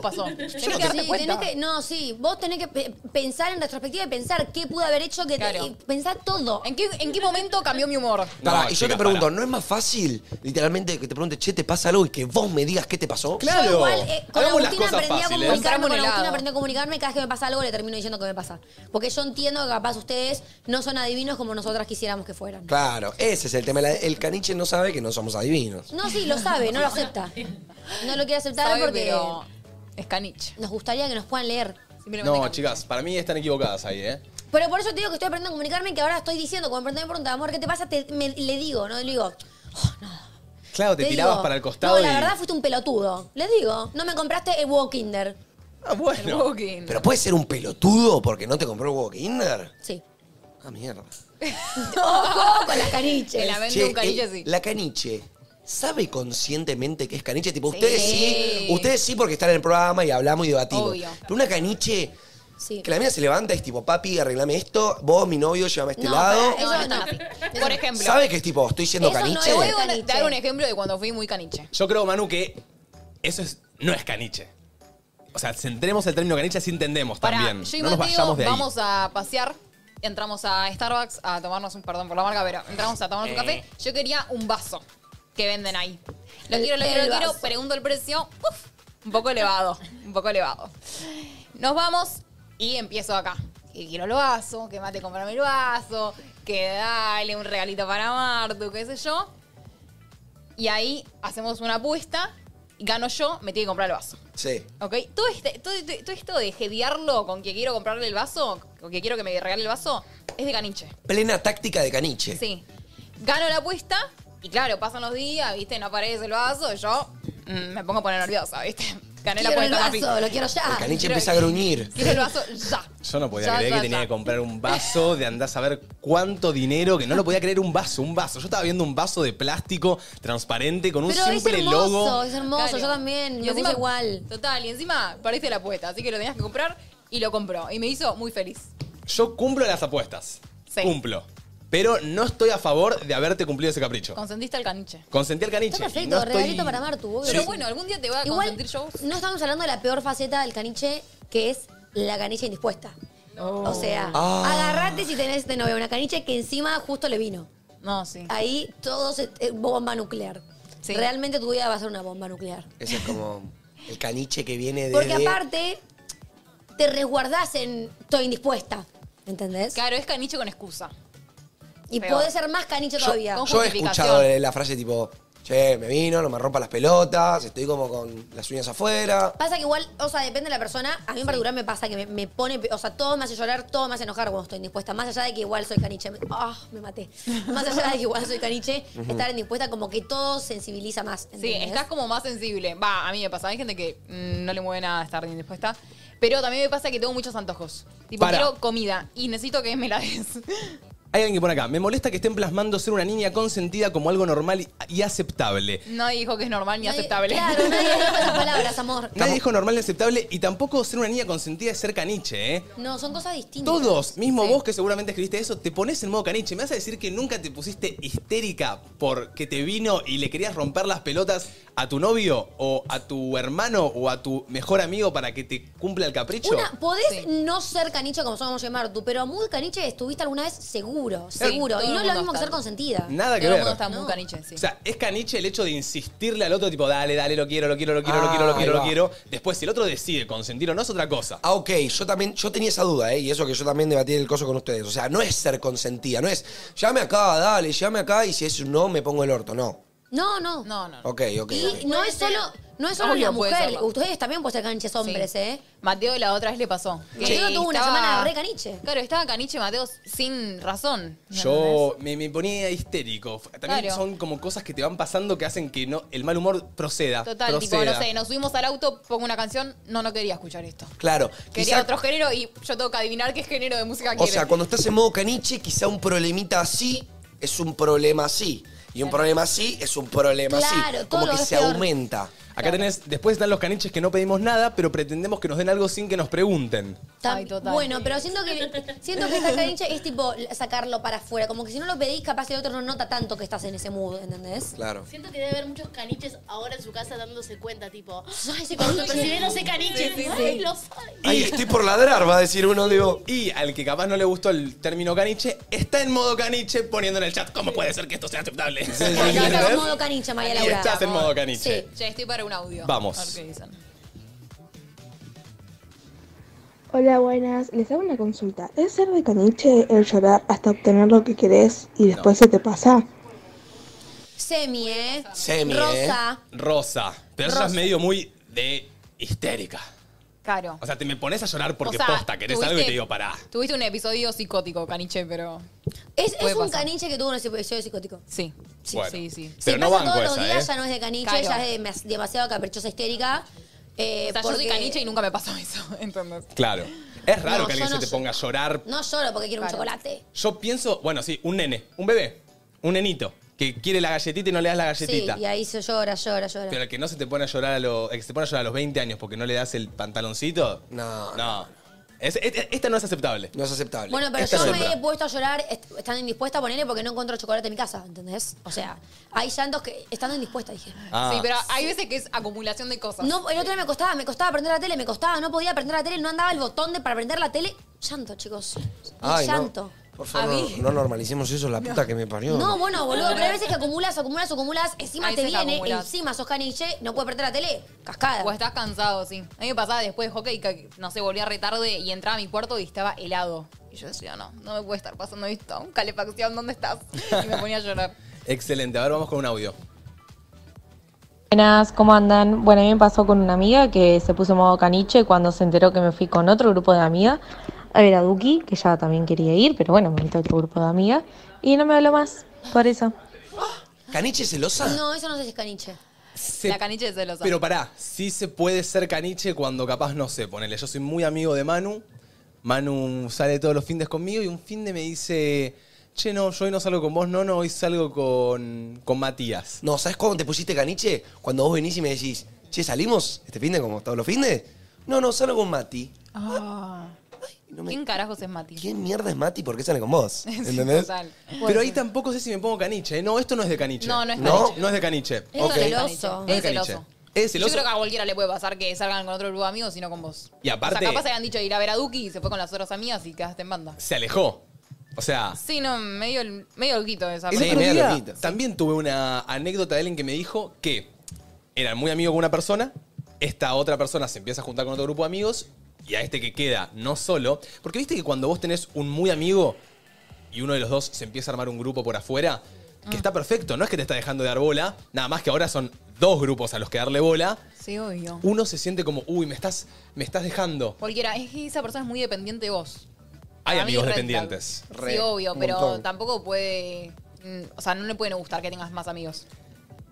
Speaker 2: pasó. Tenés que darte
Speaker 8: Sí,
Speaker 2: cuenta.
Speaker 8: tenés que- no, sí, vos tenés que pe- pensar en retrospectiva y pensar qué pude haber hecho, que te- y pensar todo.
Speaker 2: ¿En qué, ¿En qué momento cambió mi humor?
Speaker 3: Pará, y yo te pregunto, ¿no es más fácil literalmente que te pregunte, che, te pasa algo y que vos me digas qué te pasó?
Speaker 8: Yo igual, eh, con Agustina aprendí a comunicarme, con Agustina aprendí a comunicarme, cada vez que me pasa algo le termino diciendo que me pasa. Porque yo entiendo que capaz ustedes no son adivinos como nosotras quisiéramos que fueran.
Speaker 3: Claro, ese es el tema. La- El caniche no sabe que no somos adivinos.
Speaker 8: No, sí, lo sabe, no lo acepta. No lo quiere aceptar
Speaker 2: Sabe,
Speaker 8: porque
Speaker 2: pero es caniche.
Speaker 8: Nos gustaría que nos puedan leer.
Speaker 1: No, chicas, para mí están equivocadas ahí, ¿eh?
Speaker 8: Pero por eso te digo que estoy aprendiendo a comunicarme y que ahora estoy diciendo, cuando me preguntan, amor, ¿qué te pasa? Te- me- le digo, no le digo.
Speaker 1: Claro, te,
Speaker 8: Te
Speaker 1: tirabas
Speaker 8: digo,
Speaker 1: para el costado
Speaker 8: No, la
Speaker 1: y.
Speaker 8: verdad fuiste un pelotudo. Les digo, no me compraste el huevo Kinder.
Speaker 1: Ah, bueno.
Speaker 3: Pero puede ser un pelotudo porque no te compró el huevo Kinder.
Speaker 8: Sí.
Speaker 3: Ah, mierda.
Speaker 8: Ojo con las caniches.
Speaker 2: Que la vende
Speaker 3: Che,
Speaker 2: un caniche,
Speaker 3: el-
Speaker 2: sí.
Speaker 3: La caniche. ¿Sabe conscientemente que es caniche? Tipo,
Speaker 2: Sí.
Speaker 3: ustedes sí, ustedes sí porque están en el programa y hablamos y debatimos.
Speaker 8: Obvio.
Speaker 3: Pero una caniche
Speaker 8: Sí.
Speaker 3: que la mina se levanta y es tipo, papi, arreglame esto, vos, mi novio, llévame a este lado.
Speaker 2: No, no, no. Por ejemplo.
Speaker 3: ¿Sabe que es tipo, estoy siendo
Speaker 2: Eso
Speaker 3: caniche?
Speaker 2: No, te voy a dar un ejemplo de cuando fui muy caniche.
Speaker 1: Yo creo, Manu, que eso es, no es caniche. O sea, centremos el término caniche si entendemos
Speaker 2: Pará,
Speaker 1: también.
Speaker 2: yo y
Speaker 1: no nos
Speaker 2: Mateo
Speaker 1: vayamos de ahí.
Speaker 2: vamos a pasear. Entramos a Starbucks a tomarnos un, perdón por la marca, pero entramos a tomarnos un
Speaker 1: Eh.
Speaker 2: café. Yo quería un vaso que venden ahí. Lo
Speaker 8: El-
Speaker 2: quiero, lo quiero,
Speaker 8: el
Speaker 2: lo quiero.
Speaker 8: vaso.
Speaker 2: Pregunto el precio. Uf, un poco elevado, un poco elevado. Nos vamos y empiezo acá. Que quiero el vaso, que mate comprarme el vaso, que dale un regalito para Martu, qué sé yo. Y ahí hacemos una apuesta. Gano yo, me tiene que comprar el vaso.
Speaker 3: Sí.
Speaker 2: ¿Ok? Todo, este, todo, todo- todo esto de jedearlo con que quiero comprarle el vaso, con que quiero que me regale el vaso, es de caniche.
Speaker 3: Plena táctica de
Speaker 1: Eh.
Speaker 3: caniche.
Speaker 2: Sí. Gano la apuesta y claro, pasan los días, ¿viste? No aparece el vaso, yo mm, me pongo a poner nerviosa, ¿viste? Gané
Speaker 8: Quiero
Speaker 2: la
Speaker 8: el
Speaker 2: apuesta,
Speaker 8: vaso,
Speaker 2: papi.
Speaker 8: lo quiero ya.
Speaker 2: Ah,
Speaker 3: El caniche empieza a gruñir.
Speaker 2: Quiero el vaso ya.
Speaker 1: Yo no podía
Speaker 2: Ya,
Speaker 1: creer
Speaker 2: ya,
Speaker 1: que tenía
Speaker 2: ya.
Speaker 1: que comprar un vaso de andar a saber cuánto dinero, que no lo podía creer un vaso, un vaso. Yo estaba viendo un vaso de plástico transparente con un
Speaker 8: Pero es
Speaker 1: simple
Speaker 8: hermoso,
Speaker 1: logo.
Speaker 8: es hermoso, yo también, me puse igual.
Speaker 2: Total, y encima perdiste la apuesta, así que lo tenías que comprar y lo compró. Y me hizo muy feliz.
Speaker 1: Yo cumplo las apuestas.
Speaker 2: Sí.
Speaker 1: Cumplo. Pero no estoy a favor de haberte cumplido ese capricho.
Speaker 2: Consentiste al caniche.
Speaker 1: Consentí al caniche.
Speaker 8: Está
Speaker 1: y
Speaker 8: perfecto,
Speaker 1: no estoy-
Speaker 8: regalito para Martu, obvio.
Speaker 2: Pero bueno, algún día te va a
Speaker 8: Igual,
Speaker 2: consentir yo.
Speaker 8: No estamos hablando de la peor faceta del caniche, que es la caniche indispuesta. O sea,
Speaker 2: Ah.
Speaker 8: agarrate si tenés de novia una caniche que encima justo le vino.
Speaker 2: No, sí.
Speaker 8: Ahí todo se, eh, bomba nuclear. Realmente tu vida va a ser una bomba nuclear.
Speaker 3: Ese es como el caniche que viene de.
Speaker 8: Porque aparte, te resguardás en estoy indispuesta. ¿Entendés?
Speaker 2: Claro, es caniche con excusa.
Speaker 8: Y
Speaker 2: Peor.
Speaker 8: podés ser más caniche
Speaker 2: Yo-
Speaker 8: todavía.
Speaker 2: con
Speaker 3: Yo he escuchado la frase tipo, che, me vino, no me rompa las pelotas, estoy como con las uñas afuera.
Speaker 8: Pasa que igual, o sea, depende de la persona. A mí en particular me pasa que me, me pone, o sea, todo me hace llorar, todo me hace enojar cuando estoy indispuesta. Más allá de que igual soy caniche. Me- Ah, me maté. Más allá de que igual soy caniche,
Speaker 2: Ujú.
Speaker 8: estar indispuesta como que todo sensibiliza más.
Speaker 2: Sí,
Speaker 8: ¿entendés?
Speaker 2: estás como más sensible. Va, a mí me pasa. Hay gente que mm, no le mueve nada estar indispuesta. Pero también me pasa que tengo muchos antojos. Tipo,
Speaker 1: Para.
Speaker 2: quiero comida y necesito que me la des.
Speaker 1: Hay alguien que pone acá, me molesta que estén plasmando ser una niña consentida como algo normal y- y aceptable.
Speaker 2: Nadie dijo que es normal ni aceptable.
Speaker 8: Claro, nadie dijo esas palabras, amor.
Speaker 1: Nadie dijo normal ni aceptable y tampoco ser una niña consentida es ser caniche, ¿eh?
Speaker 8: No, son cosas distintas.
Speaker 1: Todos, mismo vos que seguramente escribiste eso, te pones en modo caniche. Me vas a decir que nunca te pusiste histérica porque te vino y le querías romper las pelotas a tu novio o a tu hermano o a tu mejor amigo para que te cumpla el capricho.
Speaker 8: Una, podés no ser caniche como somos yo y Martu, pero muy caniche estuviste alguna vez seguro,
Speaker 1: Sí,
Speaker 8: seguro.
Speaker 2: todo
Speaker 8: Y no
Speaker 2: el
Speaker 8: es
Speaker 2: mundo
Speaker 8: lo mismo que
Speaker 2: está.
Speaker 8: ser consentida.
Speaker 1: Nada que
Speaker 2: Todo
Speaker 1: ver.
Speaker 2: el mundo está muy caniche, sí.
Speaker 1: O sea, es caniche el hecho de insistirle al otro tipo, dale, dale, lo quiero, lo quiero, lo quiero, lo
Speaker 3: Ah,
Speaker 1: quiero, lo quiero,
Speaker 3: ahí
Speaker 1: lo
Speaker 3: va.
Speaker 1: quiero. Después, si el otro decide consentir o no, es otra cosa.
Speaker 3: Ah, ok, yo también, yo tenía esa duda, ¿eh? Y eso que yo también debatí el coso con ustedes. O sea, no es ser consentida, no es, llame acá, dale, llame acá, y si es un no, me pongo el orto, no.
Speaker 8: No, no.
Speaker 2: No, no.
Speaker 3: Ok, ok.
Speaker 8: Ah. Y no es solo, no es solo
Speaker 2: Obvio
Speaker 8: la
Speaker 2: puede
Speaker 8: mujer.
Speaker 2: serlo.
Speaker 8: Ustedes también pueden ser caniches hombres, ¿eh?
Speaker 2: Mateo la otra vez le pasó. Que
Speaker 8: Mateo tuvo una
Speaker 2: estaba-
Speaker 8: semana re caniche.
Speaker 2: Claro, estaba caniche Mateo sin razón.
Speaker 1: Yo me, me ponía histérico. También
Speaker 2: Claro.
Speaker 1: son como cosas que te van pasando que hacen que no, el mal humor proceda.
Speaker 2: Total, tipo,
Speaker 1: proceda.
Speaker 2: no sé, nos subimos al auto, pongo una canción, no, no quería escuchar esto.
Speaker 3: Claro,
Speaker 2: Quería
Speaker 3: quizá-
Speaker 2: otro género y yo tengo que adivinar qué género de música
Speaker 3: o
Speaker 2: quiere.
Speaker 3: sea, cuando estás en modo caniche, quizá un problemita así es un problema así. Y un problema así es un problema así.
Speaker 8: Claro, todo
Speaker 3: Como
Speaker 8: lo
Speaker 3: que
Speaker 8: ves
Speaker 3: se
Speaker 8: peor.
Speaker 3: aumenta.
Speaker 1: Acá tenés, después están los caniches que no pedimos nada, pero pretendemos que nos den algo sin que nos pregunten.
Speaker 8: Está- Bueno, pero siento que siento que esta carincha es tipo sacarlo para afuera. Como que si no lo pedís, capaz el otro no nota tanto que estás en ese mood, ¿entendés?
Speaker 3: Claro.
Speaker 6: Siento que debe haber muchos caniches ahora en su casa dándose cuenta, tipo.
Speaker 8: Ay, ese
Speaker 6: cuando
Speaker 8: caniche".
Speaker 6: percibieron ese caniche.
Speaker 8: Sí, sí,
Speaker 6: Ay,
Speaker 8: sí.
Speaker 6: lo soy.
Speaker 3: Ay, estoy por ladrar, va a decir uno, digo.
Speaker 1: Y al que capaz no le gustó el término caniche, está en modo caniche poniendo en el chat, ¿cómo puede ser que esto sea aceptable?
Speaker 8: Ya estás en
Speaker 1: ¿Entendés?
Speaker 8: modo canicha, María
Speaker 1: Y
Speaker 8: Laura.
Speaker 1: estás en modo caniche.
Speaker 8: Sí.
Speaker 2: Ya estoy para un audio.
Speaker 1: Vamos.
Speaker 2: A ver qué dicen.
Speaker 15: Hola, buenas. Les hago una consulta. ¿Es ser de caniche el llorar hasta obtener lo que querés y después se te pasa?
Speaker 8: Semi, ¿eh?
Speaker 1: Semi,
Speaker 8: Rosa.
Speaker 1: ¿eh? Rosa. Pero eso ya es
Speaker 2: Rosa.
Speaker 1: medio muy de histérica.
Speaker 2: Claro.
Speaker 1: O sea, te me pones a llorar porque
Speaker 2: O sea,
Speaker 1: posta, querés
Speaker 2: tuviste-
Speaker 1: algo y te digo, pará.
Speaker 2: Tuviste un episodio psicótico, caniche, pero.
Speaker 8: Es,
Speaker 2: Puede
Speaker 8: es un
Speaker 2: pasar.
Speaker 8: caniche que tuvo un episodio psicótico.
Speaker 2: Sí.
Speaker 1: Sí, Bueno.
Speaker 2: sí, sí.
Speaker 8: Si
Speaker 1: Pero no
Speaker 8: pasa
Speaker 1: banco
Speaker 8: todos los
Speaker 1: esa,
Speaker 8: días,
Speaker 1: ¿eh?
Speaker 8: ya no es de caniche,
Speaker 2: Claro.
Speaker 8: ya es de- demasiado caprichosa histérica. Eh,
Speaker 2: O sea, yo soy
Speaker 8: porque-
Speaker 2: caniche y nunca me pasó eso, ¿entendés?
Speaker 1: Claro. Es raro
Speaker 8: No,
Speaker 1: que alguien
Speaker 8: yo
Speaker 1: se
Speaker 8: no
Speaker 1: te
Speaker 8: sé.
Speaker 1: ponga a llorar.
Speaker 8: No lloro porque quiero un chocolate.
Speaker 1: Yo pienso, bueno, sí, un nene, un bebé, un nenito, que quiere la galletita y no le das la galletita.
Speaker 8: Sí, y ahí se llora, llora, llora.
Speaker 1: Pero el que no se te pone a llorar a los. El que se pone a llorar a los 20 años porque no le das el pantaloncito.
Speaker 3: No.
Speaker 1: No. Es- es- esta no es aceptable.
Speaker 3: No es aceptable.
Speaker 8: Bueno, pero
Speaker 1: Esta
Speaker 8: yo
Speaker 1: este no
Speaker 8: me
Speaker 1: entra.
Speaker 8: he puesto a llorar est- estando indispuesta a ponerle porque no encuentro chocolate en mi casa, ¿entendés? O sea, hay llantos que estando indispuesta, dije.
Speaker 1: Ah.
Speaker 2: Sí, pero hay veces que es acumulación de cosas.
Speaker 8: No, el otro día me costaba, me costaba prender la tele, me costaba, no podía prender la tele, no andaba el botón de para prender la tele. Llanto, chicos. Un
Speaker 3: Ay,
Speaker 8: llanto.
Speaker 3: no. Por favor, no, no normalicemos eso, la puta que me parió.
Speaker 8: No, bueno, boludo, pero hay veces que acumulas, acumulas, acumulas, encima
Speaker 2: Hay
Speaker 8: te
Speaker 2: veces que
Speaker 8: viene,
Speaker 2: acumulas.
Speaker 8: encima sos caniche, no puedes perder la tele, cascada.
Speaker 2: O estás cansado, sí. A mí me pasaba después de hockey que, no sé, volví a retarde y entraba a mi cuarto y estaba helado. Y yo decía, no, no me puede estar pasando esto. Calefacción, ¿dónde estás? Y me ponía a llorar.
Speaker 1: Ah, Excelente. A ver, vamos con un audio.
Speaker 19: Buenas, ¿cómo andan? Bueno, a mí me pasó con una amiga que se puso en modo caniche cuando se enteró que me fui con otro grupo de amigas a ver a Duki, que ya también quería ir, pero bueno, me invitó a otro grupo de amigas y no me habló más, por eso.
Speaker 3: ¿Caniche celosa?
Speaker 8: No, eso no sé si es caniche.
Speaker 1: Se-
Speaker 2: La caniche es celosa.
Speaker 1: Pero pará, sí se puede ser caniche cuando capaz no sé, ponele. Yo soy muy amigo de Manu. Manu sale todos los findes conmigo y un finde me dice. Che, no, yo hoy no salgo con vos, no, no, hoy salgo con, con Matías.
Speaker 3: No, ¿sabes cuándo te pusiste caniche? Cuando vos venís y me decís, che, ¿salimos este fin de como todos los fines? No, no, salgo con Mati.
Speaker 2: Ah. ¿Quién carajos es Mati?
Speaker 3: ¿Quién mierda es Mati? ¿Por qué sale con vos?
Speaker 2: Sí,
Speaker 3: ¿Entendés?
Speaker 2: total.
Speaker 1: Pero ahí tampoco sé si me pongo caniche. ¿eh? No, esto no es de caniche.
Speaker 2: No, no es
Speaker 1: No,
Speaker 2: caniche.
Speaker 1: no es de caniche.
Speaker 2: Es
Speaker 1: Ok.
Speaker 2: celoso.
Speaker 1: No es de
Speaker 2: Es celoso.
Speaker 1: caniche. Es
Speaker 2: Yo
Speaker 1: celoso.
Speaker 2: creo que a cualquiera le puede pasar que salgan con otro grupo de amigos y no con vos.
Speaker 1: Y aparte-
Speaker 2: O sea, capaz habían dicho ir a ver a Duki y se fue con las otras amigas y quedaste en banda.
Speaker 1: Se alejó. O sea,
Speaker 2: Sí, no, medio, medio loquito esa
Speaker 1: El
Speaker 2: persona.
Speaker 1: otro día también tuve una anécdota de alguien que me dijo que era muy amigo con una persona, esta otra persona se empieza a juntar con otro grupo de amigos y a este que queda no solo, porque viste que cuando vos tenés un muy amigo y uno de los dos se empieza a armar un grupo por afuera,
Speaker 2: Ah.
Speaker 1: que está perfecto, no es que te está dejando de dar bola, nada más que ahora son dos grupos a los que darle bola,
Speaker 2: Sí, obvio.
Speaker 1: uno se siente como, uy, me estás, me estás dejando.
Speaker 2: Porque era, es que esa persona es muy dependiente de vos.
Speaker 1: Hay
Speaker 2: Para mí
Speaker 1: amigos
Speaker 2: red flag.
Speaker 1: dependientes.
Speaker 2: sí, obvio,
Speaker 1: un
Speaker 2: pero
Speaker 1: montón.
Speaker 2: tampoco puede. mm, O sea, no le pueden gustar que tengas más amigos.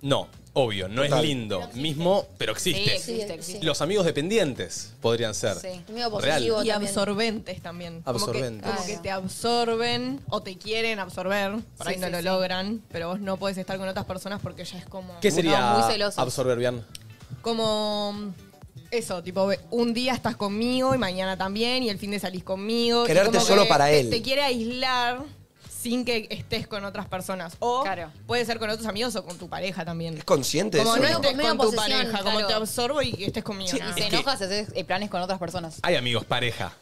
Speaker 1: No, obvio, no
Speaker 3: Total.
Speaker 1: es lindo. Mismo, pero existe.
Speaker 2: Sí, existe, existe.
Speaker 1: Los amigos dependientes podrían ser.
Speaker 12: Y
Speaker 1: Real.
Speaker 12: absorbentes también. Como que-
Speaker 1: Absorbentes.
Speaker 5: ah,
Speaker 12: Como que, te absorben o te quieren absorber, por ahí
Speaker 2: Sí,
Speaker 12: no
Speaker 2: sí,
Speaker 12: lo
Speaker 2: sí.
Speaker 12: logran, pero vos no podés estar con otras personas porque ya es como...
Speaker 1: ¿Qué sería
Speaker 12: No, muy celosos.
Speaker 1: absorber bien?
Speaker 12: Como mm, eso, tipo, ve- un día estás conmigo y mañana también y el fin de salís conmigo. y
Speaker 3: Quererte
Speaker 12: como que
Speaker 3: solo para
Speaker 12: te-
Speaker 3: él.
Speaker 12: Te quiere aislar sin que estés con otras personas. O puede ser con otros amigos o con tu pareja también.
Speaker 3: ¿Es consciente de
Speaker 12: Como
Speaker 3: eso?
Speaker 12: no
Speaker 3: o
Speaker 12: estés
Speaker 2: medio
Speaker 12: con tu
Speaker 2: posesión,
Speaker 12: pareja, como
Speaker 2: claro.
Speaker 12: te absorbo y estés conmigo.
Speaker 2: Sí,
Speaker 12: nada.
Speaker 2: y se enoja si haces eh, planes con otras personas.
Speaker 1: Hay amigos pareja.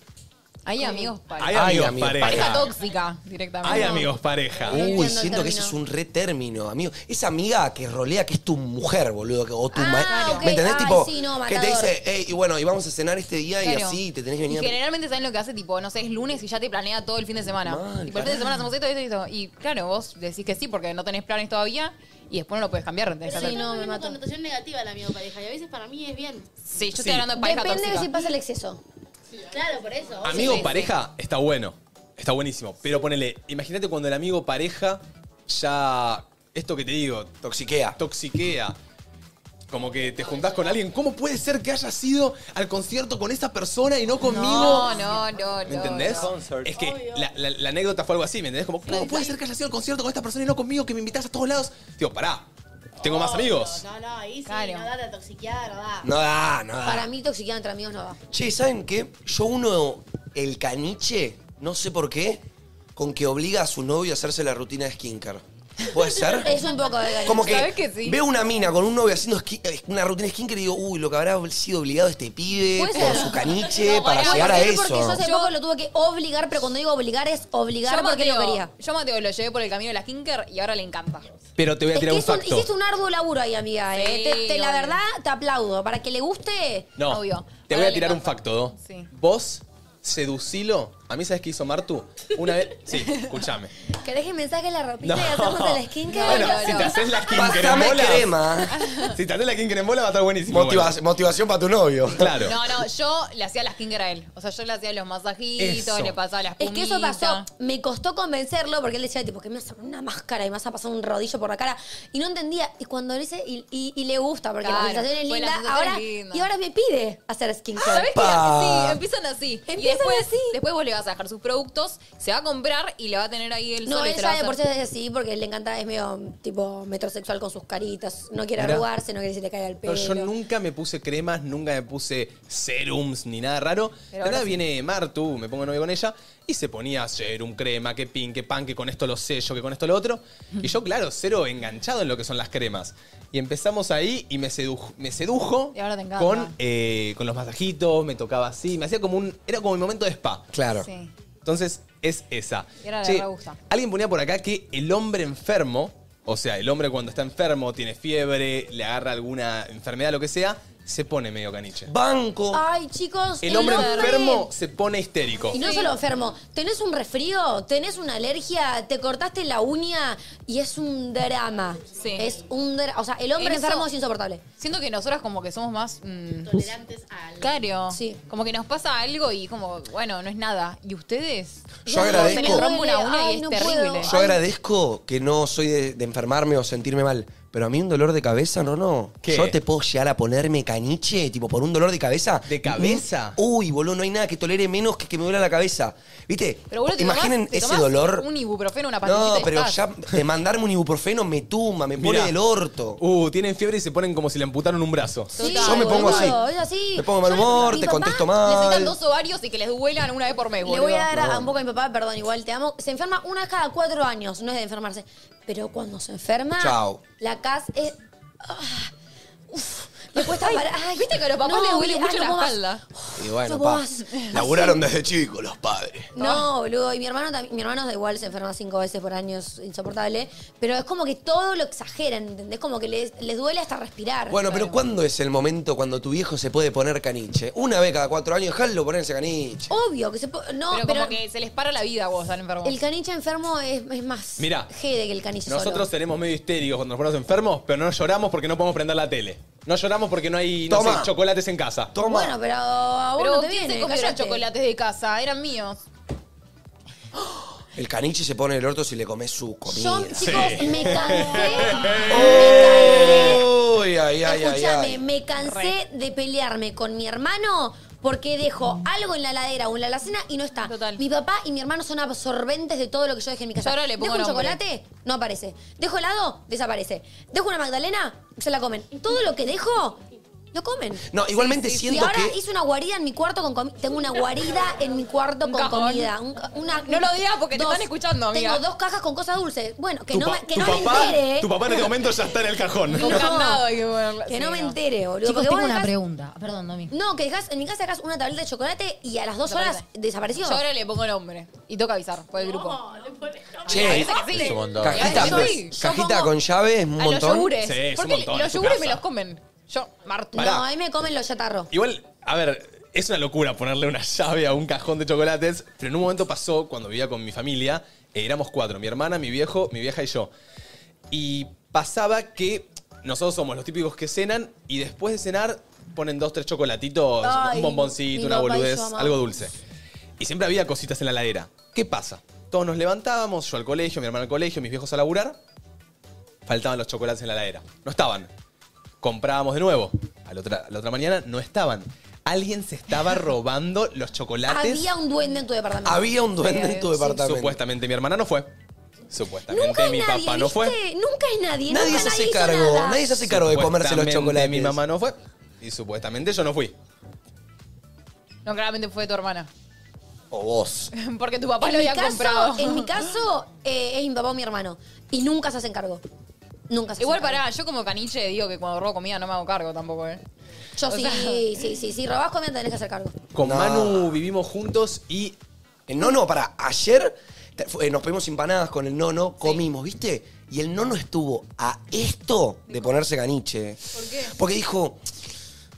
Speaker 2: Hay amigos para.
Speaker 1: Hay,
Speaker 3: Hay
Speaker 1: amigos,
Speaker 3: amigos
Speaker 1: pareja.
Speaker 2: Pareja tóxica directamente.
Speaker 1: Hay
Speaker 2: No.
Speaker 1: amigos pareja.
Speaker 3: Uy, siento que eso es un re término, amigo. Esa amiga que rolea que es tu mujer, boludo, que- o tu ma-
Speaker 8: ok.
Speaker 3: ¿Me entendés?
Speaker 8: Ay,
Speaker 3: tipo,
Speaker 8: sí, no,
Speaker 3: que te
Speaker 8: matador.
Speaker 3: dice, hey, y bueno, y vamos a cenar este día y
Speaker 2: Claro.
Speaker 3: así, te tenés que
Speaker 2: Y
Speaker 3: venir a-
Speaker 2: generalmente saben lo que hace, tipo, no sé, es lunes y ya te planea todo el fin de semana.
Speaker 3: Mal,
Speaker 2: Tipo, el fin de semana hacemos esto, esto y esto. Y claro, vos decís que sí porque no tenés planes todavía y después no lo puedes cambiar. tenés que
Speaker 6: Pero
Speaker 2: hacer-
Speaker 6: sí, no, me mato. connotación negativa la amigo pareja y a veces para mí es bien.
Speaker 2: Sí, yo estoy hablando de pareja
Speaker 8: Depende de
Speaker 2: tóxica.
Speaker 8: si pasa el exceso.
Speaker 6: Claro, por eso.
Speaker 1: Amigo
Speaker 6: Sí,
Speaker 1: pareja está bueno. Está buenísimo. Pero ponele, imagínate cuando el amigo pareja ya. Esto que te digo.
Speaker 3: Toxiquea.
Speaker 1: Toxiquea. Como que te juntás con alguien. ¿Cómo puede ser que hayas ido al concierto con esa persona y no conmigo?
Speaker 2: No, no, no.
Speaker 1: ¿Me entendés? Es que la, la- la anécdota fue algo así, ¿me entendés? Como, ¿cómo puede ser que hayas ido al concierto con esta persona y no conmigo, que me invitas a todos lados? Digo, pará, tengo más amigos.
Speaker 6: No, no, ahí sí, no da la toxiqueada, no da.
Speaker 3: No da, no da.
Speaker 1: Ah.
Speaker 8: Para mí, toxiquear entre amigos no va.
Speaker 3: Che, ¿saben qué? Yo uno, el caniche, no sé por qué, con que obliga a su novio a hacerse la rutina de skincare. ¿Puede ser?
Speaker 1: ¿Eh?
Speaker 8: Es un poco eh, de
Speaker 3: Como que, veo una mina con un novio haciendo esqui- eh, una rutina de skincare y digo, uy, lo que habrá sido obligado este pibe
Speaker 8: Puede
Speaker 3: por
Speaker 8: ser.
Speaker 3: su caniche
Speaker 8: No,
Speaker 3: para
Speaker 8: pará,
Speaker 3: llegar a
Speaker 8: puede ser Porque yo
Speaker 3: eso.
Speaker 8: hace poco lo tuve que obligar, pero cuando digo obligar es obligar
Speaker 2: Yo,
Speaker 8: porque
Speaker 2: Mateo,
Speaker 8: lo quería.
Speaker 2: yo Mateo lo llevé por el camino de la skinker y ahora le encanta.
Speaker 1: Pero te voy a
Speaker 8: Es que
Speaker 1: tirar un
Speaker 8: es un-
Speaker 1: facto.
Speaker 8: hiciste un arduo laburo ahí, amiga.
Speaker 2: Sí,
Speaker 8: eh. Te- te- la
Speaker 2: obvio.
Speaker 8: verdad, te aplaudo. Para que le guste,
Speaker 1: No,
Speaker 8: obvio.
Speaker 1: te
Speaker 8: Ahora
Speaker 1: voy a
Speaker 8: le
Speaker 1: tirar un
Speaker 8: encanta.
Speaker 1: facto, Do.
Speaker 8: Sí.
Speaker 1: Vos, seducilo. A mí, ¿sabes qué hizo Martu? Una vez. Sí, escúchame.
Speaker 8: ¿Querés que me saque la ropita
Speaker 1: No.
Speaker 8: y hacemos el skincare?
Speaker 1: Bueno, si te haces la skincare en
Speaker 3: Pásame
Speaker 1: bolas.
Speaker 3: crema.
Speaker 1: Si te haces la skincare en bolas, va a estar buenísimo.
Speaker 3: Motiva-
Speaker 1: igual.
Speaker 3: Motivación para tu novio.
Speaker 1: Claro.
Speaker 2: No, no, yo le hacía la skinker a él. O sea, yo le hacía los masajitos,
Speaker 1: Eso.
Speaker 2: le pasaba las
Speaker 8: Es que eso
Speaker 2: espumitas.
Speaker 8: pasó, me costó convencerlo porque él decía, tipo, que me vas a poner una máscara y me vas a pasar un rodillo por la cara. Y no entendía. Y cuando lo hice, y, y- y le gusta, porque
Speaker 2: Claro,
Speaker 8: la sensación es
Speaker 2: pues la
Speaker 8: linda.
Speaker 2: sensación
Speaker 8: ahora,
Speaker 2: es linda.
Speaker 8: Y ahora me pide hacer skincare.
Speaker 2: ¿Sabés qué?
Speaker 8: Pa.
Speaker 2: Sí, empiezan así. y
Speaker 8: Empiezan
Speaker 2: después, después vos le vas a dejar sus productos, se va a comprar y le va a tener ahí el
Speaker 8: No,
Speaker 2: sol. y
Speaker 8: él
Speaker 2: te lo va
Speaker 8: ya
Speaker 2: a
Speaker 8: de por sí
Speaker 2: hacer.
Speaker 8: es así porque le encanta, es medio tipo metrosexual con sus caritas. No quiere
Speaker 1: Mirá.
Speaker 8: arrugarse, no quiere que se le caiga el pelo.
Speaker 1: No, yo nunca me puse cremas, nunca me puse serums ni nada raro.
Speaker 8: Pero
Speaker 1: de
Speaker 8: ahora
Speaker 1: nada
Speaker 8: sí.
Speaker 1: viene Martu, me pongo novio con ella, y se ponía serum, crema, que pin, que pan, que con esto lo sello, que con esto lo otro. Y yo, claro, cero enganchado en lo que son las cremas. Y empezamos ahí y me sedujo, me sedujo
Speaker 2: Y ahora te encanta.
Speaker 1: con, eh, con los masajitos, me tocaba así, me hacía como un. Era como mi momento de spa.
Speaker 3: Claro.
Speaker 2: Sí.
Speaker 1: Entonces, es esa.
Speaker 2: Y ahora
Speaker 1: Che,
Speaker 2: le re gusta.
Speaker 1: Alguien ponía por acá que el hombre enfermo, o sea, el hombre cuando está enfermo, tiene fiebre, le agarra alguna enfermedad, lo que sea, se pone medio caniche.
Speaker 3: ¡Banco!
Speaker 8: Ay, chicos.
Speaker 1: El hombre enfermo se pone histérico.
Speaker 8: Y no solo enfermo, tenés un resfrío, tenés una alergia, te cortaste la uña y es un drama. Es un dra- O sea, el hombre
Speaker 2: Eso-
Speaker 8: enfermo es insoportable.
Speaker 2: Siento que nosotras como que somos más... Tolerantes al... Claro. Sí. Como que nos pasa algo y como, bueno, no es nada. ¿Y ustedes?
Speaker 3: Yo
Speaker 2: Como
Speaker 3: agradezco-
Speaker 2: Se les rompe una uña
Speaker 8: Ay,
Speaker 2: y es
Speaker 8: no
Speaker 2: terrible.
Speaker 3: Yo agradezco que no soy de, de enfermarme o sentirme mal, pero a mí un dolor de cabeza, no, no.
Speaker 1: ¿Qué?
Speaker 3: Yo te puedo llegar a ponerme caniche, tipo, por un dolor de cabeza. ¿De
Speaker 1: cabeza?
Speaker 3: Uy, boludo, no hay nada que tolere menos que que me duela la cabeza. ¿Viste?
Speaker 2: Pero boludo, te
Speaker 3: Imaginen
Speaker 2: tomás- te
Speaker 3: ese
Speaker 2: tomás
Speaker 3: dolor.
Speaker 2: Un ibuprofeno, una pastillita
Speaker 3: No,
Speaker 2: y
Speaker 3: pero
Speaker 2: estás.
Speaker 3: ya de mandarme un ibuprofeno me tumba, me
Speaker 1: Mirá.
Speaker 3: pone del orto.
Speaker 1: Uh, tienen fiebre y se ponen como si le amputaron un brazo.
Speaker 2: Sí,
Speaker 3: Yo me pongo así.
Speaker 8: boludo, es así.
Speaker 3: Me pongo de mal humor, te contesto
Speaker 2: Necesitan
Speaker 3: mal.
Speaker 2: dos ovarios y que les duelan una vez por mes,
Speaker 8: Le
Speaker 2: boludo.
Speaker 8: voy a dar a, a un poco a mi papá, perdón, igual te amo. Se enferma una cada cuatro años, no es de enfermarse. Pero cuando se enferma,
Speaker 2: Chau.
Speaker 8: la casa es. ah, uf, le cuesta parar. Ay,
Speaker 2: Viste que a los papás les duele
Speaker 8: boludo,
Speaker 2: mucho
Speaker 8: ah, no
Speaker 2: la
Speaker 8: puedo más.
Speaker 2: espalda.
Speaker 3: Y
Speaker 8: No
Speaker 3: bueno,
Speaker 8: puedo
Speaker 3: pa.
Speaker 8: más.
Speaker 3: Laburaron desde chico los padres.
Speaker 8: No, boludo. Y mi hermano también, mi hermano da igual, se enferma cinco veces por año, es insoportable. Pero es como que todo lo exageran, ¿entendés? Como que les, les duele hasta respirar.
Speaker 3: Bueno, pero ¿cuándo es el momento cuando tu viejo se puede poner caniche? Una vez cada cuatro años, jalo ponerse caniche.
Speaker 8: Obvio que se po- No,
Speaker 2: pero,
Speaker 8: pero,
Speaker 2: como que se les para la vida a vos, al enfermo.
Speaker 8: el caniche enfermo es, es más
Speaker 1: Mirá,
Speaker 8: jede que el caniche
Speaker 1: Nosotros
Speaker 8: solo.
Speaker 1: tenemos medio histéricos cuando nos ponemos enfermos, pero no lloramos porque no podemos prender la tele. No lloramos porque no hay no
Speaker 3: Toma.
Speaker 1: sé, chocolates en casa.
Speaker 8: Bueno, pero a vos
Speaker 2: Pero
Speaker 8: no te
Speaker 2: ¿quién
Speaker 8: viene,
Speaker 2: se comió los
Speaker 8: cállate.
Speaker 2: chocolates de casa? Eran míos.
Speaker 3: El caniche se pone el orto si le comes su comida.
Speaker 8: Yo, chicos, me
Speaker 3: Uy, Oh. ay, ay, ay,
Speaker 8: Escúchame,
Speaker 3: ay.
Speaker 8: me cansé de pelearme con mi hermano porque dejo algo en la ladera o en la alacena y no está. Mi papá y mi hermano son absorbentes de todo lo que yo dejé en mi casa.
Speaker 2: Yo ahora le pongo
Speaker 8: dejo un
Speaker 2: nombre.
Speaker 8: chocolate, no aparece. Dejo helado, desaparece. Dejo una magdalena, se la comen. Todo lo que dejo, lo comen.
Speaker 3: No, igualmente siento
Speaker 8: y ahora
Speaker 3: que-
Speaker 8: hice una guarida en mi cuarto con comida. Tengo una guarida en mi cuarto con
Speaker 2: cajón.
Speaker 8: comida. Un ca- una-
Speaker 2: No lo digas porque te están escuchando, amiga.
Speaker 8: Tengo dos cajas con cosas dulces. Bueno, que
Speaker 1: Tu
Speaker 8: no,
Speaker 1: pa-
Speaker 8: me- que
Speaker 1: tu
Speaker 8: no
Speaker 1: papá-
Speaker 8: me entere.
Speaker 1: Tu papá en este momento ya está en el cajón.
Speaker 8: No.
Speaker 2: que
Speaker 8: Que no me entere, boludo.
Speaker 7: Chicos,
Speaker 8: porque
Speaker 7: tengo
Speaker 8: vos
Speaker 7: una
Speaker 8: dejás-
Speaker 7: pregunta. Perdón, Domi.
Speaker 8: No, que dejás, en mi casa dejás una tableta de chocolate y a las dos
Speaker 2: Desaparece.
Speaker 8: horas desapareció.
Speaker 2: Yo ahora le pongo nombre. Y toca avisar por el grupo.
Speaker 3: Che,
Speaker 2: Parece que sí.
Speaker 3: es un montón.
Speaker 2: Parece
Speaker 3: cajita, pues,
Speaker 2: que sí. Yo
Speaker 3: cajita
Speaker 2: pongo
Speaker 3: con llave es un
Speaker 2: A los
Speaker 3: montón.
Speaker 2: yogures.
Speaker 1: Sí, es un
Speaker 2: Porque
Speaker 1: montón, es
Speaker 2: los
Speaker 1: su
Speaker 2: yogures
Speaker 1: casa.
Speaker 2: me los comen. Yo, Martu.
Speaker 1: Pará.
Speaker 8: No, a mí me comen los chatarros.
Speaker 1: Igual, a ver, es una locura ponerle una llave a un cajón de chocolates, pero en un momento pasó cuando vivía con mi familia, eh, éramos cuatro, mi hermana, mi viejo, mi vieja y yo. Y pasaba que nosotros somos los típicos que cenan y después de cenar ponen dos, tres chocolatitos,
Speaker 5: Ay,
Speaker 1: un bomboncito,
Speaker 5: mi
Speaker 1: una
Speaker 5: papá y yo
Speaker 1: boludez,
Speaker 5: amamos.
Speaker 1: algo dulce. Y siempre había cositas en la ladera. ¿Qué pasa? Todos nos levantábamos, yo al colegio, mi hermana al colegio, mis viejos a laburar. Faltaban los chocolates en la ladera. No estaban. Comprábamos de nuevo. A la otra, a la otra mañana no estaban. Alguien se estaba robando los chocolates.
Speaker 8: Había un duende en tu departamento.
Speaker 1: Sí. Supuestamente mi hermana no fue. Supuestamente
Speaker 8: Nunca es
Speaker 1: mi
Speaker 8: nadie,
Speaker 1: papá no fue.
Speaker 8: ¿viste? Nunca es nadie.
Speaker 3: Nadie
Speaker 8: nunca
Speaker 3: se hace
Speaker 8: hizo
Speaker 3: cargo,
Speaker 8: nada.
Speaker 3: nadie se hace cargo de comerse los
Speaker 1: Supuestamente
Speaker 3: chocolates.
Speaker 1: Mi mamá no fue. Y supuestamente yo no fui.
Speaker 2: No, claramente fue tu hermana.
Speaker 3: O vos.
Speaker 2: Porque tu papá
Speaker 8: En
Speaker 2: lo
Speaker 8: mi
Speaker 2: había
Speaker 8: caso-
Speaker 2: comprado.
Speaker 8: En mi caso, eh, es mi papá o mi hermano. Y nunca se hacen cargo. Nunca se
Speaker 2: Igual
Speaker 8: hacen
Speaker 2: pará, yo como caniche digo que cuando robo comida no me hago cargo tampoco, ¿eh?
Speaker 8: Yo
Speaker 2: O
Speaker 8: sí,
Speaker 2: sea-
Speaker 8: sí, sí, sí, Robás comida tenés que hacer cargo.
Speaker 1: Con
Speaker 3: No.
Speaker 1: Manu vivimos juntos y.
Speaker 3: El nono, para, ayer te- fue- eh, nos pedimos empanadas con el nono, comimos, ¿viste? Y el nono estuvo a esto de ponerse caniche. ¿Por qué? Porque dijo,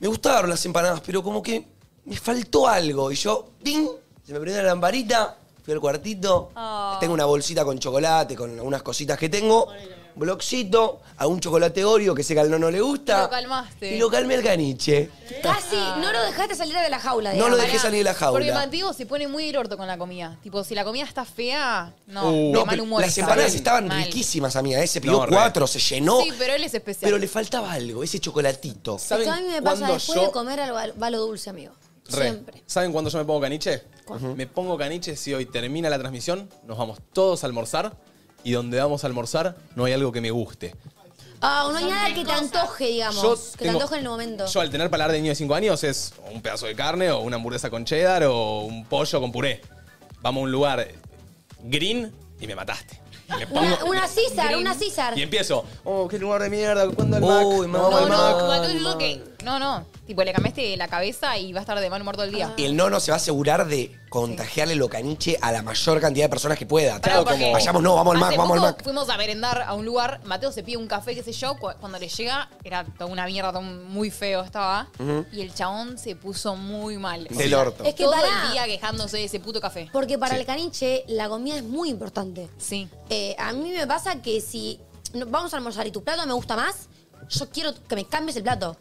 Speaker 3: me gustaron las empanadas, pero como que me faltó algo. Y yo, ¡ding! Se me prendió la lamparita, fui al cuartito,
Speaker 2: Ah.
Speaker 3: tengo una bolsita con chocolate, con algunas cositas que tengo, bloxito, algún chocolate Oreo que sé que al nono le
Speaker 2: Lo
Speaker 3: gusta.
Speaker 2: calmaste.
Speaker 3: Y lo calmé el caniche.
Speaker 8: Casi no lo dejaste salir de la jaula.
Speaker 3: No lo
Speaker 8: digamos.
Speaker 3: dejé salir de la
Speaker 2: Porque
Speaker 3: jaula.
Speaker 2: Mateo se pone muy del orto con la comida. Tipo, si la comida está fea, no,
Speaker 3: Uh.
Speaker 2: de
Speaker 3: No,
Speaker 2: mal
Speaker 3: pero
Speaker 2: humor.
Speaker 3: las
Speaker 2: está.
Speaker 3: empanadas estaban
Speaker 2: Mal.
Speaker 3: riquísimas, amiga. Ese pidió
Speaker 1: No, re.
Speaker 3: cuatro, se llenó.
Speaker 2: Sí, pero él es especial.
Speaker 3: Pero le faltaba algo, ese chocolatito.
Speaker 8: Esto a mí me pasa
Speaker 1: cuándo
Speaker 8: después
Speaker 1: yo-
Speaker 8: de comer algo, va lo dulce, amigo.
Speaker 1: Re.
Speaker 8: Siempre.
Speaker 1: ¿Saben cuándo yo me pongo caniche? Me pongo caniche si hoy termina la transmisión, nos vamos todos a almorzar y donde vamos a almorzar no hay algo que me guste.
Speaker 8: Ah, no hay nada que te antoje, digamos.
Speaker 1: Yo
Speaker 8: que te
Speaker 1: tengo-
Speaker 8: antoje en el momento.
Speaker 1: Yo al tener paladar de niño de 5 años es un pedazo de carne o una hamburguesa con cheddar o un pollo con puré. Vamos a un lugar green y me mataste. Y me pongo-
Speaker 8: Una, una César, una César.
Speaker 1: y empiezo. Oh, qué lugar de mierda, ¿cuándo el Mac?
Speaker 3: Uy,
Speaker 1: No,
Speaker 3: mamá,
Speaker 1: el Mac.
Speaker 2: Mateo, yo digo que- No, no. Tipo, le cambiaste la cabeza y va a estar de mal humor todo el día.
Speaker 3: El nono se va a asegurar de contagiarle lo caniche a la mayor cantidad de personas que pueda.
Speaker 2: Claro,
Speaker 3: Tipo,
Speaker 2: porque
Speaker 3: Vayamos, no, vamos al Mac,
Speaker 2: hace
Speaker 3: vamos al
Speaker 2: poco
Speaker 3: Mac.
Speaker 2: Fuimos a merendar a un lugar, Mateo se pide un café, qué sé yo, cu- cuando le llega era toda una mierda, todo muy feo estaba.
Speaker 3: Ujú.
Speaker 2: Y el chabón se puso muy mal.
Speaker 3: Del orto.
Speaker 8: Es que
Speaker 2: todo
Speaker 8: pará.
Speaker 2: el día quejándose de ese puto café.
Speaker 8: Porque para el caniche la comida es muy importante. Eh,
Speaker 2: Sí.
Speaker 8: a mí me pasa que si no- vamos a almorzar y tu plato me gusta más, yo quiero que me cambies el plato.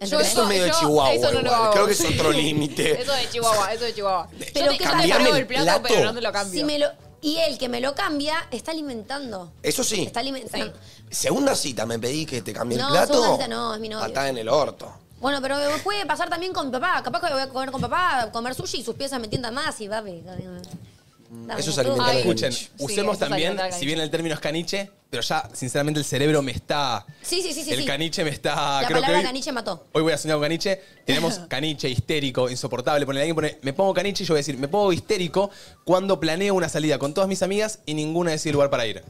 Speaker 3: Eso es medio de Chihuahua, igual. Creo que es otro límite.
Speaker 2: Eso de Chihuahua, eso de Chihuahua.
Speaker 8: Pero
Speaker 2: yo
Speaker 8: que
Speaker 2: te, yo te
Speaker 3: cambiame
Speaker 2: paro
Speaker 3: el
Speaker 2: el plato,
Speaker 3: plato.
Speaker 2: pero no te lo cambio.
Speaker 8: Si me lo- y el que me lo cambia está alimentando.
Speaker 3: Eso sí.
Speaker 8: Está alimentando.
Speaker 3: Segunda cita, me pedí que te cambie
Speaker 8: No,
Speaker 3: el plato.
Speaker 8: segunda cita no, es mi novio.
Speaker 3: Patada en el orto.
Speaker 8: Bueno, pero puede pasar también con mi papá. Capaz que voy a comer con papá, comer sushi y sus piezas me tientan más y papi.
Speaker 1: Mm,
Speaker 8: Dame,
Speaker 3: Eso es
Speaker 8: tú.
Speaker 3: alimentar al
Speaker 1: Escuchen,
Speaker 3: caniche.
Speaker 1: usemos
Speaker 8: eso es
Speaker 1: también,
Speaker 8: alimentar al
Speaker 1: si
Speaker 8: caniche.
Speaker 1: bien el término es caniche, pero ya sinceramente el cerebro me está...
Speaker 8: Sí, sí, sí, sí.
Speaker 1: el
Speaker 8: sí.
Speaker 1: caniche me está...
Speaker 8: La
Speaker 1: creo que
Speaker 8: palabra
Speaker 1: hoy-
Speaker 8: caniche mató.
Speaker 1: Hoy voy a soñar con caniche. Tenemos caniche, histérico, insoportable. Ponele, alguien pone, me pongo caniche y yo voy a decir, me pongo histérico cuando planeo una salida con todas mis amigas y ninguna decide lugar para ir.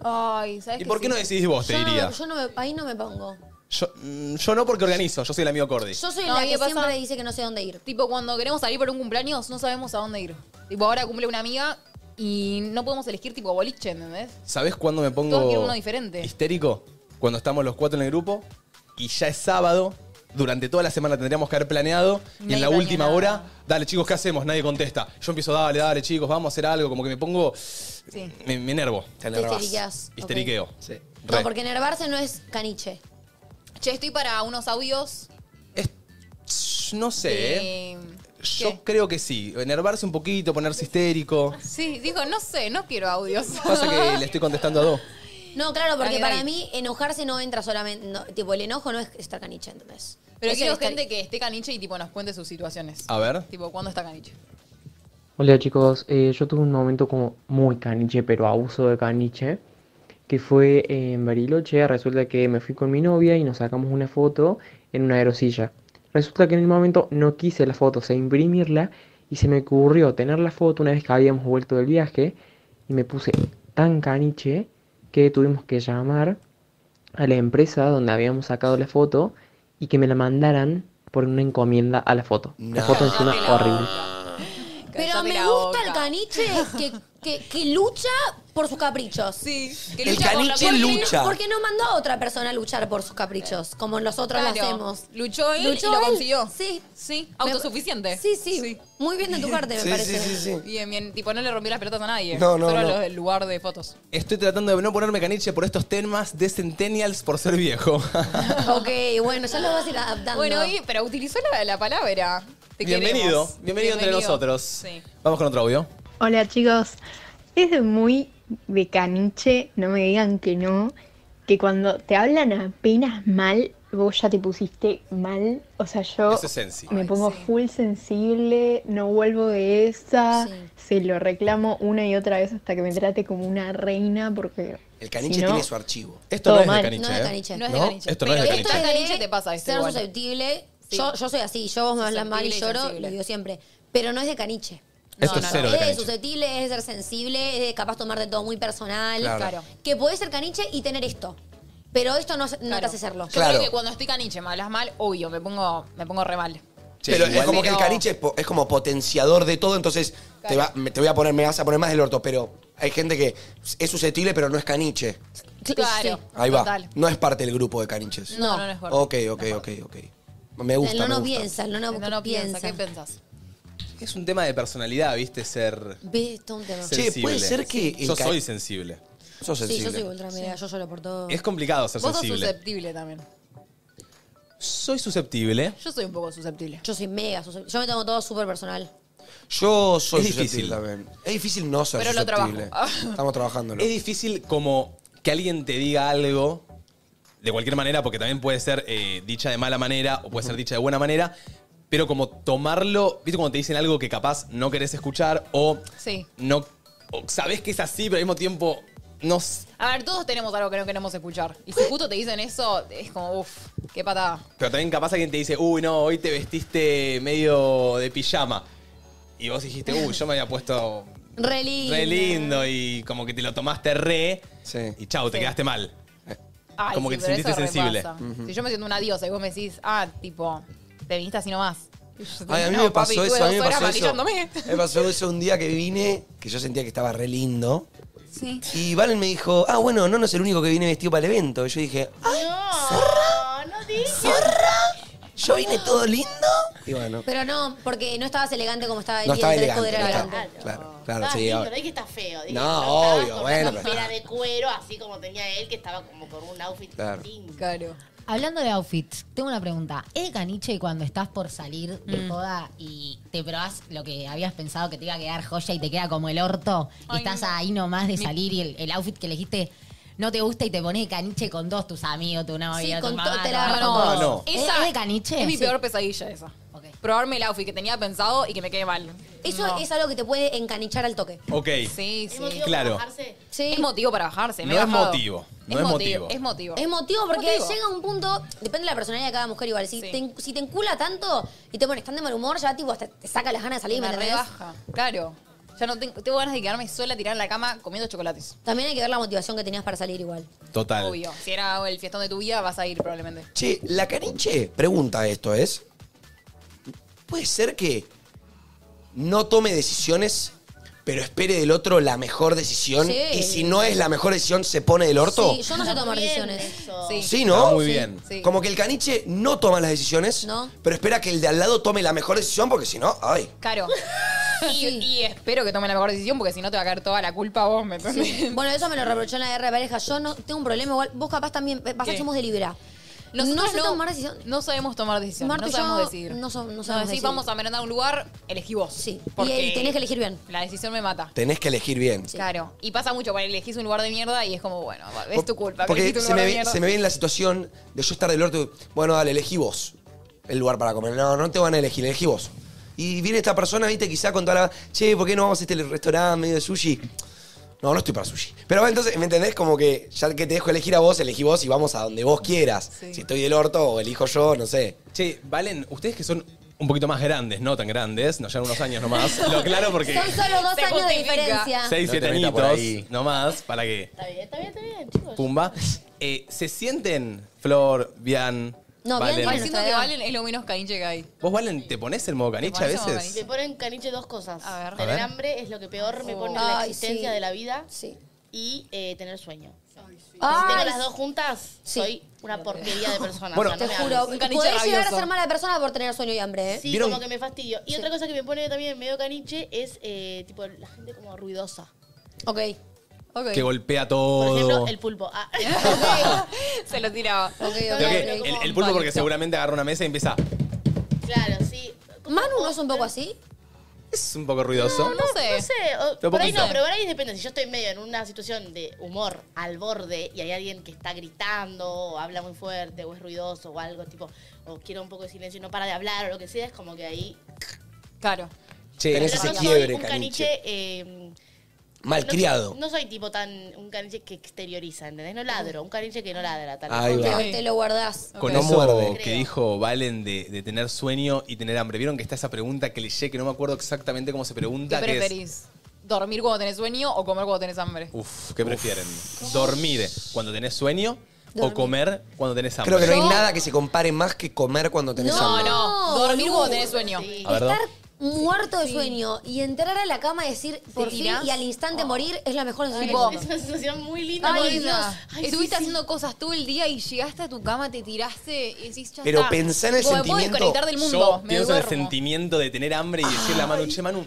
Speaker 2: Ay, ¿sabes
Speaker 1: ¿Y por qué no decidís vos, te
Speaker 8: Yo no me-
Speaker 1: diría?
Speaker 8: yo no me- ahí no me pongo.
Speaker 1: Yo, mm, yo no porque organizo, yo soy el amigo Cordy.
Speaker 8: Yo soy
Speaker 2: No,
Speaker 8: la
Speaker 2: a mí
Speaker 8: que
Speaker 2: me pasa-
Speaker 8: siempre dice que no sé dónde ir.
Speaker 2: Tipo, cuando queremos salir por un cumpleaños, no sabemos a dónde ir. Tipo, ahora cumple una amiga y no podemos elegir tipo boliche, ¿entendés?
Speaker 1: ¿Sabés cuándo me
Speaker 2: Todos quieren
Speaker 1: pongo
Speaker 2: uno diferente.
Speaker 1: histérico? Cuando estamos los cuatro en el grupo y ya es sábado. Durante toda la semana tendríamos que haber planeado y en
Speaker 2: Nadie
Speaker 1: la
Speaker 2: planeó
Speaker 1: última
Speaker 2: nada.
Speaker 1: hora, dale chicos, ¿qué hacemos? Nadie contesta. Yo empiezo, dale, dale chicos, vamos a hacer algo. Como que me pongo,
Speaker 2: Sí.
Speaker 1: me, me enervo.
Speaker 3: Te
Speaker 8: enervás. histeriqueás, ok.
Speaker 1: Histeriqueo.
Speaker 8: No,
Speaker 1: Re.
Speaker 8: porque enervarse no es caniche.
Speaker 2: Che, estoy para unos audios.
Speaker 1: No sé, ¿eh?
Speaker 2: eh,
Speaker 1: Yo creo que sí. Enervarse un poquito, ponerse histérico.
Speaker 2: sí, digo, no sé, no quiero audios.
Speaker 1: Pasa que le estoy contestando a dos.
Speaker 8: No, claro, porque
Speaker 2: Dale,
Speaker 8: para
Speaker 2: dale.
Speaker 8: mí enojarse no entra solamente. no, tipo, el enojo no es estar caniche, ¿entendés?
Speaker 2: Pero
Speaker 8: Es
Speaker 2: quiero
Speaker 8: el estar-
Speaker 2: gente que esté caniche y tipo nos cuente sus
Speaker 1: Ah.
Speaker 2: situaciones.
Speaker 20: A ver.
Speaker 2: Tipo, ¿cuándo está caniche?
Speaker 20: Hola chicos, Eh, yo tuve un momento como muy caniche, pero abuso de caniche, que fue en Bariloche, resulta que me fui con mi novia y nos sacamos una foto en una aerosilla. Resulta que en el momento no quise la foto, o sea, imprimirla, y se me ocurrió tener la foto una vez que habíamos vuelto del viaje, y me puse tan caniche que tuvimos que llamar a la empresa donde habíamos sacado la foto y que me la mandaran por una encomienda a la foto. La foto
Speaker 1: Ah.
Speaker 20: encima horrible.
Speaker 8: Pero me
Speaker 2: la
Speaker 8: gusta
Speaker 2: boca.
Speaker 8: el caniche que, que- que lucha por sus caprichos. Sí,
Speaker 2: que El lucha por lo caniche
Speaker 8: porque no-
Speaker 2: lucha.
Speaker 8: Porque no mandó a otra persona a luchar por sus caprichos, como nosotros lo
Speaker 2: Claro.
Speaker 8: hacemos.
Speaker 2: Luchó él y lo consiguió.
Speaker 8: Sí.
Speaker 2: Sí, autosuficiente.
Speaker 8: Sí, sí, Muy bien de tu parte, me
Speaker 3: Sí,
Speaker 8: parece.
Speaker 3: sí, sí, sí.
Speaker 2: Bien, bien. Tipo, no le rompió las pelotas a nadie.
Speaker 1: No, no,
Speaker 2: Solo
Speaker 1: no.
Speaker 2: a los del lugar de fotos.
Speaker 1: Estoy tratando de no ponerme caniche por estos temas de Centennials por ser viejo.
Speaker 8: ok, bueno, ya lo vas a ir adaptando.
Speaker 2: Bueno, y- pero utilizó la, la palabra. Te
Speaker 1: bienvenido,
Speaker 2: queremos.
Speaker 1: bienvenido entre nosotros.
Speaker 2: Sí.
Speaker 1: Vamos con otro audio.
Speaker 21: Hola chicos, es muy de caniche, no me digan que no, que cuando te hablan apenas mal vos ya te pusiste mal. O sea, yo
Speaker 1: Eso es sensi.
Speaker 21: me pongo full sensible, no vuelvo de esa. Se lo reclamo una y otra vez hasta que me trate como una reina porque...
Speaker 3: El caniche
Speaker 21: si no-
Speaker 3: tiene su archivo.
Speaker 21: Esto no Todo es de mal. caniche,
Speaker 8: No
Speaker 1: ¿eh?
Speaker 8: es de caniche.
Speaker 21: No es de ¿No? caniche.
Speaker 3: Esto no es de
Speaker 8: Pero
Speaker 3: caniche.
Speaker 2: Esto es de caniche, te pasa esto
Speaker 8: Ser
Speaker 2: igual.
Speaker 8: susceptible. Yo, yo soy así, yo vos me hablas mal
Speaker 2: Susceptible
Speaker 8: y
Speaker 2: y
Speaker 8: lloro,
Speaker 2: sensible.
Speaker 8: lo digo siempre. Pero no es de caniche.
Speaker 2: Esto No, es no, cero no. de
Speaker 8: Es
Speaker 2: caniche.
Speaker 8: susceptible, es de ser sensible, es de capaz tomar de todo muy personal.
Speaker 2: Claro. Claro.
Speaker 8: Que podés ser caniche y tener esto. Pero esto no, no te hace serlo.
Speaker 2: Yo creo que cuando estoy caniche me hablas mal, obvio, me pongo, me pongo re mal.
Speaker 3: pero es
Speaker 2: igual-
Speaker 3: como que el
Speaker 2: Pero-
Speaker 3: caniche es, po- es como potenciador de todo, entonces te, va- me- te voy a poner, me vas a poner más del orto, pero hay gente que es susceptible pero no es caniche.
Speaker 2: Claro.
Speaker 3: Ahí va. No es parte del grupo de caniches.
Speaker 2: No, no, no es parte.
Speaker 3: Ok, ok, ok, ok. Me gusta,
Speaker 8: no
Speaker 3: me
Speaker 8: no
Speaker 3: gusta.
Speaker 8: piensa, el no no,
Speaker 2: no piensa,
Speaker 8: piensa.
Speaker 2: ¿qué pensás?
Speaker 1: Es un tema de personalidad, viste, ser
Speaker 8: Ve, esto es un tema.
Speaker 1: sensible. Yo
Speaker 3: el ca-
Speaker 1: soy sensible.
Speaker 3: Sos
Speaker 8: Sí, yo soy ultra media, yo lloro por todo.
Speaker 1: Es complicado ser sensible.
Speaker 2: susceptible también.
Speaker 1: Soy susceptible.
Speaker 2: Yo soy un poco susceptible.
Speaker 8: Yo soy mega susceptible. Yo me tomo todo súper personal.
Speaker 3: Yo soy
Speaker 1: Es
Speaker 3: susceptible
Speaker 1: difícil.
Speaker 3: también. Es difícil no ser
Speaker 8: Pero lo
Speaker 3: susceptible.
Speaker 8: trabajo.
Speaker 3: Estamos trabajándolo.
Speaker 1: Es difícil como que alguien te diga algo de cualquier manera, porque también puede ser eh, dicha de mala manera o puede ser dicha de buena manera, pero como tomarlo, viste cuando te dicen algo que capaz no querés escuchar o
Speaker 2: Sí.
Speaker 1: no o sabés que es así, pero al mismo tiempo no s-
Speaker 2: A ver, todos tenemos algo que no queremos escuchar. Y si justo te dicen eso, es como, uff, qué patada.
Speaker 1: Pero también capaz alguien te dice, uy, no, hoy te vestiste medio de pijama. Y vos dijiste, uy, yo me había puesto
Speaker 8: Re lindo.
Speaker 1: re lindo y como que te lo tomaste re. Y chau, te quedaste mal.
Speaker 2: Ay,
Speaker 1: Como
Speaker 2: sí,
Speaker 1: que te
Speaker 2: pero
Speaker 1: sentiste
Speaker 2: eso
Speaker 1: sensible.
Speaker 2: repasa.
Speaker 1: Ujú.
Speaker 2: Si yo me siento una diosa y vos me decís, ah, tipo, te viniste así nomás. Y yo te
Speaker 3: Ay, a
Speaker 2: digo,
Speaker 3: mí
Speaker 2: no,
Speaker 3: me pasó
Speaker 2: papi,
Speaker 3: eso, a
Speaker 2: tuve
Speaker 3: mí me
Speaker 2: dos horas
Speaker 3: pasó eso.
Speaker 2: maquillándome.
Speaker 3: Me pasó eso un día que vine, que yo sentía que estaba re lindo.
Speaker 2: Sí.
Speaker 3: Y Valen me dijo, ah, bueno, no, no es el único que viene vestido para el evento. Y yo dije, ah,
Speaker 6: No, no dije.
Speaker 3: yo vine todo lindo. Y bueno,
Speaker 8: Pero no, porque no estabas elegante como estaba
Speaker 3: no
Speaker 8: Elías,
Speaker 3: estaba
Speaker 8: el
Speaker 3: elegante.
Speaker 8: poder
Speaker 3: no
Speaker 8: era
Speaker 3: estaba-
Speaker 8: elegante.
Speaker 3: Claro, claro,
Speaker 6: Estaba
Speaker 3: sí.
Speaker 6: lindo,
Speaker 3: ahora-
Speaker 6: no dije que está feo. Dije,
Speaker 3: No,
Speaker 6: estaba
Speaker 3: obvio,
Speaker 6: con
Speaker 3: bueno,
Speaker 6: Una
Speaker 3: pero está-
Speaker 6: campera de cuero, así como tenía él, que estaba como con un outfit
Speaker 3: Claro.
Speaker 6: distinto.
Speaker 2: Claro.
Speaker 7: Hablando de outfits, tengo una pregunta. ¿Es de caniche cuando estás por salir de
Speaker 2: Mm.
Speaker 7: moda y te probás lo que habías pensado que te iba a quedar joya y te queda como el orto? Y
Speaker 2: Ay,
Speaker 7: estás
Speaker 2: no.
Speaker 7: ahí nomás de
Speaker 2: Mi-
Speaker 7: salir y el, el outfit que elegiste no te gusta y te pones de caniche con todos tus amigos, tu novia,
Speaker 2: Sí,
Speaker 7: tu
Speaker 2: con
Speaker 7: mamá,
Speaker 2: todo,
Speaker 7: tu
Speaker 2: te la
Speaker 7: hermano,
Speaker 2: agarro.
Speaker 7: con
Speaker 2: No,
Speaker 7: todos.
Speaker 2: no.
Speaker 7: ¿Es,
Speaker 2: Esa
Speaker 7: es de caniche?
Speaker 2: Es mi
Speaker 7: Sí.
Speaker 2: peor pesadilla esa. Probarme el outfit que tenía pensado y que me quede mal.
Speaker 8: Eso es algo que te puede encanichar al toque.
Speaker 1: Ok.
Speaker 2: Sí, sí.
Speaker 1: motivo para Claro.
Speaker 8: bajarse?
Speaker 2: Es motivo para bajarse. me
Speaker 1: No
Speaker 2: he
Speaker 1: es
Speaker 2: bajado.
Speaker 1: motivo, no es motivo.
Speaker 2: Es motivo.
Speaker 8: Es motivo porque
Speaker 2: Motivo.
Speaker 8: llega un punto, depende de la personalidad de cada mujer igual. Si, te, si te encula tanto y te pones tan de mal humor, ya tipo hasta te saca las ganas de salir, ¿me
Speaker 2: Me
Speaker 8: entendés?
Speaker 2: rebaja. Claro. Ya no tengo, tengo ganas de quedarme sola tirada en la cama comiendo chocolates.
Speaker 8: También hay que ver la motivación que tenías para salir igual.
Speaker 1: Total.
Speaker 2: Obvio. Si era el fiestón de tu vida, vas a ir probablemente.
Speaker 3: Che, la caniche, pregunta esto es, ¿puede ser que no tome decisiones, pero espere del otro la mejor decisión?
Speaker 8: Sí.
Speaker 3: Y si no es la mejor decisión, ¿se pone del orto?
Speaker 8: Sí, yo no sé tomar decisiones.
Speaker 3: Sí, ¿no?
Speaker 1: Está muy bien.
Speaker 8: sí.
Speaker 3: Como que el caniche no toma las decisiones,
Speaker 8: No.
Speaker 3: pero espera que el de al lado tome la mejor decisión porque si no, ay.
Speaker 2: Claro. Y, y espero que tome la mejor decisión porque si no te va a caer toda la culpa a vos, ¿me entendés?
Speaker 8: Sí. Bueno, eso me lo reprochó en la guerra de pareja. Yo no tengo un problema igual. Vos capaz también, eh, pasa,
Speaker 2: ¿Qué?
Speaker 8: somos de Libra.
Speaker 2: Nosotros
Speaker 8: no sé tomar decisiones.
Speaker 2: No sabemos tomar decisiones.
Speaker 8: Martu
Speaker 2: no
Speaker 8: y
Speaker 2: sabemos
Speaker 8: yo
Speaker 2: decidir.
Speaker 8: no so- no
Speaker 2: Nos
Speaker 8: sabemos
Speaker 2: decís,
Speaker 8: decidir.
Speaker 2: vamos a merendar a un lugar, elegí vos. Sí.
Speaker 8: y tenés que elegir bien.
Speaker 2: La decisión me mata.
Speaker 3: Tenés que elegir bien.
Speaker 2: Claro. Y pasa mucho cuando elegís un lugar de mierda y es como, bueno, es tu culpa. que
Speaker 3: Porque
Speaker 2: elegiste un
Speaker 3: se
Speaker 2: lugar
Speaker 3: me,
Speaker 2: de
Speaker 3: ve-
Speaker 2: mierda.
Speaker 3: se me viene la situación de yo estar del orto. Bueno, dale, elegí vos el lugar para comer. No, no te van a elegir, elegí vos. Y viene esta persona, viste, quizá con toda la. Che, ¿por qué no vamos a este restaurante medio de sushi? No, no estoy para sushi. Pero bueno, entonces, ¿me entendés? Como que ya que te dejo elegir a vos, elegí vos y vamos a donde vos quieras. Si estoy del orto o elijo yo, no sé.
Speaker 1: Che, Valen, ustedes que son un poquito más grandes, no tan grandes, nos llevan unos años nomás. Lo claro porque.
Speaker 8: Son solo dos
Speaker 2: Se
Speaker 8: años de
Speaker 2: justifica.
Speaker 8: diferencia.
Speaker 1: 6,
Speaker 4: No
Speaker 1: 7
Speaker 4: te metas por ahí.
Speaker 1: añitos nomás, para que
Speaker 6: Está bien, está bien, está bien, chicos.
Speaker 1: pumba. Eh, ¿Se sienten, Flor, Bian,
Speaker 6: No, Bian
Speaker 1: Valen?
Speaker 6: tiene
Speaker 2: Siento que
Speaker 6: Todavía.
Speaker 2: Valen es lo menos caniche que hay.
Speaker 1: ¿Vos, Valen, te pones el modo caniche a
Speaker 6: Me
Speaker 1: veces?
Speaker 6: ponen caniche dos cosas.
Speaker 1: A
Speaker 6: Tener
Speaker 1: ver.
Speaker 6: hambre es lo que peor me pone en
Speaker 8: Oh.
Speaker 6: la
Speaker 8: Ay,
Speaker 6: existencia
Speaker 8: sí.
Speaker 6: de la vida.
Speaker 8: Sí.
Speaker 6: Y eh, tener sueño. Si
Speaker 8: Ay,
Speaker 6: tengo las
Speaker 8: sí.
Speaker 6: dos juntas, soy una porquería de persona.
Speaker 8: Bueno,
Speaker 6: o sea, no
Speaker 8: te
Speaker 6: me
Speaker 8: juro,
Speaker 6: hables.
Speaker 8: podés llegar a ser mala persona por tener sueño y hambre, ¿eh?
Speaker 6: Sí, como que me fastidio. Y otra cosa que me pone también medio caniche es eh, tipo la gente como ruidosa.
Speaker 8: Ok.
Speaker 1: Que golpea
Speaker 3: Oh.
Speaker 6: Por ejemplo,
Speaker 1: todo.
Speaker 6: el pulpo. Ah.
Speaker 2: Se lo tiraba.
Speaker 1: Creo que el, el pulpo porque seguramente agarra una mesa y empieza.
Speaker 6: Claro, sí.
Speaker 8: ¿Manu no es un poco así?
Speaker 1: Es un poco ruidoso.
Speaker 6: No sé.
Speaker 3: Eh,
Speaker 6: No sé. o-
Speaker 1: Tampoco
Speaker 6: por ahí
Speaker 1: sé.
Speaker 6: no, pero por ahí depende. Si yo estoy medio en una situación de humor al borde y hay alguien que está gritando, o habla muy fuerte, o es ruidoso, o algo tipo, o quiero un poco de silencio y no para de hablar, o lo que sea, es como que ahí.
Speaker 2: Claro.
Speaker 3: Che, tenés
Speaker 6: Pero
Speaker 3: ese
Speaker 6: no soy
Speaker 3: quiebre,
Speaker 6: un caniche.
Speaker 3: caniche.
Speaker 6: eh,
Speaker 3: Malcriado.
Speaker 6: No, no soy tipo tan. un caniche que exterioriza, ¿entendés? No ladro, un caniche que no ladra. Tal
Speaker 1: Ahí
Speaker 6: vez.
Speaker 1: va.
Speaker 8: Te lo guardás.
Speaker 1: Con
Speaker 3: No
Speaker 1: eso
Speaker 3: muerde.
Speaker 1: que dijo Valen de, de tener sueño y tener hambre. ¿Vieron que está esa pregunta que cliché que no me acuerdo exactamente cómo se
Speaker 2: ¿Qué
Speaker 1: pregunta? que es-
Speaker 2: preferís? ¿Dormir cuando tenés sueño o comer cuando tenés hambre?
Speaker 1: Uf, ¿qué prefieren? ¿Dormir cuando tenés sueño o comer cuando tenés hambre?
Speaker 3: Creo que no hay nada que se compare más que comer cuando tenés
Speaker 8: No,
Speaker 3: hambre.
Speaker 2: No, dormir cuando tenés sueño.
Speaker 1: A ver,
Speaker 8: Estar muerto de sueño y entrar a la cama y decir por fin
Speaker 2: tirás?
Speaker 8: y al instante morir es la mejor
Speaker 6: Ay,
Speaker 8: sensación.
Speaker 6: es una sensación muy linda. muy
Speaker 2: Ay,
Speaker 6: linda.
Speaker 2: Dios.
Speaker 6: Ay, sí,
Speaker 2: Estuviste
Speaker 6: sí.
Speaker 2: haciendo cosas todo el día y llegaste a tu cama, te tiraste y decís, ya
Speaker 1: Pero
Speaker 2: está.
Speaker 1: pensá en el
Speaker 2: Tipo, me
Speaker 1: sentimiento.
Speaker 2: puedo desconectar del mundo.
Speaker 1: yo
Speaker 2: me
Speaker 1: pienso en el
Speaker 2: duermo.
Speaker 1: sentimiento de tener hambre y decirle a Manu, che, Manu,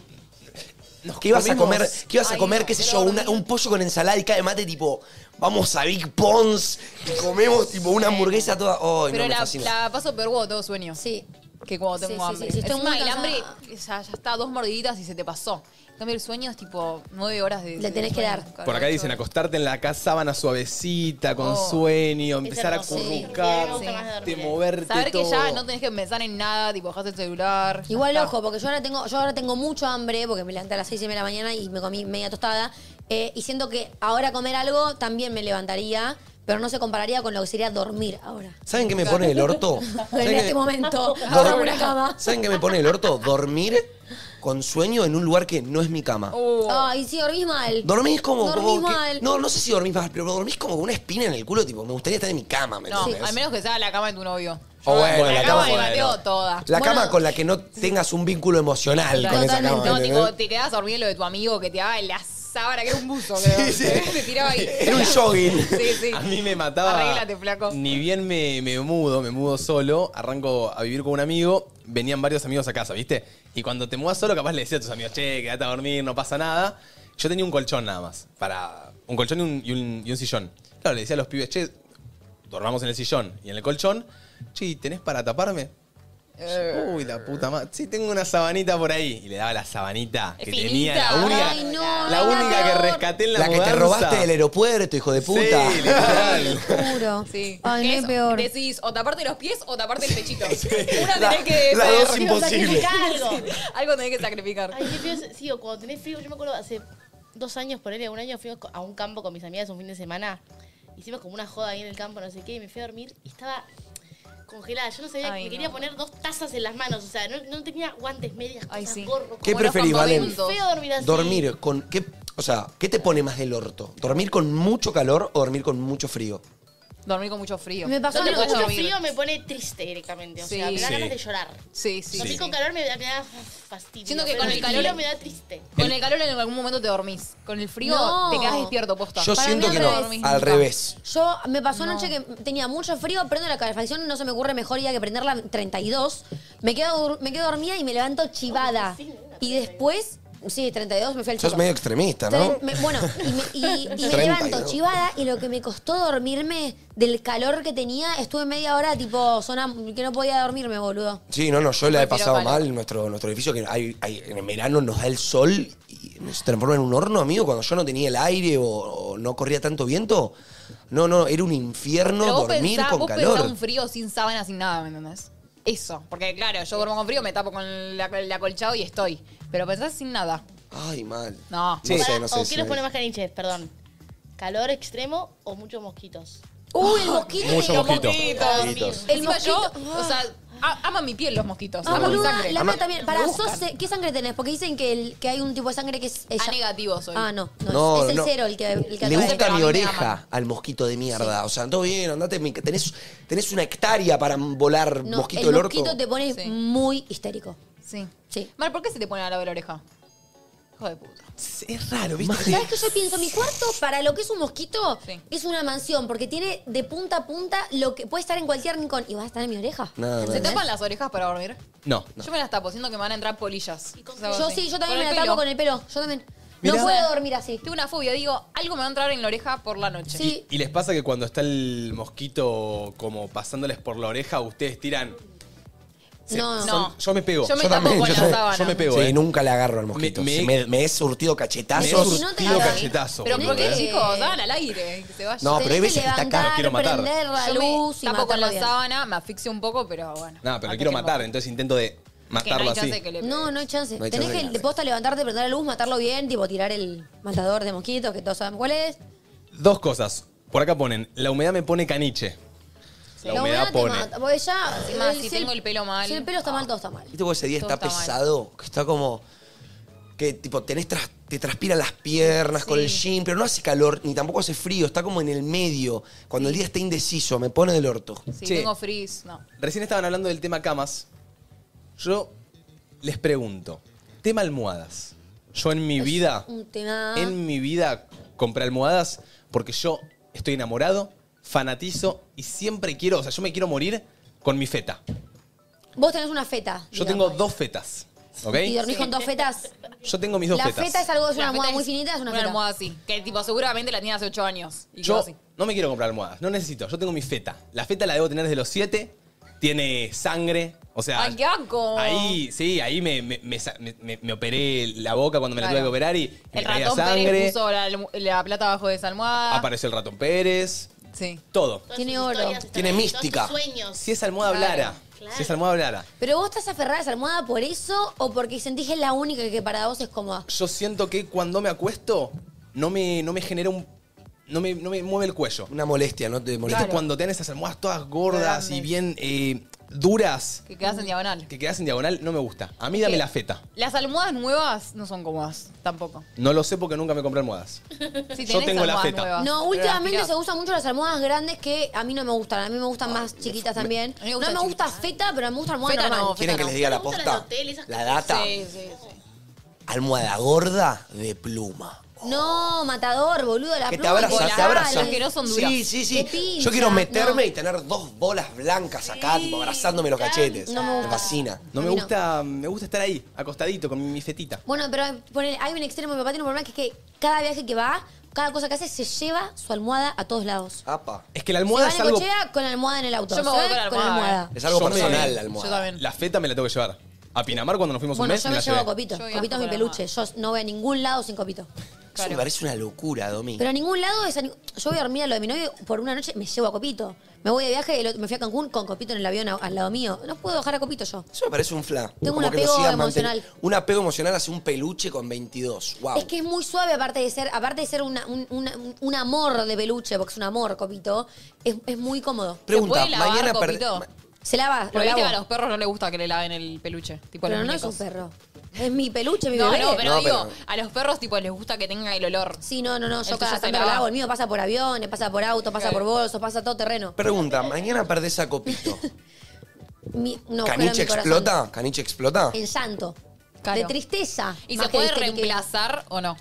Speaker 1: nos
Speaker 3: ¿Qué ibas a
Speaker 1: comemos".
Speaker 3: comer? ¿Qué ibas a comer? ¿Qué sé yo? una- un pollo con ensalada y cae mate tipo, vamos a Big Pons y comemos tipo una hamburguesa toda. Ay,
Speaker 2: Pero
Speaker 3: no, me
Speaker 2: la,
Speaker 3: fascina.
Speaker 2: la paso peor cuando tengo sueño.
Speaker 8: Sí.
Speaker 2: Que cuando
Speaker 8: Sí,
Speaker 2: tengo
Speaker 8: sí,
Speaker 2: hambre.
Speaker 8: sí, sí, estoy
Speaker 2: Encima
Speaker 8: muy
Speaker 2: el hambre
Speaker 8: cansada.
Speaker 2: o sea, ya está dos mordiditas y se te pasó. En cambio, el sueño es tipo nueve horas de.
Speaker 8: Le tenés que dar.
Speaker 1: Por acá dicen acostarte en la casa, sábana suavecita, con
Speaker 2: Oh.
Speaker 1: sueño,
Speaker 2: Es
Speaker 1: empezar a
Speaker 2: hermoso. Sí.
Speaker 1: currucar,
Speaker 2: Me gusta más
Speaker 1: te moverte
Speaker 2: Saber que
Speaker 1: todo.
Speaker 2: ya no tenés que pensar en nada, tipo, dejás el celular. ya
Speaker 8: Igual,
Speaker 2: está.
Speaker 8: ojo, porque yo ahora tengo, yo ahora tengo mucho hambre, porque me levanté a las 6 y media de la mañana y me comí media tostada. eh, y siento que ahora comer algo también me levantaría, pero no se compararía con lo que sería dormir ahora.
Speaker 3: ¿Saben qué me pone el orto?
Speaker 8: en
Speaker 3: ¿Saben qué-
Speaker 8: este momento.
Speaker 3: Dor-
Speaker 8: ahora una cama.
Speaker 3: ¿Saben qué me pone el orto? Dormir con sueño en un lugar que no es mi cama.
Speaker 8: Ay, sí, dormís mal.
Speaker 3: Uh. Dormís como.
Speaker 8: Dormís
Speaker 3: como que-
Speaker 8: mal.
Speaker 3: no, no sé si dormís mal, pero dormís como con una espina en el culo, tipo, me gustaría estar en mi cama, ¿me
Speaker 2: No,
Speaker 3: entendés?
Speaker 2: al menos que sea la cama de tu novio.
Speaker 3: O bueno,
Speaker 2: Yo
Speaker 3: la
Speaker 2: la
Speaker 3: cama-
Speaker 2: cama me mateo
Speaker 3: bueno.
Speaker 2: toda.
Speaker 3: La cama con la que no tengas un vínculo emocional con esa cama.
Speaker 2: No,
Speaker 3: ¿entendés?
Speaker 2: tipo, te quedabas dormido en lo de tu amigo que te daba en la sábana, que era un buzo, creo. Te tiraba ahí.
Speaker 1: Era un jogging.
Speaker 2: Sí, sí.
Speaker 1: A mí me mataba.
Speaker 2: Arréglate, flaco.
Speaker 1: Ni bien me, me mudo, me mudo solo, arranco a vivir con un amigo, venían varios amigos a casa, ¿viste? Y cuando te mudas solo, capaz le decías a tus amigos, che, quédate a dormir, no pasa nada. Yo tenía un colchón nada más, para un colchón y un, y un- y un sillón. Claro, le decía a los pibes, che, dormamos en el sillón y en el colchón. Che, ¿tenés para taparme? Uy, la puta madre. Sí, tengo una sabanita por ahí. Y le daba la sabanita que tenía, la única,
Speaker 8: Ay, no.
Speaker 1: la única que rescaté en la
Speaker 3: La que te
Speaker 1: mudanza.
Speaker 3: robaste del aeropuerto, hijo de puta.
Speaker 1: Sí, literal.
Speaker 8: Juro.
Speaker 2: Sí.
Speaker 8: Ay, no
Speaker 2: Que
Speaker 8: es
Speaker 2: es-
Speaker 8: peor.
Speaker 2: Decís o taparte los pies o taparte el pechito. Una
Speaker 3: La-
Speaker 2: tenés que.
Speaker 3: las
Speaker 2: saber.
Speaker 3: dos imposibles.
Speaker 6: Algo.
Speaker 2: Algo tenés que sacrificar.
Speaker 6: Ay, qué frío es- sí, o cuando tenés frío, yo me acuerdo hace dos años, ponele un año, fui a un campo con mis amigas un fin de semana. Hicimos como una joda ahí en el campo, no sé qué, y me fui a dormir y estaba congelada. Yo no sabía,
Speaker 2: Ay,
Speaker 6: me
Speaker 2: no.
Speaker 6: quería poner dos tazas en las manos, o sea, no, no tenía guantes, medias, cosas, gorro.
Speaker 3: ¿Qué
Speaker 6: como los
Speaker 3: preferís, Valen?
Speaker 6: campamentos. Feo dormir así.
Speaker 3: Dormir con. ¿qué, o sea, ¿qué te pone más del orto? ¿Dormir con mucho calor o dormir con mucho frío?
Speaker 2: Dormir con mucho frío.
Speaker 8: Me pasó
Speaker 2: Donde
Speaker 8: algo
Speaker 2: podés
Speaker 6: Mucho
Speaker 2: dormir.
Speaker 6: frío me pone triste directamente, o
Speaker 2: Sí.
Speaker 6: sea, me da
Speaker 2: Sí.
Speaker 6: ganas de llorar.
Speaker 2: Sí, sí.
Speaker 6: Dormir
Speaker 2: sí.
Speaker 6: con calor me da, me da fastidio.
Speaker 2: Siento que
Speaker 6: pero
Speaker 2: con el calor-
Speaker 6: frío me da triste.
Speaker 2: Con el calor en algún momento te dormís. Con el frío
Speaker 8: No.
Speaker 2: te quedás despierto, posta.
Speaker 3: Yo
Speaker 8: Para
Speaker 3: siento
Speaker 8: mí
Speaker 3: que
Speaker 8: al
Speaker 3: no.
Speaker 8: revés.
Speaker 3: Al revés.
Speaker 8: Yo me pasó anoche que tenía mucho frío, prendo la calefacción, no se me ocurre mejor idea que prenderla 32. Me quedo, dur- me quedo dormida y me levanto chivada. Y después, sí, 32 me fui al
Speaker 3: Sos
Speaker 8: choto.
Speaker 3: medio extremista, ¿no?
Speaker 8: Tre- me- bueno, y me, y- y me
Speaker 3: 32.
Speaker 8: levanto chivada y lo que me costó dormirme del calor que tenía, estuve media hora tipo sonam- que no podía dormirme, boludo.
Speaker 3: Sí, no, no, yo la he
Speaker 8: Prefiero
Speaker 3: pasado
Speaker 8: calor.
Speaker 3: mal. Nuestro, nuestro edificio, que hay, hay- en el verano nos da el sol y se transforma en un horno, amigo. Cuando yo no tenía el aire o, o no corría tanto viento, no, no, era un infierno
Speaker 2: Pero vos
Speaker 3: dormir
Speaker 2: pensá,
Speaker 3: con
Speaker 2: vos pensá
Speaker 3: calor.
Speaker 2: un frío sin sábana, sin nada, ¿me entendés? Eso. Porque claro, yo duermo con frío, me tapo con la, el acolchado y estoy. Pero pensás sin nada.
Speaker 3: Ay, mal.
Speaker 2: No.
Speaker 3: No sé, no sé.
Speaker 6: ¿O
Speaker 3: si
Speaker 6: qué nos
Speaker 3: me-
Speaker 6: pone más caniches? Perdón. ¿Calor extremo o muchos mosquitos?
Speaker 8: Uy, el mosquito.
Speaker 3: Mucho
Speaker 2: Los
Speaker 3: mosquito.
Speaker 2: mosquitos.
Speaker 3: Mosquitos.
Speaker 8: El
Speaker 2: Encima yo,
Speaker 8: mosquito.
Speaker 2: o sea, a- aman mi piel los mosquitos.
Speaker 8: Ah,
Speaker 2: aman mi
Speaker 8: boluda,
Speaker 2: sangre.
Speaker 8: la mía también. Para,
Speaker 2: Me buscan.
Speaker 8: sos- ¿Qué sangre tenés? Porque dicen que, el- que hay un tipo de sangre que es. es-
Speaker 2: A negativo soy.
Speaker 8: Ah, no. no,
Speaker 3: No,
Speaker 8: es, es el
Speaker 3: no.
Speaker 8: cero el que, el que
Speaker 3: Le
Speaker 8: atrae.
Speaker 3: gusta mi oreja al mosquito de mierda. O sea, todo bien, andate. mi- Tenés, tenés una hectárea para volar
Speaker 8: No,
Speaker 3: mosquito
Speaker 8: el
Speaker 3: del orto.
Speaker 8: mosquito te pone muy histérico.
Speaker 2: Sí.
Speaker 8: Sí.
Speaker 2: Mar, ¿por qué se te pone al lado de la oreja? Hijo de puta.
Speaker 3: Es raro, ¿viste?
Speaker 8: ¿Sabes qué yo pienso? Mi cuarto, para lo que es un mosquito, es una mansión, porque tiene de punta a punta lo que puede estar en cualquier rincón. ¿Y vas a estar en mi oreja?
Speaker 3: No, no,
Speaker 2: ¿Se
Speaker 3: no.
Speaker 2: tapan las orejas para dormir?
Speaker 1: No.
Speaker 2: Yo me las tapo, siento que me van a entrar polillas.
Speaker 8: Yo sí, yo también me la
Speaker 2: tapo
Speaker 8: tapo con el pelo. Yo también.
Speaker 1: Mirá.
Speaker 8: No puedo dormir así.
Speaker 2: Tengo una fobia, digo, algo me va a entrar en la oreja por la noche.
Speaker 8: Sí.
Speaker 1: ¿Y les pasa que cuando está el mosquito como pasándoles por la oreja, ustedes tiran Sí,
Speaker 8: No, no.
Speaker 1: son-
Speaker 8: Ah. No.
Speaker 1: Yo me pego.
Speaker 8: Yo me tapo con la
Speaker 1: también.
Speaker 8: sábana.
Speaker 1: Yo me pego.
Speaker 3: Sí,
Speaker 1: eh.
Speaker 3: nunca le agarro al mosquito. Me, me, me he surtido cachetazos.
Speaker 1: Me he surtido
Speaker 3: Ay,
Speaker 1: cachetazos,
Speaker 2: Pero
Speaker 1: boludo,
Speaker 2: ¿por qué,
Speaker 1: eh.
Speaker 2: chicos? Dan al aire, que se vaya.
Speaker 3: No, pero hay veces que está acá. Lo quiero matar.
Speaker 8: prender la
Speaker 2: Yo me
Speaker 8: luz y
Speaker 2: tapo con
Speaker 8: matarlo
Speaker 2: la
Speaker 8: bien.
Speaker 2: sábana, me asfixio un poco, pero bueno.
Speaker 1: No, pero lo quiero matar, entonces intento de
Speaker 2: Que no hay
Speaker 1: matarlo
Speaker 2: chance
Speaker 1: así.
Speaker 2: que le
Speaker 8: No, no hay chance.
Speaker 1: No hay
Speaker 8: Tenés
Speaker 1: chance de
Speaker 8: que de posta levantarte, prender la luz, matarlo bien, tipo tirar el matador de mosquitos, que todos saben cuál es.
Speaker 1: Dos cosas. Por acá ponen, la humedad me pone caniche. La humedad
Speaker 8: te
Speaker 1: pone.
Speaker 8: mata. Porque ya.
Speaker 2: Encima, si
Speaker 8: el-
Speaker 2: tengo el pelo mal.
Speaker 8: Si el pelo está mal, todo está mal.
Speaker 3: ¿Viste vos ese día
Speaker 8: Todo
Speaker 3: está,
Speaker 8: está mal.
Speaker 3: pesado? Que está como. Que tipo, tenés tras- te transpiran las piernas con el jean, pero no hace calor ni tampoco hace frío, está como en el medio. Cuando el día está indeciso, me pone del orto.
Speaker 2: Si
Speaker 1: Che.
Speaker 2: tengo frizz, no.
Speaker 1: Recién estaban hablando del tema camas. Yo les pregunto, tema almohadas. Yo en mi vida,
Speaker 8: Un tema.
Speaker 2: Ah.
Speaker 1: en mi vida compré almohadas porque yo estoy enamorado, fanatizo y siempre quiero, o sea, yo me quiero morir con mi feta.
Speaker 8: Vos tenés una feta.
Speaker 1: Yo
Speaker 8: digamos.
Speaker 1: tengo dos fetas, ¿ok?
Speaker 8: Y dormís con dos fetas.
Speaker 1: Yo tengo mis dos
Speaker 8: la
Speaker 1: fetas.
Speaker 8: feta es algo, es
Speaker 2: La
Speaker 8: una almohada
Speaker 2: feta
Speaker 8: muy
Speaker 2: es
Speaker 8: finita, es una,
Speaker 2: una
Speaker 8: feta.
Speaker 2: almohada así. Que tipo, seguramente la tenía hace 8 años. Y quedó
Speaker 1: Yo
Speaker 2: así.
Speaker 1: no me quiero comprar almohadas, no necesito. Yo tengo mi feta. La feta la debo tener desde los 7. Tiene sangre. O sea,
Speaker 2: ¡Ay, qué asco!
Speaker 1: ahí, sí, ahí me, me- me sa- me- me- me operé la boca cuando me la
Speaker 2: Claro.
Speaker 1: tuve que operar y, y me
Speaker 2: El
Speaker 1: caía
Speaker 2: ratón
Speaker 1: sangre.
Speaker 2: Pérez puso la, la plata abajo de esa almohada.
Speaker 1: Apareció el ratón Pérez.
Speaker 2: Sí.
Speaker 1: Todo.
Speaker 8: Tiene oro.
Speaker 1: Tiene mística. Si esa almohada hablara. Si esa almohada hablara.
Speaker 8: Pero vos estás aferrada a esa almohada por eso o porque sentís que es la única que para vos es cómoda.
Speaker 1: Yo siento que cuando me acuesto, no me, no me genera un. No me, no me mueve el cuello.
Speaker 3: Una molestia, no te
Speaker 1: ¿Viste
Speaker 3: molesta.
Speaker 1: cuando te dan esas almohadas todas gordas y bien eh, duras?
Speaker 2: Que
Speaker 8: Mm.
Speaker 2: quedas en diagonal.
Speaker 1: Que quedas en diagonal, no me gusta. A mí dame
Speaker 2: ¿Qué?
Speaker 1: la feta.
Speaker 2: Las almohadas nuevas no son cómodas, tampoco.
Speaker 1: No lo sé porque nunca me compré almohadas.
Speaker 2: Si
Speaker 1: Yo
Speaker 2: tenés
Speaker 1: tengo la
Speaker 2: almohadas
Speaker 1: feta.
Speaker 2: nuevas.
Speaker 8: No,
Speaker 2: Pero
Speaker 8: últimamente
Speaker 2: las
Speaker 8: se usan mucho las almohadas grandes que a mí no me gustan. A mí me gustan más chiquitas también. no me gusta feta, pero me gusta almohada
Speaker 2: Feta no,
Speaker 8: normal.
Speaker 3: ¿Quieren que les diga la posta? La data.
Speaker 8: sí, sí.
Speaker 3: Almohada gorda de pluma.
Speaker 8: No, matador, boludo, la
Speaker 3: que te
Speaker 8: pluma
Speaker 3: abrazan,
Speaker 8: volá,
Speaker 3: te abrazan.
Speaker 8: los que no son duras.
Speaker 3: Sí, sí,
Speaker 8: Te
Speaker 3: sí.
Speaker 8: pincha,
Speaker 3: Yo quiero meterme
Speaker 8: no.
Speaker 3: y tener dos bolas blancas acá, tipo, abrazándome los cachetes.
Speaker 8: No me gusta.
Speaker 3: fascina.
Speaker 1: No me
Speaker 8: A mí no.
Speaker 1: gusta, me gusta estar ahí, acostadito con mi fetita.
Speaker 8: Bueno, pero ponele, hay un extremo, mi papá tiene un problema que es que cada viaje que va, cada cosa que hace, se lleva su almohada a todos lados.
Speaker 3: Apa.
Speaker 1: Es que la
Speaker 8: Se va
Speaker 1: almohada
Speaker 8: en
Speaker 1: es
Speaker 8: el
Speaker 1: algo.
Speaker 8: cochea con la almohada en el auto.
Speaker 2: Yo me
Speaker 8: Se
Speaker 2: voy
Speaker 8: va
Speaker 2: con la
Speaker 8: la
Speaker 2: almohada,
Speaker 3: Es algo
Speaker 1: Yo me-
Speaker 3: personal la almohada.
Speaker 1: La feta me la tengo que llevar. A Pinamar cuando nos fuimos
Speaker 8: Bueno,
Speaker 1: un mes
Speaker 8: yo
Speaker 1: me
Speaker 8: me
Speaker 1: la
Speaker 8: llevo
Speaker 1: llevé.
Speaker 8: a Copito. Copito es mi peluche. Yo no voy a ningún lado sin Copito.
Speaker 3: Eso me parece una locura, Domi.
Speaker 8: Pero a ningún lado es a ni- Yo voy a dormir a lo de mi novio por una noche, me llevo a Copito. Me voy de viaje, el otro- me fui a Cancún con Copito en el avión a- al lado mío. No puedo dejar a Copito yo.
Speaker 3: Eso me parece un fla.
Speaker 8: Tengo un
Speaker 3: Como que lo
Speaker 8: apego
Speaker 3: sigan manteniendo.
Speaker 8: emocional.
Speaker 3: Un apego emocional hacia un peluche con 22. Wow.
Speaker 8: Es que es muy suave, aparte de ser, aparte de ser una- un, una- un amor de peluche, porque es un amor, Copito, es, es muy cómodo.
Speaker 3: Pregunta,
Speaker 2: ¿Se puede lavar, mañana per- Copito?
Speaker 8: Se lava,
Speaker 2: Pero
Speaker 8: lo
Speaker 2: viste
Speaker 8: lavo.
Speaker 2: que a los perros no les gusta que le laven el peluche. Tipo a
Speaker 8: Pero
Speaker 2: los
Speaker 8: no es un
Speaker 2: muñecos.
Speaker 8: perro. Es mi peluche, mi
Speaker 2: no,
Speaker 8: bebé.
Speaker 2: no, pero digo, a los perros tipo les gusta que tenga el olor.
Speaker 8: Sí, no, no, no, yo
Speaker 2: El tuyo
Speaker 8: cada
Speaker 2: se
Speaker 8: tanto lo
Speaker 2: lava.
Speaker 8: lavo. El mío pasa por aviones, pasa por auto, pasa por bolsos, pasa todo terreno.
Speaker 3: Pregunta, mañana perdés a Copito.
Speaker 8: Mi, no,
Speaker 3: ¿Caniche explota? ¿Caniche explota?
Speaker 8: En llanto. De tristeza.
Speaker 2: ¿Y
Speaker 8: más
Speaker 2: se
Speaker 8: que
Speaker 2: puede
Speaker 8: de histeriquez.
Speaker 2: reemplazar o no?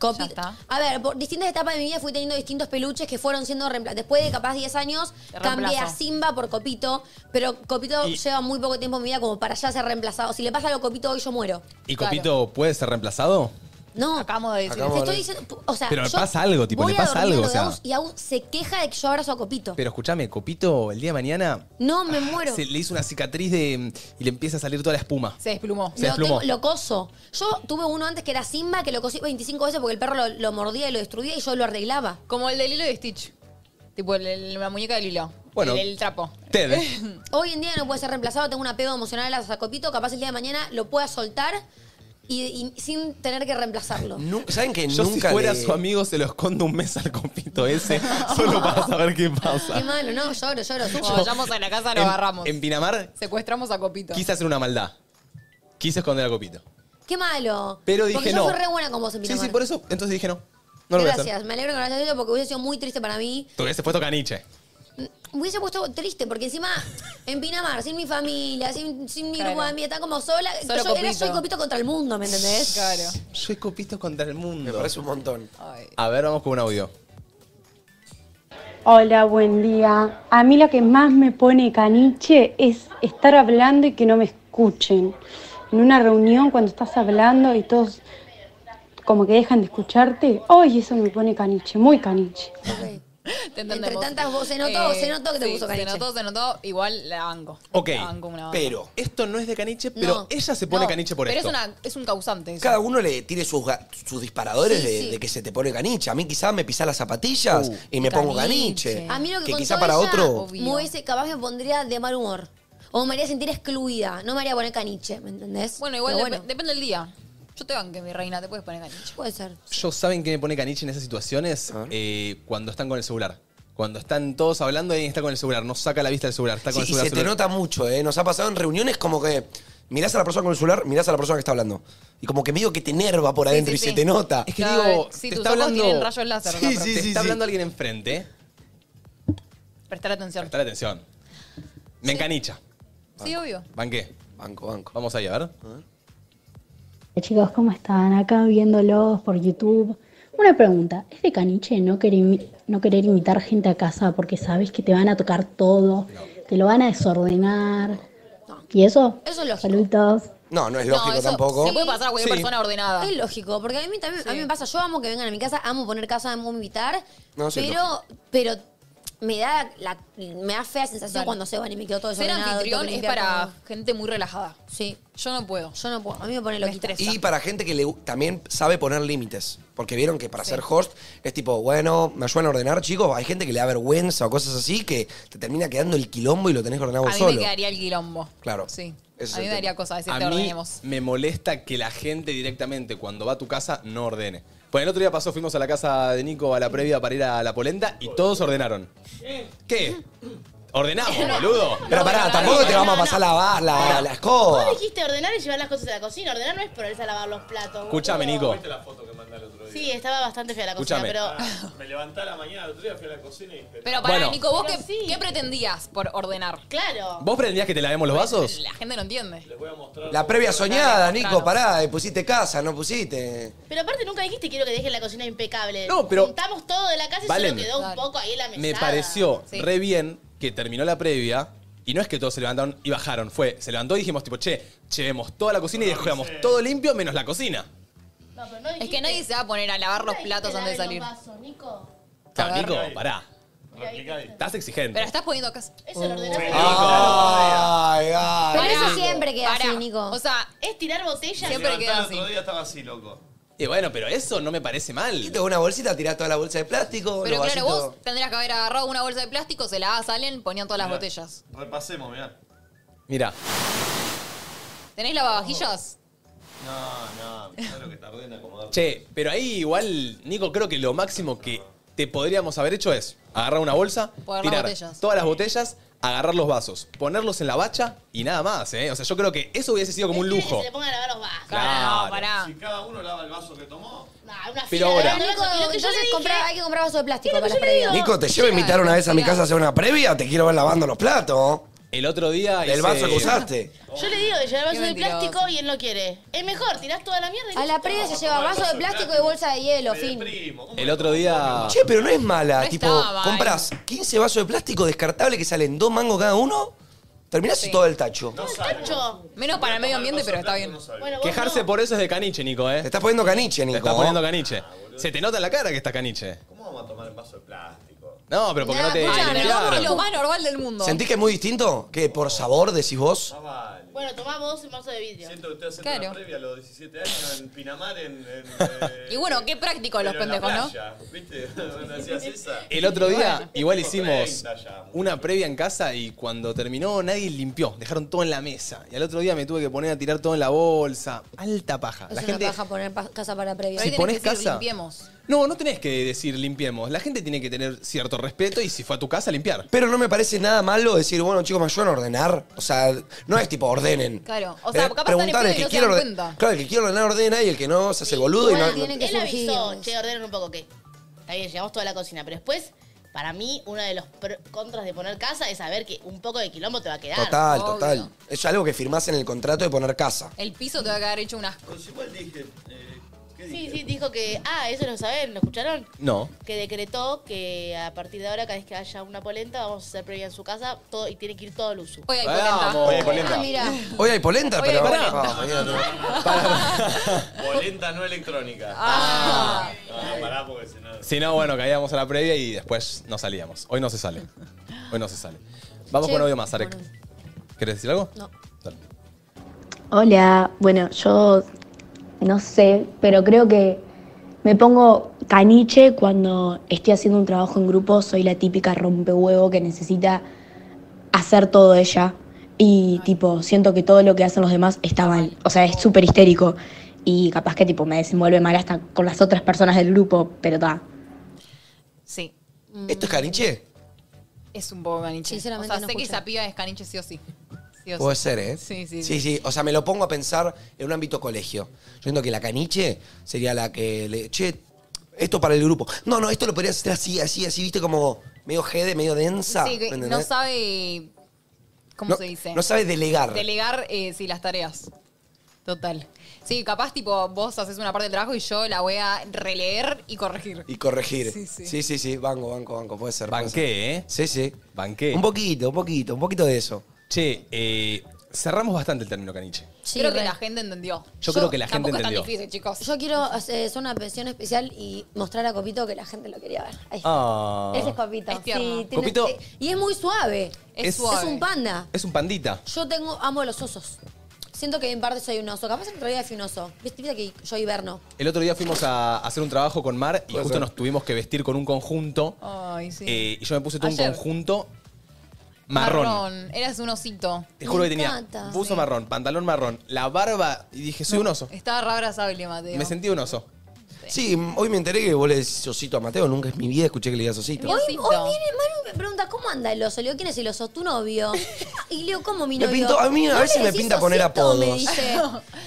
Speaker 8: Copi- A ver, por distintas etapas de mi vida fui teniendo distintos peluches que fueron siendo reemplazados. Después de capaz 10 años,
Speaker 2: Reemplazo.
Speaker 8: cambié a Simba por Copito, pero Copito
Speaker 1: Y-
Speaker 8: lleva muy poco tiempo en mi vida como para ya ser reemplazado. Si le pasa algo a Copito hoy, yo muero.
Speaker 1: ¿Y Copito puede ser reemplazado?
Speaker 8: No.
Speaker 2: Acabamos de
Speaker 1: decir. Acabamos
Speaker 8: Te
Speaker 1: de-
Speaker 8: estoy diciendo, o sea,
Speaker 1: Pero le
Speaker 8: yo
Speaker 1: pasa algo, tipo,
Speaker 8: voy
Speaker 1: le
Speaker 8: a
Speaker 1: pasa algo,
Speaker 8: dormir a lo
Speaker 1: o
Speaker 8: de
Speaker 1: sea.
Speaker 8: Agus Y Agus se queja de que yo abrazo a Copito.
Speaker 1: Pero escúchame, Copito el día de mañana
Speaker 8: No, me muero.
Speaker 1: Ah, se le hizo una cicatriz de y le empieza a salir toda la espuma.
Speaker 2: Se desplumó.
Speaker 1: Se
Speaker 8: lo,
Speaker 1: desplumó.
Speaker 8: tengo- lo coso. Yo tuve uno antes que era Simba, que lo cosí 25 veces porque el perro lo, lo mordía y lo destruía y yo lo arreglaba.
Speaker 2: Como el del hilo de Stitch. Tipo el- el- la muñeca del hilo.
Speaker 1: Bueno.
Speaker 2: El, del trapo.
Speaker 1: Ted.
Speaker 8: Hoy en día no puede ser reemplazado, tengo un apego emocional a la Copito, capaz el día de mañana lo pueda soltar y, y sin tener que reemplazarlo.
Speaker 3: Nu- ¿Saben que
Speaker 1: Yo
Speaker 3: nunca
Speaker 1: si fuera
Speaker 3: le-
Speaker 1: su amigo se lo escondo un mes al Copito ese solo para saber qué pasa.
Speaker 8: Qué malo, no, lloro, lloro. sufro.
Speaker 2: Cuando vayamos a la casa lo
Speaker 1: En-
Speaker 2: agarramos.
Speaker 1: En Pinamar
Speaker 2: Secuestramos a Copito.
Speaker 1: quise hacer una maldad. Quise esconder a Copito.
Speaker 8: Qué malo.
Speaker 1: Pero
Speaker 8: porque
Speaker 1: dije
Speaker 8: yo
Speaker 1: no.
Speaker 8: fui re buena con vos en
Speaker 1: Sí,
Speaker 8: Pinamar.
Speaker 1: sí, por eso. Entonces dije no. No lo voy a hacer.
Speaker 8: Gracias, me alegro que lo hayas hecho porque hubiese sido muy triste para mí.
Speaker 1: Te hubiese puesto caniche.
Speaker 8: Me hubiese puesto triste porque encima en Pinamar, sin mi familia, sin, sin mi
Speaker 2: Claro.
Speaker 8: grupo de amigas, estaba como sola.
Speaker 2: Solo
Speaker 8: yo era
Speaker 2: Copito.
Speaker 8: yo y Copito contra el mundo, ¿me entendés?
Speaker 2: Claro.
Speaker 1: Yo he Copito contra el mundo.
Speaker 3: Me parece un montón.
Speaker 1: A ver, vamos con un audio.
Speaker 22: Hola, buen día. A mí lo que más me pone caniche es estar hablando y que no me escuchen. En una reunión cuando estás hablando y todos como que dejan de escucharte, ¡ay, eso me pone caniche, muy caniche!
Speaker 8: Entre tantas voces, se notó, se notó que te puso
Speaker 2: Eh,
Speaker 8: caniche.
Speaker 2: Se notó, se notó. Igual la banco.
Speaker 1: Ok,
Speaker 2: La banco una banda.
Speaker 1: pero esto no es de caniche, pero
Speaker 2: No.
Speaker 1: ella se pone
Speaker 2: No,
Speaker 1: caniche por
Speaker 2: pero
Speaker 1: esto.
Speaker 2: es, una, es un causante. eso.
Speaker 3: Cada uno le tiene sus, ga- sus disparadores
Speaker 8: Sí,
Speaker 3: de,
Speaker 8: sí.
Speaker 3: de que se te pone caniche. A mí quizás me pisás las zapatillas
Speaker 1: Uh.
Speaker 3: y me pongo caniche.
Speaker 8: A mí lo que, contó
Speaker 3: quizá para
Speaker 8: ella,
Speaker 3: otro...
Speaker 8: me hubiese, capaz me pondría de mal humor. O me haría sentir excluida. No me haría poner caniche, ¿me entendés?
Speaker 2: Bueno, igual
Speaker 8: Pero
Speaker 2: dep- depende del día. Yo te banqué, mi reina, te puedes poner caniche.
Speaker 8: Puede ser.
Speaker 1: Yo saben que me pone caniche en esas situaciones Eh, cuando están con el celular. Cuando están todos hablando, alguien está con el celular, no saca la vista del celular, está
Speaker 3: Sí,
Speaker 1: con el
Speaker 3: y
Speaker 1: celular.
Speaker 3: se te
Speaker 1: celular.
Speaker 3: nota mucho, ¿eh? Nos ha pasado en reuniones como que mirás a la persona con el celular, mirás a la persona que está hablando. Y como que medio que te enerva por adentro
Speaker 2: sí,
Speaker 3: y se
Speaker 2: sí.
Speaker 3: te nota.
Speaker 1: Es que
Speaker 2: Cada
Speaker 1: digo,
Speaker 2: vez- sí,
Speaker 1: te
Speaker 2: tus
Speaker 1: está
Speaker 2: ojos
Speaker 1: hablando.
Speaker 2: tienen rayos láser,
Speaker 1: Sí,
Speaker 2: la
Speaker 1: sí,
Speaker 2: propia.
Speaker 1: sí, está
Speaker 2: Te está
Speaker 1: hablando
Speaker 2: hablando
Speaker 1: alguien enfrente,
Speaker 2: Prestar atención.
Speaker 1: prestar atención. Me encanicha.
Speaker 2: Sí, obvio.
Speaker 1: Banqué.
Speaker 3: Banco, banco.
Speaker 1: Vamos ahí, a ver.
Speaker 23: Hola, Chicos, ¿cómo están? Acá viéndolos por YouTube. Una pregunta, ¿es de caniche no querer, imi- no querer invitar gente a casa porque sabes que te van a tocar todo, te lo van a desordenar? ¿Y eso?
Speaker 8: Eso es lógico.
Speaker 23: Saludos.
Speaker 3: No, no es
Speaker 8: No,
Speaker 3: lógico
Speaker 8: eso
Speaker 3: tampoco.
Speaker 8: se puede pasar a cualquier Sí. persona
Speaker 2: ordenada.
Speaker 8: Es lógico, porque a mí también a mí me pasa, yo amo que vengan a mi casa, amo poner casa, amo invitar,
Speaker 3: No, sí,
Speaker 8: pero, pero me da la, me da fea sensación cuando se van y me quedo todo
Speaker 2: Ser
Speaker 8: desordenado.
Speaker 2: anfitrión
Speaker 8: tengo que
Speaker 2: es
Speaker 8: limpiar
Speaker 2: para
Speaker 8: todo.
Speaker 2: gente muy relajada.
Speaker 8: Sí.
Speaker 2: Yo no puedo.
Speaker 8: Yo no puedo. A mí me pone loquita.
Speaker 3: Y para gente que le, gu- también sabe poner límites. Porque vieron que para ser host es tipo, bueno, me ayudan a ordenar, chicos. Hay gente que le da vergüenza o cosas así que te termina quedando el quilombo y lo tenés que ordenar
Speaker 2: A
Speaker 3: vos
Speaker 2: mí
Speaker 3: solo.
Speaker 2: me quedaría el quilombo.
Speaker 3: Claro.
Speaker 2: Sí.
Speaker 3: Ese es
Speaker 2: a
Speaker 3: el
Speaker 2: mí me
Speaker 3: tema.
Speaker 2: daría cosa decirte
Speaker 1: A mí
Speaker 2: ordenemos.
Speaker 1: me molesta que la gente directamente cuando va a tu casa no ordene. Pues el otro día pasó, fuimos a la casa de Nico a la previa para ir a la polenta y todos ordenaron. ¿Qué? Ordenamos, boludo.
Speaker 3: Pero pará, tampoco te vamos a pasar la, la, la escoba.
Speaker 6: Vos dijiste ordenar y llevar las cosas a la cocina. Ordenar no es ponerse a lavar los platos.
Speaker 1: Escúchame, Nico.
Speaker 6: Sí, estaba bastante fea la cocina,
Speaker 1: Escúchame.
Speaker 6: pero.
Speaker 16: Me levanté a la mañana, el otro día fui a la cocina y dije.
Speaker 2: Pero para
Speaker 1: Bueno.
Speaker 2: Nico, ¿vos qué, qué pretendías por ordenar?
Speaker 6: Claro.
Speaker 1: ¿Vos pretendías que te lavemos los vasos?
Speaker 2: La gente no entiende.
Speaker 3: La previa soñada, Nico,
Speaker 6: Claro.
Speaker 3: pará, eh, pusiste casa, no pusiste.
Speaker 6: Pero aparte nunca dijiste quiero que dejes la cocina impecable.
Speaker 1: No, pero-
Speaker 6: Juntamos todo de la casa y
Speaker 1: Valen.
Speaker 6: solo quedó un poco ahí en la mesa.
Speaker 1: Me pareció
Speaker 6: Sí.
Speaker 1: re bien que terminó la previa y no es que todos se levantaron y bajaron. Fue, se levantó y dijimos tipo, che, llevemos toda la cocina y dejamos todo limpio menos la cocina.
Speaker 2: es que nadie se va a poner a lavar los platos antes de salir.
Speaker 1: Claro,
Speaker 2: ver.
Speaker 1: Nico, pará. Estás exigente.
Speaker 2: Pero estás poniendo acá. Eso
Speaker 6: lo
Speaker 1: Oh.
Speaker 6: ordenás.
Speaker 1: Ah.
Speaker 3: Ay, ay.
Speaker 8: Pero eso siempre queda así, Nico.
Speaker 2: O sea,
Speaker 6: es tirar botellas.
Speaker 16: Siempre queda así. El otro día estaba así, loco.
Speaker 1: Y bueno, pero eso no me parece mal.
Speaker 3: Y te una bolsita, tirás toda la bolsa de plástico.
Speaker 2: Pero
Speaker 3: los
Speaker 2: claro,
Speaker 3: vasitos.
Speaker 2: vos tendrías que haber agarrado una bolsa de plástico, se la salen, ponían todas las
Speaker 16: Mirá.
Speaker 2: botellas.
Speaker 16: Repasemos, mirá.
Speaker 1: Mira,
Speaker 2: ¿Tenés lavavajillas?
Speaker 16: No, no, mirá lo que tardé en acomodar.
Speaker 1: che, pero ahí igual, Nico, creo que lo máximo que te podríamos haber hecho es agarrar una bolsa,
Speaker 2: Poner las
Speaker 1: tirar
Speaker 2: botellas.
Speaker 1: todas las botellas, agarrar los vasos, ponerlos en la bacha y nada más, ¿eh? O sea, yo creo que eso hubiese sido como un lujo.
Speaker 6: Se le pongan a lavar los vasos.
Speaker 1: Claro.
Speaker 2: pará.
Speaker 16: Si cada uno lava el vaso que tomó.
Speaker 6: Nah, una
Speaker 1: Pero
Speaker 6: fila de
Speaker 1: ahora-
Speaker 6: lavar los
Speaker 8: Nico,
Speaker 6: vasos. Y lo que yo le
Speaker 8: entonces
Speaker 6: dije-
Speaker 8: compra- hay que comprar vasos de plástico
Speaker 6: Mira lo
Speaker 8: para
Speaker 6: que yo le digo.
Speaker 3: Nico, te llevo a invitar una vez a mi casa a hacer una previa, te quiero ver lavando los platos.
Speaker 1: El otro día.
Speaker 3: El
Speaker 1: hice-
Speaker 3: vaso que usaste.
Speaker 6: Yo le digo de llevar vasos
Speaker 2: Qué
Speaker 6: de
Speaker 2: mentiroso.
Speaker 6: plástico y él no quiere. Es mejor, tirás toda la mierda y
Speaker 8: A la
Speaker 6: listo.
Speaker 8: previa se lleva vaso de plástico y bolsa de hielo, fin.
Speaker 1: El otro día.
Speaker 3: Che, pero no es mala.
Speaker 8: No
Speaker 3: tipo,
Speaker 8: estaba mal.
Speaker 3: compras 15 vasos de plástico descartable que salen dos mangos cada uno, terminás y todo el tacho.
Speaker 6: Tacho.
Speaker 2: Menos para el medio ambiente, pero está bien.
Speaker 6: Bueno, vos
Speaker 1: Quejarse por eso es de caniche, Nico, ¿eh? Te
Speaker 3: estás poniendo caniche, Nico. ¿eh?
Speaker 1: Te estás poniendo caniche. Se te nota en la cara que estás caniche.
Speaker 16: ¿Cómo vamos a tomar el vaso de plástico?
Speaker 1: No, pero porque no te.
Speaker 2: Escuchame,
Speaker 1: claro.
Speaker 2: Es lo más normal del mundo.
Speaker 3: ¿Sentís que es muy distinto? ¿Qué? ¿Por sabor decís vos?
Speaker 6: no. Bueno, tomá vos un vaso de vidrio.
Speaker 16: Siento que usted hace
Speaker 2: Claro.
Speaker 16: una previa a los 17 años en Pinamar, en. eh, en
Speaker 2: Y bueno, qué prácticos los pendejos, ¿no?
Speaker 16: ¿no? ¿Viste? Cuando hacías esa.
Speaker 1: El otro día
Speaker 16: Bueno.
Speaker 1: igual
Speaker 16: Tipo
Speaker 1: hicimos
Speaker 16: 30 ya, mucho.
Speaker 1: una previa en casa y cuando terminó nadie limpió, dejaron todo en la mesa. Y al otro día me tuve que poner a tirar todo en la bolsa. Alta paja.
Speaker 8: Es
Speaker 1: La
Speaker 8: una
Speaker 1: gente,
Speaker 8: paja poner pa- casa para previa.
Speaker 1: Si Ahí tenés ponés que decir, casa-
Speaker 8: limpiemos.
Speaker 1: no, no tenés que decir limpiemos. La gente tiene que tener cierto respeto y si fue a tu casa, limpiar.
Speaker 3: Pero no me parece nada malo decir, bueno, chicos, me ayudan a ordenar. O sea, no es tipo ordenen.
Speaker 2: Claro. O sea,
Speaker 3: Eh,
Speaker 2: capaz están en
Speaker 3: preguntar el
Speaker 2: pedo y
Speaker 3: que
Speaker 2: no se
Speaker 3: quiere
Speaker 2: dan
Speaker 3: orden-
Speaker 2: cuenta.
Speaker 3: Claro, el que quiere ordenar ordena y el que no se hace el boludo y no.
Speaker 8: que
Speaker 6: Él
Speaker 8: surgir,
Speaker 6: avisó,
Speaker 8: ¿no?
Speaker 6: che, ordenen un poco qué. Está bien, llevamos toda la cocina, pero después, para mí, uno de los pro- contras de poner casa es saber que un poco de quilombo te va a quedar.
Speaker 3: Total, total. Es algo que firmás en el contrato de poner casa.
Speaker 2: El piso te va a quedar hecho un asco.
Speaker 16: Pues igual dije, eh, ¿qué
Speaker 6: Sí, sí, dijo que. Ah, eso lo saben, ¿lo escucharon?
Speaker 1: No.
Speaker 6: Que decretó que a partir de ahora, cada vez que haya una polenta, vamos a hacer previa en su casa todo, y tiene que ir todo el uso.
Speaker 2: Hoy hay
Speaker 3: Vamos.
Speaker 2: polenta. Ah, mira.
Speaker 3: Hoy hay polenta,
Speaker 2: Hoy hay
Speaker 3: pero.
Speaker 2: polenta.
Speaker 3: Ah, mañana no.
Speaker 16: Polenta no electrónica.
Speaker 2: Ah.
Speaker 16: No, pará porque si no.
Speaker 1: Si no, bueno, caíamos a la previa y después no salíamos. Hoy no se sale. Hoy no se sale. Vamos
Speaker 15: Che,
Speaker 1: con audio más, Arek. ¿Querés decir algo?
Speaker 8: No.
Speaker 15: Hola, bueno, yo no sé, pero creo que me pongo caniche cuando estoy haciendo un trabajo en grupo, soy la típica rompehuevo que necesita hacer todo ella y tipo, siento que todo lo que hacen los demás está mal, o sea, es súper histérico y capaz que tipo me desenvuelve mal hasta con las otras personas del grupo, pero ta.
Speaker 2: Sí.
Speaker 3: ¿Esto es caniche?
Speaker 2: Es un poco caniche.
Speaker 8: Sinceramente,
Speaker 2: o sea,
Speaker 8: no
Speaker 2: sé que
Speaker 8: escuché.
Speaker 2: esa piba es caniche sí o sí. Sí
Speaker 1: Pues
Speaker 2: o
Speaker 3: Puede
Speaker 2: sí.
Speaker 3: ser, ¿eh?
Speaker 2: Sí, sí.
Speaker 3: Sí, sí. O sea, me lo pongo a pensar en un ámbito colegio. Yo entiendo que la caniche sería la que le. Che, esto para el grupo. No, no, esto lo podrías hacer así, así, así, viste, como medio jede, medio densa.
Speaker 2: Sí, que
Speaker 3: ¿me
Speaker 2: no
Speaker 3: entendés?
Speaker 2: sabe. ¿Cómo
Speaker 3: No-
Speaker 2: se dice?
Speaker 3: no sabe delegar.
Speaker 2: Delegar, eh, sí, las tareas. Total. Sí, capaz, tipo, vos haces una parte del trabajo y yo la voy a releer y corregir.
Speaker 3: Y corregir.
Speaker 2: Sí,
Speaker 3: Sí,
Speaker 2: sí.
Speaker 3: sí. Sí, Banco, banco, banco. Puede ser. puede
Speaker 1: Banqué, ¿eh?
Speaker 3: Sí, sí.
Speaker 1: Banqué.
Speaker 3: Un poquito, un poquito, un poquito de eso.
Speaker 1: Che, eh, cerramos bastante el término caniche.
Speaker 2: creo
Speaker 8: re.
Speaker 2: que la gente entendió.
Speaker 1: Yo creo que la gente
Speaker 2: tampoco
Speaker 1: entendió.
Speaker 2: es tan difícil, chicos.
Speaker 8: Yo quiero hacer hacer una pensión especial y mostrar a Copito que la gente lo quería ver. Ahí está.
Speaker 1: Ah.
Speaker 8: Ese es Copito.
Speaker 2: Es tierno.
Speaker 8: Sí, tiene-
Speaker 1: Copito-
Speaker 8: eh, y es muy suave.
Speaker 1: Es suave.
Speaker 8: un panda.
Speaker 1: Es un pandita.
Speaker 8: Yo tengo, amo a los osos. Siento que en parte soy un oso. Capaz que otro día fui un oso. Viste, viste que yo hiberno.
Speaker 1: El otro día fuimos a hacer un trabajo con Mar y
Speaker 3: Puede
Speaker 1: justo
Speaker 3: ser.
Speaker 1: nos tuvimos que vestir con un conjunto.
Speaker 2: Ay, Oh, sí.
Speaker 1: eh, y yo me puse todo
Speaker 2: Ayer.
Speaker 1: un conjunto marrón.
Speaker 2: Eras un osito.
Speaker 1: Te juro
Speaker 2: Me
Speaker 1: que tenía
Speaker 2: encanta.
Speaker 1: buzo marrón, pantalón marrón, la barba y dije, soy un oso.
Speaker 2: Estaba re abrazable, Mateo.
Speaker 1: Me sentí un oso.
Speaker 3: Sí, hoy me enteré que vos le decís osito a Mateo. Nunca en mi vida escuché que le digas osito.
Speaker 8: Hoy, hoy viene Manu y me pregunta, ¿cómo anda el oso? Le digo, ¿quién es el oso? ¿Tu novio? Y le digo, ¿cómo mi
Speaker 3: Me
Speaker 8: novio?
Speaker 3: pintó- a mí a
Speaker 8: "No
Speaker 3: veces
Speaker 8: le
Speaker 3: me
Speaker 8: decís
Speaker 3: pinta poner
Speaker 8: osito", me
Speaker 3: apodos.
Speaker 8: dice.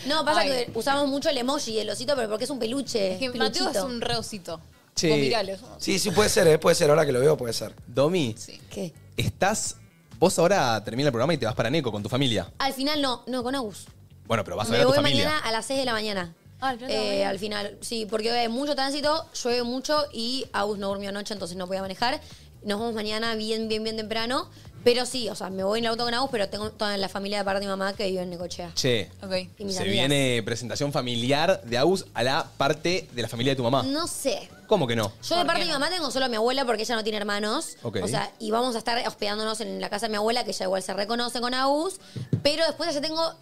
Speaker 8: No, pasa
Speaker 2: Ay.
Speaker 8: que usamos mucho el emoji, el osito, pero porque es un peluche.
Speaker 2: Que Mateo es un re osito.
Speaker 1: Che.
Speaker 2: Vos miralo.
Speaker 3: Sí, sí, puede ser, ¿eh? Puede ser. Ahora que lo veo, puede ser.
Speaker 1: Domi,
Speaker 8: ¿Qué?
Speaker 1: estás. Vos ahora termina el programa y te vas para Neco con tu familia.
Speaker 8: Al final no, no, con Agus.
Speaker 1: Bueno, pero vas a
Speaker 8: Me
Speaker 1: ver a tu
Speaker 8: voy
Speaker 1: familia.
Speaker 8: mañana a las 6 de la mañana.
Speaker 2: de la
Speaker 8: Eh,
Speaker 2: mañana.
Speaker 8: al final, sí, porque hay mucho tránsito, llueve mucho y Agus no durmió anoche, entonces no podía manejar. Nos vamos mañana bien, bien, bien temprano. Pero sí, o sea, me voy en el auto con Agus, pero tengo toda la familia de parte de mi mamá que vive en Necochea.
Speaker 1: Che,
Speaker 2: Ok.
Speaker 8: Y mis
Speaker 1: se
Speaker 8: amigas.
Speaker 1: viene presentación familiar de Agus a la parte de la familia de tu mamá.
Speaker 8: No sé.
Speaker 1: ¿Cómo que no?
Speaker 8: Yo de parte de mi mamá tengo solo a mi abuela porque ella no tiene hermanos.
Speaker 1: Ok.
Speaker 8: O sea, y vamos a estar hospedándonos en la casa de mi abuela, que ella igual se reconoce con Agus. Pero después allá tengo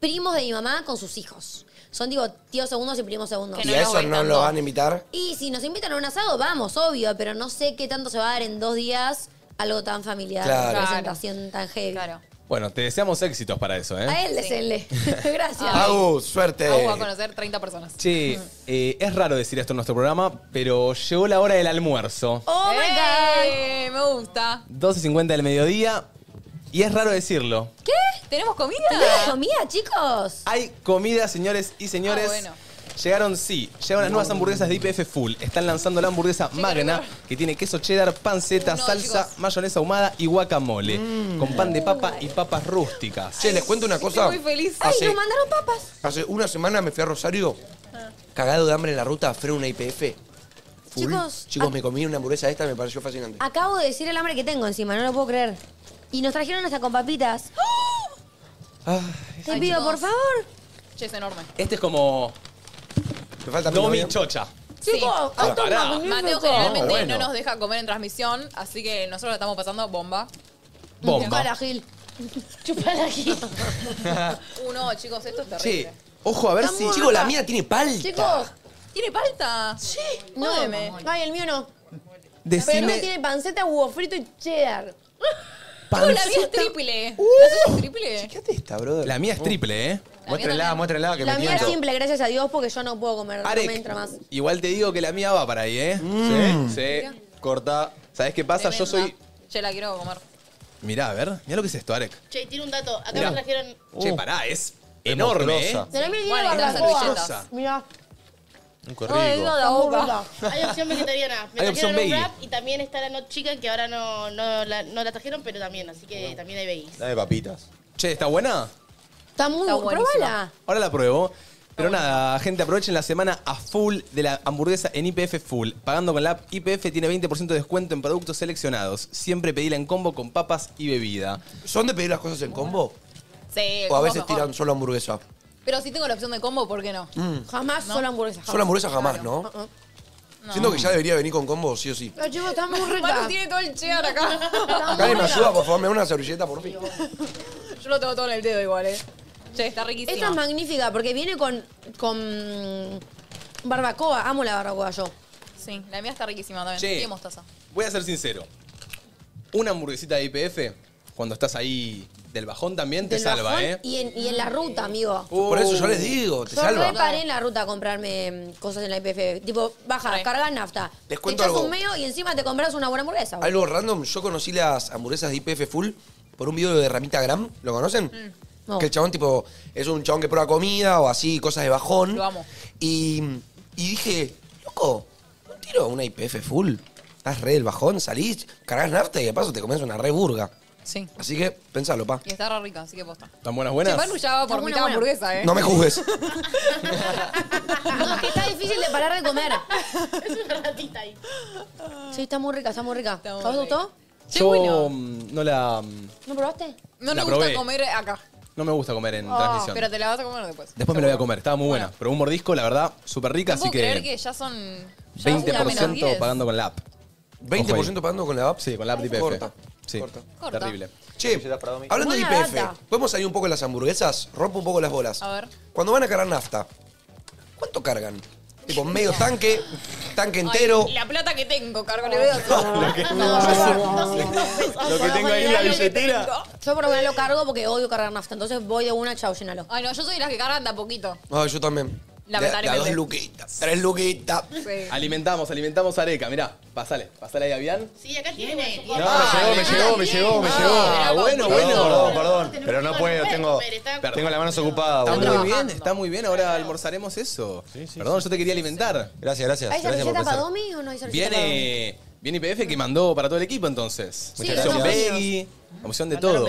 Speaker 8: primos de mi mamá con sus hijos. Son, digo, tíos segundos y primos segundos.
Speaker 3: ¿Y a eso no lo van a invitar?
Speaker 8: Y si nos invitan a un asado, vamos, obvio, pero no sé qué tanto se va a dar en dos días algo tan familiar,
Speaker 1: Claro.
Speaker 8: una
Speaker 1: Claro.
Speaker 8: presentación tan heavy.
Speaker 1: Bueno, te deseamos éxitos para eso, ¿eh?
Speaker 8: A él, deseenle. Gracias.
Speaker 3: Ah, oh,
Speaker 1: Agus, suerte.
Speaker 2: Agus va a conocer 30 personas.
Speaker 1: Eh. Che, eh, es raro decir esto en nuestro programa, pero llegó la hora del almuerzo.
Speaker 8: ¡Oh,
Speaker 2: my God! Me gusta.
Speaker 1: 12.50 del mediodía. Y es raro decirlo.
Speaker 2: ¿Qué? ¿Tenemos comida?
Speaker 8: ¿Tenemos comida, chicos?
Speaker 1: Hay comida, señores y señores.
Speaker 8: Ah, bueno.
Speaker 1: Llegaron, sí, llegaron las nuevas hamburguesas de IPF Full. Están lanzando la hamburguesa magna que tiene queso cheddar, panceta, salsa, mayonesa ahumada y guacamole.
Speaker 4: Mm.
Speaker 1: Con pan de papa y papas rústicas.
Speaker 3: Che, les cuento una cosa.
Speaker 8: Ay,
Speaker 3: Hace-
Speaker 8: nos mandaron papas.
Speaker 3: Hace una semana me fui a Rosario,
Speaker 8: Ah.
Speaker 3: cagado de hambre en la ruta, freno una IPF.
Speaker 8: Chicos, ah.
Speaker 3: Chicos,
Speaker 8: ac-
Speaker 3: me comí una hamburguesa esta, me pareció fascinante.
Speaker 8: acabo de decir el hambre que tengo encima, no lo puedo creer. Y nos trajeron hasta con papitas. Te
Speaker 2: Ay,
Speaker 8: pido,
Speaker 2: chicos.
Speaker 8: por favor.
Speaker 2: Che, es enorme.
Speaker 1: Este es como.
Speaker 3: Me falta
Speaker 1: Domi Chocha.
Speaker 2: Sí.
Speaker 1: auto Ah, pará. magnífico.
Speaker 2: Mateo generalmente
Speaker 1: No, bueno.
Speaker 2: no nos deja comer en transmisión, así que nosotros la estamos pasando bomba.
Speaker 1: Bomba.
Speaker 8: la Gil.
Speaker 2: Chupala aquí. Uno, chicos, esto es terrible.
Speaker 1: Che, ojo a ver si.
Speaker 3: Chicos, la mía tiene palta.
Speaker 8: Chicos,
Speaker 2: ¿Tiene palta?
Speaker 8: Sí. No, ay, el mío no. Pero no
Speaker 1: Decime.
Speaker 8: tiene panceta, huevo frito y cheddar.
Speaker 2: Chicos, la mía es triple.
Speaker 1: Uh.
Speaker 2: ¿La suya es triple?
Speaker 3: Esta, brother.
Speaker 1: La mía es triple, ¿eh?
Speaker 4: Muéstrenla, muéstrenla, Oh. que
Speaker 8: La
Speaker 4: me
Speaker 8: mía es
Speaker 4: tiento.
Speaker 8: simple, gracias a Dios, porque yo no puedo comer, no
Speaker 1: Arek.
Speaker 8: me entra más.
Speaker 1: Igual te digo que la mía va para ahí, ¿eh? Sí,
Speaker 4: Mm.
Speaker 1: sí. Corta. ¿Sabes qué pasa? Yo soy.
Speaker 2: Che, la quiero comer.
Speaker 1: Mirá, a ver. Mirá lo que es esto, Arek.
Speaker 6: Che, tiene un dato. Acá
Speaker 1: Mirá.
Speaker 6: me trajeron.
Speaker 1: Che, pará, es enorme, ¿eh?
Speaker 4: monstruosa.
Speaker 6: Se la mira,
Speaker 2: Bueno, y las
Speaker 1: barbacoa.
Speaker 2: servilletas.
Speaker 8: Mirá.
Speaker 4: Un
Speaker 2: Ay, no,
Speaker 4: corrido.
Speaker 2: la boca.
Speaker 6: Hay opción vegetariana. Me
Speaker 4: Hay opción
Speaker 6: trajeron un
Speaker 4: veggie.
Speaker 6: wrap y también está la not chicken que ahora no, no, la, no la trajeron, pero también, así que también hay veggie.
Speaker 2: Ah,
Speaker 1: Dame papitas. Che, ¿está buena?
Speaker 8: Está muy
Speaker 6: Está
Speaker 8: buena.
Speaker 6: buenísima.
Speaker 8: Probala.
Speaker 1: Ahora la pruebo. Pero nada, gente, aprovechen la semana a full de la hamburguesa en IPF Full. Pagando con la app IPF tiene 20% de descuento en productos seleccionados. Siempre pedila en combo con papas y bebida.
Speaker 3: ¿Son de pedir las cosas en combo?
Speaker 2: Sí,
Speaker 8: Eh,
Speaker 3: O a
Speaker 2: combo
Speaker 3: veces
Speaker 2: mejor.
Speaker 3: tiran solo hamburguesa.
Speaker 2: Pero si tengo la opción de combo, ¿por qué no?
Speaker 3: Mm.
Speaker 2: Jamás
Speaker 8: solo hamburguesa, Ah,
Speaker 3: Solo hamburguesa jamás, ¿no? Siento que ya debería venir con combo, sí o sí.
Speaker 2: La chivo está muy rica. tiene todo el cheddar acá.
Speaker 3: Dale, me ayuda, por favor, me da una servilleta, por fin.
Speaker 2: Yo lo tengo todo en el dedo igual, eh. Che, está riquísimo.
Speaker 8: Esta es magnífica porque viene con, con barbacoa. Amo la barbacoa yo.
Speaker 2: Sí, la mía está riquísima también.
Speaker 1: Che.
Speaker 2: Y mostaza.
Speaker 1: Voy a ser sincero. Una hamburguesita de IPF, cuando estás ahí del bajón también, te
Speaker 8: Del
Speaker 1: salva,
Speaker 8: bajón
Speaker 1: ¿eh?
Speaker 8: Y en, y en la ruta, amigo.
Speaker 1: Por eso yo les digo, te
Speaker 8: yo
Speaker 1: salva.
Speaker 8: Yo paré en la ruta a comprarme mm, cosas en la IPF. Tipo, baja, carga nafta.
Speaker 3: Les
Speaker 8: Te
Speaker 3: cuento
Speaker 8: echas
Speaker 3: algo.
Speaker 8: un meo y encima te compras una buena hamburguesa. boludo.
Speaker 3: Algo random, yo conocí las hamburguesas de IPF Full por un video de Ramita Gram, ¿lo conocen?
Speaker 2: Mm.
Speaker 8: No.
Speaker 3: Que el chabón tipo es un chabón que prueba comida o así, cosas de bajón.
Speaker 2: Lo amo.
Speaker 3: Y, y dije, loco, un tiro una IPF Full. Estás re del bajón, salís, cargas nafta y de paso te comes una re burga.
Speaker 2: Sí.
Speaker 3: Así que, pensalo, pa.
Speaker 2: Y está re rica, así que posta.
Speaker 1: ¿Tan buenas,
Speaker 2: Che, Manu ya va por
Speaker 8: Está buena,
Speaker 2: mitad
Speaker 8: buena.
Speaker 2: hamburguesa, eh.
Speaker 3: No me juzgues.
Speaker 8: No, es que está difícil de parar de comer. es una ratita ahí. Sí, está muy rica, está muy rica. ¿A vos te gustó?
Speaker 1: Yo mm, no la. mm,
Speaker 8: ¿No probaste?
Speaker 2: No
Speaker 1: La
Speaker 2: le gusta
Speaker 1: probé.
Speaker 2: comer acá.
Speaker 1: No me gusta comer en
Speaker 2: Ah,
Speaker 1: transmisión.
Speaker 2: pero te la vas a comer después.
Speaker 1: Después me la voy a comer, estaba muy buena. Pero un mordisco, la verdad, súper rica,
Speaker 2: No
Speaker 1: así
Speaker 2: puedo creer
Speaker 1: que
Speaker 2: que ya son. ya son la menos
Speaker 1: 20%
Speaker 2: 10.
Speaker 1: pagando con la app.
Speaker 3: 20% pagando con la app?
Speaker 1: Sí, con la app de IPF.
Speaker 3: Corta,
Speaker 1: Sí,
Speaker 2: Corta.
Speaker 1: terrible.
Speaker 3: Che, hablando de
Speaker 2: Buena
Speaker 3: IPF,
Speaker 2: data.
Speaker 3: ¿podemos salir un poco de las hamburguesas? Rompo un poco las bolas.
Speaker 2: A ver.
Speaker 3: Cuando van a cargar nafta, ¿cuánto cargan? Tipo, medio tanque, tanque entero.
Speaker 2: Ay, la plata que tengo, cargo le veo.
Speaker 3: Lo que-
Speaker 1: Lo que tengo ahí en la billetera.
Speaker 8: Yo por lo general lo cargo porque odio cargar nafta. Entonces voy de una, chao, llénalo.
Speaker 2: Ay, no, yo soy de las que cargan de a poquito.
Speaker 3: Ay, Ah, yo también.
Speaker 2: Lamentablemente.
Speaker 3: dos luquitas, tres luquitas.
Speaker 2: Sí.
Speaker 1: Alimentamos, alimentamos a Areca, mirá. Pasale, pasale ahí a Bian.
Speaker 6: Sí, acá tiene.
Speaker 1: No, me llegó, me llegó, me llegó, me llegó.
Speaker 4: Ah,
Speaker 1: bueno,
Speaker 4: perdón,
Speaker 1: bueno.
Speaker 4: Perdón, perdón. Pero no puedo, tengo, tengo las manos ocupadas.
Speaker 1: Está
Speaker 4: boludo.
Speaker 1: muy bien, está muy bien. Ahora almorzaremos eso. Perdón, yo te quería alimentar.
Speaker 4: Gracias, gracias.
Speaker 8: ¿Hay
Speaker 1: gracias por
Speaker 8: servilleta para
Speaker 1: pensar.
Speaker 8: Domi o no hay servilleta para Domi?
Speaker 1: Viene, viene IPF que mandó para todo el equipo entonces.
Speaker 8: Sí,
Speaker 1: la opción
Speaker 8: gracias.
Speaker 1: veggie, la opción de todo.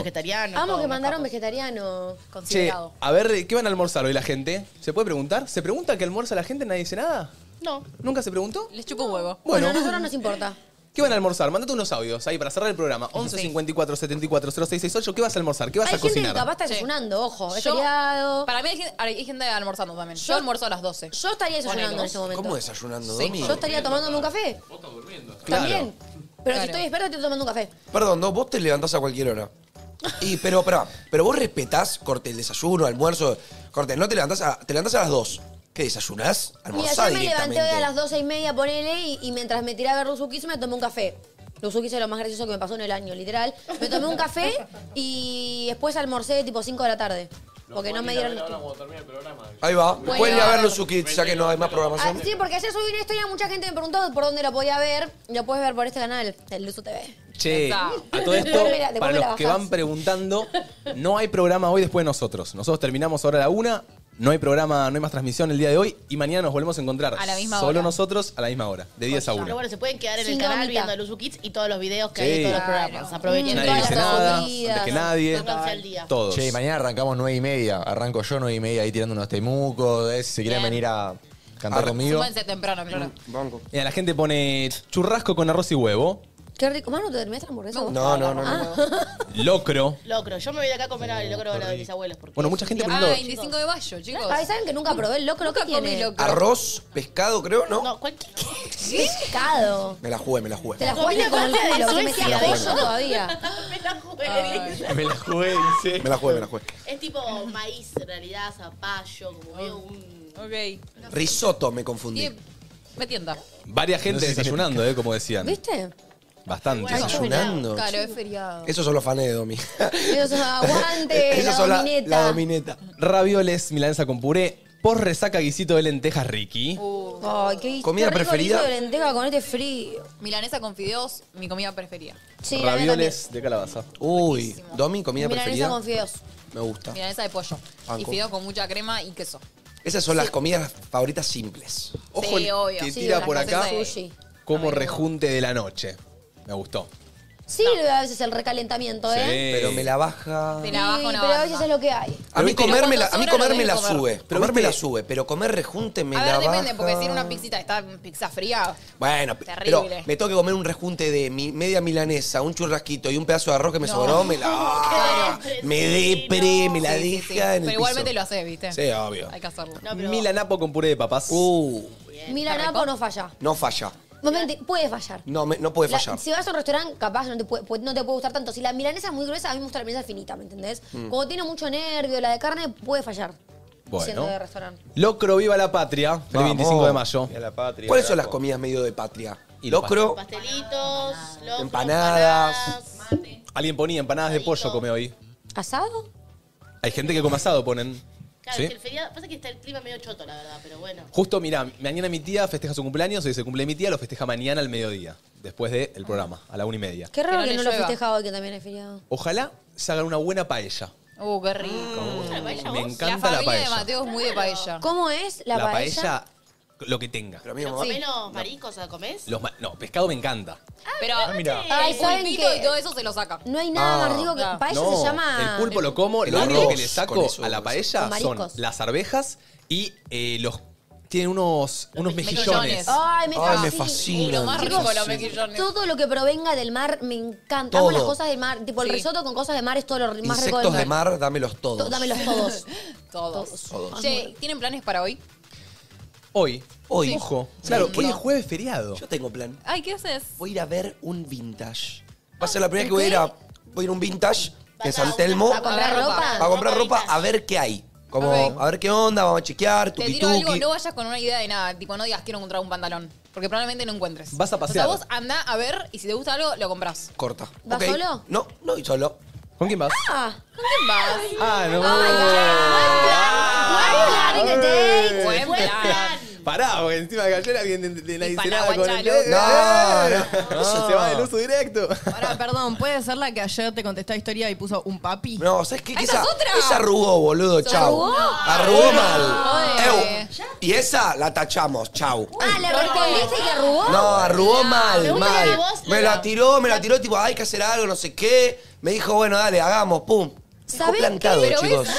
Speaker 8: Amo que mandaron vegetariano.
Speaker 1: Che, a ver, ¿qué van a almorzar hoy la gente? ¿Se puede preguntar? ¿Se pregunta qué almuerza la gente? ¿Nadie dice nada?
Speaker 6: No.
Speaker 1: ¿Nunca se preguntó?
Speaker 2: Les chupo un huevo.
Speaker 8: Bueno, a nosotros nos importa.
Speaker 1: ¿Qué van a almorzar? Mándate unos audios ahí para cerrar el programa. 11 54 74 0668. ¿Qué vas a almorzar? ¿Qué vas a
Speaker 8: Hay gente que
Speaker 1: cocinar?
Speaker 8: capaz está desayunando, ojo. Es
Speaker 2: Yo-
Speaker 8: feriado.
Speaker 2: Para mí hay gente, hay gente almorzando también. Yo, almuerzo a las 12.
Speaker 8: Yo estaría desayunando en ese momento.
Speaker 3: ¿Cómo desayunando,
Speaker 2: Sí.
Speaker 3: Domi?
Speaker 8: Yo estaría tomándome un café. También. Pero si estoy despierta, estoy tomando un café.
Speaker 3: Perdón, no, vos te levantás a cualquier hora. Y, pero, pará, pero vos respetás, corte, el desayuno, almuerzo. Corte, no te levantás a, te levantás a las 2. ¿Qué desayunás?
Speaker 8: Mira,
Speaker 3: Almorzás
Speaker 8: yo me levanté
Speaker 3: directamente.
Speaker 8: hoy a las 12 y media, ponele, y, y mientras me tiraba a ver Ruzukizo me tomé un café. Ruzukizo es lo más gracioso que me pasó en el año, literal. Me tomé un café y después almorcé tipo 5 de la tarde. Porque no me dieron...
Speaker 3: Ahí va.
Speaker 8: Bueno.
Speaker 3: Pueden ir a ver los Zukits, ya que no hay más
Speaker 8: Ah,
Speaker 3: programación.
Speaker 8: sí, porque ayer subí una historia, mucha gente me preguntó por dónde la podía ver. Lo puedes ver por este canal, el Luzu TV.
Speaker 1: Che,
Speaker 8: Está.
Speaker 1: a todo esto,
Speaker 8: Después me la- después
Speaker 1: para
Speaker 8: me la
Speaker 1: los que
Speaker 8: bajás.
Speaker 1: van preguntando, no hay programa hoy después de nosotros. Nosotros terminamos ahora a la una, no hay programa, no hay más transmisión el día de hoy y mañana nos volvemos a encontrar.
Speaker 6: A la misma
Speaker 1: Solo
Speaker 6: hora.
Speaker 1: nosotros a la misma hora, de 10 a 1.
Speaker 6: Pero bueno, se pueden quedar en el
Speaker 8: Sin
Speaker 6: canal
Speaker 8: gomita.
Speaker 6: viendo a Luzu Kids y todos los videos que
Speaker 1: Sí.
Speaker 6: hay de todos los programas. Aprovechen.
Speaker 1: Nadie dice nada, antes que nadie.
Speaker 6: Pónganse al día.
Speaker 1: Todos.
Speaker 4: Che, mañana arrancamos 9 y media. Arranco yo 9 y media ahí tirando unos temucos. eh, Si se quieren
Speaker 2: Bien.
Speaker 4: venir a cantar conmigo.
Speaker 2: Súmense temprano,
Speaker 3: Mm,
Speaker 2: claro.
Speaker 1: Mira, la gente pone churrasco con arroz y huevo,
Speaker 8: Qué rico. Mano, ¿te terminaste la hamburguesa? vos?
Speaker 1: No, no, no, no,
Speaker 8: Ah.
Speaker 1: locro.
Speaker 6: Locro. Yo me voy de acá a comer al locro de lo de mis abuelos. Porque
Speaker 1: Bueno, mucha gente
Speaker 2: Ah,
Speaker 1: poniendo
Speaker 2: 25 de mayo, chicos.
Speaker 8: Ay, ¿saben que nunca probé el locro?
Speaker 2: Nunca
Speaker 8: ¿Qué
Speaker 2: comí
Speaker 8: tiene?
Speaker 2: locro.
Speaker 3: Arroz, pescado, creo, ¿no?
Speaker 6: No, cualquier.
Speaker 8: ¿Sí? Pescado.
Speaker 3: Me la jugué, me la jugué.
Speaker 8: Te la jugaste con el
Speaker 6: Comida
Speaker 8: culo,
Speaker 6: de
Speaker 8: que metías
Speaker 6: Suecia.
Speaker 8: pollo todavía.
Speaker 6: Me la jugué.
Speaker 1: Me la jugué, dice.
Speaker 3: Me la jugué, me la jugué.
Speaker 6: Es tipo maíz, en realidad, zapallo, como medio un.
Speaker 2: Ok.
Speaker 3: Risotto, me confundí.
Speaker 2: Me tienda.
Speaker 1: Varias gente desayunando, eh, como decían.
Speaker 8: ¿Viste?
Speaker 1: Bastante.
Speaker 3: Desayunando.
Speaker 2: Claro, es feriado.
Speaker 3: Esos son los fanes de Domi.
Speaker 8: Ellos aguante,
Speaker 3: Esas
Speaker 8: la
Speaker 3: son la-
Speaker 8: domineta.
Speaker 3: la domineta.
Speaker 1: Ravioles, milanesa con puré, post resaca guisito de lentejas Ricky.
Speaker 8: Ay, qué
Speaker 1: Comida
Speaker 8: qué rico
Speaker 1: preferida.
Speaker 8: guiso de lenteja con este frío.
Speaker 2: Milanesa con fideos, mi comida preferida.
Speaker 8: Sí, la mía también.
Speaker 1: Ravioles de calabaza.
Speaker 3: Uy, Domi, comida
Speaker 8: Milanesa
Speaker 3: preferida.
Speaker 8: con fideos.
Speaker 3: Me gusta.
Speaker 2: Milanesa de pollo. Y
Speaker 3: Banco.
Speaker 2: fideos con mucha crema y queso.
Speaker 3: Esas son las comidas favoritas simples.
Speaker 2: sí, obvio.
Speaker 1: que tira por acá.
Speaker 2: Sushi.
Speaker 1: Como rejunte de la noche. Me gustó.
Speaker 8: Sirve a veces el recalentamiento, ¿eh?
Speaker 3: Pero me la baja.
Speaker 8: Ah. Sí, pero a veces es lo que hay.
Speaker 3: A mí comerme la, a mí
Speaker 8: sobra,
Speaker 3: comer
Speaker 8: lo
Speaker 3: me la
Speaker 8: tenés que comer.
Speaker 3: sube.
Speaker 1: Pero
Speaker 3: Comerme la
Speaker 1: viste-
Speaker 3: sube, pero comer rejunte me
Speaker 2: A
Speaker 3: la
Speaker 2: ver, depende,
Speaker 3: baja.
Speaker 2: porque si era una pizzita, está pizza fría.
Speaker 3: Bueno,
Speaker 2: Terrible.
Speaker 3: pero me tengo que comer un rejunte de mi media milanesa, un churrasquito y un pedazo de arroz que me
Speaker 2: No.
Speaker 3: sobró, me la me depre, me la
Speaker 2: Sí, sí,
Speaker 3: deja
Speaker 2: sí.
Speaker 3: en
Speaker 2: Pero
Speaker 3: el
Speaker 2: igualmente
Speaker 3: piso.
Speaker 2: lo haces, ¿viste?
Speaker 3: Sí, obvio.
Speaker 2: Hay que hacerlo.
Speaker 1: Milanapo con puré de papas.
Speaker 3: Uh,
Speaker 8: Milanapo no falla.
Speaker 3: no falla.
Speaker 8: Obviamente, puede fallar.
Speaker 3: No, me- no puede
Speaker 8: La-
Speaker 3: fallar.
Speaker 8: si vas a un restaurante, capaz no te, puede, pu- no te puede gustar tanto. Si la milanesa es muy gruesa, a mí me gusta la milanesa finita, ¿me entendés?
Speaker 1: Mm.
Speaker 8: Como tiene mucho nervio, la de carne puede fallar.
Speaker 1: Bueno.
Speaker 8: Siendo de restaurante.
Speaker 1: Locro, viva la patria. El
Speaker 3: Vamos.
Speaker 1: 25 de mayo.
Speaker 3: ¿Cuáles son las comidas medio de patria?
Speaker 1: Y
Speaker 3: Locro,
Speaker 6: Pastelitos, locro,
Speaker 1: empanadas. Alguien ponía empanadas de pollo, come hoy.
Speaker 8: ¿Asado?
Speaker 1: Hay gente que come asado, ponen.
Speaker 6: Claro,
Speaker 1: ¿Sí?
Speaker 6: es que el feriado. Pasa que está el clima medio choto, la verdad, pero bueno.
Speaker 1: Justo, mirá, mañana mi tía festeja su cumpleaños, hoy se cumple mi tía, lo festeja mañana al mediodía, después del programa, a la una y media.
Speaker 8: Qué
Speaker 2: Que
Speaker 8: raro
Speaker 2: no
Speaker 8: que
Speaker 2: le
Speaker 8: no, lo
Speaker 2: llueva.
Speaker 8: festejaba hoy, que también hay feriado.
Speaker 1: Ojalá se hagan una buena paella.
Speaker 2: Uh, qué rico.
Speaker 1: Mm, Me encanta la
Speaker 2: la familia de
Speaker 1: paella.
Speaker 2: Mateo es muy de paella.
Speaker 8: ¿Cómo es la,
Speaker 1: La
Speaker 8: paella?
Speaker 1: paella, lo que tenga.
Speaker 6: ¿Pero comés los mariscos? ¿A comés?
Speaker 1: Los ma- no, pescado me encanta.
Speaker 2: Pero
Speaker 1: Ah, mirá.
Speaker 8: Ay,
Speaker 2: el
Speaker 8: ¿saben
Speaker 2: pulpito
Speaker 8: qué?
Speaker 2: y todo eso se lo saca.
Speaker 8: No hay nada
Speaker 1: Ah.
Speaker 8: más rico que. Paella
Speaker 1: No,
Speaker 8: se llama.
Speaker 1: El pulpo lo como,
Speaker 3: El
Speaker 1: lo único
Speaker 3: arroz
Speaker 1: que le
Speaker 3: con
Speaker 1: saco
Speaker 3: eso,
Speaker 1: a la
Speaker 3: con eso.
Speaker 1: paella
Speaker 8: Con
Speaker 1: son
Speaker 8: mariscos.
Speaker 1: las arvejas y eh, los. Tienen unos, unos mejillones.
Speaker 8: mejillones. Ay, me fascina.
Speaker 1: fascinan.
Speaker 8: Chicos, Todo lo que provenga del mar me encanta. Amo
Speaker 3: Todo.
Speaker 8: las cosas del mar. Tipo, el risotto con cosas de mar es todo lo más rico del
Speaker 3: insectos de mar, dámelos todos.
Speaker 8: To- dámelos todos.
Speaker 2: Todos.
Speaker 3: Todos.
Speaker 2: Che, ¿tienen planes para hoy?
Speaker 1: Oh. Hoy.
Speaker 3: Hoy.
Speaker 2: Sí.
Speaker 1: Ojo. Claro,
Speaker 3: ¿Saben
Speaker 1: hoy
Speaker 3: qué?
Speaker 1: es jueves feriado.
Speaker 3: Yo tengo plan.
Speaker 2: Ay, ¿qué haces?
Speaker 3: Voy a ir a ver un vintage. Va a ser la primera que voy a ir a. Voy a ir a un vintage en San Telmo.
Speaker 8: ¿A comprar ropa?
Speaker 3: A comprar ropa, a ver qué hay. Como,
Speaker 2: Ok.
Speaker 3: a ver qué onda, vamos a chequear,
Speaker 2: Te
Speaker 3: tuki
Speaker 2: tiro algo,
Speaker 3: tuki.
Speaker 2: no vayas con una idea de nada. Tipo, no digas quiero encontrar un pantalón. Porque probablemente no encuentres.
Speaker 3: Vas a pasear.
Speaker 2: O sea, vos andá a ver y si te gusta algo, lo comprás.
Speaker 3: Corta.
Speaker 2: ¿Vas
Speaker 3: Ok.
Speaker 2: solo?
Speaker 3: No, no voy solo.
Speaker 1: ¿Con quién vas?
Speaker 8: Ah,
Speaker 2: ¿con quién vas?
Speaker 1: Ah, no.
Speaker 3: Oh.
Speaker 2: Ah, Buen plan.
Speaker 1: Pará, porque encima de ayer alguien de, de nadie dice
Speaker 2: para
Speaker 1: nada con el
Speaker 2: Guachalo.
Speaker 1: ¡Eh!
Speaker 3: No,
Speaker 1: Se va del uso directo.
Speaker 12: Pará, perdón, ¿puede ser la que ayer te contestó historia y puso un papi?
Speaker 3: No, ¿sabes
Speaker 8: Ah,
Speaker 3: qué? Que
Speaker 12: ¡Esa
Speaker 3: esa,
Speaker 12: es otra!
Speaker 3: esa arrugó, boludo,
Speaker 12: ¿Se
Speaker 3: chau.
Speaker 12: arrugó?
Speaker 3: Arrugó mal.
Speaker 12: Joder.
Speaker 3: Ew. Y esa la tachamos, chau.
Speaker 8: Ah, le respondiste y arrugó.
Speaker 3: No, arrugó mal,
Speaker 8: Según la
Speaker 3: mal.
Speaker 8: voz,
Speaker 3: Me
Speaker 8: la-
Speaker 3: la tiró, me la tiró, tipo, hay que hacer algo, no sé qué. Me dijo, bueno, dale, hagamos, pum. Dejó
Speaker 8: ¿Sabés
Speaker 3: plantado,
Speaker 8: qué? Pero
Speaker 3: chicos.
Speaker 8: ves-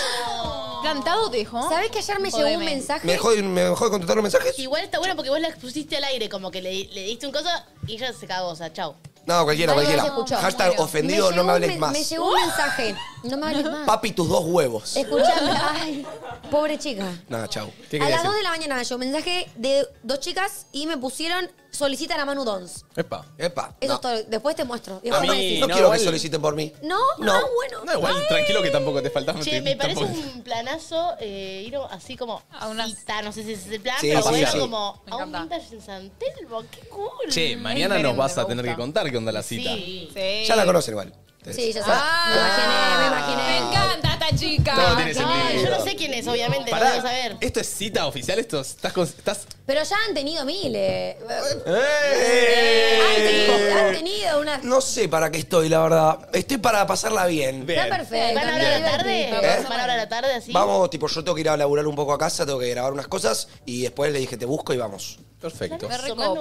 Speaker 2: ¿Plantado te dejó?
Speaker 8: ¿Sabés que ayer me
Speaker 6: Jodeme.
Speaker 8: llegó un mensaje?
Speaker 3: Me dejó, de- me dejó de contestar los mensajes.
Speaker 6: Igual está bueno porque vos la expusiste al aire, como que le, le diste un cosa y ella se cagó, o sea, chau.
Speaker 3: No, cualquiera,
Speaker 8: Algo
Speaker 3: cualquiera.
Speaker 8: se escuchó.
Speaker 3: Hashtag
Speaker 8: Bueno.
Speaker 3: ofendido, no me
Speaker 8: llegó un
Speaker 3: hables
Speaker 8: men-
Speaker 3: más.
Speaker 8: Me llegó un mensaje. No me hables más.
Speaker 3: Papi, tus dos huevos.
Speaker 8: Escuchame. Ay, pobre chica.
Speaker 3: Nada, chau.
Speaker 8: A las 2 de la mañana yo mensaje de dos chicas y me pusieron solicitan a Manu Dons.
Speaker 1: Epa.
Speaker 3: Epa.
Speaker 8: Eso
Speaker 3: No.
Speaker 8: es todo. Después te muestro.
Speaker 3: A
Speaker 8: Después me
Speaker 3: mí,
Speaker 8: decís.
Speaker 3: no, quiero que
Speaker 1: igual-
Speaker 3: soliciten por mí.
Speaker 8: No,
Speaker 3: No.
Speaker 8: ah, bueno.
Speaker 1: No, igual, tranquilo que tampoco te faltaba.
Speaker 6: Che, me parece
Speaker 1: tampoco-
Speaker 6: un planazo eh, ir así como a una cita, no sé si ese es el plan,
Speaker 1: Sí,
Speaker 6: pero
Speaker 1: sí,
Speaker 6: bueno,
Speaker 1: sí.
Speaker 6: como a un vintage en San Telmo, qué cool.
Speaker 1: Che, mañana nos vas a tener que contar qué onda la cita.
Speaker 6: Sí.
Speaker 1: Ya la
Speaker 3: conocen igual.
Speaker 8: Sí, ya sé.
Speaker 3: Ah.
Speaker 2: me imaginé, me imaginé. Me encanta esta chica.
Speaker 1: Todo tiene
Speaker 6: Ay, yo
Speaker 1: sentido.
Speaker 6: no sé quién es, obviamente,
Speaker 1: Pará,
Speaker 6: no lo voy a saber.
Speaker 1: ¿Esto es cita oficial? ¿Esto estás con- estás
Speaker 8: Pero ya han tenido miles.
Speaker 3: ¡Eh!
Speaker 8: Han tenido una.
Speaker 3: No sé para qué estoy, la verdad. Estoy para pasarla bien.
Speaker 8: Está perfecto.
Speaker 6: ¿Van ahora a la
Speaker 1: ¿Eh?
Speaker 8: ¿Eh?
Speaker 6: tarde? ¿Van ahora a la tarde así?
Speaker 3: Vamos, tipo, yo tengo que ir a laburar un poco a casa, tengo que grabar unas cosas y después le dije, te busco y vamos.
Speaker 1: Perfecto.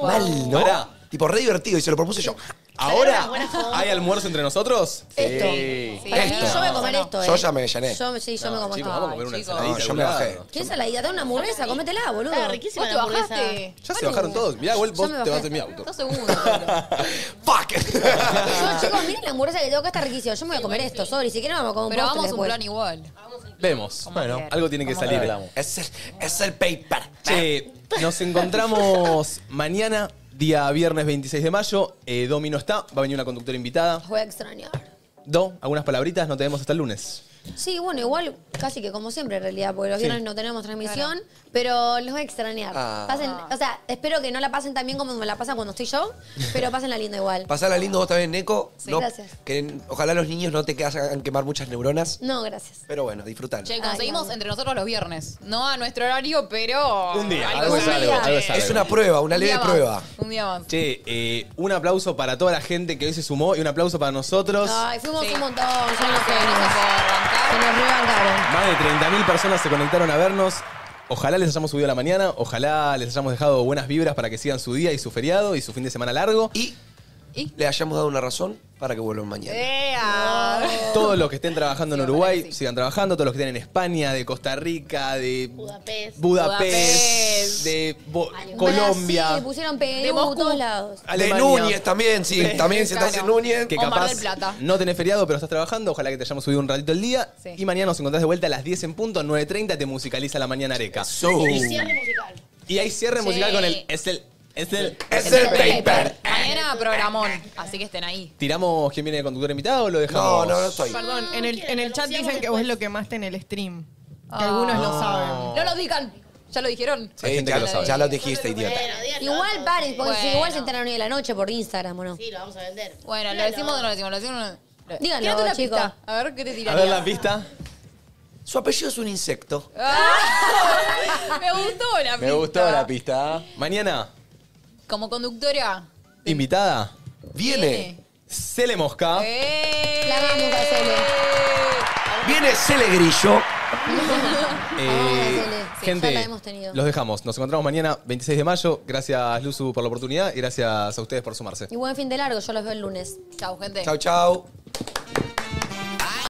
Speaker 3: Mal, ¿no?
Speaker 1: Pará.
Speaker 3: Tipo, re divertido y se lo propuse yo.
Speaker 1: ¿Ahora hay almuerzo entre nosotros?
Speaker 8: Esto.
Speaker 1: Sí.
Speaker 8: Para mí, yo voy a comer esto,
Speaker 3: Yo
Speaker 8: eh.
Speaker 3: ya me llené.
Speaker 8: Yo, sí, yo
Speaker 1: No,
Speaker 8: me como
Speaker 1: chicos,
Speaker 8: esto.
Speaker 1: vamos a comer una
Speaker 8: Ay, chicos.
Speaker 1: ensaladita.
Speaker 3: No, yo me bajé.
Speaker 8: ¿Qué ensaladita? Una hamburguesa, cómetela, boludo.
Speaker 6: Está riquísima la
Speaker 8: ¿Vos te
Speaker 6: hamburguesa.
Speaker 8: bajaste?
Speaker 1: Ya se bajaron todos. Mirá, igual vos te vas en mi auto.
Speaker 8: Yo, chicos, miren la hamburguesa que tengo acá, está riquísima. Yo me voy a comer esto, sorry. Si quieren, vamos a comer
Speaker 2: Pero vamos a un
Speaker 8: después.
Speaker 2: plan igual.
Speaker 1: Vemos. Bueno, algo tiene que
Speaker 3: ¿Cómo
Speaker 1: salir.
Speaker 3: hablamos? Es el, es el paper.
Speaker 1: Che, nos encontramos mañana, día viernes 26 de mayo. Eh, Domi no está, va a venir una conductora invitada.
Speaker 8: Los voy a extrañar.
Speaker 1: Do, algunas palabritas, no te vemos hasta el lunes.
Speaker 8: Sí, bueno, igual casi que como siempre en realidad, porque los
Speaker 1: Sí.
Speaker 8: viernes no tenemos transmisión, pero los voy a extrañar.
Speaker 3: Ah.
Speaker 8: Pasen, o sea, espero que no la pasen tan bien como me la pasan cuando estoy yo, pero pásenla lindo igual.
Speaker 3: Pasala lindo vos también, Neko.
Speaker 8: Sí,
Speaker 3: No-
Speaker 8: gracias.
Speaker 3: que- ojalá los niños no te que- hagan quemar muchas neuronas.
Speaker 8: No, gracias.
Speaker 3: Pero bueno, disfrutar.
Speaker 2: Che, conseguimos entre nosotros los viernes. No a nuestro horario, pero.
Speaker 1: algo es algo, algo es algo.
Speaker 3: Es una prueba, una
Speaker 2: Un
Speaker 3: leve
Speaker 2: día más.
Speaker 3: prueba.
Speaker 2: Un día más.
Speaker 1: Che, eh, un aplauso para toda la gente que hoy se sumó y un aplauso para nosotros.
Speaker 8: Ay, fuimos un montón,
Speaker 2: Sí,
Speaker 8: son los
Speaker 2: sí, no se puede
Speaker 8: Se nos rebancaron.
Speaker 1: Más de 30.000 personas se conectaron a vernos. Ojalá les hayamos subido a la mañana, ojalá les hayamos dejado buenas vibras para que sigan su día y su feriado y su fin de semana largo.
Speaker 3: Y le hayamos dado una razón para que vuelvan mañana.
Speaker 1: Todos los que estén trabajando en Uruguay, sigan trabajando. Todos los que estén en España, de Costa Rica, de
Speaker 6: Budapest,
Speaker 1: Budapest, de Bo-
Speaker 8: Sí,
Speaker 1: Colombia.
Speaker 8: pusieron Perú,
Speaker 2: De Moscú.
Speaker 8: todos lados.
Speaker 3: De Núñez también, sí. También si estás en Núñez.
Speaker 1: Que
Speaker 8: O Mar
Speaker 1: capaz
Speaker 8: del Plata.
Speaker 1: no tenés feriado, pero estás trabajando. Ojalá que te hayamos subido un ratito el día. Y mañana nos encontrás de vuelta a las 10 en punto, 9.30. Te musicaliza la mañana areca.
Speaker 6: Y cierre musical.
Speaker 1: Y hay cierre
Speaker 2: Sí.
Speaker 1: musical con el. Es el. Es el.
Speaker 3: Es el
Speaker 1: paper.
Speaker 2: Mañana programón, así que estén ahí.
Speaker 1: ¿Tiramos quién viene de conductor invitado o lo dejamos?
Speaker 3: No, no, no estoy.
Speaker 12: Perdón, en el, en el chat dicen que vos lo quemaste en el stream. Que algunos lo saben.
Speaker 2: No lo digan, ya lo dijeron.
Speaker 3: Sí, ya, lo ya lo dijiste, idiota.
Speaker 8: Igual pares, porque si
Speaker 2: Bueno.
Speaker 8: igual se enteran hoy de la noche por Instagram, ¿o no? Sí,
Speaker 6: lo vamos a vender.
Speaker 2: Bueno, ¿lo decimos o no lo decimos? ¿Lo decimos o no? Lo-
Speaker 8: Díganlo,
Speaker 2: Tírate una
Speaker 8: chicos.
Speaker 2: pista, A ver qué te
Speaker 3: A
Speaker 2: tiraría.
Speaker 3: ver la pista. Su apellido es un insecto.
Speaker 2: Me gustó la pista.
Speaker 1: pista. Mañana,
Speaker 2: Como conductora.
Speaker 1: invitada.
Speaker 2: Viene.
Speaker 1: Cele Mosca.
Speaker 2: ¡Eh!
Speaker 3: Viene Cele Grillo.
Speaker 1: Eh,
Speaker 8: Sí,
Speaker 1: gente,
Speaker 8: ya la hemos tenido.
Speaker 1: los dejamos. Nos encontramos mañana, 26 de mayo. Gracias, Luzu, por la oportunidad y gracias a ustedes por sumarse.
Speaker 8: Y buen fin de largo, yo los veo el lunes.
Speaker 2: Chau, gente.
Speaker 1: chau.